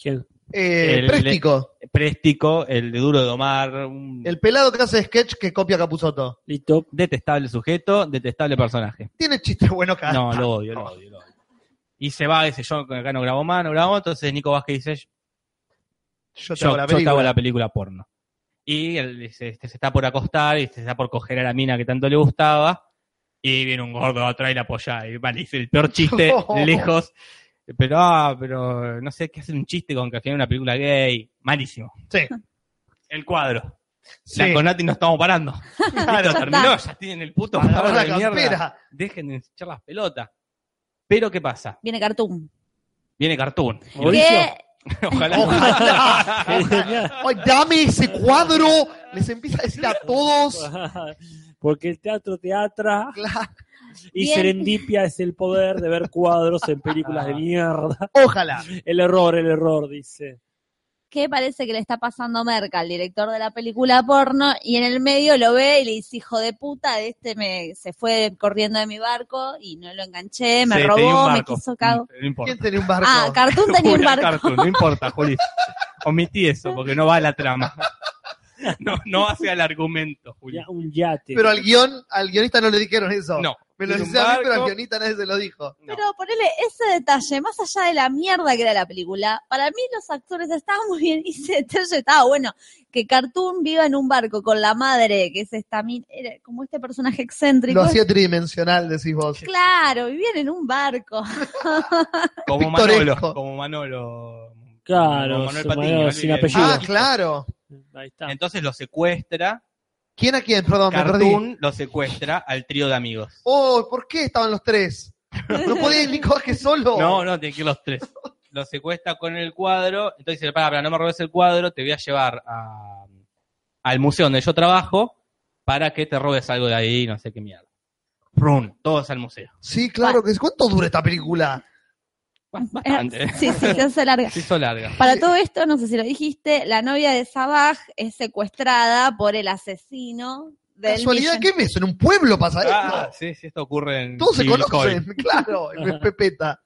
Speaker 3: ¿Quién?
Speaker 1: Eh,
Speaker 5: El-
Speaker 1: Préstico.
Speaker 5: Préstico, el de Duro de Domar, un
Speaker 1: El pelado que hace sketch que copia a Capuzoto.
Speaker 3: Listo.
Speaker 5: detestable sujeto, detestable personaje.
Speaker 1: Tiene chistes buenos cada
Speaker 5: No, lo odio, lo odio, lo odio. Y se va, dice, yo acá no grabo más, no grabo, entonces Nico Vázquez dice,
Speaker 1: Yo
Speaker 5: yo,
Speaker 1: te hago la
Speaker 5: yo te hago
Speaker 1: película.
Speaker 5: la película porno. Y él dice, este se está por acostar y se está por coger a la mina que tanto le gustaba. Y viene un gordo atrás y la apoya. Y vale, dice el peor chiste lejos. Pero, ah, pero no sé qué hacer un chiste con que al final una película gay. Malísimo.
Speaker 1: Sí.
Speaker 5: El cuadro.
Speaker 1: Sí.
Speaker 5: La Conati no estamos parando.
Speaker 1: Claro.
Speaker 5: Listo, terminó, ya tienen el puto
Speaker 1: Para
Speaker 5: cuadro
Speaker 1: la
Speaker 5: de mierda.
Speaker 1: campera.
Speaker 5: Dejen de echar las pelotas. Pero ¿qué pasa?
Speaker 2: Viene Cartoon.
Speaker 5: Viene Cartoon.
Speaker 3: Mauricio.
Speaker 2: Que-
Speaker 5: Ojalá.
Speaker 1: Ojalá.
Speaker 3: Genial.
Speaker 1: Ay, dame ese cuadro. Les empieza a decir a todos.
Speaker 3: Porque el teatro teatra
Speaker 1: Claro.
Speaker 3: y
Speaker 2: Bien.
Speaker 3: serendipia es el poder de ver cuadros en películas de mierda.
Speaker 1: Ojalá.
Speaker 3: El error, el error, dice.
Speaker 2: que parece que le está pasando merca al director de la película porno y en el medio lo ve y le dice, hijo de puta, este me se fue corriendo de mi barco y no lo enganché, me
Speaker 5: Sí, tenía un
Speaker 2: robó, me
Speaker 5: barco.
Speaker 2: quiso cago.
Speaker 5: No importa.
Speaker 1: ¿Quién tenía un barco?
Speaker 2: Ah, Cartoon tenía un
Speaker 5: Pura
Speaker 2: barco.
Speaker 5: Cartoon, no importa, Juli. Omití eso porque no va a la trama. No, no hace al argumento, Juli.
Speaker 3: Ya, Un yate.
Speaker 1: pero al guión, al guionista no le dijeron eso.
Speaker 5: No.
Speaker 1: Me lo
Speaker 5: Tiene un
Speaker 1: decía a mí, pero al
Speaker 5: barco.
Speaker 1: guionista nadie se lo dijo.
Speaker 5: No.
Speaker 2: Pero ponele ese detalle, más allá de la mierda que era la película, para mí los actores estaban muy bien y ese detalle estaba bueno. Que Cartoon viva en un barco con la madre, que es esta, mi- era como este personaje excéntrico.
Speaker 1: Lo hacía tridimensional, decís vos.
Speaker 2: Claro, vivían en un barco.
Speaker 5: Como
Speaker 1: Pintoresco.
Speaker 5: Manolo. Como Manolo.
Speaker 3: Claro,
Speaker 5: como Manuel
Speaker 3: su-
Speaker 5: Patiño, Ah.
Speaker 3: Manolo
Speaker 5: no
Speaker 3: sin
Speaker 5: olvidemos.
Speaker 3: apellido.
Speaker 1: Ah, claro.
Speaker 3: Ahí está.
Speaker 5: Entonces lo secuestra.
Speaker 1: ¿Quién a quién? Perdón, me perdí.
Speaker 5: Cartoon lo secuestra al trío de amigos.
Speaker 1: Oh, ¿por qué estaban los tres? No podía ir Nico Vázquez solo.
Speaker 5: No, no, tiene que ir los tres. lo secuestra con el cuadro, entonces dice, para, para, no me robes el cuadro, te voy a llevar a- al museo donde yo trabajo para que te robes algo de ahí, no sé qué mierda. Prun, todos al museo.
Speaker 1: Sí, claro que sí. ¿Cuánto dura esta película?
Speaker 5: Bastante.
Speaker 2: Sí, sí, se hace larga.
Speaker 5: Se hizo larga.
Speaker 2: Para todo esto, no sé si lo dijiste, la novia de Sabaj es secuestrada por el asesino del
Speaker 1: ¿Casualidad
Speaker 2: millen-
Speaker 1: qué ves? ¿En un pueblo pasa
Speaker 5: Ah,
Speaker 1: esto?
Speaker 5: sí, sí, esto ocurre en.
Speaker 1: Todos se
Speaker 5: Civil Call.
Speaker 1: conocen, claro, es Pepeta.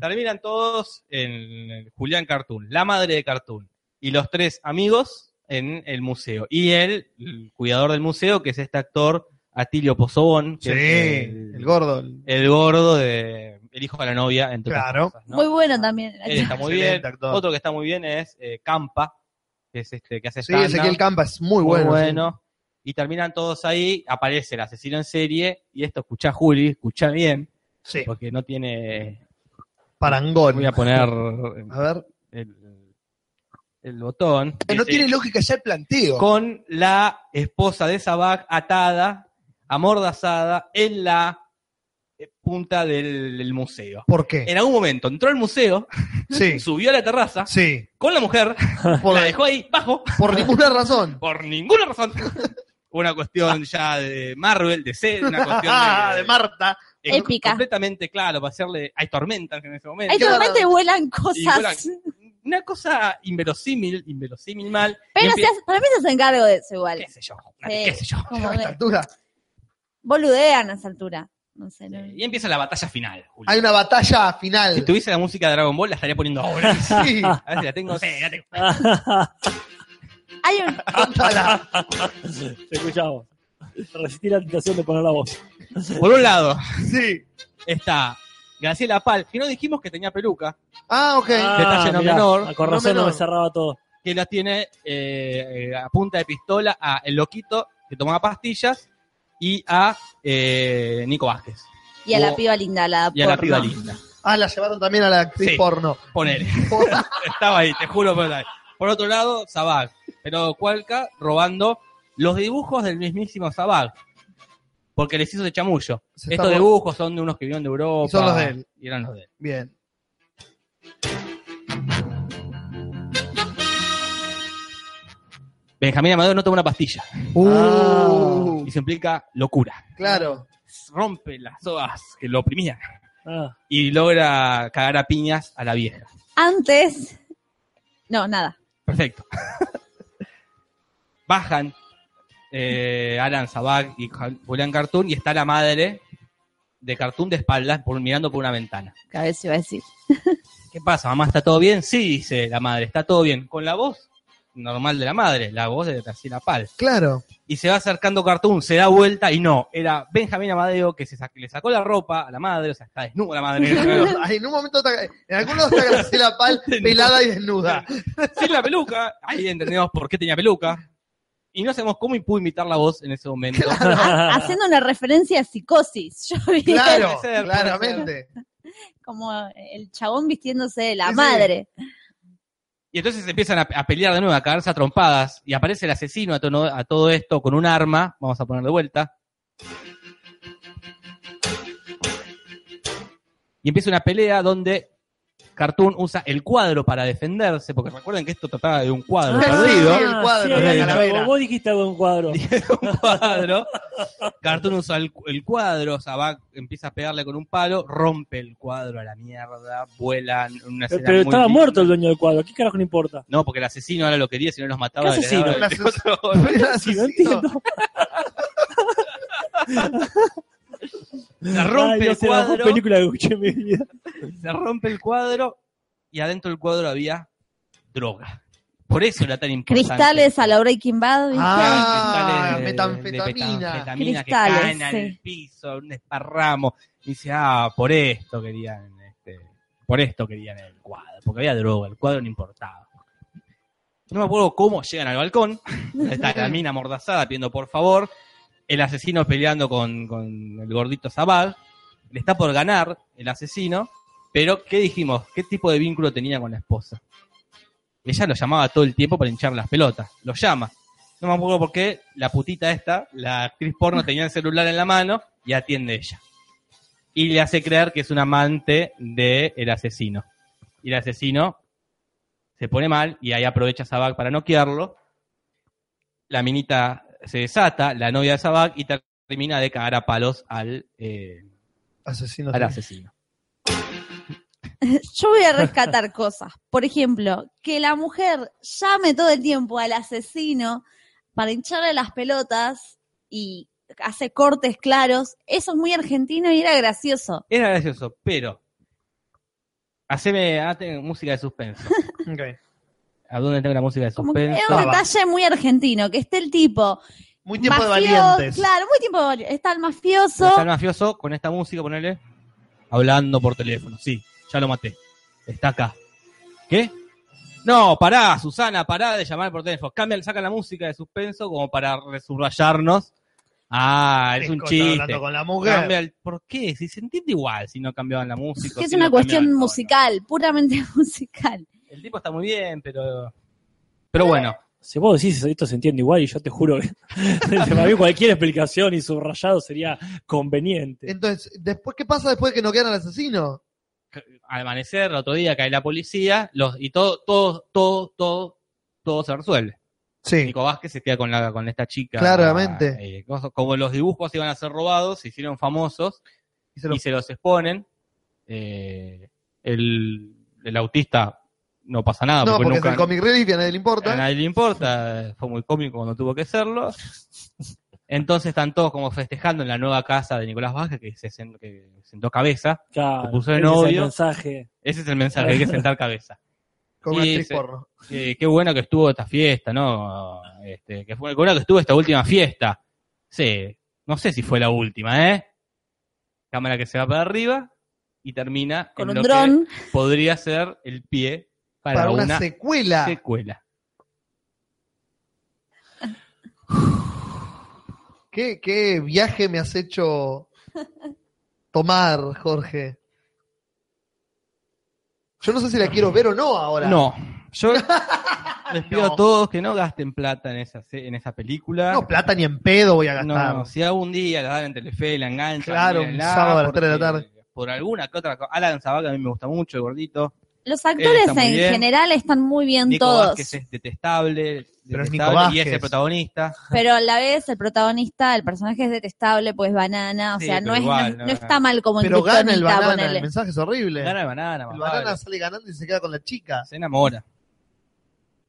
Speaker 5: Terminan todos en el Julián Cartoon, la madre de Cartoon, y los tres amigos en el museo. Y él, el cuidador del museo, que es este actor Atilio Pozobón,
Speaker 1: Sí,
Speaker 5: que es
Speaker 1: el, gordo. el-
Speaker 5: el gordo de El hijo de la novia, entre otras
Speaker 1: Claro.
Speaker 5: cosas, ¿no? Eh,
Speaker 2: Muy bueno también.
Speaker 5: Él está muy
Speaker 1: Excelente
Speaker 5: bien.
Speaker 1: actor.
Speaker 5: Otro que está muy bien es eh, Campa, que es este que hace
Speaker 1: Sí,
Speaker 5: stand-up
Speaker 1: Ezequiel Campa es muy bueno.
Speaker 5: Y terminan todos ahí, aparece el asesino en serie, y esto escucha Juli, escucha bien,
Speaker 1: Sí, Sí,
Speaker 5: porque no tiene.
Speaker 1: parangón.
Speaker 5: Voy a poner
Speaker 1: A ver.
Speaker 5: el, el botón.
Speaker 1: Eh,
Speaker 4: Que no
Speaker 5: Dice,
Speaker 4: tiene lógica ya el planteo.
Speaker 5: Con la esposa de Sabak atada, amordazada, en la eh, punta del, del museo.
Speaker 1: ¿Por qué?
Speaker 5: En algún momento entró al museo,
Speaker 1: Sí,
Speaker 5: subió a la terraza
Speaker 1: sí.
Speaker 5: con la mujer,
Speaker 1: Por,
Speaker 5: la dejó ahí bajo,
Speaker 1: por ninguna razón.
Speaker 5: por ninguna razón. Una cuestión ya de Marvel, de C, una cuestión
Speaker 1: Ah,
Speaker 5: de,
Speaker 1: de Marta.
Speaker 5: eh,
Speaker 2: Épica.
Speaker 5: Completamente claro, para hacerle. Hay tormentas en ese momento.
Speaker 2: Hay tormenta y vuelan
Speaker 5: Y
Speaker 2: cosas.
Speaker 5: vuelan- Una cosa inverosímil, inverosímil mal. y
Speaker 2: Pero se
Speaker 5: empieza-
Speaker 2: hace- para mí se hacen cargo de eso igual.
Speaker 5: qué sé yo,
Speaker 2: Sí.
Speaker 5: qué sé yo.
Speaker 2: Como
Speaker 1: A esta
Speaker 2: de-
Speaker 1: altura.
Speaker 2: boludean a esa altura. No sé. no-
Speaker 5: Y empieza la batalla final, Julio.
Speaker 1: Hay una batalla
Speaker 5: Si
Speaker 1: final.
Speaker 5: tuviese la música de Dragon Ball, la estaría poniendo ahora.
Speaker 1: Sí,
Speaker 5: A ver si la tengo. Sí, la tengo.
Speaker 2: Hay un,
Speaker 1: contala.
Speaker 3: Te escuchamos. Resistí la tentación de poner la voz.
Speaker 5: Por un lado
Speaker 1: Sí.
Speaker 5: está Graciela Pal, que no dijimos que tenía peluca,
Speaker 1: Ah, ok.
Speaker 5: Detalle no menor,
Speaker 3: Con
Speaker 1: no
Speaker 3: razón no me
Speaker 1: menor.
Speaker 3: cerraba todo.
Speaker 5: que la tiene eh, eh, a punta de pistola a El Loquito, que tomaba pastillas, y a eh, Nico Vázquez.
Speaker 2: y a la
Speaker 5: O-
Speaker 2: piba linda, la
Speaker 5: Y a la
Speaker 2: porno.
Speaker 5: piba linda.
Speaker 1: Ah, la llevaron también a la actriz
Speaker 5: Sí.
Speaker 1: porno.
Speaker 5: Ponele. Estaba ahí, te juro. Por, ahí. por otro lado, Zabal. Pero Cualca robando los dibujos del mismísimo Zabal. Porque les hizo de chamullo.
Speaker 1: Se
Speaker 5: Estos
Speaker 1: está-
Speaker 5: dibujos son de unos que vinieron de Europa.
Speaker 1: Y son los de él.
Speaker 5: y eran los de él.
Speaker 1: Bien.
Speaker 5: Benjamín Amadeo no toma una pastilla.
Speaker 1: Uh,
Speaker 5: Y se implica locura.
Speaker 1: claro.
Speaker 5: Rompe las sogas que lo oprimían.
Speaker 3: Ah,
Speaker 5: Y logra cagar a piñas a la vieja.
Speaker 2: Antes. No, nada.
Speaker 5: Perfecto. Bajan eh, Alan Zabag y Ja- Julián Cartoon y está la madre de Cartoon de espaldas por- mirando por una ventana.
Speaker 2: Que a veces iba a decir.
Speaker 5: ¿Qué pasa? ¿Mamá está todo bien? Sí, dice la madre, está todo bien. Con la voz normal de la madre, la voz de Graciela Pal.
Speaker 1: Claro.
Speaker 5: Y se va acercando Cartoon, se da vuelta y no, era Benjamín Amadeo que se sa- le sacó la ropa a la madre, o sea, está desnuda la madre.
Speaker 1: Ay, En un momento está- en algún lado está Graciela Pal pelada y desnuda.
Speaker 5: sin la peluca. Ahí entendemos por qué tenía peluca. Y no sabemos cómo y pudo imitar la voz en ese momento.
Speaker 2: Ha- haciendo una referencia a psicosis. Yo vi
Speaker 1: Claro,
Speaker 5: Puede ser, puede
Speaker 1: claramente.
Speaker 2: como el chabón vistiéndose de la
Speaker 1: Sí, sí.
Speaker 2: madre.
Speaker 5: Y entonces empiezan a, a pelear de nuevo, a cagarse a trompadas. Y aparece el asesino a, tono- a todo esto con un arma. Vamos a poner de vuelta. Y empieza una pelea donde Cartoon usa el cuadro para defenderse, porque recuerden que esto trataba de un cuadro perdido.
Speaker 1: sí, el cuadro,
Speaker 3: Ah, sí, había
Speaker 5: la
Speaker 3: algo.
Speaker 1: calavera.
Speaker 3: Vos dijiste algo de un cuadro.
Speaker 5: un cuadro. Cartoon usa el, cu- el cuadro, o sea, va- empieza a pegarle con un palo, rompe el cuadro a la mierda, vuelan.
Speaker 3: Pero,
Speaker 5: Una escena
Speaker 3: pero
Speaker 5: muy
Speaker 3: estaba
Speaker 5: linda.
Speaker 3: muerto el dueño del cuadro. ¿Qué carajo no importa?
Speaker 5: No, porque el asesino ahora lo quería, si no los mataba.
Speaker 3: ¿Qué
Speaker 5: le daba
Speaker 3: asesino?
Speaker 5: el otro-
Speaker 3: Sí, no entiendo.
Speaker 5: Se rompe
Speaker 3: Ay, no
Speaker 5: el
Speaker 3: sé, la mejor
Speaker 5: cuadro,
Speaker 3: película que escuché en mi vida.
Speaker 5: se rompe el cuadro y adentro del cuadro había droga. Por eso era tan importante.
Speaker 2: Cristales a la Breaking Bad. ¿viste?
Speaker 1: Ah,
Speaker 5: Cristales de-
Speaker 1: metanfetamina.
Speaker 5: de metanfetamina que
Speaker 2: Cristales,
Speaker 5: caen al
Speaker 2: sí.
Speaker 5: piso, un desparramo. Y dice, ah, por esto querían, este, por esto querían el cuadro, porque había droga, el cuadro no importaba. No me acuerdo cómo llegan al balcón. Está la mina amordazada pidiendo por favor. El asesino peleando con, con el gordito Zabal. Le está por ganar el asesino. Pero, ¿qué dijimos? ¿Qué tipo de vínculo tenía con la esposa? Ella lo llamaba todo el tiempo para hinchar las pelotas. Lo llama. No me acuerdo por qué la putita esta, la actriz porno, tenía el celular en la mano y atiende ella. Y le hace creer que es un amante del asesino. Y el asesino se pone mal y ahí aprovecha a Sabak para noquearlo. La minita se desata, la novia de Sabak, y termina de cagar a palos al, eh,
Speaker 1: Asesino.
Speaker 5: al
Speaker 1: serial.
Speaker 5: asesino.
Speaker 2: Yo voy a rescatar cosas. Por ejemplo, que la mujer llame todo el tiempo al asesino para hincharle las pelotas y hace cortes claros. Eso es muy argentino y era gracioso.
Speaker 5: Era gracioso, pero. Haceme hazte música de suspenso.
Speaker 1: Ok.
Speaker 5: ¿A dónde tengo la música de
Speaker 2: Como que
Speaker 5: suspenso?
Speaker 2: es un detalle muy argentino, que esté el tipo
Speaker 1: Muy tiempo de
Speaker 2: mafioso,
Speaker 1: valientes.
Speaker 2: Claro, muy tiempo de valientes. Está el mafioso.
Speaker 5: Está el mafioso con esta música, ponele. Hablando por teléfono, sí, ya lo maté. Está acá. ¿Qué? No, pará, Susana, pará de llamar por teléfono. Cambian, sacan la música de suspenso como para resubrayarnos. Ah, es un
Speaker 1: Escoto
Speaker 5: chiste.
Speaker 1: hablando con la mujer.
Speaker 5: Cambia el- ¿Por qué? Si se entiende igual, si no cambiaban la música.
Speaker 2: que es
Speaker 5: si
Speaker 2: una
Speaker 5: no cambiaban el
Speaker 2: cuestión
Speaker 5: tono.
Speaker 2: musical, puramente musical.
Speaker 5: El tipo está muy bien, pero. Pero bueno,
Speaker 3: Si vos decís esto se entiende igual y yo te juro que para mí cualquier explicación y subrayado sería conveniente.
Speaker 1: Entonces, después ¿qué pasa después de que no quedan al asesino?
Speaker 5: al amanecer, el otro día cae la policía, los, y todo, todo, todo, todo, todo se resuelve.
Speaker 1: Sí.
Speaker 5: Nico Vázquez se queda con, la, con esta chica.
Speaker 1: Claramente.
Speaker 5: Eh, cosa- como los dibujos iban a ser robados, se hicieron famosos
Speaker 1: Y se lo-
Speaker 5: y se los exponen. Eh, el, el autista no pasa nada
Speaker 1: no,
Speaker 5: porque,
Speaker 1: porque es
Speaker 5: nunca
Speaker 1: el comic relief y a nadie le
Speaker 5: a
Speaker 1: importa.
Speaker 5: nadie le importa. Fue muy cómico cuando tuvo que serlo. Entonces están todos como festejando en la nueva casa de Nicolás Vázquez, que se sen- que sentó cabeza.
Speaker 3: Claro,
Speaker 5: Se puso de
Speaker 3: ese es el
Speaker 5: novio.
Speaker 3: mensaje.
Speaker 5: Ese es el mensaje, hay que sentar cabeza.
Speaker 1: Con una
Speaker 5: Y
Speaker 1: actriz
Speaker 5: se-
Speaker 1: porno.
Speaker 5: Eh, qué bueno que estuvo esta fiesta, ¿no? Este, que fue, qué bueno que estuvo esta última fiesta. Sí, no sé si fue la última, ¿eh? Cámara que se va para arriba y termina
Speaker 2: Con
Speaker 5: en
Speaker 2: un
Speaker 5: lo que
Speaker 2: dron.
Speaker 5: podría ser el pie para,
Speaker 1: Para
Speaker 5: una,
Speaker 1: una secuela.
Speaker 5: secuela.
Speaker 1: ¿Qué, ¿Qué viaje me has hecho tomar, Jorge? Yo no sé si la quiero ver o no ahora.
Speaker 5: No, yo les pido
Speaker 1: No.
Speaker 5: a todos que no gasten plata en esa, se- en esa película.
Speaker 1: No, plata ni en pedo voy a
Speaker 5: No,
Speaker 1: gastar.
Speaker 5: no, si algún día la dan en Telefe, la enganchan.
Speaker 1: Claro, un
Speaker 5: mírenla,
Speaker 1: sábado a las tres de la
Speaker 5: porque Por alguna que otra cosa. Alan Zabaca a mí me gusta mucho, el gordito.
Speaker 2: Los actores
Speaker 5: está
Speaker 2: en
Speaker 5: muy bien.
Speaker 2: general están muy bien
Speaker 5: Nico
Speaker 2: todos,
Speaker 5: Vázquez es detestable,
Speaker 1: Pero es
Speaker 5: detestable,
Speaker 1: Nico Vázquez.
Speaker 5: y es el protagonista.
Speaker 2: pero a la vez el protagonista, el personaje es detestable, pues banana, o
Speaker 5: Sí,
Speaker 2: sea,
Speaker 5: pero
Speaker 2: no es,
Speaker 5: igual,
Speaker 2: no,
Speaker 5: no
Speaker 2: no es
Speaker 5: gana.
Speaker 2: tan mal como en
Speaker 1: Pero gana el
Speaker 2: Kryptonita,
Speaker 1: banana,
Speaker 2: ponele.
Speaker 1: el mensaje es horrible.
Speaker 5: Gana de banana,
Speaker 1: el
Speaker 5: más
Speaker 1: banana
Speaker 5: vale.
Speaker 1: sale ganando y se queda con la chica.
Speaker 5: se enamora.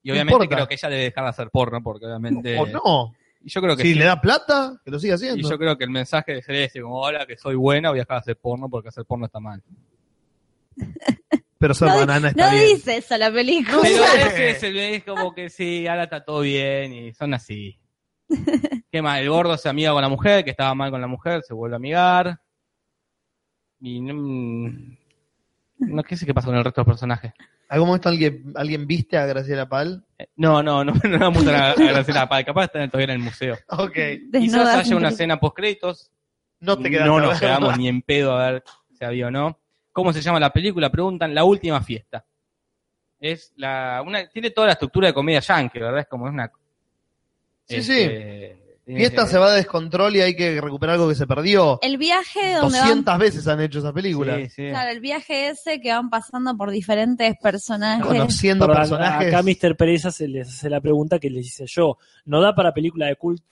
Speaker 5: Y
Speaker 1: No
Speaker 5: obviamente
Speaker 1: importa.
Speaker 5: creo que ella debe dejar de hacer porno, porque obviamente.
Speaker 1: ¿O no?
Speaker 5: Y yo creo que
Speaker 1: Si
Speaker 5: sí.
Speaker 1: le da plata, que lo siga haciendo.
Speaker 5: Y yo creo que el mensaje de ser ese, como hola, que soy buena, voy a dejar de hacer porno porque hacer porno está mal.
Speaker 1: Pero ser
Speaker 2: No,
Speaker 1: banana está
Speaker 2: No
Speaker 1: bien.
Speaker 2: dice eso la película.
Speaker 5: Pero
Speaker 1: sé.
Speaker 5: ese es, el- es como que sí, ahora está todo bien y son así. ¿Qué más? El gordo se amiga con la mujer, que estaba mal con la mujer, se vuelve a amigar. Y no. mm, No qué sé qué pasa con el resto de los personajes.
Speaker 1: ¿Algún momento alguien, alguien viste a Graciela Pal?
Speaker 5: Eh, No, no, no, no vamos a, a Graciela Pal. Capaz están todavía en el museo.
Speaker 1: Ok.
Speaker 2: Desnuda,
Speaker 5: Eh, Quizás haya una
Speaker 2: sin-
Speaker 5: escena post créditos.
Speaker 1: No te quedaste.
Speaker 5: nos quedamos ni en pedo a ver si había o no. ¿Cómo se llama la película? Preguntan La última fiesta. Es la, una, tiene toda la estructura de comedia yankee, ¿verdad? Es como una. este,
Speaker 1: Sí,
Speaker 5: sí.
Speaker 1: Fiesta se va de descontrol y hay que recuperar algo que se perdió.
Speaker 2: El viaje donde van,
Speaker 1: 200 veces han hecho esa película.
Speaker 5: Sí, sí.
Speaker 2: claro, el viaje ese que van pasando por diferentes personajes.
Speaker 1: Conociendo
Speaker 3: Pero a-
Speaker 1: personajes.
Speaker 3: Acá Mr. Pereza se les hace la pregunta que les hice yo. ¿No da para película de culto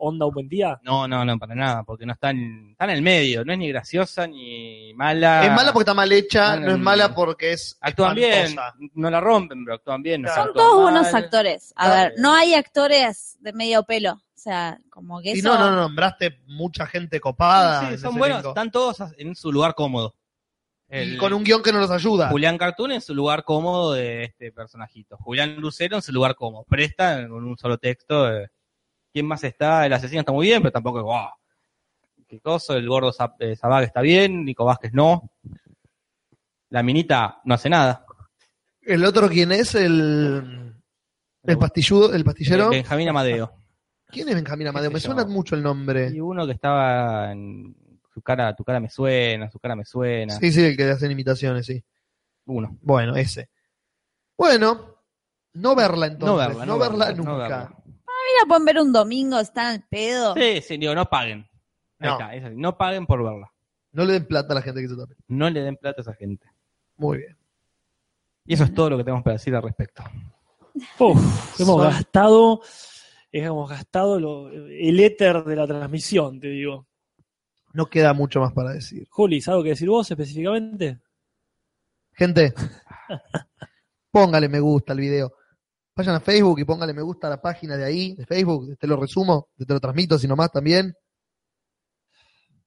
Speaker 3: Onda Un Buen Día?
Speaker 5: No, no, no, para nada, porque no está en, está en el medio. No es ni graciosa ni mala.
Speaker 1: Es mala porque está mal hecha, no es
Speaker 5: Mm.
Speaker 1: mala porque es
Speaker 5: Actúan bien,
Speaker 1: espantosa.
Speaker 5: no la rompen, pero actúan bien. no
Speaker 1: Claro.
Speaker 2: Son
Speaker 5: actúan
Speaker 2: todos
Speaker 5: mal.
Speaker 2: buenos actores. A
Speaker 5: Claro.
Speaker 2: ver, no hay actores de medio pelo. O sea, como que
Speaker 1: Y
Speaker 2: eso...
Speaker 1: no, no, no, nombraste mucha gente copada.
Speaker 5: Sí,
Speaker 1: Ah, en
Speaker 5: sí, son
Speaker 1: ese
Speaker 5: buenos,
Speaker 1: elenco.
Speaker 5: están todos en su lugar cómodo.
Speaker 1: Y
Speaker 5: El-
Speaker 1: con un guión que no los ayuda.
Speaker 5: Julián Cartoon en su lugar cómodo de este personajito. Julián Lucero en su lugar cómodo. Presta con un solo texto. eh. ¿Quién más está? El asesino está muy bien, pero tampoco es wow. Qué cosa, el gordo Zap- eh, Zabag está bien, Nico Vázquez no. La minita no hace nada.
Speaker 1: El otro, ¿quién es? El, el pastilludo, el pastillero.
Speaker 5: Eh, Benjamín Amadeo.
Speaker 1: ¿Quién es Benjamín Amadeo?
Speaker 5: qué
Speaker 1: Me
Speaker 5: sé
Speaker 1: suena
Speaker 5: yo.
Speaker 1: mucho el nombre.
Speaker 5: Y uno que estaba en su cara, tu cara me suena, su cara me suena.
Speaker 1: Sí, sí, el que hacen imitaciones, sí.
Speaker 5: Uno.
Speaker 1: Bueno, ese. Bueno, no verla entonces. No verla, nunca.
Speaker 5: no verla.
Speaker 2: Ahí la pueden ver un domingo, están al pedo.
Speaker 5: Sí, sí, digo, no paguen. Ahí
Speaker 1: No.
Speaker 5: está, es así, no paguen por verla.
Speaker 1: No le den plata a la gente que se tape.
Speaker 5: No le den plata a esa gente.
Speaker 1: Muy bien.
Speaker 5: Y eso es todo lo que tenemos para decir al respecto.
Speaker 3: Uf, hemos
Speaker 1: Son-
Speaker 3: gastado, eh, hemos gastado lo- el éter de la transmisión, te digo.
Speaker 1: No queda mucho más para decir.
Speaker 3: Juli, ¿sabes algo que decir vos específicamente?
Speaker 1: Gente, póngale me gusta al video. Vayan a Facebook y póngale me gusta a la página de ahí, de Facebook. Te lo resumo, te lo transmito, si nomás también.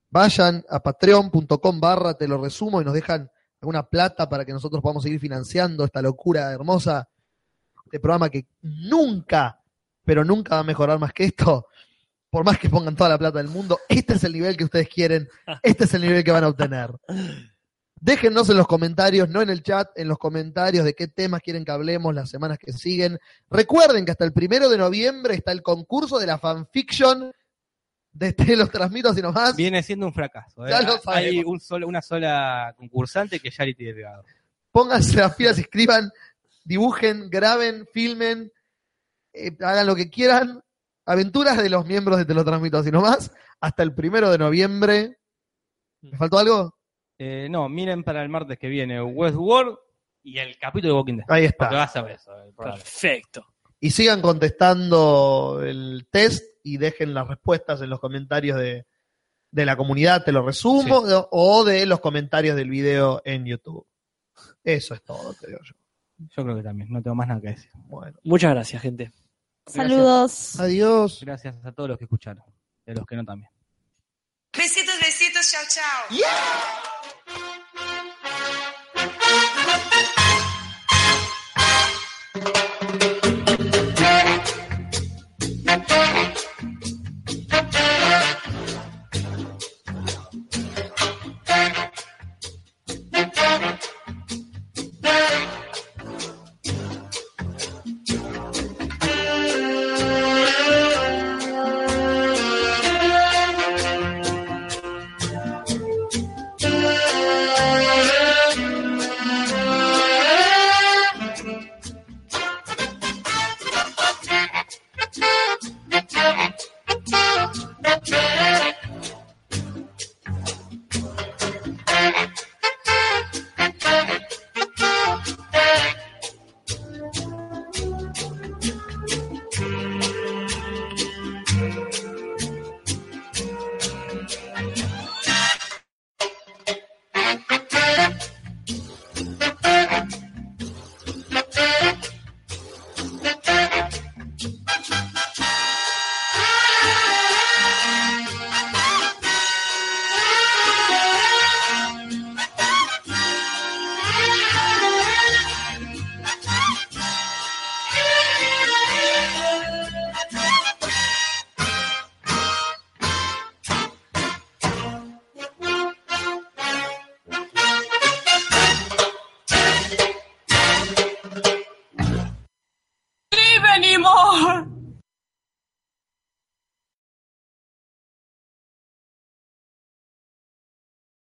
Speaker 1: Vayan a patreon.com barra te lo resumo y nos dejan alguna plata para que nosotros podamos seguir financiando esta locura hermosa. Este programa que nunca, pero nunca va a mejorar más que esto. Por más que pongan toda la plata del mundo, este es el nivel que ustedes quieren, este es el nivel que van a obtener. Déjennos en los comentarios, no en el chat, en los comentarios de qué temas quieren que hablemos las semanas que siguen. Recuerden que hasta el primero de noviembre está el concurso de la fanfiction de Te los transmito así nomás.
Speaker 5: Viene siendo un fracaso. ¿eh?
Speaker 1: Ya lo
Speaker 5: Hay
Speaker 1: sabemos.
Speaker 5: un solo, una sola concursante que es Yarity Delgado.
Speaker 1: Pónganse las pilas, escriban, dibujen, graben, filmen, eh, hagan lo que quieran. Aventuras de los miembros de Te los transmito así nomás. Hasta el primero de noviembre. ¿Me faltó algo?
Speaker 5: Eh, no, miren para el martes que viene Westworld y el capítulo de Walking Dead.
Speaker 1: Ahí
Speaker 5: Porque
Speaker 1: está.
Speaker 5: vas a ver eso. eh, el programa.
Speaker 3: Perfecto.
Speaker 1: Y sigan contestando el test y dejen las respuestas en los comentarios de, de la comunidad, te lo resumo, o- o de los comentarios del video en YouTube. Eso es todo, te digo yo.
Speaker 5: Yo creo que también, no tengo más nada que decir.
Speaker 1: Bueno.
Speaker 3: Muchas gracias, gente.
Speaker 2: Saludos.
Speaker 1: Adiós.
Speaker 5: Gracias a todos los que escucharon, y a los que no también.
Speaker 9: Besitos, besitos, chao, chao.
Speaker 8: Live anymore!